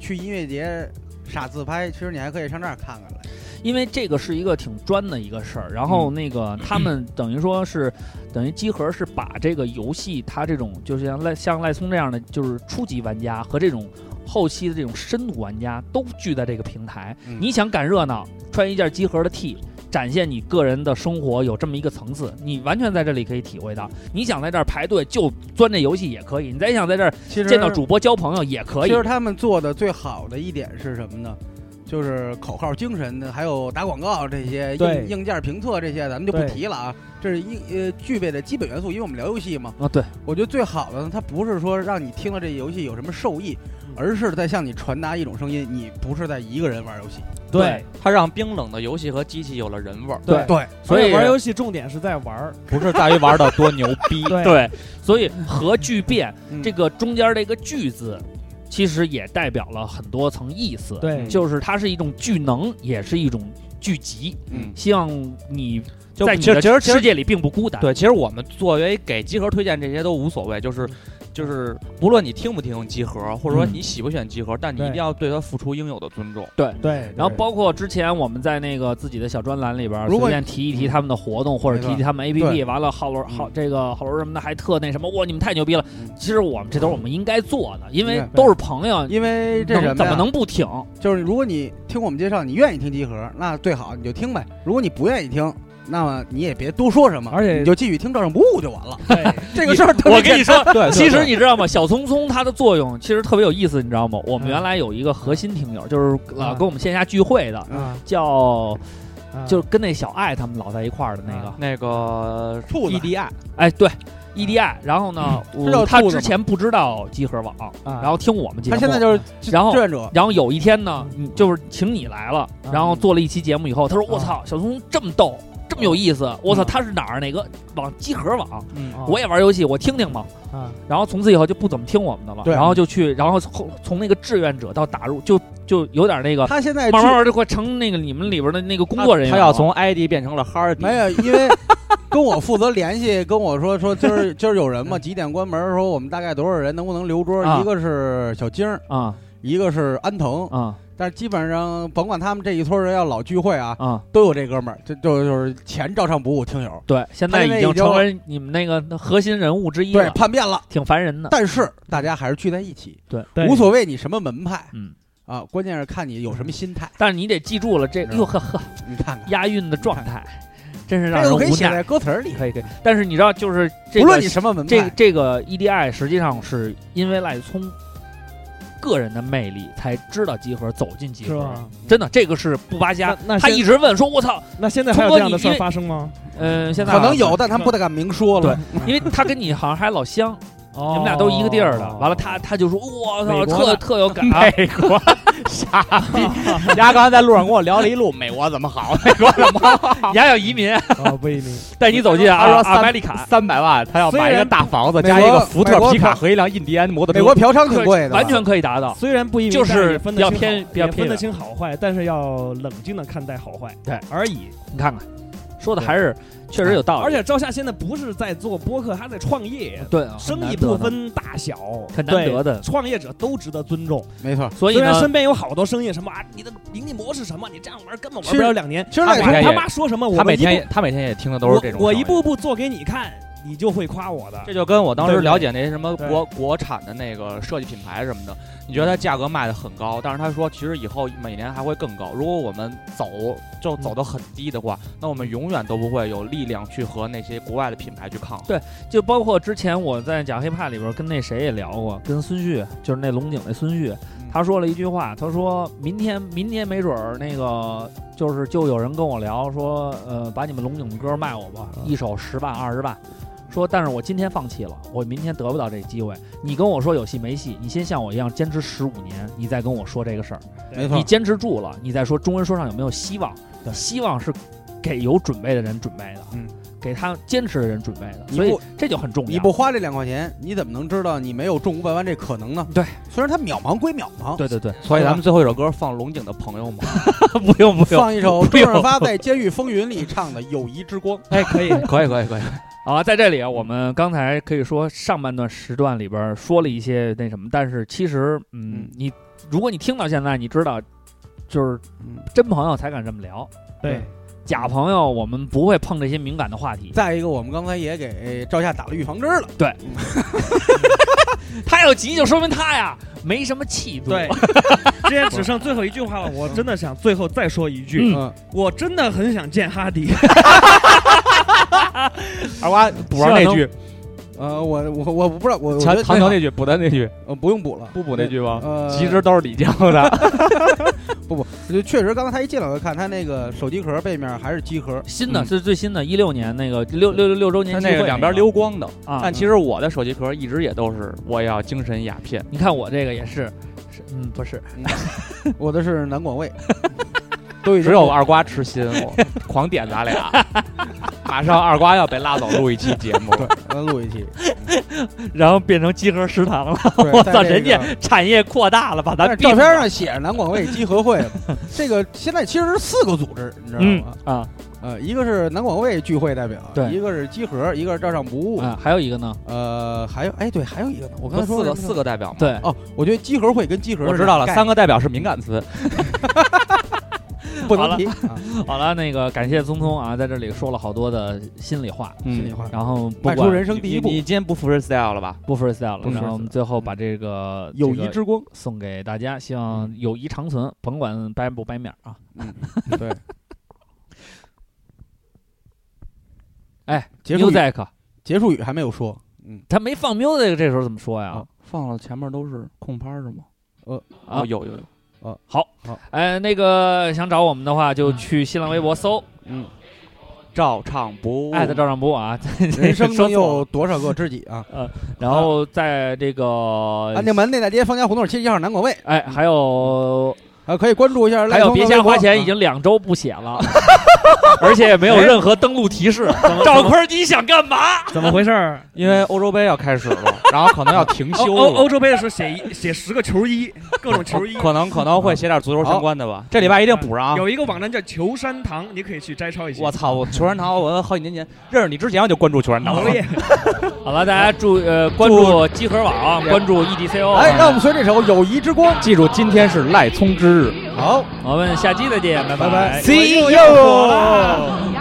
[SPEAKER 5] 去音乐节傻自拍，其实你还可以上这儿看看来。
[SPEAKER 8] 因为这个是一个挺专的一个事儿，然后那个他们等于说是，等于集合是把这个游戏它这种就是像赖像赖聪这样的就是初级玩家和这种后期的这种深度玩家都聚在这个平台，
[SPEAKER 5] 嗯
[SPEAKER 8] 你想赶热闹，穿一件集合的 T。展现你个人的生活有这么一个层次，你完全在这里可以体会到。你想在这儿排队就钻这游戏也可以，你再想在这儿
[SPEAKER 5] 其实
[SPEAKER 8] 见到主播交朋友也可以
[SPEAKER 5] 其。实他们做的最好的一点是什么呢？就是口号精神的，还有打广告这些
[SPEAKER 9] 对
[SPEAKER 5] 硬硬件评测这些，咱们就不
[SPEAKER 9] 对
[SPEAKER 5] 提了啊。这是一呃具备的基本元素，因为我们聊游戏嘛。
[SPEAKER 8] 啊，对，
[SPEAKER 5] 我觉得最好的呢，它不是说让你听了这游戏有什么受益，
[SPEAKER 8] 嗯
[SPEAKER 5] 而是在向你传达一种声音，你不是在一个人玩游戏。
[SPEAKER 8] 对
[SPEAKER 6] 他让冰冷的游戏和机器有了人味儿，
[SPEAKER 9] 对
[SPEAKER 5] 对，
[SPEAKER 8] 所以
[SPEAKER 9] 而且玩游戏重点是在玩儿，
[SPEAKER 6] 不是在于玩的多牛 逼。
[SPEAKER 9] 对
[SPEAKER 8] 对，所以核聚变
[SPEAKER 5] 嗯
[SPEAKER 8] 这个中间这个“聚”字，其实也代表了很多层意思。
[SPEAKER 9] 对
[SPEAKER 8] 就是它是一种聚能，也是一种聚集。
[SPEAKER 5] 嗯
[SPEAKER 8] 希望你
[SPEAKER 6] 就
[SPEAKER 8] 在你
[SPEAKER 6] 其实其
[SPEAKER 8] 的
[SPEAKER 6] 实其实
[SPEAKER 8] 世界里并不孤单。
[SPEAKER 6] 对，其实我们作为给集合推荐这些都无所谓，就是就是不论你听不听集合，或者说
[SPEAKER 8] 嗯
[SPEAKER 6] 你喜不喜欢集合，但你一
[SPEAKER 9] 对
[SPEAKER 6] 定要对他付出应有的尊重。
[SPEAKER 9] 对，
[SPEAKER 8] 然后
[SPEAKER 9] 对
[SPEAKER 8] 包括之前我们在那个自己的小专栏里边儿
[SPEAKER 5] 如
[SPEAKER 8] 随
[SPEAKER 5] 果
[SPEAKER 8] 便提一提他们的活动，或者
[SPEAKER 5] 没
[SPEAKER 8] 提
[SPEAKER 5] 错
[SPEAKER 8] 一提他们 APP，
[SPEAKER 5] 对
[SPEAKER 8] 完了好轮好这个好轮什么的还特那什么，哇，你们太牛逼了
[SPEAKER 5] 嗯！
[SPEAKER 8] 其实我们这都是我们应该做的，因为
[SPEAKER 5] 对
[SPEAKER 8] 都是朋友，
[SPEAKER 5] 因为这什
[SPEAKER 8] 能
[SPEAKER 5] 呀
[SPEAKER 8] 怎么能不挺？
[SPEAKER 5] 就是如果你听我们介绍，你愿意听集合，那最好你就听呗。如果你不愿意听，那么你也别多说什么，
[SPEAKER 9] 而且
[SPEAKER 5] 你就继续听照上不误就完 了。 这个事儿特别
[SPEAKER 8] 我跟你说，
[SPEAKER 6] 对，
[SPEAKER 8] 其实你知道吗？小聪聪它的作用其实特别有意思，你知道吗？我
[SPEAKER 5] 嗯
[SPEAKER 8] 们原来有一个核心听友，就是老跟我们线下聚会的，
[SPEAKER 9] 啊，
[SPEAKER 5] 嗯
[SPEAKER 8] 叫
[SPEAKER 9] 啊
[SPEAKER 8] 嗯就是跟那小爱他们老在一块儿的那个，
[SPEAKER 6] 那个
[SPEAKER 5] 兔子
[SPEAKER 6] EDI
[SPEAKER 8] 哎，对。EDI，然后呢，我
[SPEAKER 5] 嗯知道
[SPEAKER 8] 他
[SPEAKER 5] 兔子
[SPEAKER 8] 之
[SPEAKER 5] 吗
[SPEAKER 8] 前不知道集合网，
[SPEAKER 9] 啊
[SPEAKER 8] 然后听我们节目，
[SPEAKER 5] 他现在就是嗯
[SPEAKER 8] 然后啊
[SPEAKER 5] 志愿者，
[SPEAKER 8] 然后有一天呢，你就是请你来了，然后做了一期节目以后，
[SPEAKER 5] 嗯
[SPEAKER 8] 他说：“我操，小聪这么逗，这么有意思，我操，他是哪儿哪个网集合网？
[SPEAKER 5] 嗯
[SPEAKER 8] 我也玩游戏，我听听嘛。”
[SPEAKER 9] 啊
[SPEAKER 8] 然后从此以后就不怎么听我们的了，
[SPEAKER 5] 对
[SPEAKER 8] 然后就去，然后从从那个志愿者到打入，就就有点那个，
[SPEAKER 5] 他现在
[SPEAKER 8] 慢慢慢慢就快成那个你们里边的那个工作人员
[SPEAKER 6] 他
[SPEAKER 8] 了。
[SPEAKER 6] 要从 ID 变成了 Hard，
[SPEAKER 5] 没有，因为跟我负责联系，跟我说说今 儿今儿有人吗？几点关门？说我们大概多少人，能不能留桌？
[SPEAKER 8] 嗯啊
[SPEAKER 5] 一个是小晶儿，
[SPEAKER 8] 啊
[SPEAKER 5] 一个是安藤，
[SPEAKER 8] 啊
[SPEAKER 5] 但是基本上甭管他们这一村人要老聚会啊，
[SPEAKER 8] 啊，
[SPEAKER 5] 都有这哥们儿，这就就是前照唱不误听友，
[SPEAKER 8] 对，现在
[SPEAKER 5] 他现在
[SPEAKER 8] 已
[SPEAKER 5] 已
[SPEAKER 8] 经
[SPEAKER 5] 经
[SPEAKER 8] 成为你们那个核心人物之一
[SPEAKER 5] 对，
[SPEAKER 8] 了，
[SPEAKER 5] 叛变了。
[SPEAKER 8] 挺烦人的。
[SPEAKER 5] 但是大家还是聚在一起，
[SPEAKER 9] 对
[SPEAKER 5] 无所谓你什么门派，
[SPEAKER 8] 嗯
[SPEAKER 5] 啊，关键是看你有什么心态。
[SPEAKER 8] 但是你得记住了这，
[SPEAKER 5] 是
[SPEAKER 8] 哟呵呵，
[SPEAKER 5] 你看看，
[SPEAKER 8] 押韵的状态，真是
[SPEAKER 9] 哎
[SPEAKER 8] 让人
[SPEAKER 5] 这个可以
[SPEAKER 8] 无
[SPEAKER 5] 写
[SPEAKER 8] 奈。
[SPEAKER 5] 在歌词儿里，
[SPEAKER 8] 可以可以，但是你知道，就是这
[SPEAKER 5] 无论
[SPEAKER 8] 个
[SPEAKER 5] 你什么门派，
[SPEAKER 8] 这这个 EDI 实际上是因为赖聪个人的魅力才知道集合走进集
[SPEAKER 9] 是
[SPEAKER 8] 合，
[SPEAKER 9] 吧？
[SPEAKER 8] 真的这个是不扒瞎
[SPEAKER 9] 那。那
[SPEAKER 8] 他
[SPEAKER 9] 现
[SPEAKER 8] 一直问说：“我操，
[SPEAKER 9] 那现在还有
[SPEAKER 8] 聪哥
[SPEAKER 9] 这样的
[SPEAKER 8] 你
[SPEAKER 9] 事儿
[SPEAKER 8] 因为
[SPEAKER 9] 发生吗？
[SPEAKER 8] 嗯，现在
[SPEAKER 5] 可能有，但他们不太敢明说了。
[SPEAKER 8] 因为他跟你好像还老 乡，
[SPEAKER 9] 哦
[SPEAKER 8] 你们俩都一个地儿的。完了，他他就说：‘我操，
[SPEAKER 9] 美国
[SPEAKER 8] 特
[SPEAKER 9] 的
[SPEAKER 8] 特有 感。’ 啊
[SPEAKER 6] 美国傻逼，丫刚才在路上跟我聊了一路美国怎么好， 美国怎么好
[SPEAKER 8] 你，还要移民，
[SPEAKER 9] 哦，不一定。
[SPEAKER 8] 带你走进
[SPEAKER 6] 他说
[SPEAKER 8] 阿
[SPEAKER 6] 三
[SPEAKER 8] 阿麦利卡，
[SPEAKER 6] 三百万，他要买一个大房子，
[SPEAKER 5] 虽然
[SPEAKER 6] 加一个福特皮卡和一辆印第安摩托车。
[SPEAKER 5] 美国嫖娼挺贵的吧，
[SPEAKER 8] 完全可以达到。
[SPEAKER 9] 虽然不一定，
[SPEAKER 8] 就
[SPEAKER 9] 但
[SPEAKER 8] 是
[SPEAKER 9] 也分
[SPEAKER 8] 比
[SPEAKER 9] 得
[SPEAKER 8] 较
[SPEAKER 9] 清
[SPEAKER 8] 偏
[SPEAKER 9] 好
[SPEAKER 8] 比较
[SPEAKER 9] 也
[SPEAKER 8] 偏
[SPEAKER 9] 分得清好坏，但是要冷静的看待好坏，
[SPEAKER 8] 对
[SPEAKER 9] 而已。
[SPEAKER 8] 你看看，说的还是确实有道理。
[SPEAKER 9] 而且赵夏现在不是在做播客，他在创业，
[SPEAKER 8] 对啊
[SPEAKER 9] 生
[SPEAKER 8] 很
[SPEAKER 9] 意
[SPEAKER 8] 难得
[SPEAKER 9] 不
[SPEAKER 8] 呢
[SPEAKER 9] 分大小，
[SPEAKER 8] 很难
[SPEAKER 9] 对
[SPEAKER 8] 得的
[SPEAKER 9] 创业者都值得尊重。
[SPEAKER 5] 没错。
[SPEAKER 8] 所以
[SPEAKER 9] 虽然
[SPEAKER 8] 呢，
[SPEAKER 9] 身边有好多声音，什么啊，你的盈利模式什么，你这样玩根本
[SPEAKER 5] 其
[SPEAKER 9] 玩
[SPEAKER 5] 实
[SPEAKER 9] 不了两年。
[SPEAKER 5] 其实
[SPEAKER 9] 啊
[SPEAKER 5] 赖
[SPEAKER 9] 我
[SPEAKER 6] 聪
[SPEAKER 9] 他妈说什么，我
[SPEAKER 6] 他每
[SPEAKER 9] 们一
[SPEAKER 6] 天
[SPEAKER 9] 步
[SPEAKER 6] 也他每天也听的都是这种
[SPEAKER 9] 我我
[SPEAKER 6] 声音
[SPEAKER 9] 一步步做给你看，你就会夸我的。
[SPEAKER 6] 这就跟我当时
[SPEAKER 9] 对不对
[SPEAKER 6] 了解那什么
[SPEAKER 9] 对
[SPEAKER 6] 国国产的那个设计品牌什么的，你觉得它价格卖的很高，但是他说其实以后每年还会更高。如果我们走就走得很低的话，那我们永远都不会有力量去和那些国外的品牌去抗衡。
[SPEAKER 8] 就包括之前我在讲 hiphop 里边儿跟那谁也聊过，跟孙旭，就是那龙井那孙旭，他说了一句话，他说明天明天没准儿那个就是就有人跟我聊说，呃，把你们龙井的歌卖我吧，一首十万二十万。说，但是我今天放弃了，我明天得不到这机会。你跟我说有戏没戏，你先像我一样坚持十五年，你再跟我说这个事儿。
[SPEAKER 5] 没
[SPEAKER 8] 你
[SPEAKER 5] 错，
[SPEAKER 8] 坚持住了，你再说中文说唱有没有希望？希望是给有准备的人准备的，
[SPEAKER 5] 嗯，
[SPEAKER 8] 给他坚持的人准备的，
[SPEAKER 5] 你
[SPEAKER 8] 所以
[SPEAKER 5] 不
[SPEAKER 8] 这就很重要。
[SPEAKER 5] 你不花这两块钱，你怎么能知道你没有中五百万这可能呢？
[SPEAKER 8] 对，
[SPEAKER 5] 虽然它渺茫归渺茫，
[SPEAKER 8] 对对对，
[SPEAKER 6] 所以咱们最后一首歌放龙井的朋友嘛，
[SPEAKER 8] 不用不用
[SPEAKER 5] 放一首周润发在《监狱风云》里唱的《友谊之光》。
[SPEAKER 6] 哎，可以， 可以，可以，可以。
[SPEAKER 8] 啊！在这里啊，我们刚才可以说上半段时段里边说了一些那什么，但是其实，嗯
[SPEAKER 5] 嗯，
[SPEAKER 8] 你如果你听到现在，你知道，就是
[SPEAKER 5] 嗯
[SPEAKER 8] 真朋友才敢这么聊，
[SPEAKER 9] 对，
[SPEAKER 8] 假朋友我们不会碰这些敏感的话题。
[SPEAKER 5] 再一个，我们刚才也给赵夏打了预防针了。
[SPEAKER 8] 他要急，就说明他呀没什么气度。
[SPEAKER 9] 对， 今天只剩最后一句话了，我真的想最后再说一句，
[SPEAKER 5] 嗯，
[SPEAKER 9] 我真的很想见哈迪。
[SPEAKER 6] 二瓜补上那句，
[SPEAKER 5] 呃，我我我不知道，我我觉
[SPEAKER 6] 唐
[SPEAKER 5] 得
[SPEAKER 6] 唐牛那句补的那句，
[SPEAKER 5] 呃不用补了，
[SPEAKER 6] 不补那句吗？
[SPEAKER 5] 呃，
[SPEAKER 6] 其实都是李江的，
[SPEAKER 5] 就确实，刚才他一进来我就看他那个手机壳背面还是机壳，
[SPEAKER 8] 新的
[SPEAKER 6] 嗯
[SPEAKER 8] 是最新的，一六年那个六六六六周
[SPEAKER 6] 他
[SPEAKER 8] 年 聚
[SPEAKER 6] 那
[SPEAKER 8] 会
[SPEAKER 6] 个两边
[SPEAKER 8] 那个
[SPEAKER 6] 溜光的。
[SPEAKER 8] 啊，
[SPEAKER 6] 但其实我的手机壳一直也都是我要精神鸦片。
[SPEAKER 5] 嗯
[SPEAKER 8] 你看我这个也是，是嗯，不是，
[SPEAKER 5] 我的是南广卫， 都已经
[SPEAKER 6] 只有二瓜痴心， 我狂点咱俩，马上二瓜要被拉走录一期节 目。
[SPEAKER 5] 呃录一期。
[SPEAKER 8] 然后变成集合食堂了，
[SPEAKER 5] 对
[SPEAKER 8] 我
[SPEAKER 5] 在
[SPEAKER 8] 操，
[SPEAKER 5] 这
[SPEAKER 8] 人家
[SPEAKER 5] 个
[SPEAKER 8] 产业扩大了，把
[SPEAKER 5] 但
[SPEAKER 8] 咱
[SPEAKER 5] 是
[SPEAKER 8] 逼
[SPEAKER 5] 照
[SPEAKER 8] 死
[SPEAKER 5] 片上写着南广卫集 合会，这个现在其实是四个组织，你知道
[SPEAKER 8] 嗯
[SPEAKER 5] 吗？
[SPEAKER 8] 啊
[SPEAKER 5] 呃，一个是南广卫聚会代表，
[SPEAKER 8] 对
[SPEAKER 5] 一个是集合，一个是照上不误，
[SPEAKER 8] 啊，还有一个呢，
[SPEAKER 5] 呃，还有哎对，还有一个呢，我刚
[SPEAKER 6] 不是
[SPEAKER 5] 才
[SPEAKER 6] 嗯四
[SPEAKER 5] 说
[SPEAKER 6] 个
[SPEAKER 5] 什么
[SPEAKER 6] 四个代表吗？
[SPEAKER 8] 对，
[SPEAKER 5] 哦，我觉得集合会跟集合
[SPEAKER 6] 我
[SPEAKER 5] 是
[SPEAKER 6] 知道了，
[SPEAKER 5] 概
[SPEAKER 6] 三个代表是敏感词。
[SPEAKER 5] 念不
[SPEAKER 8] 好了
[SPEAKER 5] 能提啊，
[SPEAKER 8] 好了，那个感谢聪聪啊，在这里说了好多的心里话，
[SPEAKER 5] 心里话，
[SPEAKER 8] 然后不
[SPEAKER 5] 嗯迈出
[SPEAKER 8] 管
[SPEAKER 5] 人生第一
[SPEAKER 6] 嗯你
[SPEAKER 5] 步
[SPEAKER 6] 你，今天不 freestyle 了吧？
[SPEAKER 8] 不 freestyle 了，
[SPEAKER 6] 不
[SPEAKER 8] 然后我
[SPEAKER 6] freestyle
[SPEAKER 8] 们最后把这个
[SPEAKER 5] 友
[SPEAKER 8] 这
[SPEAKER 5] 谊
[SPEAKER 8] 个
[SPEAKER 5] 之嗯光，
[SPEAKER 8] 送给大家，希望友谊长
[SPEAKER 5] 啊
[SPEAKER 8] 存，甭管掰不掰面儿啊。
[SPEAKER 5] 对。
[SPEAKER 8] 哎
[SPEAKER 5] 结束语
[SPEAKER 8] ，music，
[SPEAKER 5] 结束语还没有说，嗯，
[SPEAKER 8] 他没放 music，这时候怎么说
[SPEAKER 5] 哦
[SPEAKER 8] 呀？
[SPEAKER 6] 放了前面都是空拍是吗？
[SPEAKER 5] 呃
[SPEAKER 6] 啊、
[SPEAKER 8] 啊
[SPEAKER 6] 有有有，
[SPEAKER 8] 哎，那个想找我们的话，
[SPEAKER 5] 嗯
[SPEAKER 8] 就去新浪微博
[SPEAKER 5] 哦
[SPEAKER 8] 搜
[SPEAKER 6] 哎照唱不误
[SPEAKER 8] 艾特赵尚波啊，
[SPEAKER 5] 人生
[SPEAKER 8] 说
[SPEAKER 5] 能
[SPEAKER 8] 错了
[SPEAKER 5] 有多少个知己
[SPEAKER 8] 哎
[SPEAKER 5] 啊？
[SPEAKER 8] 然后在这个
[SPEAKER 5] 安定门内大街方家胡同七十一号南广卫，
[SPEAKER 8] 哎，还有
[SPEAKER 5] 啊，可以关注一下赖
[SPEAKER 8] 还
[SPEAKER 5] 聪
[SPEAKER 8] 有，
[SPEAKER 5] 的微
[SPEAKER 8] 别瞎
[SPEAKER 5] 博。
[SPEAKER 8] 花钱，
[SPEAKER 5] 啊
[SPEAKER 8] 已经两周不写了， 而且也没有任何登录提 示。赵坤儿，你想干嘛？
[SPEAKER 7] 怎么回事儿？
[SPEAKER 6] 因为欧洲杯要开始了，然后可能要 停
[SPEAKER 7] 欧
[SPEAKER 6] 休
[SPEAKER 7] 欧欧
[SPEAKER 6] 了，哦
[SPEAKER 7] 洲杯的时候写一 写十个球衣，各种 球衣。
[SPEAKER 6] 可能可能会写点足球相关的哦嗯吧。这礼拜一定补上啊！
[SPEAKER 7] 有一个网站叫球山堂，你可以去摘抄一些。
[SPEAKER 6] 我操，我球员堂，我好几年前认识你之前我就关注球员堂
[SPEAKER 7] 熬
[SPEAKER 6] 了。
[SPEAKER 7] 夜，
[SPEAKER 8] 好了，大家注呃关注集合网，关注 E EDCO。
[SPEAKER 5] 哎，让我们随这首《友谊之光》，
[SPEAKER 6] 记住，今天是赖聪之日。
[SPEAKER 5] 好
[SPEAKER 8] 我们下期再见，拜
[SPEAKER 5] 拜拜
[SPEAKER 8] 拜。
[SPEAKER 5] ，See you。